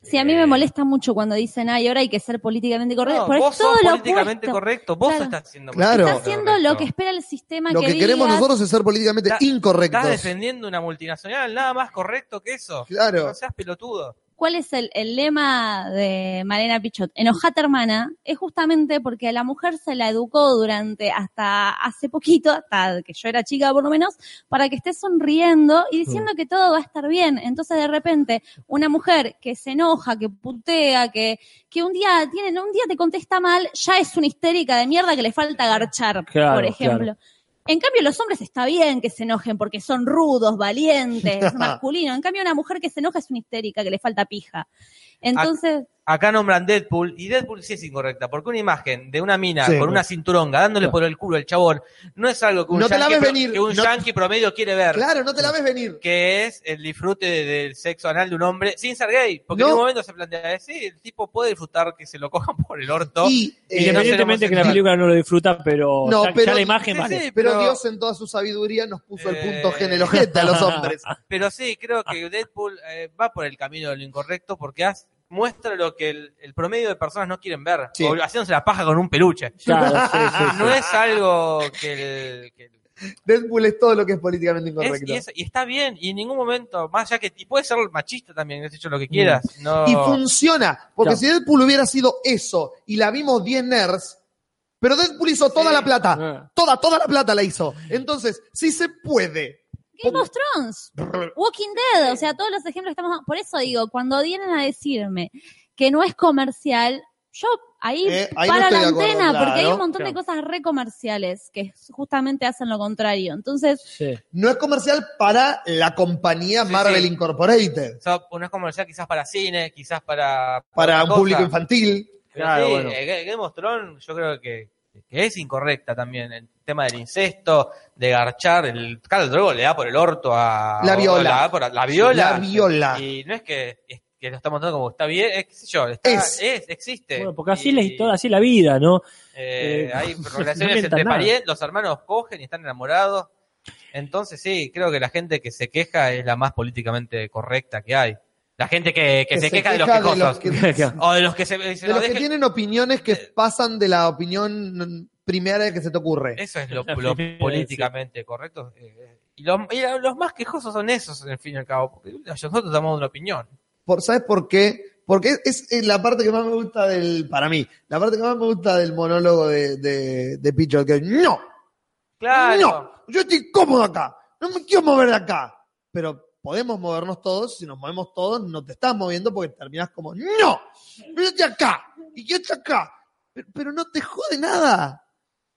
Speaker 6: Sí, a mí me
Speaker 4: Eh,
Speaker 6: molesta mucho cuando dicen, ay, ahora hay que ser políticamente correcto.
Speaker 4: No,
Speaker 6: pero
Speaker 4: vos
Speaker 6: es todo
Speaker 4: sos
Speaker 6: lo
Speaker 4: políticamente
Speaker 6: opuesto.
Speaker 4: correcto, vos
Speaker 6: Claro.
Speaker 4: estás haciendo
Speaker 3: Claro.
Speaker 6: Estás haciendo lo que espera el sistema
Speaker 3: Lo que queremos
Speaker 6: digas.
Speaker 3: nosotros es ser políticamente
Speaker 4: Está- Estás
Speaker 3: incorrectos.
Speaker 4: defendiendo una multinacional, nada más correcto que eso.
Speaker 3: Claro.
Speaker 4: No seas pelotudo.
Speaker 6: cuál es el, el lema de Malena Pichot. Enojate, hermana, es justamente porque a la mujer se la educó durante hasta hace poquito, hasta que yo era chica por lo menos, para que esté sonriendo
Speaker 7: Mm.
Speaker 6: y diciendo que todo va a estar bien. Entonces, de repente, una mujer que se enoja, que putea, que, que un día tiene, un día te contesta mal, ya es una histérica de mierda que le falta garchar,
Speaker 7: Claro,
Speaker 6: por ejemplo. En cambio, los hombres está bien que se enojen porque son rudos, valientes, masculinos. En cambio, una mujer que se enoja es una histérica, que le falta
Speaker 7: Ah,
Speaker 6: pija. Entonces,
Speaker 4: Acá nombran Deadpool y Deadpool sí es incorrecta, porque una imagen de una mina
Speaker 3: Sí,
Speaker 4: con una
Speaker 3: bueno.
Speaker 4: cinturonga dándole por el culo al chabón no es algo que un,
Speaker 3: No te la
Speaker 4: yankee,
Speaker 3: ves
Speaker 4: pro-
Speaker 3: venir,
Speaker 4: que un
Speaker 3: no-
Speaker 4: yankee promedio quiere ver,
Speaker 3: Claro, no te la ves venir.
Speaker 4: que es el disfrute de- del sexo anal de un hombre sin ser gay, porque
Speaker 3: No.
Speaker 4: en un momento se plantea, eh, sí, el tipo puede disfrutar que se lo cojan por el orto.
Speaker 3: Y, eh,
Speaker 4: que no se-
Speaker 7: Independientemente que la
Speaker 4: Sí.
Speaker 7: película no lo disfruta, pero,
Speaker 3: No,
Speaker 7: ya, ya
Speaker 3: pero-
Speaker 7: la imagen
Speaker 4: Sí,
Speaker 7: vale.
Speaker 4: sí,
Speaker 3: pero Dios en toda su sabiduría nos puso el punto
Speaker 4: Eh.
Speaker 3: G en el ojete a los hombres.
Speaker 4: Pero sí, creo que Deadpool eh, va por el camino de lo incorrecto porque haz- muestra lo que el, el promedio de personas no quieren ver,
Speaker 3: Sí.
Speaker 4: o haciéndose la paja con un peluche. Ah,
Speaker 7: Claro, sí, sí, sí.
Speaker 4: No es algo que, el- que el-
Speaker 3: Deadpool es todo lo que es políticamente
Speaker 4: es-
Speaker 3: incorrecto.
Speaker 4: y, es- y está bien, y en ningún momento, más ya que y puede ser machista también, has hecho
Speaker 7: Mm.
Speaker 4: lo que quieras. No,
Speaker 3: Y funciona, porque
Speaker 7: Claro.
Speaker 3: si Deadpool hubiera sido eso y la vimos 10 nerds, pero Deadpool hizo toda
Speaker 4: Sí.
Speaker 3: la plata,
Speaker 7: Ah.
Speaker 3: toda, toda la plata la hizo. Entonces, sí se puede.
Speaker 6: Game of Thrones, Walking Dead, o sea, todos los ejemplos que estamos dando. Por eso digo, cuando vienen a decirme que no es comercial, yo ahí,
Speaker 3: Eh, ahí no
Speaker 6: para
Speaker 3: estoy
Speaker 6: la
Speaker 3: de acuerdo,
Speaker 6: antena, porque hay
Speaker 3: claro,
Speaker 6: un montón de cosas re comerciales que justamente hacen lo contrario. Entonces,
Speaker 7: Sí.
Speaker 3: No es comercial para la compañía
Speaker 4: Sí,
Speaker 3: Marvel
Speaker 4: sí.
Speaker 3: Incorporated,
Speaker 4: o sea, no es comercial quizás para cine, quizás para...
Speaker 3: para
Speaker 4: otra
Speaker 3: un
Speaker 4: cosa.
Speaker 3: público infantil.
Speaker 4: Pero
Speaker 7: Ah,
Speaker 3: Claro,
Speaker 4: sí,
Speaker 3: bueno.
Speaker 4: eh, Ga- Game of Thrones yo creo que, que es incorrecta también. El tema del incesto, de garchar, el Carlos Drogo le da por el orto a...
Speaker 3: La viola.
Speaker 4: La, por- la viola.
Speaker 3: La viola.
Speaker 4: Y no es que, es que lo estamos dando como está bien, es, qué sé yo, está-
Speaker 3: Es.
Speaker 4: es, existe.
Speaker 7: Bueno, porque así,
Speaker 4: Y,
Speaker 7: les, toda, así es la vida, ¿no?
Speaker 4: eh,
Speaker 7: eh,
Speaker 4: hay
Speaker 7: no
Speaker 4: relaciones
Speaker 7: inventan
Speaker 4: entre
Speaker 7: nada.
Speaker 4: parientes, los hermanos cogen y están enamorados. Entonces sí, creo que la gente que se queja es la más políticamente correcta que hay. La gente que, que se, queja, de los quejosos.
Speaker 7: Claro.
Speaker 4: O de los que se... dice,
Speaker 3: de
Speaker 4: "No,
Speaker 3: los que
Speaker 4: dejen-
Speaker 3: tienen opiniones que pasan de la opinión primera que se te ocurre.
Speaker 4: Eso es lo,
Speaker 7: La
Speaker 4: lo
Speaker 7: primera,
Speaker 4: políticamente correcto. eh, y, los, y la- los más quejosos son esos, en fin y al cabo. Porque nosotros damos una opinión.
Speaker 3: Por, ¿Sabes por qué? Porque es, es la parte que más me gusta del, para mí, la parte que más me gusta del monólogo de, de, de Pichot, que es, no,
Speaker 4: Claro.
Speaker 3: no, yo estoy cómodo acá, no me quiero mover de acá. Pero podemos movernos todos, si nos movemos todos, no te estás moviendo porque terminás como, no, yo estoy acá, y yo estoy acá, pero, pero no te jode nada.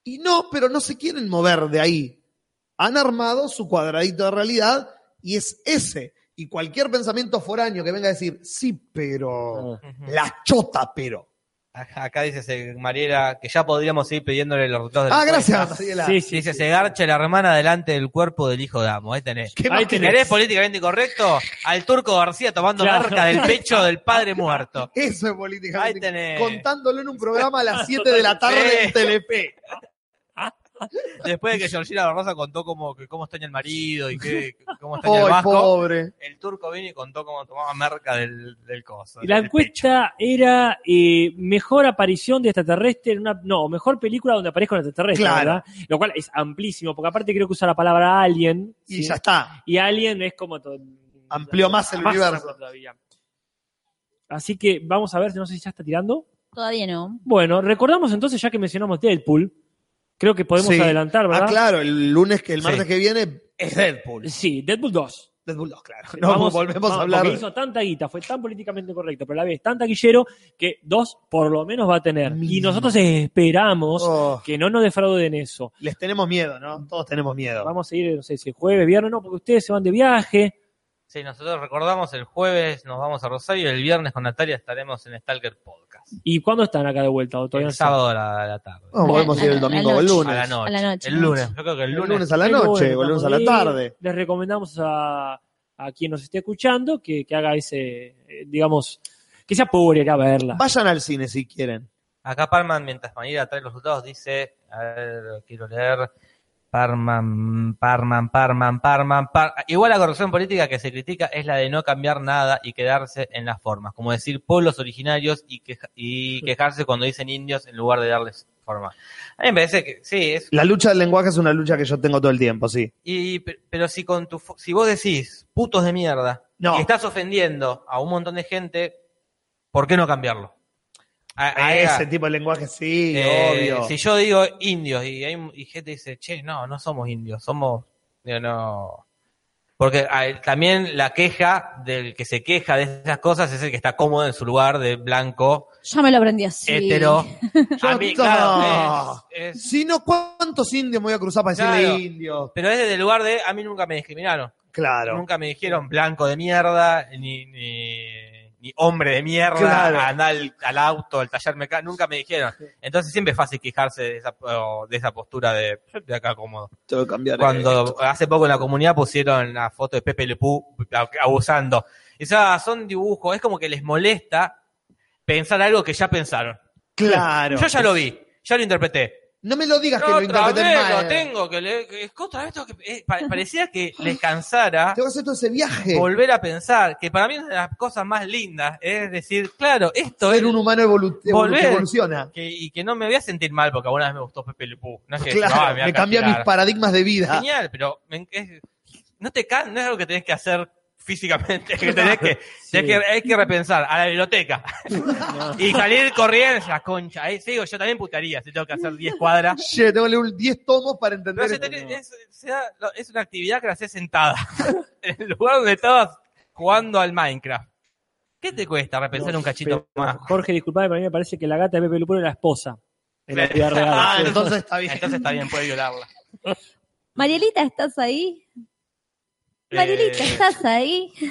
Speaker 3: Y no, pero no se quieren mover de ahí. Han armado su cuadradito de realidad y es ese. Y cualquier pensamiento foráneo que venga a decir, sí,
Speaker 7: Ah.
Speaker 3: pero,
Speaker 4: Ujú.
Speaker 3: la chota, pero.
Speaker 4: Acá acá dice ese Mariela que ya podríamos ir pidiéndole los resultados de la
Speaker 3: Ah, gracias,
Speaker 4: encuesta.
Speaker 3: Mariela.
Speaker 7: Sí, sí,
Speaker 4: Dice,
Speaker 7: sí.
Speaker 4: se garcha la hermana delante del cuerpo del hijo de amo. Ahí tenés.
Speaker 3: ¿Qué
Speaker 7: Ahí
Speaker 3: más
Speaker 7: tenés.
Speaker 4: ¿Querés políticamente correcto? Al turco García tomando
Speaker 7: Claro.
Speaker 4: marca del pecho del padre muerto.
Speaker 3: Eso es política.
Speaker 4: Ahí tenés.
Speaker 3: Contándolo en un programa a las 7 de la tarde en
Speaker 4: Sí.
Speaker 3: Telefe.
Speaker 4: Después de que Georgina Barrosa contó cómo, que cómo extraña el marido y que, cómo extraña el
Speaker 3: Ay,
Speaker 4: vasco.
Speaker 3: pobre.
Speaker 4: el turco vino y contó cómo tomaba marca del, del coso.
Speaker 7: Y La
Speaker 4: del pecho.
Speaker 7: encuesta era eh, mejor aparición de extraterrestre en una. No, mejor película donde aparezca un extraterrestre,
Speaker 3: Claro.
Speaker 7: ¿verdad? Lo cual es amplísimo, porque aparte creo que usa la palabra alien.
Speaker 3: Y
Speaker 7: ¿sí?
Speaker 3: ya está.
Speaker 7: Y alien es como. to-
Speaker 3: Amplió más el universo.
Speaker 7: todavía. Así que vamos a ver, no sé si ya está tirando.
Speaker 6: todavía no.
Speaker 7: Bueno, recordamos entonces, ya que mencionamos Deadpool, creo que podemos
Speaker 3: Sí.
Speaker 7: adelantar, ¿verdad?
Speaker 3: Ah, claro, el lunes, que el
Speaker 7: Sí.
Speaker 3: martes que viene es Deadpool.
Speaker 7: Sí, Deadpool 2.
Speaker 3: Deadpool 2, claro. No, volvemos a
Speaker 7: vamos,
Speaker 3: hablar.
Speaker 7: porque hizo tanta guita, fue tan políticamente correcto, pero a la vez tan taquillero que dos por lo menos va a tener. Y
Speaker 3: Mínimo.
Speaker 7: nosotros esperamos
Speaker 3: Oh,
Speaker 7: que no nos defrauden eso.
Speaker 3: les tenemos miedo, ¿no? Todos tenemos miedo.
Speaker 7: Vamos a ir, no sé si el jueves, viernes, no, porque ustedes se van de viaje.
Speaker 4: Sí, nosotros recordamos el jueves nos vamos a Rosario y el viernes con Natalia estaremos en Stalker Podcast.
Speaker 7: ¿Y cuándo están acá de vuelta? ¿O todavía
Speaker 4: el
Speaker 7: no saben?
Speaker 4: sábado a la, a la tarde.
Speaker 3: No, volvemos a ir el domingo o el
Speaker 4: a, la
Speaker 3: lunes.
Speaker 4: noche.
Speaker 6: A la noche.
Speaker 4: El lunes. Yo creo que el
Speaker 3: El
Speaker 4: lunes.
Speaker 3: lunes a la
Speaker 7: El
Speaker 3: noche,
Speaker 7: lunes,
Speaker 3: o el lunes a la
Speaker 7: estamos ahí.
Speaker 3: tarde.
Speaker 7: Les recomendamos a, a quien nos esté escuchando que, que haga ese, eh, digamos, que sea pobre ir a verla.
Speaker 3: Vayan al cine si quieren.
Speaker 4: Acá Parman, mientras Manila trae los resultados, dice, a ver, quiero leer. Parman, Parman, Parman, Parman, Par- Igual la corrupción política que se critica es la de no cambiar nada y quedarse en las formas, como decir pueblos originarios y, queja- y quejarse cuando dicen indios en lugar de darles forma. A mí me parece que sí, es
Speaker 3: La lucha del lenguaje es una lucha que yo tengo todo el tiempo, sí.
Speaker 4: y, pe- pero si con tu, fo- si vos decís putos de mierda
Speaker 3: No.
Speaker 4: y estás ofendiendo a un montón de gente, ¿por qué no cambiarlo? A-
Speaker 3: A
Speaker 4: a-
Speaker 3: ese tipo de lenguaje sí,
Speaker 4: eh,
Speaker 3: obvio.
Speaker 4: Si yo digo indios y, hay, un- y gente dice, che, no, no somos indios, somos. Digo, no. Porque hay- también la queja del que se queja de esas cosas es el que está cómodo en su lugar de blanco,
Speaker 6: Ya me lo aprendí así.
Speaker 4: hetero. A mí,
Speaker 3: Yo-
Speaker 4: claro, es- es-
Speaker 3: Si no, ¿cuántos indios me voy a cruzar para
Speaker 4: Claro.
Speaker 3: decirle indio?
Speaker 4: pero es desde el lugar de, a mí nunca me discriminaron.
Speaker 3: Claro.
Speaker 4: Nunca me dijeron blanco de mierda, ni, ni, ni hombre de mierda,
Speaker 3: Claro.
Speaker 4: andá al, al auto, al taller mecánico, nunca me dijeron. Entonces siempre es fácil quejarse de esa, o de esa postura de, "Yo estoy acá cómodo.
Speaker 8: Tengo que cambiar.
Speaker 4: Cuando hace poco en la comunidad pusieron la foto de Pepe Le Pew abusando. Y dice, "Ah, son dibujos, es como que les molesta pensar algo que ya pensaron.
Speaker 3: Claro.
Speaker 4: Yo ya lo vi, ya lo interpreté.
Speaker 3: No me lo digas que lo
Speaker 4: otra
Speaker 3: interpreten
Speaker 4: vez
Speaker 3: mal.
Speaker 4: lo tengo que leer, que- otra vez tengo que- eh, pa- parecía que les cansara
Speaker 3: Tengo que hacer todo ese viaje.
Speaker 4: volver a pensar, que para mí es una de las cosas más lindas, es decir, claro, esto es
Speaker 3: Ser un humano evolu- evolu-
Speaker 4: Volver.
Speaker 3: que evoluciona.
Speaker 4: que, y que no me voy a sentir mal porque alguna vez me gustó Pepe Le Pew. No es que "Ah,
Speaker 3: Claro,
Speaker 4: voy a
Speaker 3: me cambian mis ah.
Speaker 4: castigar".
Speaker 3: paradigmas de vida.
Speaker 4: Genial, pero me- es- no te can- no es algo que tenés que hacer físicamente, es que tenés que, tenés que- hay que repensar a la biblioteca y salir corriendo, ya concha, ahí sigo, yo también putaría si tengo que hacer 10 cuadras.
Speaker 3: Che, tengo que leer un 10 tomos para entender.
Speaker 4: No sé,
Speaker 3: esto.
Speaker 4: tenés- es, se da- lo- es una actividad que la haces sentada. en el lugar donde estabas jugando al Minecraft. ¿Qué te cuesta repensar un cachito
Speaker 7: Pero,
Speaker 4: más?
Speaker 7: Jorge, disculpame, pero a mí me parece que la gata de Pepe Lupulo es la esposa. En la
Speaker 4: Claro.
Speaker 7: vida real.
Speaker 3: Ah,
Speaker 7: Sí.
Speaker 3: entonces está bien.
Speaker 4: Entonces está bien, puede violarla.
Speaker 6: Marielita, ¿estás ahí? Marielita,
Speaker 4: Eh,
Speaker 6: ¿estás ahí?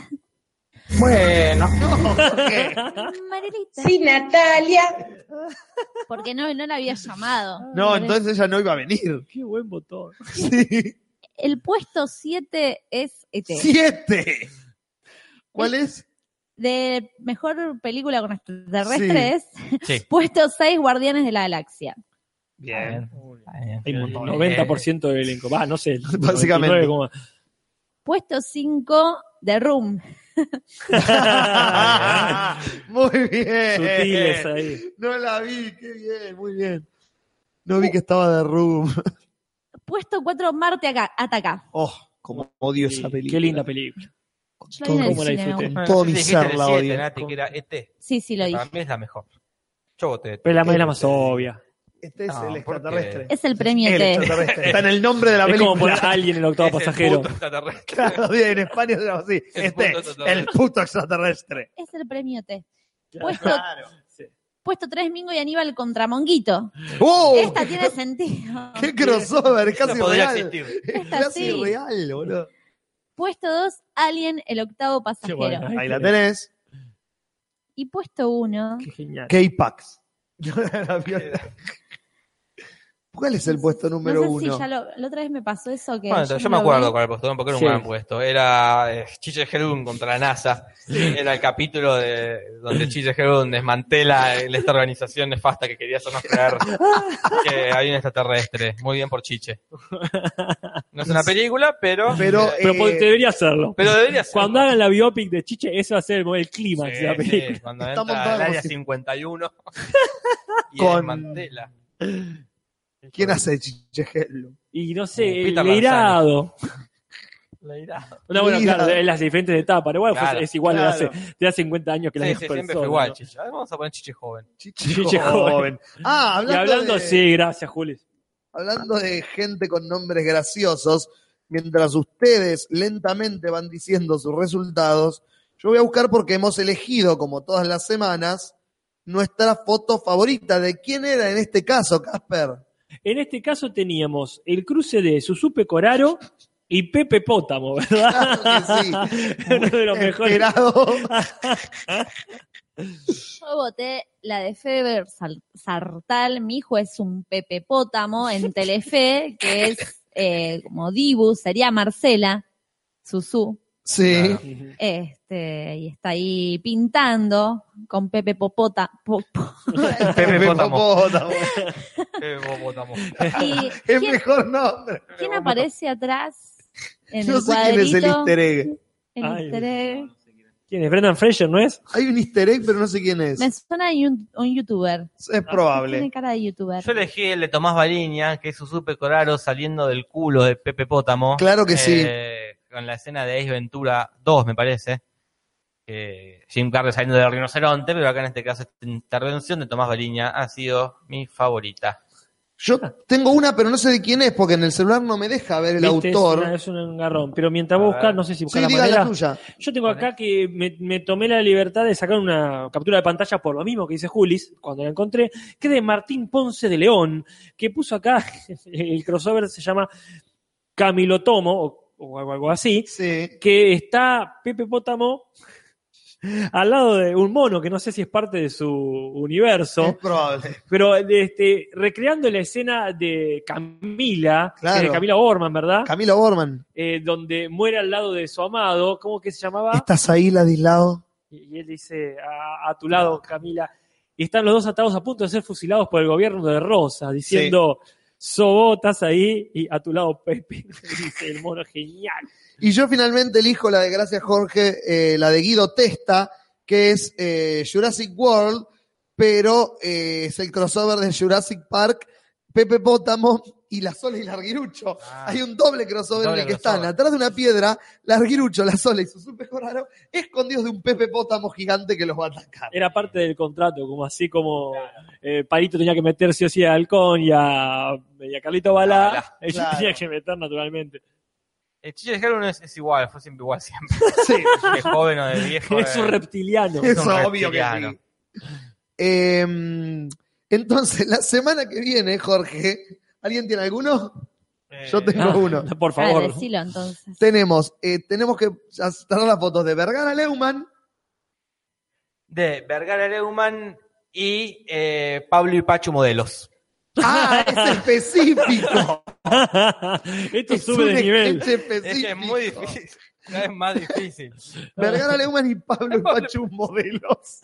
Speaker 11: Bueno,
Speaker 3: ¿Qué?
Speaker 6: Marielita.
Speaker 9: Sí, Natalia.
Speaker 6: Porque no, no la había llamado.
Speaker 3: No, entonces ella no iba a venir.
Speaker 7: Qué buen botón.
Speaker 3: Sí.
Speaker 6: El puesto 7 es E ET.
Speaker 3: Siete. ¿Cuál es?
Speaker 6: De mejor película con extraterrestres.
Speaker 4: Sí.
Speaker 6: Puesto 6, Guardianes de la Galaxia.
Speaker 4: Bien.
Speaker 7: Hay un montón.
Speaker 4: Eh,
Speaker 7: 90% del elenco. Va, no sé.
Speaker 3: Básicamente.
Speaker 7: 99,.
Speaker 6: Puesto 5, The Room.
Speaker 4: Ah,
Speaker 3: Muy bien. eh,
Speaker 7: Sutiles ahí.
Speaker 3: No la vi, qué bien, muy bien. No vi que estaba de room.
Speaker 6: Puesto 4, Marte acá, ataca.
Speaker 3: Oh, como odio
Speaker 7: Sí,
Speaker 3: esa película.
Speaker 7: Qué linda película.
Speaker 3: Con
Speaker 6: Yo la
Speaker 3: todo-
Speaker 6: vi en el
Speaker 7: ¿Cómo la E
Speaker 6: cine.
Speaker 7: disfruté?
Speaker 6: ¿no?
Speaker 4: Bueno,
Speaker 3: todo
Speaker 4: sí
Speaker 3: mi
Speaker 4: dijiste en el
Speaker 3: ser la
Speaker 4: siete,
Speaker 3: odio.
Speaker 4: Nati, que era ET.
Speaker 6: Sí, sí, lo
Speaker 3: Ah.
Speaker 4: Para
Speaker 6: dije.
Speaker 4: mí es la mejor. Yo voté E ET.
Speaker 7: Pero la manera más obvia.
Speaker 3: Este es
Speaker 4: No,
Speaker 3: el
Speaker 4: ¿por
Speaker 3: extraterrestre.
Speaker 6: Es el premio E
Speaker 3: El
Speaker 6: ET.
Speaker 3: extraterrestre. Está en el nombre de la
Speaker 7: Es como poner
Speaker 3: película.
Speaker 7: a alguien en el
Speaker 4: Es
Speaker 7: octavo pasajero.
Speaker 4: puto extraterrestre.
Speaker 3: Claro, en España se llama así.
Speaker 4: El
Speaker 3: Este,
Speaker 4: puto extraterrestre.
Speaker 3: el puto extraterrestre.
Speaker 6: Es el premio ET.
Speaker 7: Claro.
Speaker 6: Puesto, puesto 3, Mingo y Aníbal contra Monguito.
Speaker 3: ¡Oh!
Speaker 6: Esta tiene sentido.
Speaker 3: ¡Qué crossover!
Speaker 4: No
Speaker 3: Casi
Speaker 4: Este podría
Speaker 3: real.
Speaker 4: existir.
Speaker 6: Esta
Speaker 3: Casi
Speaker 6: sí.
Speaker 3: real, boludo.
Speaker 6: Puesto 2, Alien, el octavo
Speaker 7: Qué
Speaker 6: pasajero.
Speaker 7: bueno,
Speaker 3: Ahí la tenés.
Speaker 6: Y puesto 1,
Speaker 7: Qué
Speaker 3: Eh,
Speaker 7: genial.
Speaker 3: K-Pax. ¿Cuál es el puesto
Speaker 6: no
Speaker 3: número
Speaker 6: sé
Speaker 3: uno?
Speaker 6: si ya lo, la otra vez me pasó eso que...
Speaker 4: Bueno,
Speaker 6: yo
Speaker 4: yo
Speaker 6: no
Speaker 4: me acuerdo
Speaker 6: lo vi.
Speaker 4: con el postulón porque era un
Speaker 7: Sí.
Speaker 4: gran puesto. Era eh, Chiche Gerún contra la NASA. Era el capítulo de donde Chiche Gerún desmantela el- esta organización nefasta que quería hacernos creer que hay un extraterrestre. Muy bien por Chiche. No es una película, pero,
Speaker 3: Pero,
Speaker 7: Pero
Speaker 3: eh,
Speaker 7: po- debería hacerlo.
Speaker 4: pero debería ser.
Speaker 7: Cuando hagan la biopic de Chiche, ese va a ser el, el clímax
Speaker 4: Sí,
Speaker 7: de la
Speaker 4: sí,
Speaker 7: película.
Speaker 4: cuando
Speaker 3: Está
Speaker 4: entra
Speaker 3: montado
Speaker 4: al
Speaker 3: como
Speaker 4: área
Speaker 3: si-
Speaker 4: 51 y
Speaker 3: Con-
Speaker 4: desmantela.
Speaker 3: ¿quién hace Chichegelo?
Speaker 7: Y no sé,
Speaker 4: Peter
Speaker 7: el
Speaker 4: Lanzani.
Speaker 7: leirado. No, bueno,
Speaker 3: Leirado.
Speaker 7: claro, en las diferentes etapas. Pero igual fue-
Speaker 4: Claro,
Speaker 7: es igual
Speaker 3: claro.
Speaker 7: de, hace, de hace 50 años
Speaker 4: Sí,
Speaker 7: que las
Speaker 4: sí,
Speaker 7: mismas
Speaker 4: siempre fue
Speaker 7: personas,
Speaker 4: igual,
Speaker 7: ¿no?
Speaker 4: Chiche. A ver, Vamos a poner Chiche joven.
Speaker 7: Chiche
Speaker 4: Oh,
Speaker 7: joven.
Speaker 3: Ah,
Speaker 7: Y
Speaker 3: hablando,
Speaker 7: hablando,
Speaker 3: de,
Speaker 7: sí, gracias, Juli.
Speaker 3: hablando de gente con nombres graciosos, mientras ustedes lentamente van diciendo sus resultados, yo voy a buscar porque hemos elegido, como todas las semanas, nuestra foto favorita. ¿De quién era en este caso, Casper?
Speaker 7: En este caso teníamos el cruce de Susupe Coraro y Pepe Pótamo, ¿verdad?
Speaker 3: Claro que
Speaker 7: Uno de los mejores.
Speaker 3: Esperado.
Speaker 6: Yo voté la de Feber Sal- Sartal, mi hijo es un Pepe Pótamo en Telefe, que es eh, como Dibu, sería Marcela, Susú,
Speaker 3: Sí.
Speaker 6: este, y está ahí pintando con Pepe Popota. po- po-
Speaker 4: Pepe Pótamo.
Speaker 3: Pótamo.
Speaker 4: Pepe Pótamo.
Speaker 6: ¿Y
Speaker 3: Es
Speaker 6: quién,
Speaker 3: mejor nombre.
Speaker 6: quién aparece atrás en
Speaker 3: No
Speaker 6: el
Speaker 3: sé quién es el
Speaker 6: cuadrito?
Speaker 3: easter egg.
Speaker 6: El
Speaker 7: Ay.
Speaker 6: easter egg.
Speaker 7: ¿Quién es? Brendan Fraser, ¿no es?
Speaker 3: Hay un easter egg, pero no sé quién es.
Speaker 6: Me suena a un, un youtuber.
Speaker 3: Es
Speaker 6: Tiene
Speaker 3: probable.
Speaker 6: cara de youtuber.
Speaker 4: Yo elegí el de Tomás Bariña, que es Susupe Coraro saliendo del culo de Pepe Pótamo.
Speaker 3: Claro que sí.
Speaker 4: Eh, Con la escena de Ace Ventura 2, me parece. eh, Jim Carrey saliendo del rinoceronte, pero acá en este caso esta intervención de Tomás Baliña ha sido mi favorita.
Speaker 3: Yo tengo una, pero no sé de quién es, porque en el celular no me deja ver el
Speaker 7: Viste, es
Speaker 3: autor.
Speaker 7: una- Es, un garrón. Pero mientras vos
Speaker 4: A
Speaker 7: buscas,
Speaker 4: ver.
Speaker 7: no sé si buscas
Speaker 3: Sí,
Speaker 7: la
Speaker 3: diga
Speaker 7: manera.
Speaker 3: la tuya.
Speaker 7: Yo tengo acá que me, me tomé la libertad de sacar una captura de pantalla por lo mismo que dice Julis cuando la encontré, que es de Martín Ponce de León, que puso acá, el crossover se llama Camilotomo o, o algo, algo así,
Speaker 3: Sí.
Speaker 7: que está Pepe Pótamo al lado de un mono que no sé si es parte de su universo.
Speaker 3: Es probable.
Speaker 7: Pero este, recreando la escena de Camila,
Speaker 3: Claro.
Speaker 7: de Camila Orman, ¿verdad?
Speaker 3: Camilo Borman.
Speaker 7: Eh, donde muere al lado de su amado, ¿cómo que se llamaba?
Speaker 3: ¿Estás ahí, Ladislao?
Speaker 7: Y y él dice, a, a tu lado, Camila. Y están los dos atados a punto de ser fusilados por el gobierno de Rosa, diciendo, sobotas ahí y a tu lado, Pepe. dice el mono genial.
Speaker 3: Y yo finalmente elijo la de Gracias Jorge, eh, la de Guido Testa, que es eh, Jurassic World, pero eh, es el crossover de Jurassic Park, Pepe Pótamo y La Sola y Larguirucho.
Speaker 4: Ah.
Speaker 3: Hay un doble crossover en
Speaker 4: Doble
Speaker 3: el que
Speaker 4: crossover.
Speaker 3: están atrás de una piedra, Larguirucho, La Sola y su supercorano, escondidos de un Pepe Pótamo gigante que los va a atacar.
Speaker 7: Era parte del contrato, como así como eh, Parito tenía que meter sí o sí a Halcón y a, y a Carlito Balá.
Speaker 4: A Balá,
Speaker 7: ellos
Speaker 3: claro.
Speaker 7: tenían que meter naturalmente.
Speaker 4: El chiche de Halloween es, es igual, fue siempre igual, siempre.
Speaker 3: Sí.
Speaker 4: De joven o de viejo.
Speaker 7: es un
Speaker 4: eh,
Speaker 7: reptiliano.
Speaker 3: Es
Speaker 4: Es un
Speaker 3: obvio que
Speaker 4: reptiliano.
Speaker 3: sí. Eh, entonces, la semana que viene, Jorge, ¿alguien tiene alguno?
Speaker 4: eh,
Speaker 3: Yo tengo
Speaker 7: Ah,
Speaker 3: uno.
Speaker 7: Por favor.
Speaker 6: Ah, decilo entonces.
Speaker 3: Tenemos, eh, tenemos que estar las fotos de Vergara Leumann.
Speaker 4: De Vergara Leumann y eh, Pablo y Pacho Modelos.
Speaker 3: ¡Ah, es específico!
Speaker 7: Esto
Speaker 3: Es un
Speaker 7: sube de nivel.
Speaker 3: sketch
Speaker 4: Es que
Speaker 3: específico.
Speaker 4: Este es muy difícil. Ya es más difícil.
Speaker 3: Vergara Leumann y Pablo Pachu modelos.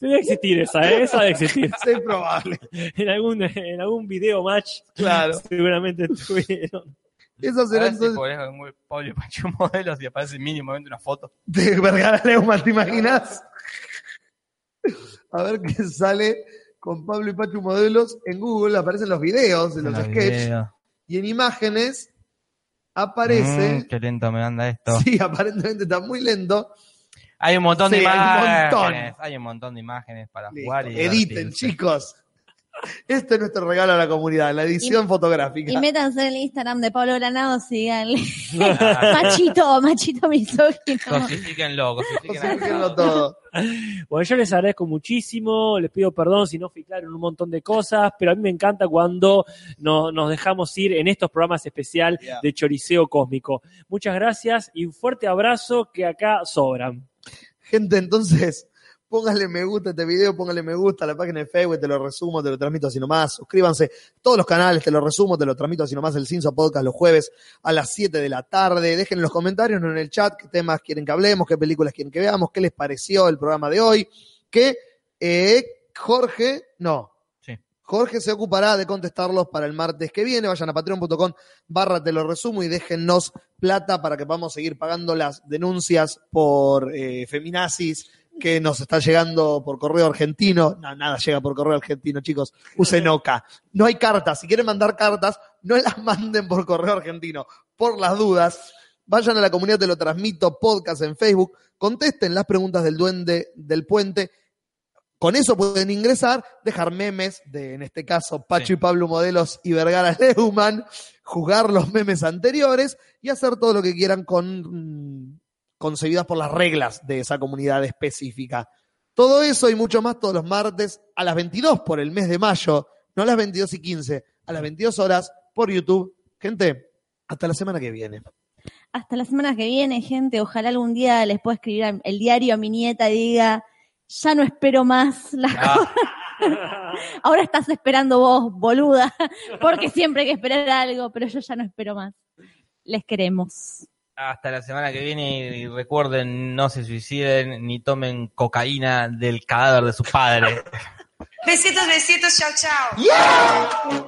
Speaker 7: Debe existir esa, ¿eh? esa debe existir.
Speaker 3: Es probable.
Speaker 7: En algún, en algún video match
Speaker 3: Claro.
Speaker 7: seguramente estuvieron.
Speaker 3: Eso
Speaker 4: A ver
Speaker 3: será
Speaker 4: si
Speaker 3: entonces
Speaker 4: ponés algún Pablo y Pacho Modelos y aparece mínimamente una foto.
Speaker 3: de Vergara Leumann, ¿te imaginas? A ver qué sale con Pablo y Pachu modelos. En Google aparecen los videos de los
Speaker 4: Una
Speaker 3: sketches.
Speaker 4: video.
Speaker 3: y en imágenes aparece.
Speaker 4: Mm, qué lento me anda esto.
Speaker 3: Sí, aparentemente está muy lento.
Speaker 4: Hay un montón de
Speaker 3: Sí, hay un
Speaker 4: imágenes. Hay
Speaker 3: montón.
Speaker 4: un montón, de imágenes para
Speaker 3: Listo.
Speaker 4: jugar. Y
Speaker 3: Editen,
Speaker 4: divertirse.
Speaker 3: chicos. Este es nuestro regalo a la comunidad, la edición fotográfica.
Speaker 6: Y métanse en el Instagram de Pablo Granado, síganle. machito, machito misógino.
Speaker 4: Cosifíquenlo,
Speaker 3: O
Speaker 4: cosifíquenlo.
Speaker 3: sea, búsquenlo todo.
Speaker 7: Bueno, yo les agradezco muchísimo, les pido perdón si no fui claro en un montón de cosas, pero a mí me encanta cuando no- nos dejamos ir en estos programas especial
Speaker 3: Yeah.
Speaker 7: de Choriceo Cósmico. Muchas gracias y un fuerte abrazo que acá sobran.
Speaker 3: Gente, entonces, pónganle me gusta a este video, pónganle me gusta a la página de Facebook, te lo resumo, te lo transmito así nomás. Suscríbanse todos los canales, te lo resumo, te lo transmito así nomás. El Cinso Podcast los jueves a las 7 de la tarde. Dejen en los comentarios, no en el chat, qué temas quieren que hablemos, qué películas quieren que veamos, qué les pareció el programa de hoy. Que eh, Jorge, no.
Speaker 4: Sí.
Speaker 3: Jorge se ocupará de contestarlos para el martes que viene. Vayan a patreon.com barra te lo resumo y déjennos plata para que podamos seguir pagando las denuncias por eh, feminazis que nos está llegando por correo argentino. No, nada llega por correo argentino, chicos. Usen OCA. No hay cartas. Si quieren mandar cartas, no las manden por correo argentino. Por las dudas, vayan a la comunidad Te lo transmito, podcast en Facebook. Contesten las preguntas del duende del puente. Con eso pueden ingresar, dejar memes de, en este caso, Pacho
Speaker 4: Sí.
Speaker 3: y Pablo Modelos y Vergara Leumann, jugar los memes anteriores y hacer todo lo que quieran con mm, concebidas por las reglas de esa comunidad específica. Todo eso y mucho más todos los martes a las 22 por el mes de mayo, no a las 22 y 15, a las 22 horas por YouTube. Gente, hasta la semana que viene.
Speaker 6: Hasta la semana que viene, gente. Ojalá algún día les pueda escribir a- el diario a mi nieta y diga, ya no espero más las
Speaker 4: Ah,
Speaker 6: Ahora estás esperando vos, boluda, porque siempre hay que esperar algo, pero yo ya no espero más. Les queremos.
Speaker 4: hasta la semana que viene y recuerden, no se suiciden ni tomen cocaína del cadáver de su padre.
Speaker 9: Besitos, besitos, chao, chao.